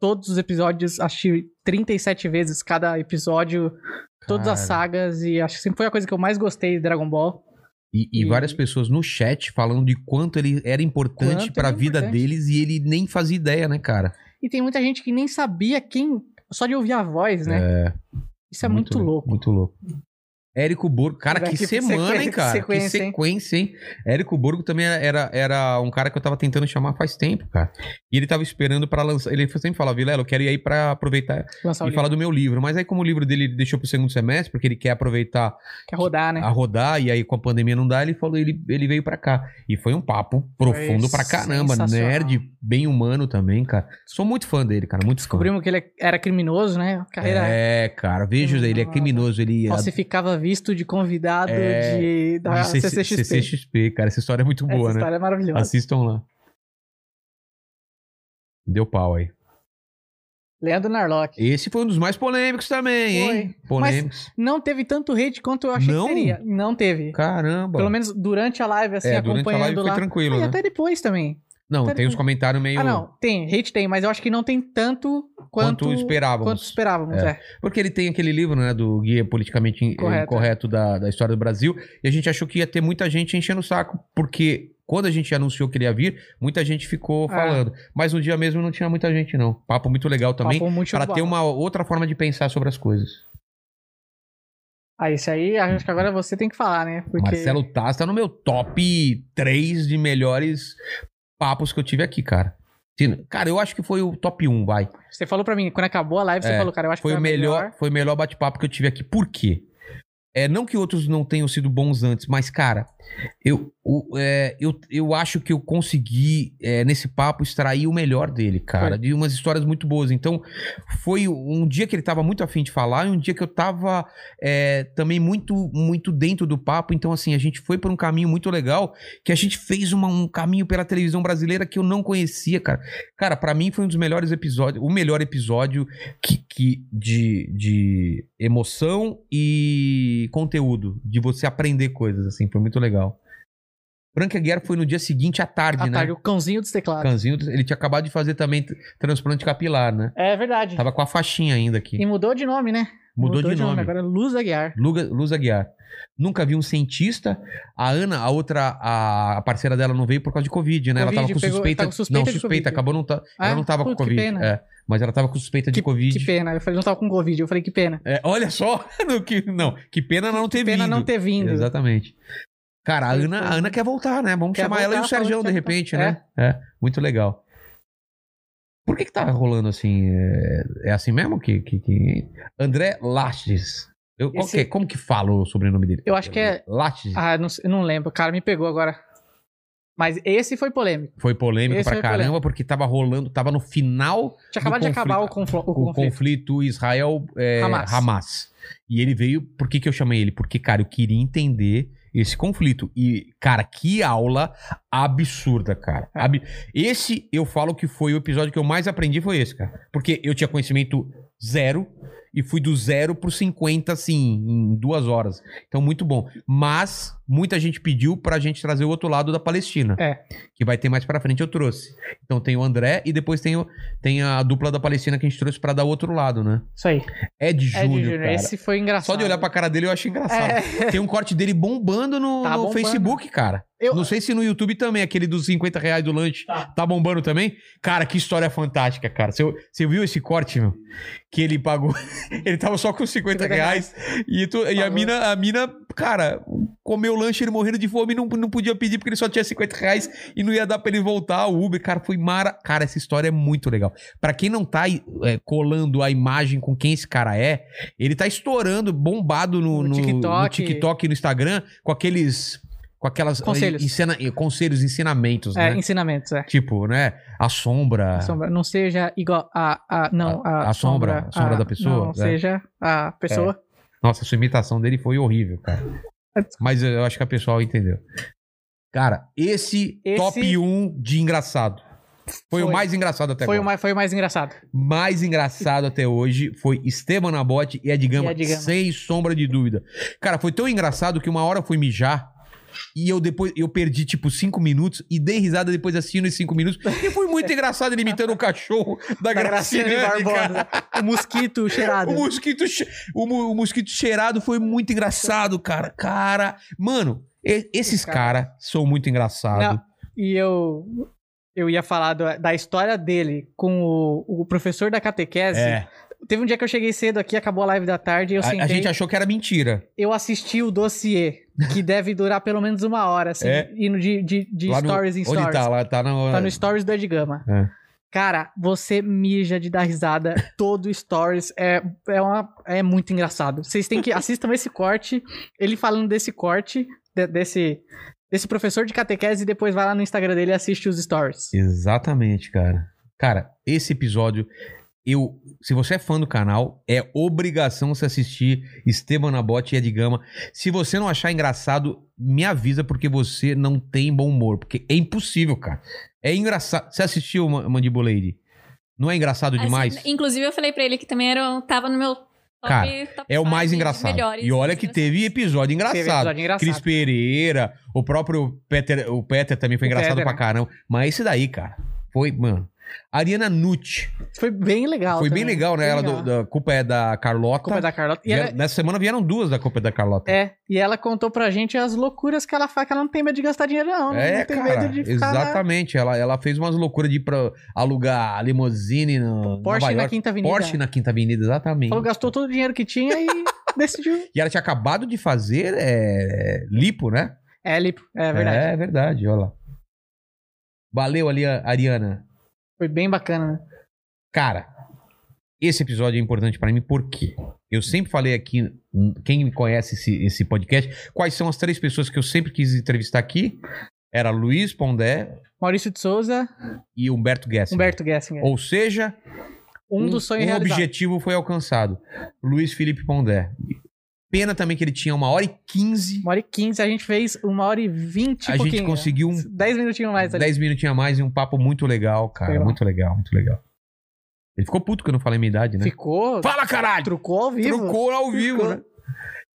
S6: Todos os episódios, assisti 37 vezes cada episódio, todas as
S2: Cara.
S6: sagas, e acho que sempre foi a coisa que eu mais gostei de Dragon Ball.
S2: E,
S6: Uhum.
S2: e várias pessoas no chat falando de quanto ele era importante
S6: Quanto
S2: pra
S6: ele é
S2: vida
S6: importante.
S2: deles e ele nem fazia ideia, né, cara?
S6: E tem muita gente que nem sabia quem, só de ouvir a voz, né?
S2: É.
S6: Isso é muito, louco.
S2: Muito louco. Érico Borgo, cara,
S6: Cara,
S2: que,
S6: que
S2: semana, hein,
S6: sequência-
S2: cara?
S6: sequência,
S2: que
S6: hein?
S2: sequência, hein? Érico Borgo também era, era um cara que eu tava tentando chamar faz tempo, cara. E ele tava esperando pra lançar. Ele sempre falava, Vilela, eu quero ir aí pra aproveitar
S6: Lançar o
S2: e
S6: livro.
S2: falar do meu livro. Mas aí, como o livro dele ele deixou pro segundo semestre, porque ele quer aproveitar
S6: Quer rodar, né?
S2: a rodar, e aí com a pandemia não dá, ele falou, ele, ele veio pra cá. E foi um papo profundo pra caramba.
S6: sensacional.
S2: Nerd, bem humano também, cara. Sou muito fã dele, cara. Muito fã.
S6: Descobrimos que ele era criminoso, né? Carreira Ah.
S2: É, cara, vejo ele é criminoso, ele
S6: falsificava visto de convidado
S2: É,
S6: de, da
S2: de CC
S6: CCXP.
S2: CCXP, cara, essa história é muito
S6: Essa
S2: boa, né?
S6: história é maravilhosa.
S2: Assistam lá. Deu pau aí.
S6: Leandro Narlock.
S2: Esse foi um dos mais polêmicos também, hein? Polêmicos.
S6: Mas não teve tanto hate quanto eu achei
S2: Não?
S6: que teria. Não teve.
S2: Caramba.
S6: Pelo menos durante a live, assim,
S2: É, durante a
S6: acompanhando
S2: live foi
S6: lá.
S2: tranquilo,
S6: Ah, e
S2: né?
S6: até depois também.
S2: Não,
S6: até
S2: tem uns
S6: depois.
S2: comentários meio
S6: Ah, não. Tem, hate tem, mas eu acho que não tem tanto quanto...
S2: quanto, esperávamos.
S6: Quanto esperávamos, é.
S2: Porque ele tem aquele livro, né, do Guia Politicamente In-
S6: Correto.
S2: Incorreto da, da História do Brasil, e a gente achou que ia ter muita gente enchendo o saco, porque quando a gente anunciou que ele ia vir, muita gente ficou
S6: Ah.
S2: falando. Mas no dia mesmo não tinha muita gente, não. Papo muito legal também,
S6: Papo muito show
S2: para
S6: de
S2: ter
S6: bola.
S2: uma outra forma de pensar sobre as coisas.
S6: Ah, isso aí, acho que agora você tem que falar, né? Porque...
S2: Marcelo Taz tá no meu top 3 de melhores papos que eu tive aqui, cara. Sim, Cara, eu acho que foi o top 1, vai.
S6: Você falou pra mim, quando acabou a live, você
S2: É,
S6: falou, cara, eu acho
S2: foi
S6: que
S2: o melhor, Foi o melhor bate-papo que eu tive aqui. Por quê? É, não que outros não tenham sido bons antes, mas, cara, eu, o- é, eu, eu acho que eu consegui, é, nesse papo, extrair o melhor dele, cara. De umas histórias muito boas. Então, foi um dia que ele tava muito afim de falar e um dia que eu tava é, também muito, muito dentro do papo. Então, assim, a gente foi por um caminho muito legal que a gente fez uma- um caminho pela televisão brasileira que eu não conhecia, cara. Cara, pra mim foi um dos melhores episódios, o melhor episódio que, que de, de emoção e conteúdo, de você aprender coisas, assim, foi muito legal. Branca Guerra foi no dia seguinte à tarde,
S6: À
S2: né?
S6: tarde, o cãozinho dos teclados.
S2: Canzinho, ele tinha acabado de fazer também t- transplante capilar, né?
S6: É verdade.
S2: Tava com a faixinha ainda aqui.
S6: E mudou de nome, né?
S2: Mudou de nome.
S6: Agora é Luz Aguiar.
S2: Luga- Luz Aguiar. Nunca vi um cientista. A Ana, a outra, a a parceira dela não veio por causa de Covid, né? ela
S6: Covid,
S2: tava com
S6: pegou-
S2: suspeita.
S6: tá com suspeita
S2: não,
S6: de
S2: suspeita,
S6: Covid.
S2: acabou não tá.
S6: Ah,
S2: ela não tava com
S6: putz, que
S2: Covid.
S6: pena.
S2: É, mas ela tava com suspeita de Covid.
S6: Que pena. Eu falei, não tava com Covid. Eu falei, que pena.
S2: É, olha só, no que, não, que pena ela não ter
S6: pena
S2: vindo.
S6: não ter vindo.
S2: Exatamente. Cara, a Ana, a Ana quer voltar, né? Vamos
S6: Quer
S2: chamar ela e
S6: voltar,
S2: o Sergião
S6: falou que tá-
S2: de
S6: quer
S2: repente,
S6: voltar.
S2: né? É, muito legal. Por que que tá rolando assim? É, é assim mesmo que, que, que- André Lastes. Eu, qual
S6: Esse-
S2: que é? Como que fala o sobrenome dele?
S6: Eu acho que é.
S2: Lattes.
S6: Ah, não, eu não lembro. O cara me pegou agora. Mas esse foi polêmico.
S2: Foi polêmico
S6: Esse é
S2: pra
S6: foi
S2: caramba,
S6: polêmico.
S2: porque tava rolando, tava no final.
S6: Tinha
S2: do
S6: acabado de acabar o, confl- o
S2: o
S6: conflito.
S2: conflito Israel é, Hamas.
S6: Hamas.
S2: E ele veio. Por que, que eu chamei ele? Porque, cara, eu queria entender esse conflito. E, cara, que aula absurda, cara.
S6: É.
S2: Ab- Esse eu falo que foi o episódio que eu mais aprendi, foi esse, cara. Porque eu tinha conhecimento zero. E fui do zero pro 50, assim, em duas horas. Então, muito bom. Mas, muita gente pediu pra gente trazer o outro lado da Palestina.
S6: É.
S2: Que vai ter mais pra frente, eu trouxe. Então, tem o André e depois tem, o, tem a dupla da Palestina que a gente trouxe pra dar o outro lado, né?
S6: Isso aí.
S2: É de
S6: Ed
S2: Júnior,
S6: Júnior,
S2: cara.
S6: Esse foi engraçado.
S2: Só de olhar pra cara dele eu acho engraçado.
S6: É.
S2: Tem um corte dele bombando no,
S6: Tá
S2: no
S6: bombando.
S2: Facebook, cara. Não sei se no YouTube também, aquele dos 50 reais do lanche tá, bombando também. Cara, que história fantástica, cara. Você, você viu esse corte, meu? Que ele pagou. ele tava só com 50 reais. E, tu- e a, mina, a mina, cara, comeu o lanche, ele morrendo de fome, não, não podia pedir porque ele só tinha 50 reais e não ia dar pra ele voltar. O Uber, cara, foi mara. Cara, essa história é muito legal. Pra quem não tá é, colando a imagem com quem esse cara é, ele tá estourando, bombado no, no- no
S6: TikTok.
S2: TikTok e no Instagram com aqueles. com aquelas
S6: Conselhos.
S2: eh, ensena- eh, conselhos, ensinamentos,
S6: É,
S2: né?
S6: ensinamentos, é.
S2: Tipo, né? A sombra.
S6: Sombra. Não seja igual a. a não, a, Ah,
S2: a sombra, a sombra da pessoa,
S6: Não
S2: né?
S6: seja a pessoa.
S2: É. Nossa, sua imitação dele foi horrível, cara. Mas eu acho que a pessoal entendeu. Cara, esse, top 1 de engraçado. Foi, o mais engraçado até
S6: Foi o,
S2: agora.
S6: mais, foi o mais engraçado.
S2: mais engraçado até hoje foi Esteban Nabote e Ed Gama,
S6: E Ed Gama.
S2: sem sombra de dúvida. Cara, foi tão engraçado que uma hora eu fui mijar e eu depois eu perdi tipo cinco minutos e dei risada depois assistindo esses cinco minutos. E foi muito engraçado ele imitando o cachorro
S6: Tá
S2: da, Graciane, cara.
S6: O mosquito cheirado.
S2: O mosquito, che- o, mu- o mosquito cheirado foi muito engraçado, cara. Cara, mano, e- esses caras são muito engraçados.
S6: Não, e eu eu ia falar do- da história dele com o, o professor da catequese.
S2: É.
S6: Teve um dia que eu cheguei cedo aqui, acabou a live da tarde, e eu
S2: A-
S6: sentei.
S2: a gente achou que era mentira.
S6: Eu assisti o dossiê, que deve durar pelo menos uma hora, assim,
S2: É.
S6: indo de, de, de
S2: Lá no-
S6: stories em stories.
S2: Onde tá? Lá tá na
S6: Tá no stories do Edgama.
S2: É.
S6: Cara, você mija de dar risada todo stories. É, é, uma- é muito engraçado. Vocês têm que assistam esse corte, ele falando desse corte, de- desse, desse professor de catequese, e depois vai lá no Instagram dele e assiste os stories.
S2: Exatamente, cara. Cara, esse episódio, eu, se você é fã do canal, é obrigação você assistir Esteban Nabote e Ed Gama. Se você não achar engraçado, me avisa porque você não tem bom humor, porque é impossível, cara. É engraçado. Você assistiu Ma- Mandibuleide? Não é engraçado demais?
S15: Assim, inclusive, eu falei pra ele que também era, tava no meu top,
S2: Cara,
S15: top
S2: é o
S15: five
S2: mais
S15: de
S2: engraçado.
S15: melhores.
S2: E olha que teve episódio engraçado.
S6: episódio engraçado.
S2: Cris Pereira, o próprio Peter, o Peter também foi
S6: O
S2: engraçado
S6: Peter,
S2: pra
S6: né?
S2: caramba. Mas esse daí, cara, foi, mano. Ariana Nucci.
S6: Foi bem legal.
S2: Foi bem
S6: também.
S2: legal, né?
S6: Bem
S2: Ela do-
S6: legal.
S2: da culpa é da Carlota.
S6: Culpa é da Carlota. E
S2: Vieram-
S6: ela-
S2: Nessa semana vieram duas da culpa é da Carlota.
S6: É, e ela contou pra gente as loucuras que ela faz, que ela não tem medo de gastar dinheiro, não.
S2: É,
S6: não tem
S2: cara,
S6: medo de ficar né? na-
S2: exatamente. Ela, ela fez umas loucuras de ir pra alugar limousine no
S6: Porsche
S2: Nova
S6: na
S2: York.
S6: Quinta Avenida.
S2: Porsche na Quinta Avenida, exatamente.
S6: Falou, gastou todo o dinheiro que tinha e decidiu.
S2: E ela tinha acabado de fazer é, lipo, né?
S6: É, Lipo, é verdade.
S2: É verdade, olha lá. Valeu ali, a- Ariana.
S6: Foi bem bacana, né?
S2: Cara, esse episódio é importante pra mim porque eu sempre falei aqui, hum, quem me conhece esse, esse podcast, quais são as três pessoas que eu sempre quis entrevistar aqui? Era Luiz Pondé
S6: Maurício de Souza,
S2: e Humberto Guess.
S6: Humberto Gessinger.
S2: é assim. Ou seja,
S6: Um dos sonhos
S2: um
S6: realizados.
S2: objetivo foi alcançado. Luiz Felipe Pondé. Pena também que ele tinha uma hora e quinze.
S6: Uma hora e quinze, a gente fez uma hora e vinte e
S2: a gente
S6: pouquinho. né?
S2: conseguiu um
S6: Dez minutinhos mais ali.
S2: 10 minutinhos a mais e um papo muito legal, cara.
S6: Foi lá.
S2: Muito legal, muito legal. Ele ficou puto que eu não falei minha idade, né?
S6: Ficou.
S2: Fala, caralho!
S6: Trucou ao vivo.
S2: Trucou ao vivo,
S6: Ficou.
S2: né?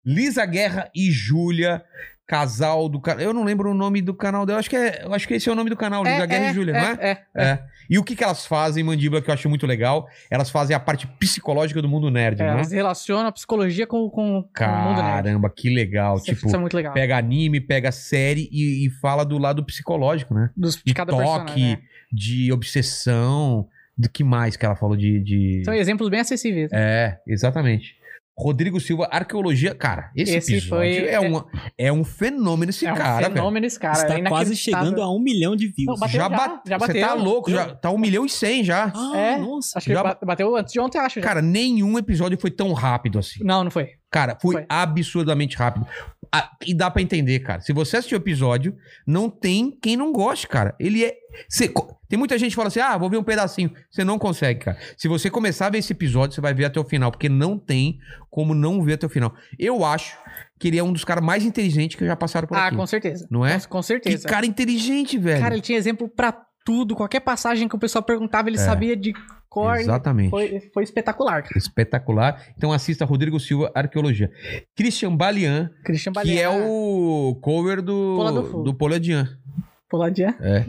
S2: Lisa Guerra e Júlia, casal do canal. Eu não lembro o nome do canal dela. Acho que, é, eu acho que esse é o nome do canal, Lisa
S6: É,
S2: Guerra
S6: é,
S2: e Júlia,
S6: é,
S2: não é?
S6: é,
S2: É. E o que, que elas fazem, Mandíbula, que eu acho muito legal? Elas fazem a parte psicológica do mundo nerd,
S6: É,
S2: né?
S6: elas relacionam a psicologia com, com, com o mundo nerd.
S2: Caramba, que legal.
S6: Isso é-
S2: tipo,
S6: isso é muito legal.
S2: pega anime, pega série e, e fala do lado psicológico, né?
S6: Dos- de
S2: de
S6: cada né?
S2: toque,
S6: personagem,
S2: de obsessão, do que mais que ela falou de... de-
S6: São exemplos bem acessíveis. né?
S2: É, exatamente. Rodrigo Silva, arqueologia. Cara, esse,
S6: Esse
S2: episódio
S6: foi-
S2: é, um, é um fenômeno esse
S6: É um
S2: cara, velho.
S6: fenômeno esse cara, é
S2: Está
S6: inacreditável.
S2: quase chegando
S8: a um milhão de views.
S6: Não, bateu
S2: já,
S6: já,
S2: bate-
S6: já
S2: Você tá
S6: bateu.
S2: louco, já, tá um milhão e cem já.
S8: Ah,
S6: é, acho que
S2: Já-
S6: ba- bateu antes de ontem, acho. já.
S2: Cara, nenhum episódio foi tão rápido assim.
S6: Não, não foi.
S2: Cara, foi,
S6: Foi.
S2: absurdamente rápido. Ah, e dá pra entender, cara. Se você assistiu o episódio, não tem quem não goste, cara. Ele é. cê co- tem muita gente que fala assim: ah, vou ver um pedacinho. Você não consegue, cara. Se você começar a ver esse episódio, você vai ver até o final, porque não tem como não ver até o final. Eu acho que ele é um dos caras mais inteligentes que já passaram por
S6: Ah,
S2: aqui.
S6: com certeza.
S2: Não é?
S6: Com- Com certeza.
S2: Que cara inteligente, velho.
S6: Cara, ele tinha exemplo pra tudo. Qualquer passagem que o pessoal perguntava, ele
S2: É.
S6: sabia de cor.
S2: Exatamente.
S6: Foi, foi espetacular, cara.
S2: Espetacular. Então assista Rodrigo Silva, Arqueologia. Christian Balian,
S6: Christian
S2: que
S6: Balian.
S2: é o cover do,
S6: Poladofo.
S2: do Poladian.
S6: Poladian.
S2: É.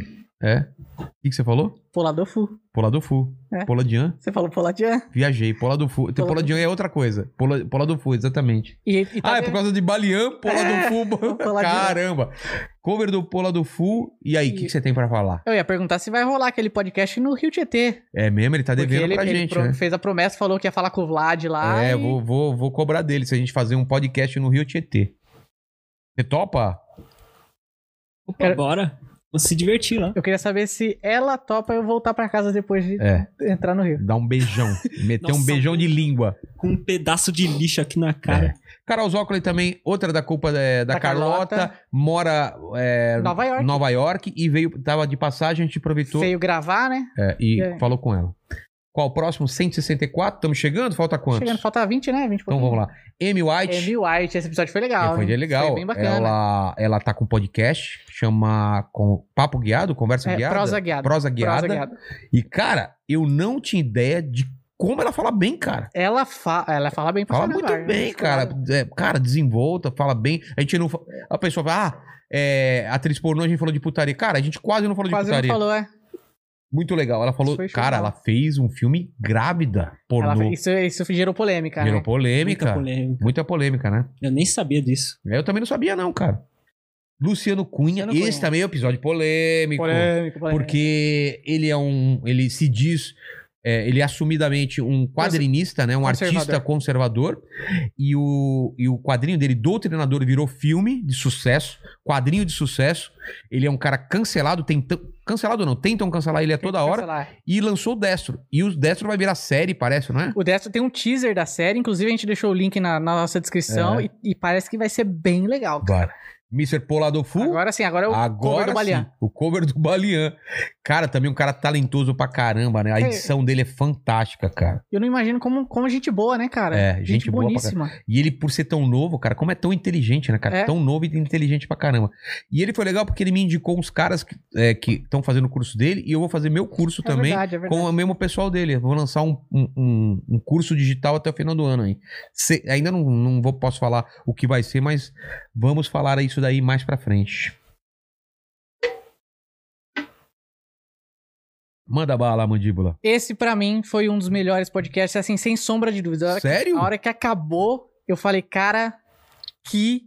S2: É. O que, que você falou?
S6: Poladofu.
S2: Poladofu.
S6: É.
S2: Poladian.
S6: Você falou Poladian.
S2: Viajei. Poladofu. Tem Poladian é outra coisa. Pola, Poladofu, exatamente.
S6: E, tá É,
S2: ah, é por causa de Balian, Poladofu. Caramba. Cover do Poladofu. E aí, o que, que você tem pra falar?
S6: Eu ia perguntar se vai rolar aquele podcast no Rio Tietê.
S2: É mesmo? Ele tá
S6: porque
S2: devendo
S6: ele,
S2: pra
S6: ele
S2: gente,
S6: pro-
S2: né?
S6: fez a promessa, falou que ia falar com o Vlad lá.
S2: É,
S6: e-
S2: vou, vou, vou cobrar dele se a gente fazer um podcast no Rio Tietê. Você topa?
S8: Opa, bora. se divertir lá.
S6: Eu queria saber se ela topa eu voltar pra casa depois de
S2: É.
S6: entrar no Rio.
S2: Dá um beijão. Meter um
S6: Nossa,
S2: beijão de língua.
S8: Com um pedaço de lixo aqui na cara.
S2: Carol Zócoli também, outra da culpa é, da,
S8: Da
S2: Carlota,
S8: Carlota.
S2: mora é,
S6: Nova York.
S2: Nova York e veio, tava de passagem, a gente aproveitou
S6: Veio gravar, né?
S2: é, e
S6: É.
S2: falou com ela. Qual o próximo? 164? Estamos chegando? Falta quantos?
S6: Chegando, falta 20, né? 20 e
S2: Então vamos lá. Amy White.
S6: Amy White, esse episódio foi legal.
S2: É, foi
S6: hein?
S2: legal.
S6: Foi bem bacana.
S2: Ela, ela tá com um podcast, chama com Papo Guiado, Conversa
S6: É,
S2: Guiada.
S6: Prosa Guiada.
S2: Prosa Guiada.
S6: Prosa Guiada.
S2: E, cara, eu não tinha ideia de como ela fala bem, cara.
S6: Ela, fa... ela fala bem pra
S2: Fala
S6: caralho, né?
S2: muito bem, cara. É, cara, desenvolta, fala bem. A gente não. fa- A pessoa fala, ah, é, atriz pornô, a gente falou de putaria. Cara, a gente quase não falou
S6: Quase
S2: de
S6: não
S2: putaria.
S6: falou, é.
S2: Muito legal. Ela falou,
S6: Isso foi
S2: cara,
S6: show.
S2: ela fez um filme grávida pornô.
S6: Ela- isso, isso gerou polêmica,
S2: Virou
S6: né?
S2: polêmica.
S6: Muita
S8: polêmica.
S2: Muita polêmica, né?
S8: Eu nem sabia disso.
S2: Eu também não sabia, não, cara. Luciano Cunha, esse também é um episódio polêmico.
S6: Polêmico, polêmico.
S2: Porque ele é um. Ele se diz. é, ele é assumidamente um quadrinista, né? Um
S6: Conservador.
S2: artista conservador. E o, e o quadrinho dele, Doutrinador, virou filme de sucesso. Quadrinho de sucesso. Ele é um cara cancelado, tentando. Cancelado não, tentam cancelar ele a toda hora.
S6: cancelar.
S2: E lançou o Destro. E o Destro vai virar série, parece, não é?
S6: O Destro tem um teaser da série, inclusive a gente deixou o link na, na nossa descrição
S2: É.
S6: e, e parece que vai ser bem legal. cara.
S2: Bora. Mr. Poladofu.
S6: Agora sim, agora é o cover
S2: Agora
S6: do Balian.
S2: sim, o cover do Balian. Cara, também um cara talentoso pra caramba, né? A
S6: É.
S2: edição dele é fantástica, cara.
S6: Eu não imagino como, como gente boa, né, cara?
S2: é, gente, boa pra
S6: boníssima.
S2: caramba. E ele, por ser tão novo, cara, como é tão inteligente, né, cara?
S6: É.
S2: Tão novo e inteligente pra caramba. E ele foi legal porque ele me indicou uns caras que é, estão fazendo o curso dele e eu vou fazer meu curso
S6: É
S2: também
S6: verdade, é verdade.
S2: com o mesmo pessoal dele. Eu vou lançar um, um- um- um curso digital até o final do ano aí. Se- ainda não, não vou, posso falar o que vai ser, mas vamos falar isso daí mais pra frente. Manda bala, mandíbula.
S6: Esse, pra mim, foi um dos melhores podcasts, assim, sem sombra de dúvida. A hora que-
S2: Sério?
S6: a hora que acabou, eu falei, cara, que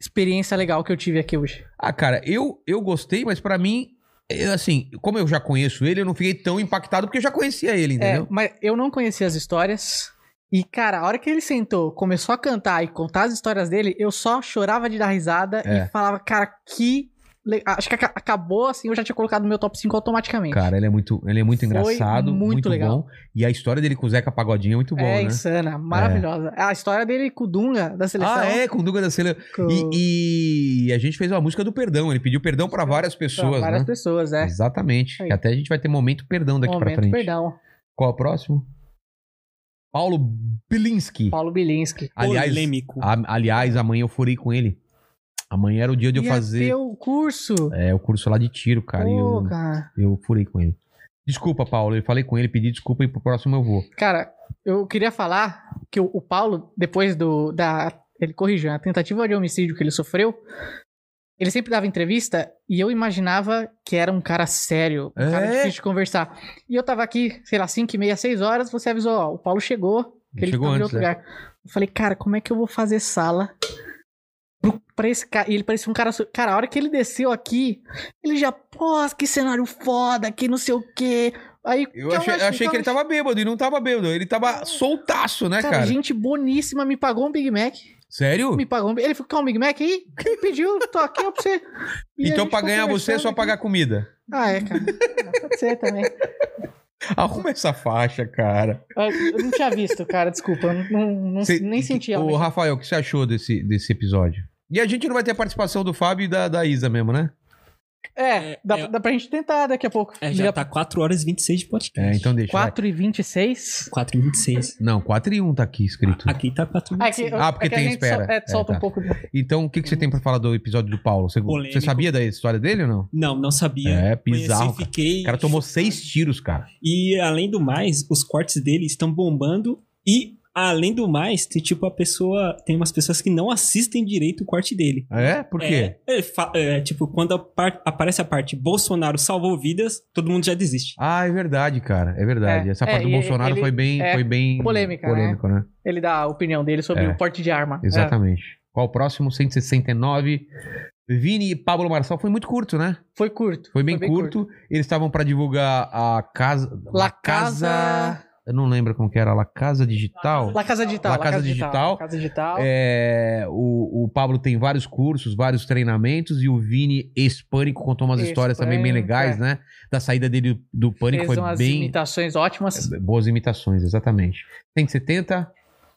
S6: experiência legal que eu tive aqui hoje.
S2: Ah, cara, eu, eu gostei, mas pra mim, é, assim, como eu já conheço ele, eu não fiquei tão impactado porque eu já conhecia ele,
S6: É,
S2: entendeu?
S6: mas eu não conhecia as histórias. E, cara, a hora que ele sentou, começou a cantar e contar as histórias dele, eu só chorava de dar risada
S2: É.
S6: e falava, cara, que. le- Acho que aca- acabou assim, eu já tinha colocado no meu top 5 automaticamente.
S2: Cara, ele é muito, ele é muito
S6: Foi
S2: engraçado,
S6: muito
S2: muito,
S6: legal.
S2: bom. E a história dele com o Zeca Pagodinho é muito boa,
S6: é
S2: né? É.
S6: insana, maravilhosa. A história dele com o Dunga da seleção.
S2: Ah, é, com o Dunga da Sele... E, e a gente fez uma música do perdão. Ele pediu perdão pra várias pessoas,
S6: Pra várias
S2: né?
S6: pessoas, é.
S2: Exatamente.
S6: Aí.
S2: Que até a gente vai ter momento perdão daqui pra
S6: Momento,
S2: frente.
S6: perdão.
S2: Qual é o próximo? Paulo Bilinski.
S6: Paulo Bilinski.
S2: Aliás, ah, a- aliás, amanhã eu furei com ele. Amanhã era o dia de eu
S6: Ia
S2: fazer.
S6: ter o é curso.
S2: É, o curso lá de tiro, cara. e
S6: Pô,
S2: eu,
S6: cara.
S2: eu furei com ele. Desculpa, Paulo. Eu falei com ele, pedi desculpa e pro próximo eu vou.
S6: Cara, eu queria falar que o, o Paulo, depois do. Da, ele corrigiu, né, a tentativa de homicídio que ele sofreu. Ele sempre dava entrevista e eu imaginava que era um cara sério, um cara
S2: É?
S6: difícil de conversar. E eu tava aqui, sei lá, 5 e meia, 6 horas, você avisou, ó, o Paulo chegou, que ele
S2: Chegou
S6: tava em
S2: antes,
S6: outro
S2: né?
S6: lugar. Eu falei, cara, como é que eu vou fazer sala pro- pra esse cara? E ele parecia um cara. su- Cara, a hora que ele desceu aqui, ele já, pô, que cenário foda, que não sei o quê. Aí
S2: Eu achei, eu
S6: então
S2: achei que ele tava bêbado e não tava bêbado. Ele tava soltaço, né, cara?
S6: Cara, gente boníssima, me pagou um Big Mac.
S2: Sério?
S6: Me pagou um... Ele falou, quer um Big Mac aí? Ele pediu, tô aqui, ó, pra você... E a
S2: Então,
S6: gente
S2: pra
S6: ficou
S2: ganhar você, é só
S6: conversando
S2: pagar comida.
S6: aqui. Ah, é, cara. Ah, Pode ser também.
S2: Arruma essa faixa, cara.
S6: Ah, Eu não tinha visto, cara, desculpa. Eu não, não-
S2: Cê-
S6: nem senti
S2: Ô,
S6: a
S2: Rafael, o que você achou desse, desse episódio? E a gente não vai ter a participação do Fábio e da, da Isa mesmo, né?
S6: É, dá, dá pra gente tentar daqui a pouco.
S8: É, já tá 4 horas e 26 de podcast.
S2: É, então deixa.
S6: 4 e 26?
S8: 4 e 26.
S2: Não, 4 e 1 tá aqui escrito.
S8: Aqui tá 4
S6: Ah, é que,
S2: Ah, porque
S6: é que
S2: tem
S6: a gente
S2: espera.
S6: sol- é,
S2: É,
S6: solta
S2: tá.
S6: um pouco.
S2: Então, o que, que você tem pra falar do episódio do Paulo? Você,
S8: Polêmico.
S2: você sabia da história dele ou não?
S8: Não, não sabia.
S2: É,
S8: Conheci,
S2: bizarro. cara.
S8: fiquei-
S2: O cara tomou seis tiros, cara.
S8: E além do mais, os cortes dele estão bombando e além do mais, tem tipo a pessoa, tem umas pessoas que não assistem direito o corte dele.
S2: É? Por quê?
S8: É, é, fa- é, tipo, quando a par- aparece a parte Bolsonaro salvou vidas, todo mundo já desiste.
S2: Ah, é verdade, cara. É verdade.
S6: É,
S2: Essa parte
S6: é,
S2: do
S6: e
S2: Bolsonaro
S6: ele-
S2: foi bem,
S6: é
S2: foi bem
S6: polêmica,
S2: polêmico, né?
S6: Ele dá a opinião dele sobre
S2: É.
S6: o porte de arma.
S2: Exatamente. Qual o próximo? 169. Vini e Pablo Marçal foi muito curto, né?
S6: Foi curto.
S2: Foi bem,
S6: foi bem
S2: curto. Eles estavam pra divulgar a casa.
S6: É. La
S2: La
S6: Casa-
S2: Eu não lembro como que era lá, Casa Digital.
S6: La Casa Digital.
S2: La Casa, Digital.
S6: La Casa Digital.
S2: É, o, o Pablo tem vários cursos, vários treinamentos e o Vini ex-pânico contou umas histórias também bem
S6: Ex-Pânico,
S2: legais,
S6: é.
S2: né? Da saída dele do, do pânico
S6: Fez
S2: foi
S6: umas
S2: bem É,
S6: imitações ótimas.
S2: boas imitações, exatamente. 170,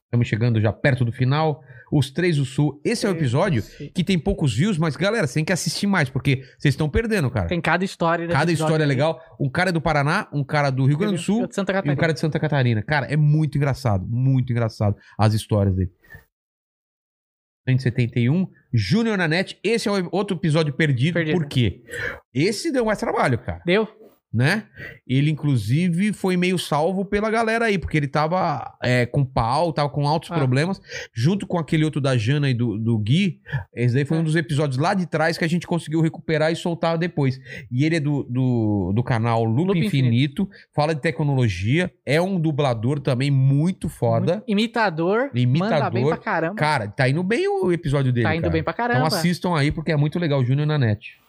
S2: estamos chegando já perto do final. Os Três do Sul, esse é o episódio que tem poucos views, mas galera, você tem que assistir mais, porque vocês estão perdendo, cara.
S6: Tem cada história. desse
S2: Cada
S6: episódio
S2: história é
S6: aí.
S2: legal. Um cara é do Paraná, um cara do Rio Grande do Sul
S6: de Santa
S2: e um
S6: Catarina.
S2: cara de Santa Catarina. Cara, é muito engraçado, muito engraçado as histórias dele. 171, Júnior Nanete. Esse é o outro episódio perdido, por quê? Esse deu mais trabalho, cara.
S6: Deu.
S2: Né? Ele, inclusive, foi meio salvo pela galera aí, porque ele tava é, com pau, tava com altos problemas, junto com aquele outro da Jana e do, do Gui. Esse daí foi um dos episódios lá de trás que a gente conseguiu recuperar e soltar depois. E ele é do, do, do canal Loop,
S6: Loop
S2: Infinito, fala de tecnologia, é um dublador também muito foda.
S6: Imitador.
S2: Imitador.
S6: Manda bem pra caramba.
S2: Cara, tá indo bem o episódio dele.
S6: Tá indo
S2: cara.
S6: bem pra caramba.
S2: Então assistam aí, porque é muito legal o Júnior na net.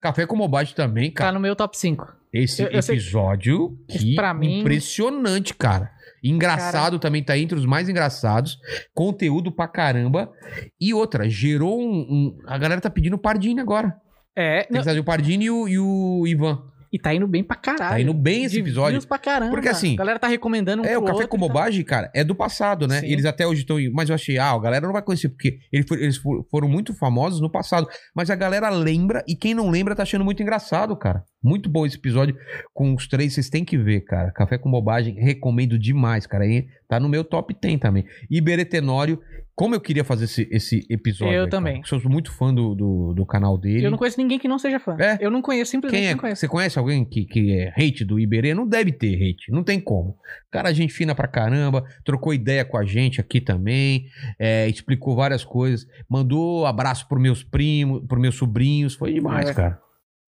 S2: Café com Mobile também, cara.
S6: Tá no meu top 5.
S2: Esse
S6: Eu- eu sei-
S2: episódio que
S6: pra mim-
S2: impressionante, cara. Engraçado também, tá entre os mais engraçados. Conteúdo pra caramba. E outra, gerou um. um- a galera tá pedindo o Pardini agora.
S6: É.
S2: Tem que fazer o Pardini e o, e o Ivan.
S6: E tá indo bem pra caralho.
S2: Tá indo bem esse
S6: De
S2: episódio.
S6: views pra caramba.
S2: Porque assim,
S6: A galera tá recomendando um
S2: é,
S6: pro
S2: o Café
S6: outro
S2: com
S6: e tal.
S2: Bobagem, cara, é do passado, né?
S6: Sim.
S2: Eles até hoje estão. Mas eu achei, ah, a galera não vai conhecer, porque eles for- eles for- foram muito famosos no passado. Mas a galera lembra, e quem não lembra tá achando muito engraçado, cara. Muito bom esse episódio com os três, vocês têm que ver, cara. Café com Bobagem, recomendo demais, cara. E tá no meu top 10 também. Iberê Tenório, como eu queria fazer esse, esse episódio.
S6: Eu
S2: aí, cara.
S6: também.
S2: Sou muito fã do, do, do canal dele.
S6: Eu não conheço ninguém que não seja fã. Eu não conheço, simplesmente
S2: Quem é,
S6: não conheço.
S2: você conhece alguém que, que é hate do Iberê? Não deve ter hate, não tem como. Cara, gente fina pra caramba, trocou ideia com a gente aqui também, é, explicou várias coisas, mandou abraço pros meus primos, pros meus sobrinhos, foi demais,
S6: É.
S2: cara.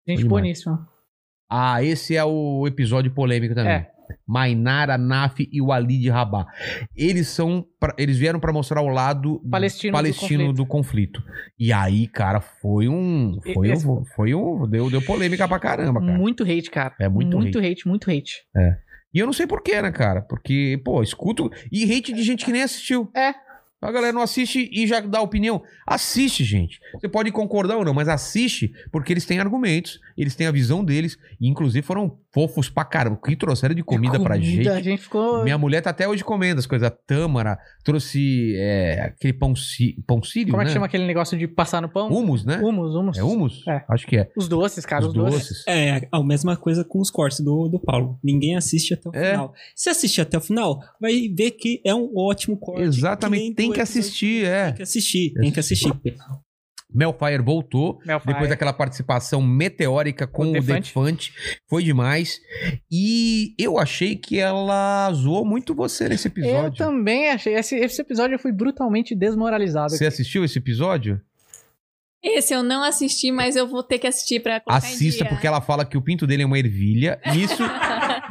S6: Gente
S2: Foi demais.
S6: boníssima.
S2: Ah, esse é o episódio polêmico também.
S6: É.
S2: Mainara, Naf e o Ali de Rabá. Eles são, pra- eles vieram pra mostrar o lado do-
S6: Palestino do
S2: palestino do, conflito. E aí, cara, foi um,
S6: E-
S2: foi
S6: esse-
S2: um, foi um, deu, deu polêmica pra caramba, cara.
S6: Muito hate, cara.
S2: É muito
S6: hate. muito hate.
S2: É. E eu não sei porquê, né, cara? Porque, pô, escuto. E hate de gente que nem assistiu.
S6: É.
S2: A galera não assiste e já dá opinião. Assiste, gente. Você pode concordar ou não, mas assiste porque eles têm argumentos, eles têm a visão deles. E, inclusive, foram fofos pra caramba. O que trouxeram de comida, pra gente.
S6: A gente ficou.
S2: Minha mulher tá até hoje comendo as coisas. A Tâmara trouxe é, aquele pão, ci... pão sírio,
S6: Como é
S2: né?
S6: que chama aquele negócio de passar no pão?
S2: Humus, né?
S6: Humus, humus.
S2: É humus?
S6: É.
S2: Acho que é.
S6: Os doces, cara, os, doces.
S8: É, a mesma coisa com os cortes do, do Paulo. Ninguém assiste até o
S2: É?
S8: final. Se assistir até o final, vai ver que é um ótimo corte.
S2: Exatamente, tem que assistir, é. Tem
S8: que assistir, tem que assistir.
S2: Melfire voltou,
S8: Melfire.
S2: depois daquela participação meteórica com o Defante.
S8: Defante.
S2: Foi demais. E eu achei que ela zoou muito você nesse
S6: Eu
S2: episódio.
S6: também achei. Esse, esse episódio eu fui brutalmente desmoralizado.
S2: Você assistiu esse episódio?
S15: Esse eu não assisti, mas eu vou ter que assistir
S2: Ah,
S15: pra colocar em
S2: Assista,
S15: dia.
S2: porque ela fala que o pinto dele é uma ervilha. Isso,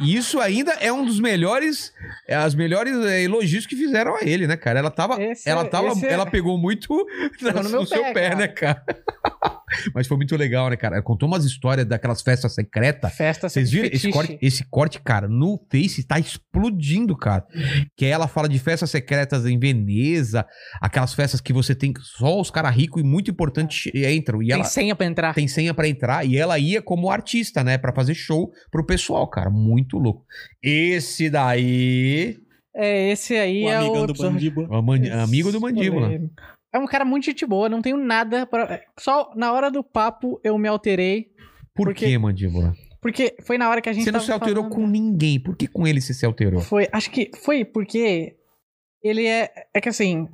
S2: isso ainda é um dos melhores, é, as melhores é, elogios que fizeram a ele, né, cara? Ela tava,
S6: Esse-
S8: é,
S2: ela tava,
S6: É, esse-
S2: ela pegou muito
S6: Pegou
S2: no,
S6: no meu
S2: seu pé,
S6: pé,
S2: né, cara? Mas foi muito legal, né, cara? Ela contou umas histórias daquelas festas secretas.
S6: Festa
S2: Vocês viram esse
S6: fetiche.
S2: corte, esse corte, cara, no Face tá explodindo, cara. Que aí ela fala de festas secretas em Veneza, aquelas festas que você tem que só os caras ricos e muito importantes entram. E
S6: Tem
S2: ela,
S6: senha pra entrar.
S2: Tem senha pra entrar. E ela ia como artista, né? Pra fazer show pro pessoal, cara. Muito louco. Esse daí.
S6: É, esse aí
S2: O
S6: é
S2: amigão
S6: o
S2: do
S6: episódio-
S2: O mandi- amigo do mandíbula.
S6: polêmico. É um cara muito gente boa, não tenho nada pra. Só na hora do papo eu me alterei.
S2: Por que, mandíbula?
S6: Porque foi na hora que a gente
S2: Você não
S6: tava
S2: se alterou
S6: falando-
S2: com ninguém. Por que com ele você se alterou?
S6: Foi, acho que foi porque ele é. É que assim,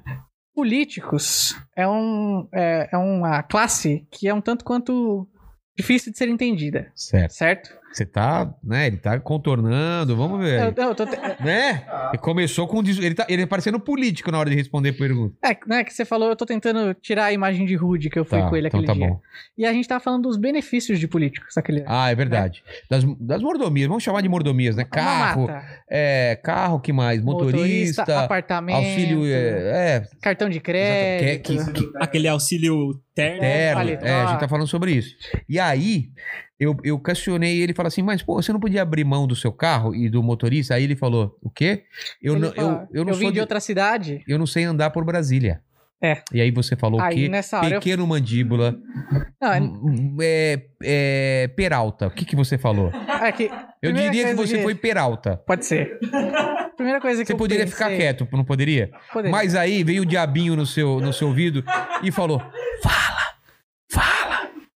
S6: políticos é, um, é, é uma classe que é um tanto quanto difícil de ser entendida.
S2: Certo.
S6: Certo?
S2: Você tá, né? Ele tá contornando, vamos ver.
S6: Eu- eu tô te-
S2: Né? Ele começou com. dis- Ele tá, ele é parecendo político na hora de responder pergunta.
S6: É, né, que você falou, eu tô tentando tirar a imagem de Rude que eu fui
S2: Tá,
S6: com ele
S2: então
S6: aquele
S2: tá
S6: dia.
S2: bom.
S6: E a gente tava falando dos benefícios de políticos aquele
S2: Ah, é verdade. Das, das mordomias, vamos chamar de mordomias, né? Carro.
S6: mata.
S2: É, carro, que mais? Motorista.
S6: apartamento,
S2: Auxílio. É, é,
S6: cartão de crédito.
S2: que- que-
S8: Aquele auxílio terno.
S2: terno.
S8: paletó.
S2: É, a gente tá falando sobre isso. E aí, eu, eu questionei ele e falei assim, mas pô, você não podia abrir mão do seu carro e do motorista? Aí ele falou, o quê? Eu,
S6: Ele
S2: não, eu,
S6: fala,
S2: eu, não
S6: eu vim
S2: sou
S6: de outra cidade.
S2: Eu não sei andar por Brasília.
S6: É.
S2: E aí você falou
S6: Aí,
S2: que
S6: nessa hora, eu-
S2: pequeno mandíbula,
S6: Não, é-
S2: hum, é, é, peralta. O que, que você falou?
S6: é que-
S2: Eu
S6: primeira
S2: diria que
S6: coisa
S2: você foi peralta.
S6: Pode ser. Primeira coisa que
S2: Você
S6: eu
S2: poderia
S6: pensei-
S2: ficar quieto, não poderia?
S6: Poderia.
S2: Mas aí veio o diabinho no seu, no seu ouvido e falou: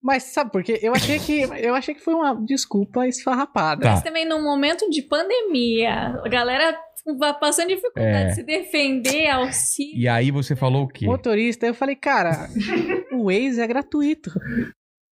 S6: Mas sabe por quê? Eu achei que, eu achei que foi uma desculpa esfarrapada.
S2: tá.
S6: é
S15: Mas também num momento de pandemia, a galera va- passando dificuldade
S2: É.
S15: de se defender, auxílio.
S2: E aí você falou o quê?
S6: Motorista, eu falei, cara, o Waze é gratuito.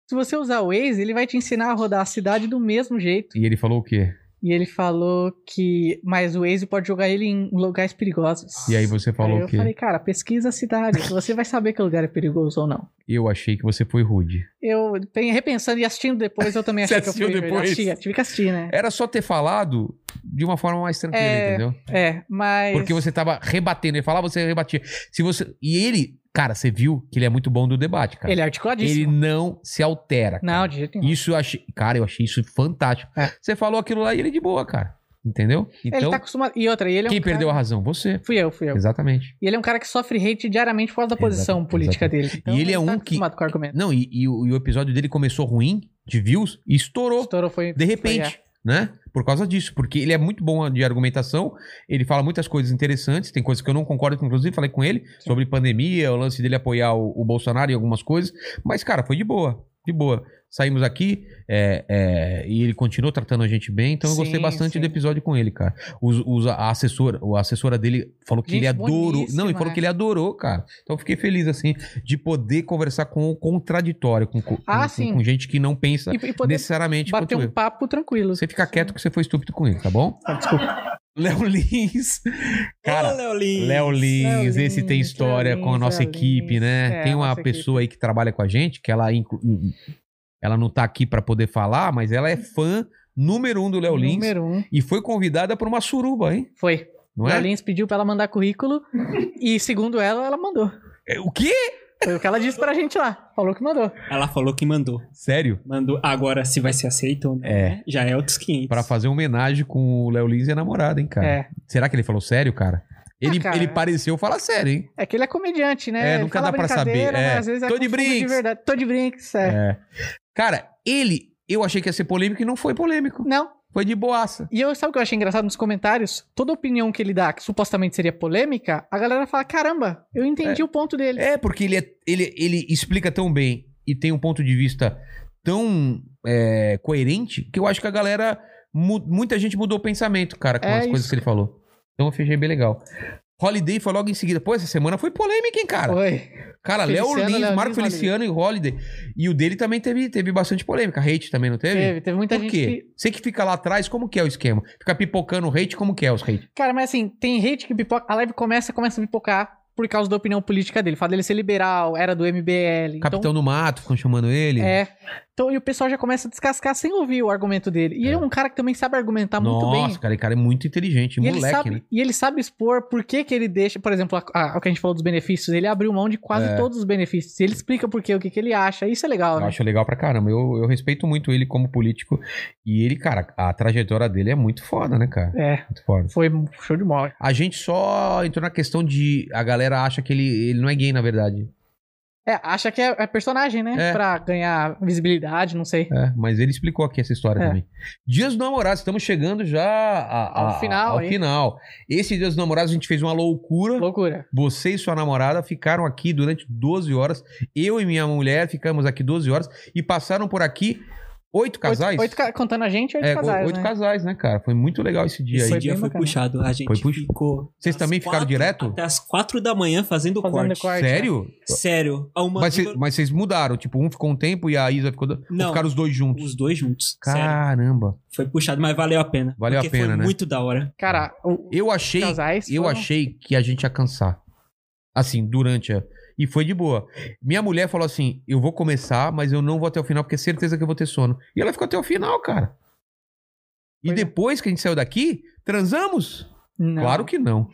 S6: Se você usar o Waze, ele vai te ensinar a rodar a cidade do mesmo jeito.
S2: E ele falou o quê?
S6: E ele falou que. Mas o Waze pode jogar ele em lugares perigosos.
S2: E aí você falou
S6: Aí
S2: o
S6: eu
S2: quê?
S6: falei, cara, pesquisa a cidade, que você vai saber que lugar é perigoso ou não.
S2: Eu achei que você foi rude.
S6: Eu, bem, repensando e assistindo depois, eu também
S2: Você
S6: achei que eu fui.
S2: assistiu depois?
S6: Assistia, tive que assistir, né?
S2: Era só ter falado de uma forma mais tranquila,
S6: É,
S2: entendeu?
S6: é, mas.
S2: Porque você tava rebatendo. Ele falava, você rebatia. Se você... E ele, cara, você viu que ele é muito bom do debate, cara.
S6: Ele é articuladíssimo.
S2: Ele não se altera. Cara.
S6: Não, de jeito nenhum. É.
S2: Isso eu achei. Cara, eu achei isso fantástico. Você falou aquilo lá e ele de boa, cara. Entendeu?
S6: ele
S2: Então,
S6: tá acostumado. E outra, e ele é um
S2: quem
S6: cara-
S2: perdeu a razão? Você.
S6: Fui eu, fui eu.
S2: Exatamente.
S6: E ele é um cara que sofre hate diariamente por causa da posição
S2: Exato,
S6: política
S2: exato.
S6: dele. Então, tá
S2: e ele é um que. Não, e, e o, e o episódio dele começou ruim de views e estourou.
S6: Estourou, foi.
S2: De repente,
S6: é.
S2: né? Por causa disso, porque ele é muito bom de argumentação, ele fala muitas coisas interessantes, tem coisas que eu não concordo com, inclusive falei com ele sobre pandemia, o lance dele apoiar o, o Bolsonaro em algumas coisas, mas cara, foi de boa, de boa. Saímos aqui é, é, e ele continuou tratando a gente bem, então eu gostei
S6: Sim,
S2: bastante
S6: sim.
S2: do episódio com ele, cara. Os, os- a assessora, a assessora dele falou que
S6: Gente
S2: ele adorou.
S6: boníssima,
S2: Não, ele falou
S6: né?
S2: que ele adorou, cara. Então eu fiquei feliz, assim, de poder conversar com o contraditório, com, com-
S6: Ah,
S2: com-
S6: sim.
S2: com gente que não pensa
S6: E- e poder
S2: necessariamente
S6: bater
S2: quanto
S6: um
S2: eu.
S6: papo tranquilo.
S2: Você fica quieto que você foi estúpido com ele, tá bom?
S6: desculpa.
S2: Léo Lins. Cara,
S6: Ô, Léo Lins.
S2: Léo Lins,
S6: Léo Lins,
S2: esse tem história
S6: Léo Lins,
S2: com a nossa
S6: Léo
S2: equipe, né?
S6: É,
S2: tem
S6: a
S2: uma
S6: nossa
S2: pessoa aí que trabalha com a gente, que ela inclu... hum, ela não tá aqui pra poder falar, mas ela é fã número um do Léo Lins.
S6: Número um.
S2: E foi convidada pra uma suruba, hein?
S6: Foi.
S2: Não
S6: a
S2: é?
S6: Lins pediu pra ela mandar currículo e, segundo ela, ela mandou.
S2: É, O quê?
S6: Foi o que ela disse pra gente lá. Falou que mandou.
S8: Ela falou que mandou.
S2: Sério?
S8: Mandou. Agora, se vai ser aceito ou não,
S2: É.
S8: já é outros 500.
S2: Pra fazer homenagem com o Léo Lins e a namorada, hein, cara?
S6: É. Ah,
S2: Será que ele falou sério, cara? Ele,
S6: cara.
S2: ele pareceu falar sério, hein?
S6: É que ele é comediante, né?
S2: É,
S6: Ele
S2: nunca
S6: fala
S2: dá pra
S6: brincadeira,
S2: saber,
S6: mas
S2: é.
S6: às vezes é
S2: Tô de
S6: confuso
S2: brinks.
S6: verdade. Tô de brinks, é.
S2: É. Cara, ele, eu achei que ia ser polêmico e não foi polêmico.
S6: Não.
S2: Foi de boaça.
S6: E eu, sabe o que eu achei engraçado nos comentários? Toda opinião que ele dá, que supostamente seria polêmica, a galera fala: caramba, eu entendi
S2: É.
S6: o ponto dele.
S2: É, porque ele, é- ele, ele explica tão bem e tem um ponto de vista tão é, coerente que eu acho que a galera. mu- Muita gente mudou o pensamento, cara, com
S6: É
S2: as coisas
S6: isso.
S2: que ele falou. Então eu fechei bem legal. Holiday foi logo em seguida. Pô, essa semana foi polêmica, hein, cara?
S6: Foi.
S2: Cara, Léo
S6: Feliciano,
S2: Lins,
S6: Léo
S2: Marco
S6: Lins,
S2: Feliciano e Holiday. E o dele também teve, teve bastante polêmica. Hate também, não teve?
S6: Teve, teve muita
S2: Por
S6: gente
S2: quê?
S6: que-
S2: Você que fica lá atrás, como que é o esquema? Fica pipocando o hate, como que é os hate?
S6: Cara, mas assim, tem hate que pipoca. A live começa, começa a pipocar por causa da opinião política dele. Fala dele ser liberal, era do MBL.
S2: Capitão
S6: então,
S2: do Mato, ficam chamando ele.
S6: É. Então, e o pessoal já começa a descascar sem ouvir o argumento dele. E ele é um cara que também sabe argumentar muito
S2: Nossa,
S6: bem.
S2: cara, o cara é muito inteligente,
S6: E ele,
S2: moleque,
S6: sabe,
S2: né?
S6: e ele sabe expor por que, que ele deixa, por exemplo, a- a- o que a gente falou dos benefícios, ele abriu mão de quase
S2: É.
S6: todos os benefícios. Ele explica por quê, o que, que ele acha. Isso é legal,
S2: Eu
S6: né?
S2: acho legal pra caramba. Eu, eu respeito muito ele como político. E ele, cara, a trajetória dele é muito foda, né, cara?
S6: É.
S2: Muito foda.
S6: Foi show de bola.
S2: A gente só entrou na questão de. A galera acha que ele, ele não é gay, na verdade.
S6: É, acha que é, é personagem, né?
S2: É.
S6: Pra ganhar visibilidade, não sei.
S2: É, mas ele explicou aqui essa história
S6: É.
S2: também. Dias dos Namorados, estamos chegando já a- a-
S6: Ao final,
S2: Ao
S6: hein?
S2: final. Esse Dias dos Namorados a gente fez uma loucura.
S6: Loucura.
S2: Você e sua namorada ficaram aqui durante 12 horas. Eu e minha mulher ficamos aqui 12 horas e passaram por aqui oito casais.
S6: Oito, oito ca- contando a gente, oito
S2: Ah, É,
S6: casais.
S2: oito
S6: né?
S2: casais, né, cara? Foi muito legal esse dia
S8: Esse
S2: aí.
S8: dia Foi bem foi bacana. puxado. A gente ficou.
S2: Vocês também ficaram direto?
S8: Até as 4 da manhã fazendo, corte. né?
S2: Sério?
S8: Sério. A uma
S2: Mas, cê- mas vocês mudaram, tipo, um ficou um tempo e a Isa ficou. do- ou
S8: Não.
S2: Ficaram os dois juntos.
S8: Os dois juntos.
S2: Caramba.
S8: Foi puxado, mas valeu a pena.
S2: Valeu a
S8: porque
S2: pena,
S8: foi
S2: né?
S8: muito da hora.
S6: Cara,
S2: Eu achei, eu
S8: foram-
S2: achei que a gente ia cansar. Assim, durante a... E foi de boa. Minha mulher falou assim: eu vou começar, mas eu não vou até o final, porque é certeza que eu vou ter sono. E ela ficou até o final, cara. E depois que a gente saiu daqui, transamos? Claro que não.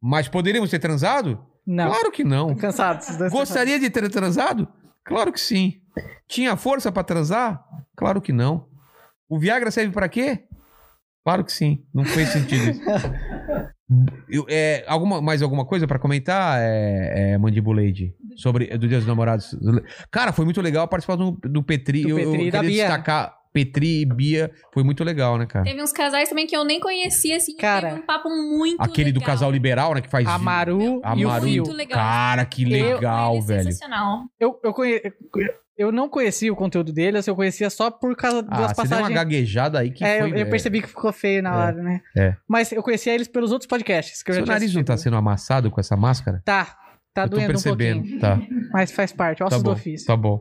S2: Mas poderíamos ter transado?
S6: Não.
S2: Claro que não.
S6: Cansados.
S2: Gostaria de ter transado? Claro que sim. Tinha força pra transar? Claro que não. O Viagra serve pra quê? Claro que sim. Não fez sentido isso. Eu- é, alguma, mais alguma coisa pra comentar, é, é, Mandibuleide? Sobre é, do Dia dos Namorados. Cara, foi muito legal participar do, do Petri.
S6: Do
S2: eu, eu
S6: Petri e da
S2: queria
S6: Bia. né?
S2: destacar Petri e Bia. Foi muito legal, né, cara?
S15: Teve uns casais também que eu nem conhecia, assim. Cara, teve um papo muito
S2: Aquele do casal liberal, né? Que faz.
S6: Amaru
S2: Amaru.
S6: e o Fio.
S15: Muito legal.
S2: Cara, que
S6: é
S2: legal, velho.
S15: sensacional.
S6: Eu, eu, conhe... eu não conhecia o conteúdo deles, eu conhecia só por causa
S2: Ah,
S6: das
S2: você deu uma
S6: passagens.
S2: gaguejada aí que
S6: é,
S2: foi.
S6: eu, eu percebi que ficou feio na
S2: É.
S6: hora, né?
S2: É.
S6: Mas eu conhecia eles pelos outros podcasts que eu já
S2: Seu
S6: tinha
S2: nariz não tá sendo amassado com essa máscara?
S6: Tá. Tá
S2: Eu tô
S6: doendo
S2: percebendo,
S6: um pouquinho.
S2: tá.
S6: Mas faz parte, ossos
S2: tá
S6: do
S2: bom,
S6: ofício.
S2: Tá bom.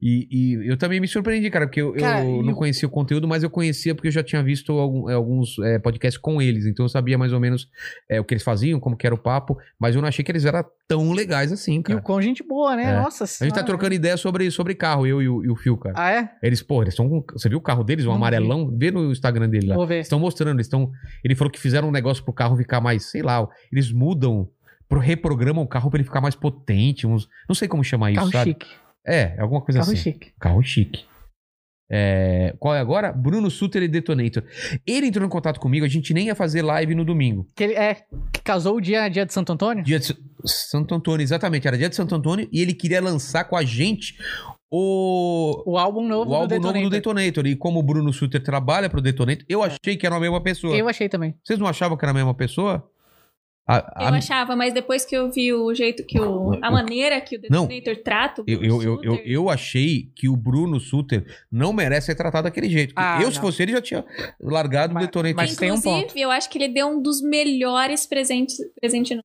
S2: E, e eu também me surpreendi, cara, porque eu, eu
S6: Cara, e
S2: não
S6: o-
S2: conhecia o conteúdo, mas eu conhecia porque eu já tinha visto algum- eh, alguns eh, podcasts com eles, então eu sabia mais ou menos eh, o que eles faziam, como que era o papo, mas eu não achei que eles eram tão legais assim, cara. E o
S6: quão gente boa, né? Nossa
S2: A gente tá
S6: senhora.
S2: trocando ideia sobre, sobre carro, eu e o, e o Phil, cara.
S6: Ah, é?
S2: Eles, pô, eles estão com. Você viu o carro deles, o
S6: Não vi.
S2: amarelão? Vê no Instagram dele lá.
S6: Vou ver.
S2: Estão mostrando, eles estão. Ele falou que fizeram um negócio pro carro ficar mais, sei lá, eles mudam, pro- reprogramam o carro pra ele ficar mais potente, uns. Não sei como chamar isso,
S6: Carro
S2: sabe?
S6: chique.
S2: É, alguma coisa
S6: Carro
S2: assim.
S6: chique.
S2: Carro chique. É, qual é agora? Bruno Suter e Detonator. Ele entrou em contato comigo, a gente nem ia fazer live no domingo.
S6: Que ele é que casou o dia, dia de Santo Antônio?
S2: Dia de S- Santo Antônio, exatamente. Era dia de Santo Antônio e ele queria lançar com a gente o.
S6: O álbum novo
S2: o
S6: do
S2: álbum novo do Detonator. E como o Bruno Suter trabalha pro Detonator, eu achei que era a mesma pessoa.
S6: É. Eu achei também.
S2: Vocês não achavam que era a mesma pessoa? A-
S15: Eu
S2: a-
S15: achava, mas depois que eu vi o jeito que o.
S2: Não,
S15: A
S2: o-
S15: maneira que o
S2: Não.
S15: detonator trata. o
S2: Eu, eu, eu, eu, eu achei que o Bruno Suter não merece ser tratado daquele jeito.
S15: Ah,
S2: eu, se
S15: não.
S2: fosse ele, já tinha largado o Detonator.
S6: um
S15: Inclusive, eu acho que ele deu um dos melhores presentes. Presente no...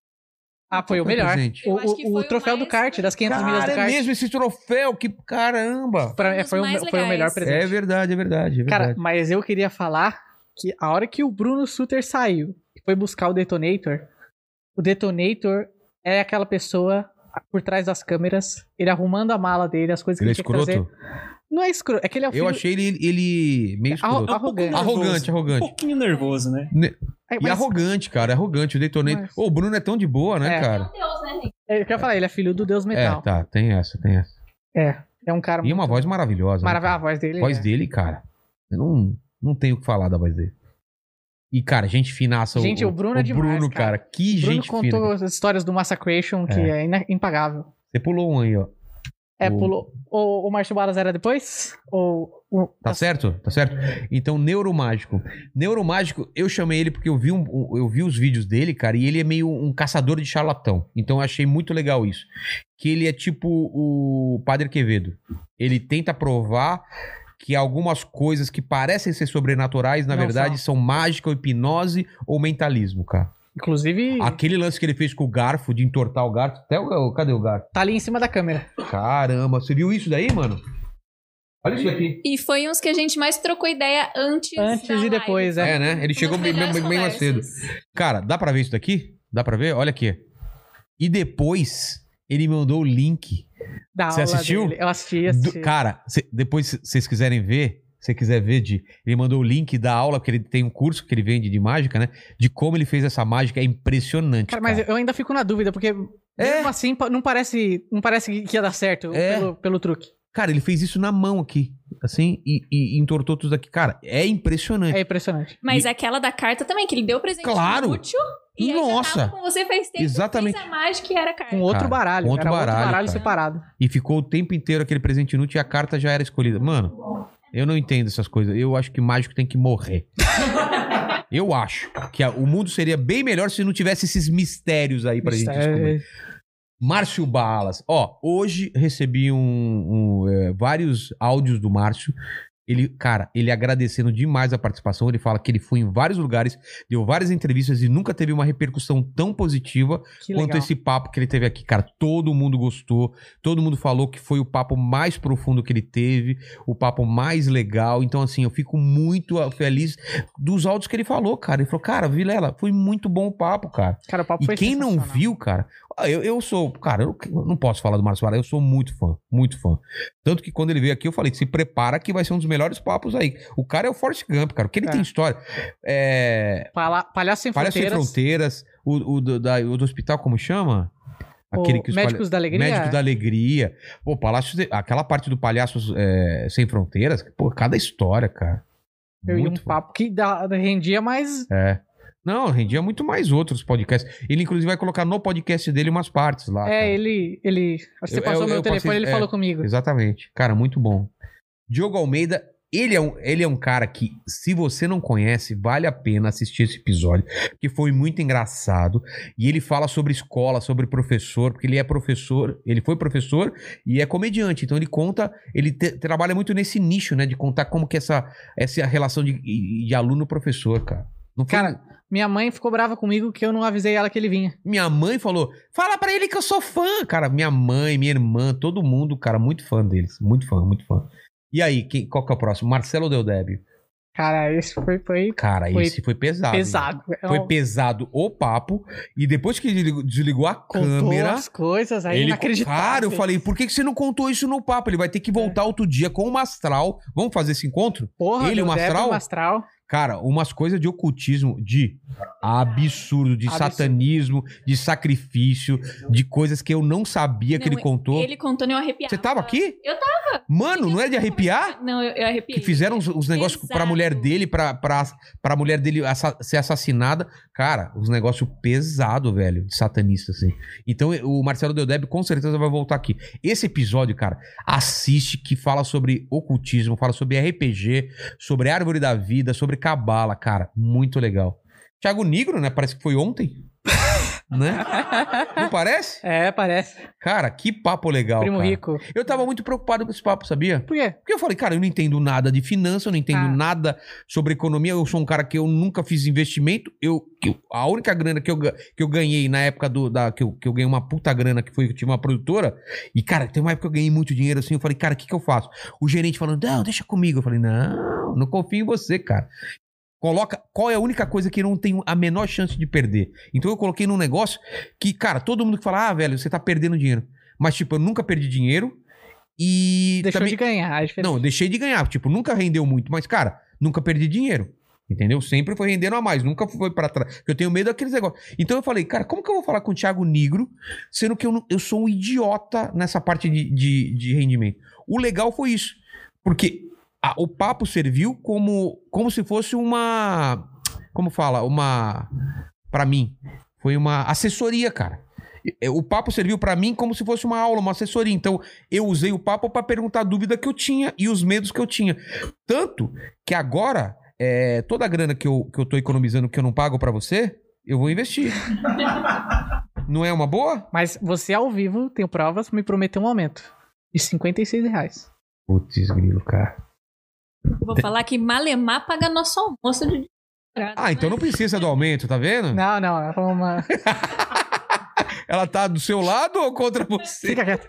S6: Ah, foi o
S2: Foi
S6: melhor.
S2: presente.
S6: O, o- o troféu do kart, das 500 milhas do
S2: Cara, é
S6: kart.
S2: mesmo esse troféu, que caramba!
S6: Pra- é, foi, o,
S2: mais
S6: foi o melhor
S2: legais.
S6: presente.
S2: É verdade, é verdade. É
S6: Cara,
S2: verdade.
S6: mas eu queria falar que a hora que o Bruno Suter saiu e foi buscar o Detonator, o Detonator é aquela pessoa por trás das câmeras, ele arrumando a mala dele, as coisas
S2: Ele é
S6: que ele tinha que
S2: escroto?
S6: trazer. Não é escroto, é que ele é o
S2: Eu
S6: filho-
S2: achei ele, ele meio
S6: É, Arro-
S2: escroto.
S6: arrogante.
S2: Arrogante, arrogante.
S8: Um pouquinho nervoso, né?
S2: Ne-
S6: É,
S2: E
S6: mas-
S2: arrogante, cara, arrogante. O Detonator. Ô, o Bruno é tão de boa, né,
S6: É.
S2: cara?
S6: É, Eu quero falar, ele é filho do Deus
S2: É,
S6: Metal.
S2: tá, tem essa, tem essa.
S6: É, é, um cara
S2: E uma voz maravilhosa. né,
S6: maravilhosa. A voz
S2: cara?
S6: dele.
S2: A voz
S6: é.
S2: dele, cara. Eu não, não tenho o que falar da voz dele. E, cara, gente finaça.
S6: Gente, o Bruno é demais,
S2: Bruno, cara. Que
S6: O Bruno
S2: gente fina.
S6: contou as histórias do Massacration, que
S2: É.
S6: é, ina- impagável.
S2: Você pulou um aí, ó.
S6: É,
S2: O-
S6: pulou. O, o Márcio Balas era depois? Ou o-
S2: Tá certo? Tá certo? Então, Neuromágico. Neuromágico, eu chamei ele porque eu vi, um- um- eu vi os vídeos dele, cara, e ele é meio um caçador de charlatão. Então, eu achei muito legal isso. Que ele é tipo o Padre Quevedo. Ele tenta provar que algumas coisas que parecem ser sobrenaturais, na
S6: Não
S2: verdade, são mágica, ou hipnose ou mentalismo, cara.
S6: Inclusive,
S2: Aquele lance que ele fez com o garfo, de entortar o garfo. Até o, cadê o garfo?
S6: tá ali em cima da câmera.
S2: Caramba, você viu isso daí, mano? Olha isso daqui.
S15: E foi uns que a gente mais trocou ideia antes. da
S6: Antes e
S15: live.
S6: depois, é.
S2: É, né? Ele chegou bem, bem,
S15: melhores
S2: bem mais cedo. Cara, dá pra ver isso daqui? Dá pra ver? Olha aqui. E depois, ele mandou o link.
S6: Da
S2: Você
S6: aula
S2: assistiu?
S6: dele. Eu assisti, assisti.
S2: Do- cara, cê- depois, se vocês quiserem ver, se você quiser ver, de, ele mandou o link da aula, porque ele tem um curso que ele vende de mágica, né? De como ele fez essa mágica. É impressionante.
S6: Cara, mas eu ainda fico na dúvida,
S2: É?
S6: porque mesmo assim pa- não parece, não parece que ia dar certo
S2: É?
S6: pelo, pelo truque.
S2: Cara, ele fez isso na mão aqui, assim, e, e entortou tudo aqui. Cara, é impressionante.
S6: É impressionante.
S15: Mas aquela da carta também, que ele deu presente
S2: Claro.
S15: útil. E Aí já
S2: Nossa.
S15: tava com você faz tempo.
S2: Exatamente.
S15: Fez a mágica que era a carta.
S6: Com outro
S2: Cara,
S6: baralho.
S2: com outro
S6: era
S2: baralho,
S6: outro baralho
S2: cara.
S6: separado.
S2: E ficou o tempo inteiro aquele presente inútil e a carta já era escolhida. Mano, eu não entendo essas coisas. Eu acho que mágico tem que morrer. eu acho que a- o mundo seria bem melhor se não tivesse esses mistérios aí pra gente descobrir. Márcio Balas. Ó, hoje recebi um, um, é, vários áudios do Márcio. Ele, cara, ele agradecendo demais a participação. Ele fala que ele foi em vários lugares, deu várias entrevistas e nunca teve uma repercussão tão positiva
S6: Que
S2: quanto
S6: legal.
S2: esse papo que ele teve aqui, cara. Todo mundo gostou, todo mundo falou que foi o papo mais profundo que ele teve, o papo mais legal. Então, assim, eu fico muito ah, feliz dos áudios que ele falou, cara. Ele falou, cara, Vilela, foi muito bom o papo, cara.
S6: Cara, o papo
S2: e
S6: foi
S2: quem não viu, cara, ah, eu, eu sou, cara, eu eu não posso falar do Márcio Vara, eu sou muito fã, muito fã. Tanto que quando ele veio aqui, eu falei, se prepara que vai ser um dos melhores papos aí. O cara é o Forrest Gump, cara, porque ele tem história. É,
S6: Pala- Palhaço sem
S2: Palhaço Sem
S6: fronteiras.
S2: Fronteiras, o, o do, da- o do hospital, como chama? Aquele
S6: O
S2: que os
S6: Médicos
S2: palha-
S6: da Alegria?
S2: Médicos da Alegria. Pô, Palácio. de- Aquela parte do Palhaços é, Sem Fronteiras. Pô, cada história, cara.
S6: Eu ia um
S2: Muito
S6: papo que dá, rendia mais.
S2: É. Não, rendia muito mais outros podcasts. Ele, inclusive, vai colocar no podcast dele umas partes lá. cara.
S6: é, ele, ele. Você
S2: Ah, tá. Eu-
S6: passou
S2: eu-
S6: meu
S2: eu
S6: telefone
S2: passei-
S6: ele
S2: é,
S6: falou comigo.
S2: Exatamente. Cara, muito bom. Diogo Almeida, ele é, um, ele é um cara que, se você não conhece, vale a pena assistir esse episódio, que foi muito engraçado. E ele fala sobre escola, sobre professor, porque ele é professor, ele foi professor e é comediante. Então ele conta, ele te- trabalha muito nesse nicho, né? De contar como que é essa, essa relação de, de aluno-professor, cara. Não foi-
S6: Minha mãe ficou brava comigo que eu não avisei ela que ele vinha.
S2: Minha mãe falou: fala pra ele que eu sou fã. Cara, minha mãe, minha irmã, todo mundo, cara, muito fã deles. Muito fã, muito fã. E aí, quem, qual que é o próximo? Marcelo Deldébio.
S6: Cara, esse foi. foi
S2: Cara, esse foi pesado. hein?
S6: Pesado. É um
S2: Foi pesado o papo. E depois que desligou, desligou a câmera.
S6: as coisas aí
S2: ele,
S6: inacreditáveis.
S2: cara, eu falei, por que que você não contou isso no papo? Ele vai ter que voltar outro dia com o Mastral. Vamos fazer esse encontro?
S6: É. Porra,
S2: ele, o
S6: Deldébio,
S2: Mastral?
S6: o Mastral.
S2: Cara, umas coisas de ocultismo, de absurdo, de
S15: Absurdo.
S2: satanismo, de sacrifício, de coisas que eu não sabia que ele contou.
S15: Ele contou e eu arrepiava.
S2: Você tava aqui?
S15: Eu tava.
S2: Mano, não é de arrepiar?
S15: Não, eu, eu arrepiei.
S2: Que fizeram uns, uns negócios pra mulher dele, pra, pra, pra mulher dele assa- ser assassinada. Cara, uns negócios pesado, velho, de satanista, assim. Então, o Marcelo Deodeb com certeza vai voltar aqui. Esse episódio, cara, assiste que fala sobre ocultismo, fala sobre RPG, sobre Árvore da Vida, sobre Cabala, cara. Muito legal. Thiago Negro, né? Parece que foi ontem. né? Não parece?
S6: É, parece.
S2: Cara, que papo legal.
S6: Primo
S2: cara.
S6: rico.
S2: Eu tava muito preocupado com esse papo, sabia?
S6: Por quê? Ah.
S2: Porque eu falei, cara, eu não entendo nada de finança, eu não entendo nada sobre economia, eu sou um cara que eu nunca fiz investimento. Eu, que eu- a única grana que eu, ga- que eu ganhei na época do, da, que, eu, que eu ganhei uma puta grana, que foi que eu tive uma produtora, e, cara, tem uma época que eu ganhei muito dinheiro assim, eu falei, cara, o que, que eu faço? O gerente falando, não, deixa comigo. Eu falei, não, não confio em você, cara. Coloca qual é a única coisa que eu não tenho a menor chance de perder. Então eu coloquei num negócio que, cara, todo mundo que fala, ah, velho, você tá perdendo dinheiro. Mas, tipo, eu nunca perdi dinheiro e.
S6: Deixou de ganhar. a diferença.
S2: Não, eu deixei de ganhar. Tipo, nunca rendeu muito, mas, cara, nunca perdi dinheiro. Entendeu? Sempre foi rendendo a mais, nunca foi pra trás. Porque Eu tenho medo daqueles negócios. Então eu falei, cara, como que eu vou falar com o Thiago Negro, sendo que eu, não- eu sou um idiota nessa parte de, de, de rendimento? O legal foi isso. Porque a- o papo serviu como, como se fosse uma. Como fala? Uma. Pra mim. Foi uma assessoria, cara. É, O papo serviu pra mim como se fosse uma aula, uma assessoria. Então, eu usei o papo pra perguntar a dúvida que eu tinha e os medos que eu tinha. Tanto que agora, é, toda a grana que eu, que eu tô economizando que eu não pago pra você, eu vou investir. não é uma boa?
S6: Mas você ao vivo, tenho provas, me prometeu um aumento. De 56 reais.
S2: Putz, grilo, cara.
S15: Vou falar que Malemar paga nosso almoço de.
S2: Ah, então não precisa do aumento, tá vendo?
S6: Não, não, ela falou uma.
S2: Ela tá do seu lado ou contra você?
S6: Fica quieto.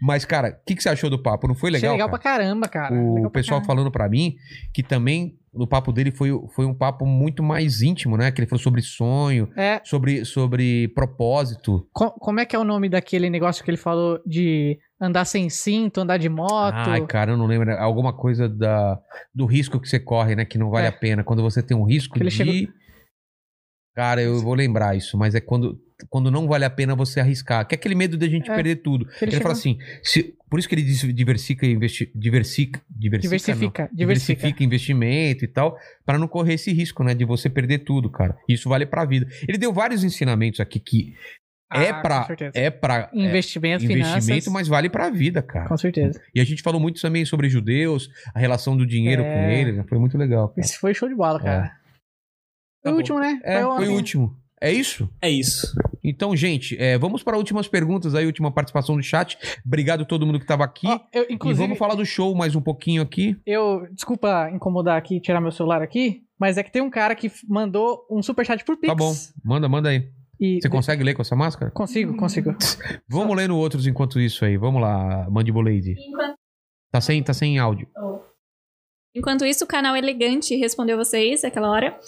S2: Mas, cara, o que, que você achou do papo? Não foi
S6: Achei
S2: legal?
S6: legal
S2: cara?
S6: pra caramba, cara.
S2: o
S6: Legal pra
S2: pessoal
S6: caramba.
S2: falando pra mim que também no papo dele foi, foi um papo muito mais íntimo, né? Que ele falou sobre sonho,
S6: É.
S2: sobre, sobre propósito.
S6: Co- como é que é o nome daquele negócio que ele falou de andar sem cinto, andar de moto?
S2: Ai, cara, eu não lembro. né? Alguma coisa da, do risco que você corre, né? Que não
S6: É.
S2: vale a pena. Quando você tem um risco
S6: Que ele
S2: de.
S6: chegou-
S2: Cara, eu vou lembrar isso, mas é quando, quando não vale a pena você arriscar. Que é aquele medo da gente
S6: É.
S2: perder tudo.
S6: ele
S2: Ele, fala assim, se- por isso que ele diz- diversifica, e investi, diversifica, diversifica, não.
S6: Diversifica, diversifica.
S2: Diversifica investimento e tal, pra não correr esse risco, né, de você perder tudo, cara. Isso vale pra vida. Ele deu vários ensinamentos aqui que é
S6: Ah, com
S2: pra
S6: certeza.
S2: é para
S6: Investimento, finanças.
S2: mas vale pra vida, cara.
S6: Com certeza.
S2: E a gente falou muito também sobre judeus, a relação do dinheiro
S6: É.
S2: com eles, né? foi muito legal. cara.
S6: Esse foi show de bola, cara. Foi o último, né?
S2: É,
S6: o
S2: foi o
S6: último.
S2: último. É isso?
S8: É isso.
S2: Então, gente, é, vamos para últimas perguntas aí, última participação do chat. Obrigado a todo mundo que estava aqui.
S6: eu,
S2: e
S6: inclusive-
S2: vamos falar do show mais um pouquinho aqui.
S6: Eu, desculpa incomodar aqui, tirar meu celular aqui, mas é que tem um cara que f- mandou um superchat por Pix.
S2: Tá bom, manda, manda aí.
S6: E-
S2: Você consegue ler com essa máscara?
S6: Consigo, consigo.
S2: Vamos lendo outros enquanto isso aí. Vamos lá, Mandibolade.
S15: Enquanto, oh.
S2: Tá sem, tá sem áudio.
S15: enquanto isso, o canal Elegante respondeu vocês aquela hora.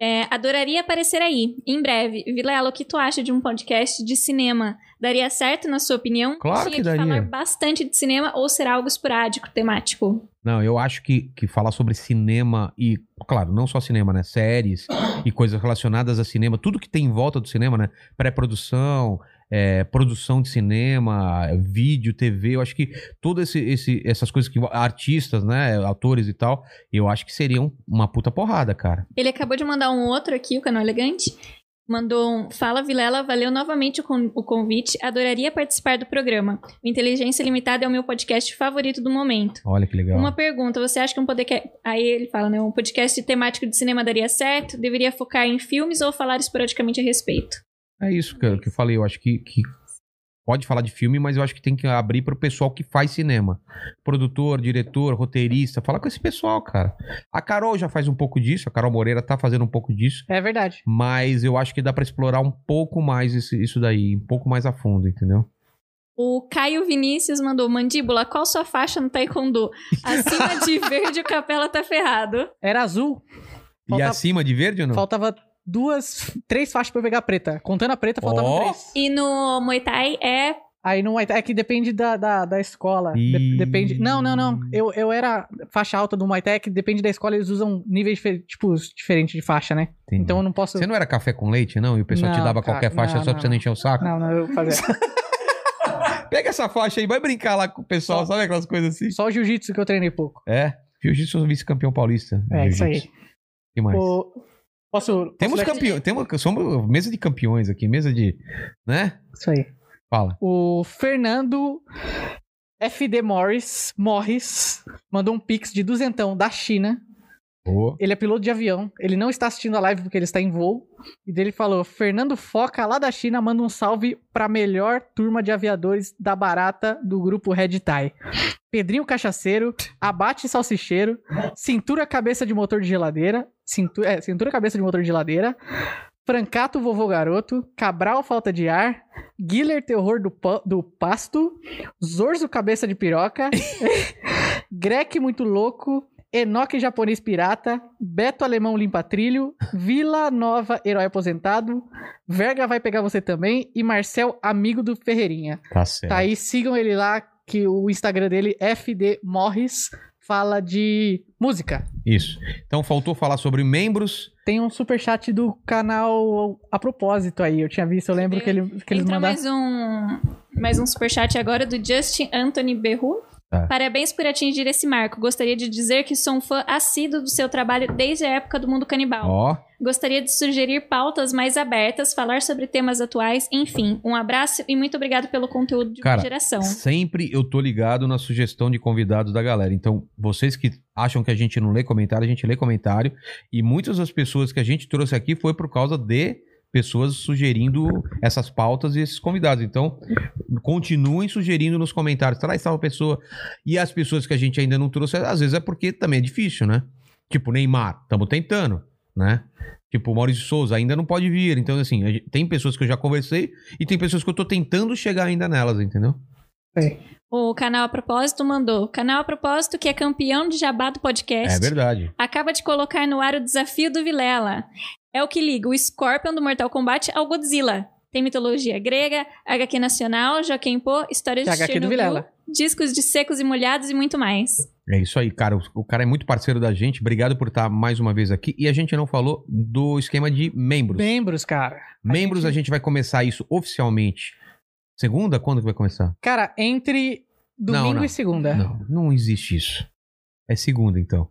S15: É, adoraria aparecer aí, em breve. Vilela, o que tu acha de um podcast de cinema? Daria certo, na sua opinião?
S2: Claro
S15: Tinha
S2: que daria.
S15: falar bastante de cinema ou será algo esporádico, temático?
S2: Não, eu acho que, que falar sobre cinema e, claro, não só cinema, né? Séries e coisas relacionadas a cinema, tudo que tem em volta do cinema, né? Pré-produção, é, produção de cinema, vídeo, TV. Eu acho que todas esse, esse- essas coisas que artistas, né, atores e tal, eu acho que seriam uma puta porrada, cara.
S15: Ele acabou de mandar um outro aqui, o canal elegante. Mandou um Fala Vilela, valeu novamente o, con- o convite. Adoraria participar do programa. O Inteligência Limitada é o meu podcast favorito do momento.
S2: Olha que legal.
S15: Uma pergunta, você acha que um podcast. Aí ele fala, né? Um podcast temático de cinema daria certo? Deveria focar em filmes ou falar esporadicamente a respeito?
S2: É isso que eu, que eu falei, eu acho que, que pode falar de filme, mas eu acho que tem que abrir pro pessoal que faz cinema. Produtor, diretor, roteirista, fala com esse pessoal, cara. A Carol já faz um pouco disso, a Carol Moreira tá fazendo um pouco disso.
S6: É verdade.
S2: Mas eu acho que dá pra explorar um pouco mais esse- isso daí, um pouco mais a fundo, entendeu?
S15: O Caio Vinícius mandou: Mandíbula, qual sua faixa no Taekwondo? Acima de verde, o capela tá ferrado.
S6: Era azul.
S2: E
S6: Falta-
S2: acima de verde ou não?
S6: Faltava duas, três faixas pra eu pegar a preta. Contando a preta, faltava
S2: Ó.
S6: três.
S15: E no Muay Thai é.
S6: Aí no Muay Thai, é que depende da, da, da escola. De- depende. Não, não, não. Eu, eu era faixa alta do Muay Thai, que depende da escola, eles usam níveis difer- tipo, diferentes de faixa, né? Então eu não posso.
S2: Você não era café com leite, não? E o pessoal te
S6: Não,
S2: dava
S6: cara,
S2: qualquer faixa
S6: não,
S2: só pra você
S6: não.
S2: não encher o saco?
S6: Não, não, eu fazia.
S2: Pega essa faixa aí, vai brincar lá com o pessoal, sabe aquelas coisas assim?
S6: Só o jiu-jitsu que eu treinei pouco.
S2: É. Jiu-jitsu eu sou vice-campeão paulista.
S6: É, isso aí.
S2: jiu-jitsu. que mais?
S6: O- Posso. posso
S2: Temos
S6: dar-
S2: campeões, temos, somos mesa de campeões aqui, mesa de, né?
S6: Isso aí.
S2: Fala.
S6: O Fernando FD Morris, Morris mandou um pix de duzentão da China.
S2: Boa.
S6: Ele é piloto de avião. Ele não está assistindo a live porque ele está em voo. E dele falou: Fernando Foca, lá da China, manda um salve pra melhor turma de aviadores da barata do grupo Red Tie. Pedrinho Cachaceiro, Abate Salsicheiro, Cintura Cabeça de Motor de Geladeira, Cintura, é, cintura Cabeça de Motor de Geladeira, Francato Vovô Garoto, Cabral Falta de Ar, Guiller Terror do, Pa- do Pasto, Zorzo Cabeça de Piroca, Greg Muito Louco, Enoque Japonês Pirata, Beto Alemão Limpa Trilho, Vila Nova Herói Aposentado, Verga Vai Pegar Você Também e Marcel Amigo do Ferreirinha.
S2: Tá certo.
S6: Tá aí, sigam ele lá, que o Instagram dele, FD Morris, fala de música.
S2: Isso. Então faltou falar sobre membros.
S6: Tem um superchat do canal a propósito aí, eu tinha visto, eu lembro que, ele, que eles
S15: Entrou
S6: mandaram.
S15: mais um, mais um superchat agora do Justin Anthony Berru.
S2: Tá.
S15: Parabéns por atingir esse marco. Gostaria de dizer que sou um fã assíduo do seu trabalho desde a época do Mundo Canibal.
S2: Ó.
S15: Gostaria de sugerir pautas mais abertas, falar sobre temas atuais, enfim. Um abraço e muito obrigado pelo conteúdo de uma
S2: Cara,
S15: geração.
S2: sempre eu tô ligado na sugestão de convidados da galera. Então, vocês que acham que a gente não lê comentário, a gente lê comentário. E muitas das pessoas que a gente trouxe aqui foi por causa de pessoas sugerindo essas pautas e esses convidados. Então, continuem sugerindo nos comentários. Traz tal pessoa. E as pessoas que a gente ainda não trouxe, às vezes é porque também é difícil, né? Tipo, Neymar, estamos tentando, né? Tipo, Maurício Souza ainda não pode vir. Então, assim, a gente- tem pessoas que eu já conversei e tem pessoas que eu tô tentando chegar ainda nelas, entendeu?
S15: O canal a propósito mandou. Canal a propósito que é campeão de jabá do podcast.
S2: É verdade.
S15: Acaba de colocar no ar o desafio do Vilela. É o que liga o Scorpion do Mortal Kombat ao Godzilla. Tem mitologia grega, HQ nacional, Joaquim Pô, história de
S6: HQ do
S15: Chernobyl,
S6: Vilela.
S15: discos de secos e molhados e muito mais.
S2: É isso aí, cara. O, o cara é muito parceiro da gente. Obrigado por estar mais uma vez aqui. E a gente não falou do esquema de membros.
S6: Membros, cara.
S2: Membros, a gente, vai começar isso oficialmente. Segunda? Quando que vai começar?
S6: Cara, entre domingo
S2: Não, não.
S6: e segunda.
S2: Não, não existe isso. É segunda, então.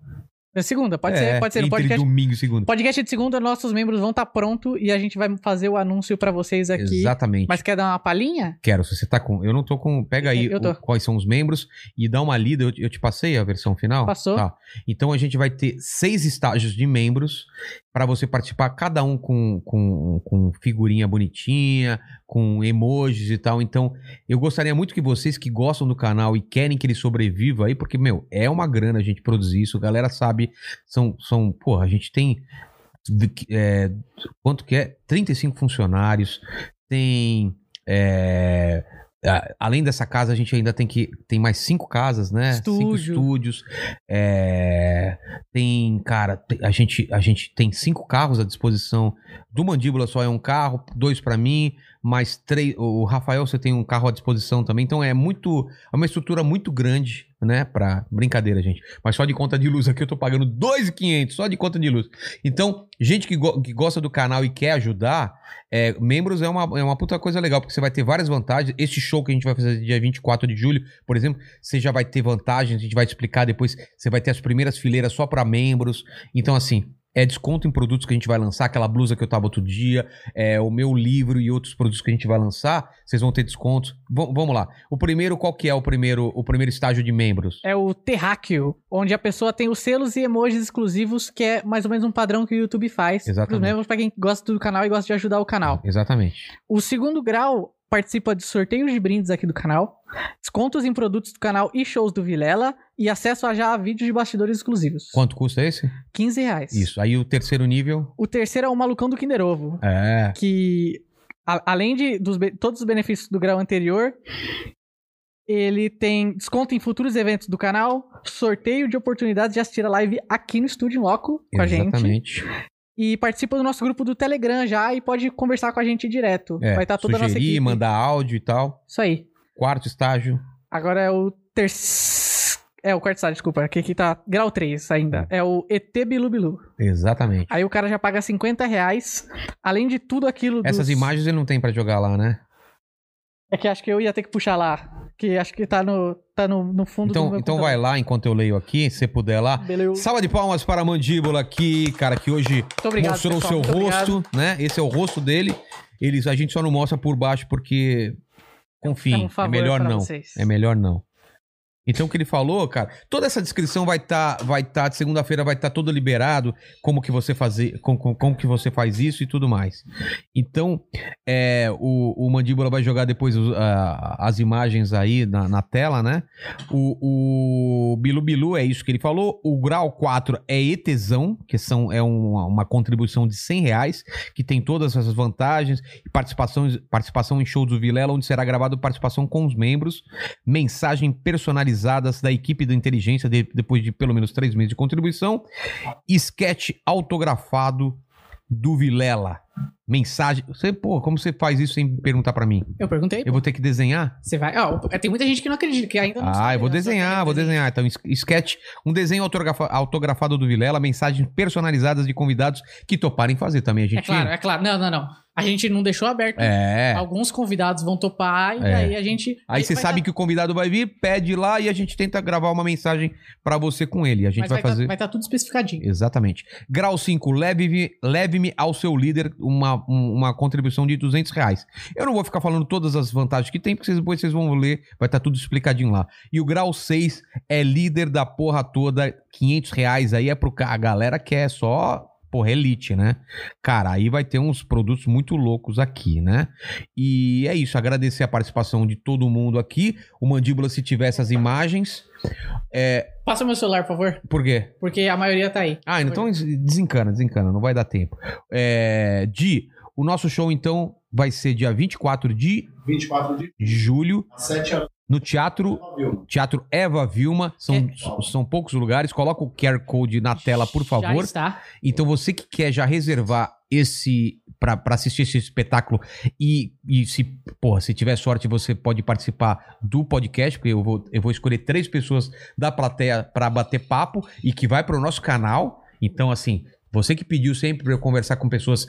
S6: É segunda, pode
S2: É,
S6: ser, pode ser. No
S2: Entre
S6: podcast,
S2: domingo e segunda.
S6: podcast de segunda, nossos membros vão estar pronto e a gente vai fazer o anúncio pra vocês aqui.
S2: Exatamente.
S6: Mas quer dar uma palhinha?
S2: Quero, se você tá com. Eu não tô com. Pega aí
S6: Eu tô.
S2: o- quais são os membros e dá uma lida. Eu, eu te passei a versão final?
S6: Passou.
S2: Tá. Então a gente vai ter seis estágios de membros para você participar, cada um com, com, com figurinha bonitinha, com emojis e tal. Então eu gostaria muito que vocês que gostam do canal e querem que ele sobreviva aí, porque, meu, é uma grana a gente produzir isso. A galera sabe. São. são porra, a gente tem. é, quanto que é? 35 funcionários. Tem. É, a- além dessa casa, a gente ainda tem que. Tem mais cinco casas, né? Cinco
S6: Estúdio.
S2: estúdios. É, tem, cara, te- a gente, a gente tem cinco carros à disposição. Do Mandíbula só é um carro, dois pra mim. mais três. O Rafael, você tem um carro à disposição também, então é muito. É uma estrutura muito grande, né? Pra. Brincadeira, gente. Mas só de conta de luz aqui eu tô pagando 2,500 só de conta de luz. Então, gente que, go- que gosta do canal e quer ajudar, é, membros é uma, é uma puta coisa legal, porque você vai ter várias vantagens. Este show que a gente vai fazer dia 24 de julho, por exemplo, você já vai ter vantagens, a gente vai te explicar depois. Você vai ter as primeiras fileiras só pra membros. Então, assim, é desconto em produtos que a gente vai lançar, aquela blusa que eu tava outro dia, é, o meu livro e outros produtos que a gente vai lançar, vocês vão ter descontos. Vam- vamos lá. O primeiro, qual que é o primeiro, o primeiro estágio de membros?
S6: É o Terráqueo, onde a pessoa tem os selos e emojis exclusivos, que é mais ou menos um padrão que o YouTube faz. Para
S2: Exatamente.
S6: membros, para quem gosta do canal e gosta de ajudar o canal.
S2: Exatamente.
S6: O segundo grau participa de sorteios de brindes aqui do canal, descontos em produtos do canal e shows do Vilela, e acesso a já a vídeos de bastidores exclusivos.
S2: Quanto custa esse?
S6: 15 reais.
S2: Isso. Aí o terceiro nível
S6: O terceiro é o Malucão do Kinder Ovo.
S2: é.
S6: que a- além de dos be- todos os benefícios do grau anterior, ele tem desconto em futuros eventos do canal, sorteio de oportunidades de assistir a live aqui no estúdio em loco com a gente.
S2: Exatamente.
S6: E participa do nosso grupo do Telegram já e pode conversar com a gente direto.
S2: É,
S6: Vai estar toda a nossa
S2: sugerir,
S6: equipe.
S2: mandar áudio e tal.
S6: Isso aí.
S2: Quarto estágio.
S6: Agora é o terceiro. É o quarto estágio, desculpa. Aqui que tá grau 3 ainda. É o ET Bilu Bilu.
S2: Exatamente.
S6: Aí o cara já paga 50 reais. Além de tudo aquilo.
S2: Essas
S6: dos-
S2: imagens ele não tem pra jogar lá, né?
S6: É que acho que eu ia ter que puxar lá. Que acho que tá no, tá no, no fundo do
S2: Então,
S6: meu
S2: então
S6: computador.
S2: vai lá enquanto eu leio aqui, se você puder lá.
S6: Beleza.
S2: Salva de palmas para a mandíbula aqui, cara, que hoje
S6: obrigado,
S2: mostrou o
S6: pessoal,
S2: seu
S6: muito
S2: rosto, né? Esse é o rosto dele. Eles, a gente só não mostra por baixo porque,
S6: É
S2: enfim,
S6: um
S2: é
S6: favor
S2: melhor
S6: pra
S2: não.
S6: vocês.
S2: É melhor não. Então o que ele falou, cara, toda essa descrição vai estar, vai tá, de segunda-feira vai estar todo liberado, como que você fazer, com- com- como, que você faz isso e tudo mais. Então, é, o, o Mandíbula vai jogar depois os- a- as imagens aí na, na tela, né? O, o Bilu Bilu é isso que ele falou. O grau 4 é ETzão, que são, é uma, uma contribuição de 100 reais, que tem todas essas vantagens, participações, participação em shows do Vilela, onde será gravado participação com os membros, mensagem personalizadas da equipe da inteligência de- depois de pelo menos três meses de contribuição, sketch autografado do Vilela. Mensagem. Você, pô, como você faz isso sem perguntar pra mim?
S3: Eu perguntei.
S2: Eu vou ter que desenhar?
S3: Você vai. Ó, é, tem muita gente que não acredita, que ainda não
S2: ah, eu vou desenhar, vou desenhar. Então, es- sketch, um desenho autografa- autografado do Vilela, mensagens personalizadas de convidados que toparem fazer também. A gente.
S3: É claro, é claro. Não, não, não. A gente não deixou aberto.
S2: É.
S3: Alguns convidados vão topar e
S2: É.
S3: aí a gente.
S2: Aí você
S3: vai
S2: sabe
S3: tá-
S2: que o convidado vai vir, pede lá e a gente tenta gravar uma mensagem pra você com ele. A gente
S3: mas
S2: vai,
S3: tá-
S2: fazer.
S3: vai estar tudo especificadinho.
S2: Exatamente. Grau 5, leve-me leve ao seu líder uma, um- uma contribuição de 200 reais. Eu não vou ficar falando todas as vantagens que tem, porque vocês- depois vocês vão ler, vai estar tudo explicadinho lá. E o grau 6 é líder da porra toda, 500 reais aí é pro ca- a galera que é só... Porra, elite, né? Cara, aí vai ter uns produtos muito loucos aqui, né? E é isso, agradecer a participação de todo mundo aqui. O Mandíbula, se tivesse as imagens. É...
S3: Passa meu celular, por favor.
S2: Por quê?
S3: Porque a maioria tá aí.
S2: Ah, então desencana, desencana, não vai dar tempo. É, Di, o nosso show então vai ser dia 24 de
S16: 24 de
S2: julho.
S16: Sete horas.
S2: No teatro, teatro Eva Vilma, são, são poucos lugares. Coloca o QR Code na tela, por favor.
S3: está.
S2: Então você que quer já reservar esse pra pra assistir esse espetáculo e, e se, porra, se tiver sorte você pode participar do podcast, porque eu vou, eu vou escolher três pessoas da plateia pra bater papo e que vai pro nosso canal. Então assim, você que pediu sempre pra eu conversar com pessoas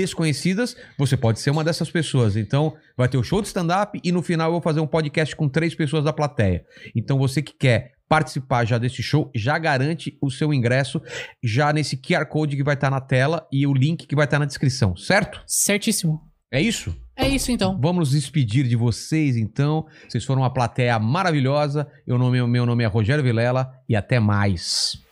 S2: desconhecidas, você pode ser uma dessas pessoas. Então, vai ter o show de stand-up e no final eu vou fazer um podcast com três pessoas da plateia. Então, você que quer participar já desse show, já garante o seu ingresso já nesse QR Code que vai estar na tela e o link que vai estar na descrição, certo?
S3: Certíssimo.
S2: É isso?
S3: É isso então.
S2: Vamos nos despedir de vocês, então. Vocês foram uma plateia maravilhosa. Eu nome, meu nome é Rogério Vilela e até mais.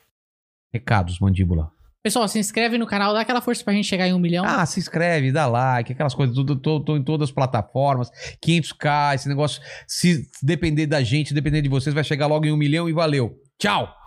S2: Recados, mandíbula.
S3: Pessoal, se inscreve no canal, dá aquela força pra gente chegar em um milhão.
S2: Ah, se inscreve, dá like, aquelas coisas, tudo, tô, tô em todas as plataformas, 500k, esse negócio, se depender da gente, depender de vocês, vai chegar logo em um milhão e valeu. Tchau!